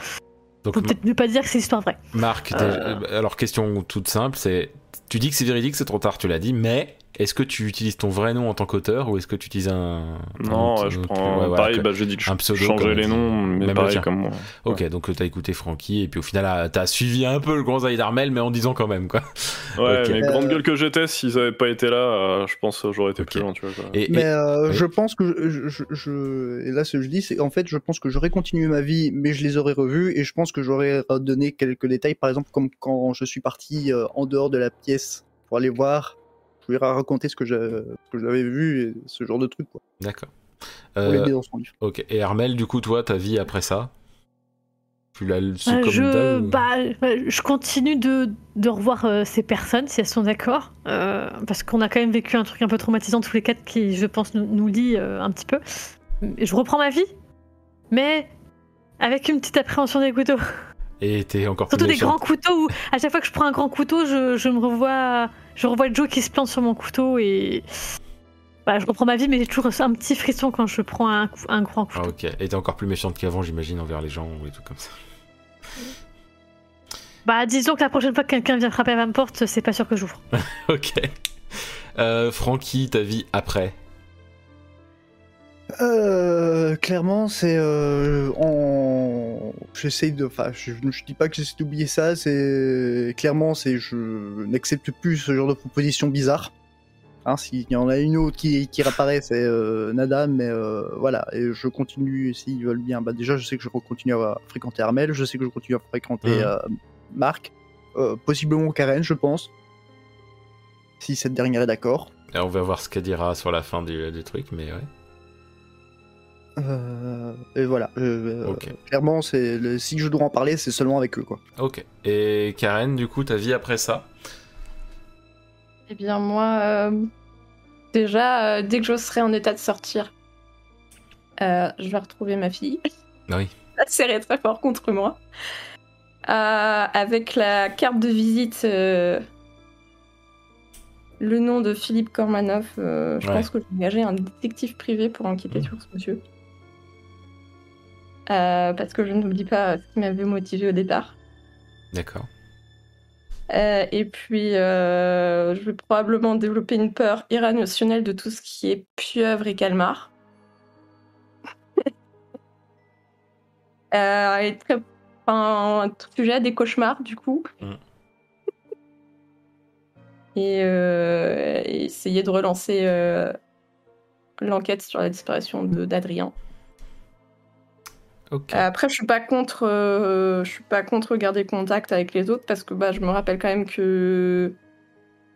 [SPEAKER 1] donc,
[SPEAKER 4] faut peut-être ne pas dire que c'est l'histoire vraie.
[SPEAKER 1] Marc,
[SPEAKER 4] Euh.
[SPEAKER 1] t'as- alors question toute simple, c'est tu dis que c'est véridique, c'est trop tard, tu l'as dit, mais est-ce que tu utilises ton vrai nom en tant qu'auteur ou est-ce que tu utilises un
[SPEAKER 5] non,
[SPEAKER 1] un-
[SPEAKER 5] je
[SPEAKER 1] un-
[SPEAKER 5] prends.
[SPEAKER 1] ouais, voilà,
[SPEAKER 5] pareil,
[SPEAKER 1] que-
[SPEAKER 5] bah, j'ai dit que je
[SPEAKER 1] un pseudo,
[SPEAKER 5] changeais
[SPEAKER 1] comme
[SPEAKER 5] les
[SPEAKER 1] on dit.
[SPEAKER 5] noms, mais
[SPEAKER 1] Même le
[SPEAKER 5] pareil
[SPEAKER 1] tien.
[SPEAKER 5] comme moi.
[SPEAKER 1] Ok, donc euh, t'as écouté Francky et puis au final euh, t'as suivi un peu le conseil d'Armel, mais en disant quand même quoi.
[SPEAKER 5] Ouais,
[SPEAKER 1] Ok.
[SPEAKER 5] mais
[SPEAKER 3] Euh,
[SPEAKER 5] grande gueule que j'étais, s'ils avaient pas été là, euh, je pense que j'aurais été
[SPEAKER 1] Ok.
[SPEAKER 5] plus loin, tu vois. quoi.
[SPEAKER 1] Et, et-
[SPEAKER 3] Mais euh,
[SPEAKER 1] oui.
[SPEAKER 3] je pense que je, je- je- et là ce que je dis, c'est en fait je pense que j'aurais continué ma vie, mais je les aurais revus et je pense que j'aurais donné quelques détails, par exemple comme quand je suis parti euh, en dehors de la pièce pour aller voir, je lui ai raconté ce que j'a- ce que j'avais vu, et ce genre de truc quoi,
[SPEAKER 1] d'accord.
[SPEAKER 3] pour
[SPEAKER 1] Euh,
[SPEAKER 3] l'aider dans son livre.
[SPEAKER 1] ok. Et Armel, du coup, toi, ta vie après ça, tu l'as c'est
[SPEAKER 4] Euh,
[SPEAKER 1] comme une
[SPEAKER 4] je,
[SPEAKER 1] dalle ou-
[SPEAKER 4] bah, euh, je continue de, de revoir euh, ces personnes si elles sont d'accord, euh, parce qu'on a quand même vécu un truc un peu traumatisant tous les quatre qui, je pense, nous, nous lie euh, un petit peu. Et Je reprends ma vie, mais avec une petite appréhension des couteaux.
[SPEAKER 1] Et t'es encore
[SPEAKER 4] Surtout
[SPEAKER 1] plus
[SPEAKER 4] des
[SPEAKER 1] méchant.
[SPEAKER 4] grands couteaux où, à chaque fois que je prends un grand couteau, je, je me revois, je revois Joe qui se plante sur mon couteau et, Bah, je reprends ma vie, mais j'ai toujours un petit frisson quand je prends un, coup- un grand coup.
[SPEAKER 1] Ah ok, et t'es encore plus méchante qu'avant, j'imagine, envers les gens ou des trucs comme ça.
[SPEAKER 4] Bah, disons que la prochaine fois que quelqu'un vient frapper à ma porte, c'est pas sûr que j'ouvre.
[SPEAKER 1] ok. Euh, Francky, ta vie après
[SPEAKER 3] Euh, clairement, c'est euh, en j'essaye de, enfin, je, je dis pas que j'essaie d'oublier ça. C'est clairement, c'est je n'accepte plus ce genre de proposition bizarre. Hein, s'il y en a une autre qui, qui réapparaît, c'est euh, nada, mais euh, voilà. Et je continue s'ils veulent bien. Bah déjà, je sais que je continue à fréquenter Armel. Je sais que je continue à fréquenter
[SPEAKER 1] Mhm.
[SPEAKER 3] euh, Marc, euh, possiblement Karen, je pense, si cette dernière est d'accord.
[SPEAKER 1] Alors, On va voir ce qu'elle dira sur la fin du, du truc, mais ouais.
[SPEAKER 3] Euh, et voilà. euh,
[SPEAKER 1] Ok.
[SPEAKER 3] Clairement, c'est le- si je dois en parler, c'est seulement avec eux, quoi.
[SPEAKER 1] Ok. Et Karen, du coup, ta vie après ça
[SPEAKER 2] Eh bien, moi, euh, déjà, euh, dès que je serai en état de sortir, euh, je vais retrouver ma fille.
[SPEAKER 1] Ah Oui.
[SPEAKER 2] Elle serrait très fort contre moi. Euh, avec la carte de visite, euh, le nom de Philippe Kormanoff, euh, je
[SPEAKER 1] Ouais.
[SPEAKER 2] pense que j'ai engagé un détective privé pour enquêter
[SPEAKER 1] Mhm.
[SPEAKER 2] sur ce monsieur. Euh, parce que je n'oublie pas ce qui m'avait motivé au départ.
[SPEAKER 1] D'accord.
[SPEAKER 2] Euh, et puis, euh, je vais probablement développer une peur irrationnelle de tout ce qui est pieuvre et calmar. euh, et très, enfin, tout sujet à des cauchemars, du coup.
[SPEAKER 1] Mm.
[SPEAKER 2] et euh, et essayer de relancer euh, l'enquête sur la disparition de- d'Adrien.
[SPEAKER 1] Ok.
[SPEAKER 2] Euh, Après, je suis pas contre, euh, je suis pas contre garder contact avec les autres parce que bah, je me rappelle quand même que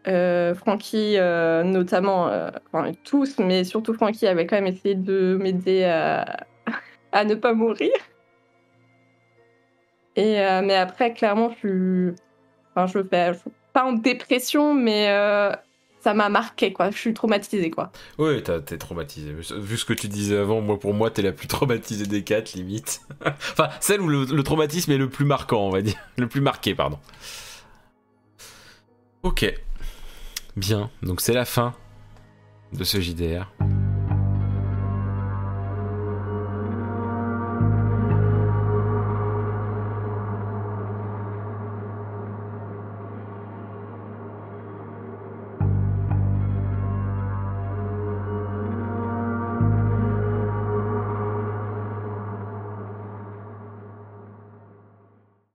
[SPEAKER 2] euh, Francky, euh, notamment, euh, enfin tous, mais surtout Francky avait quand même essayé de m'aider à, à ne pas mourir. Et euh, mais après, clairement, je, suis- enfin, je fais je suis pas en dépression, mais euh, ça m'a marqué quoi. Je suis traumatisée quoi.
[SPEAKER 1] Oui, t'as- t'es traumatisé. Vu ce que tu disais avant, moi pour moi, t'es la plus traumatisée des quatre, limite. enfin, celle où le, le traumatisme est le plus marquant, on va dire. Le plus marqué, pardon. Ok. Bien, donc c'est la fin de ce JDR.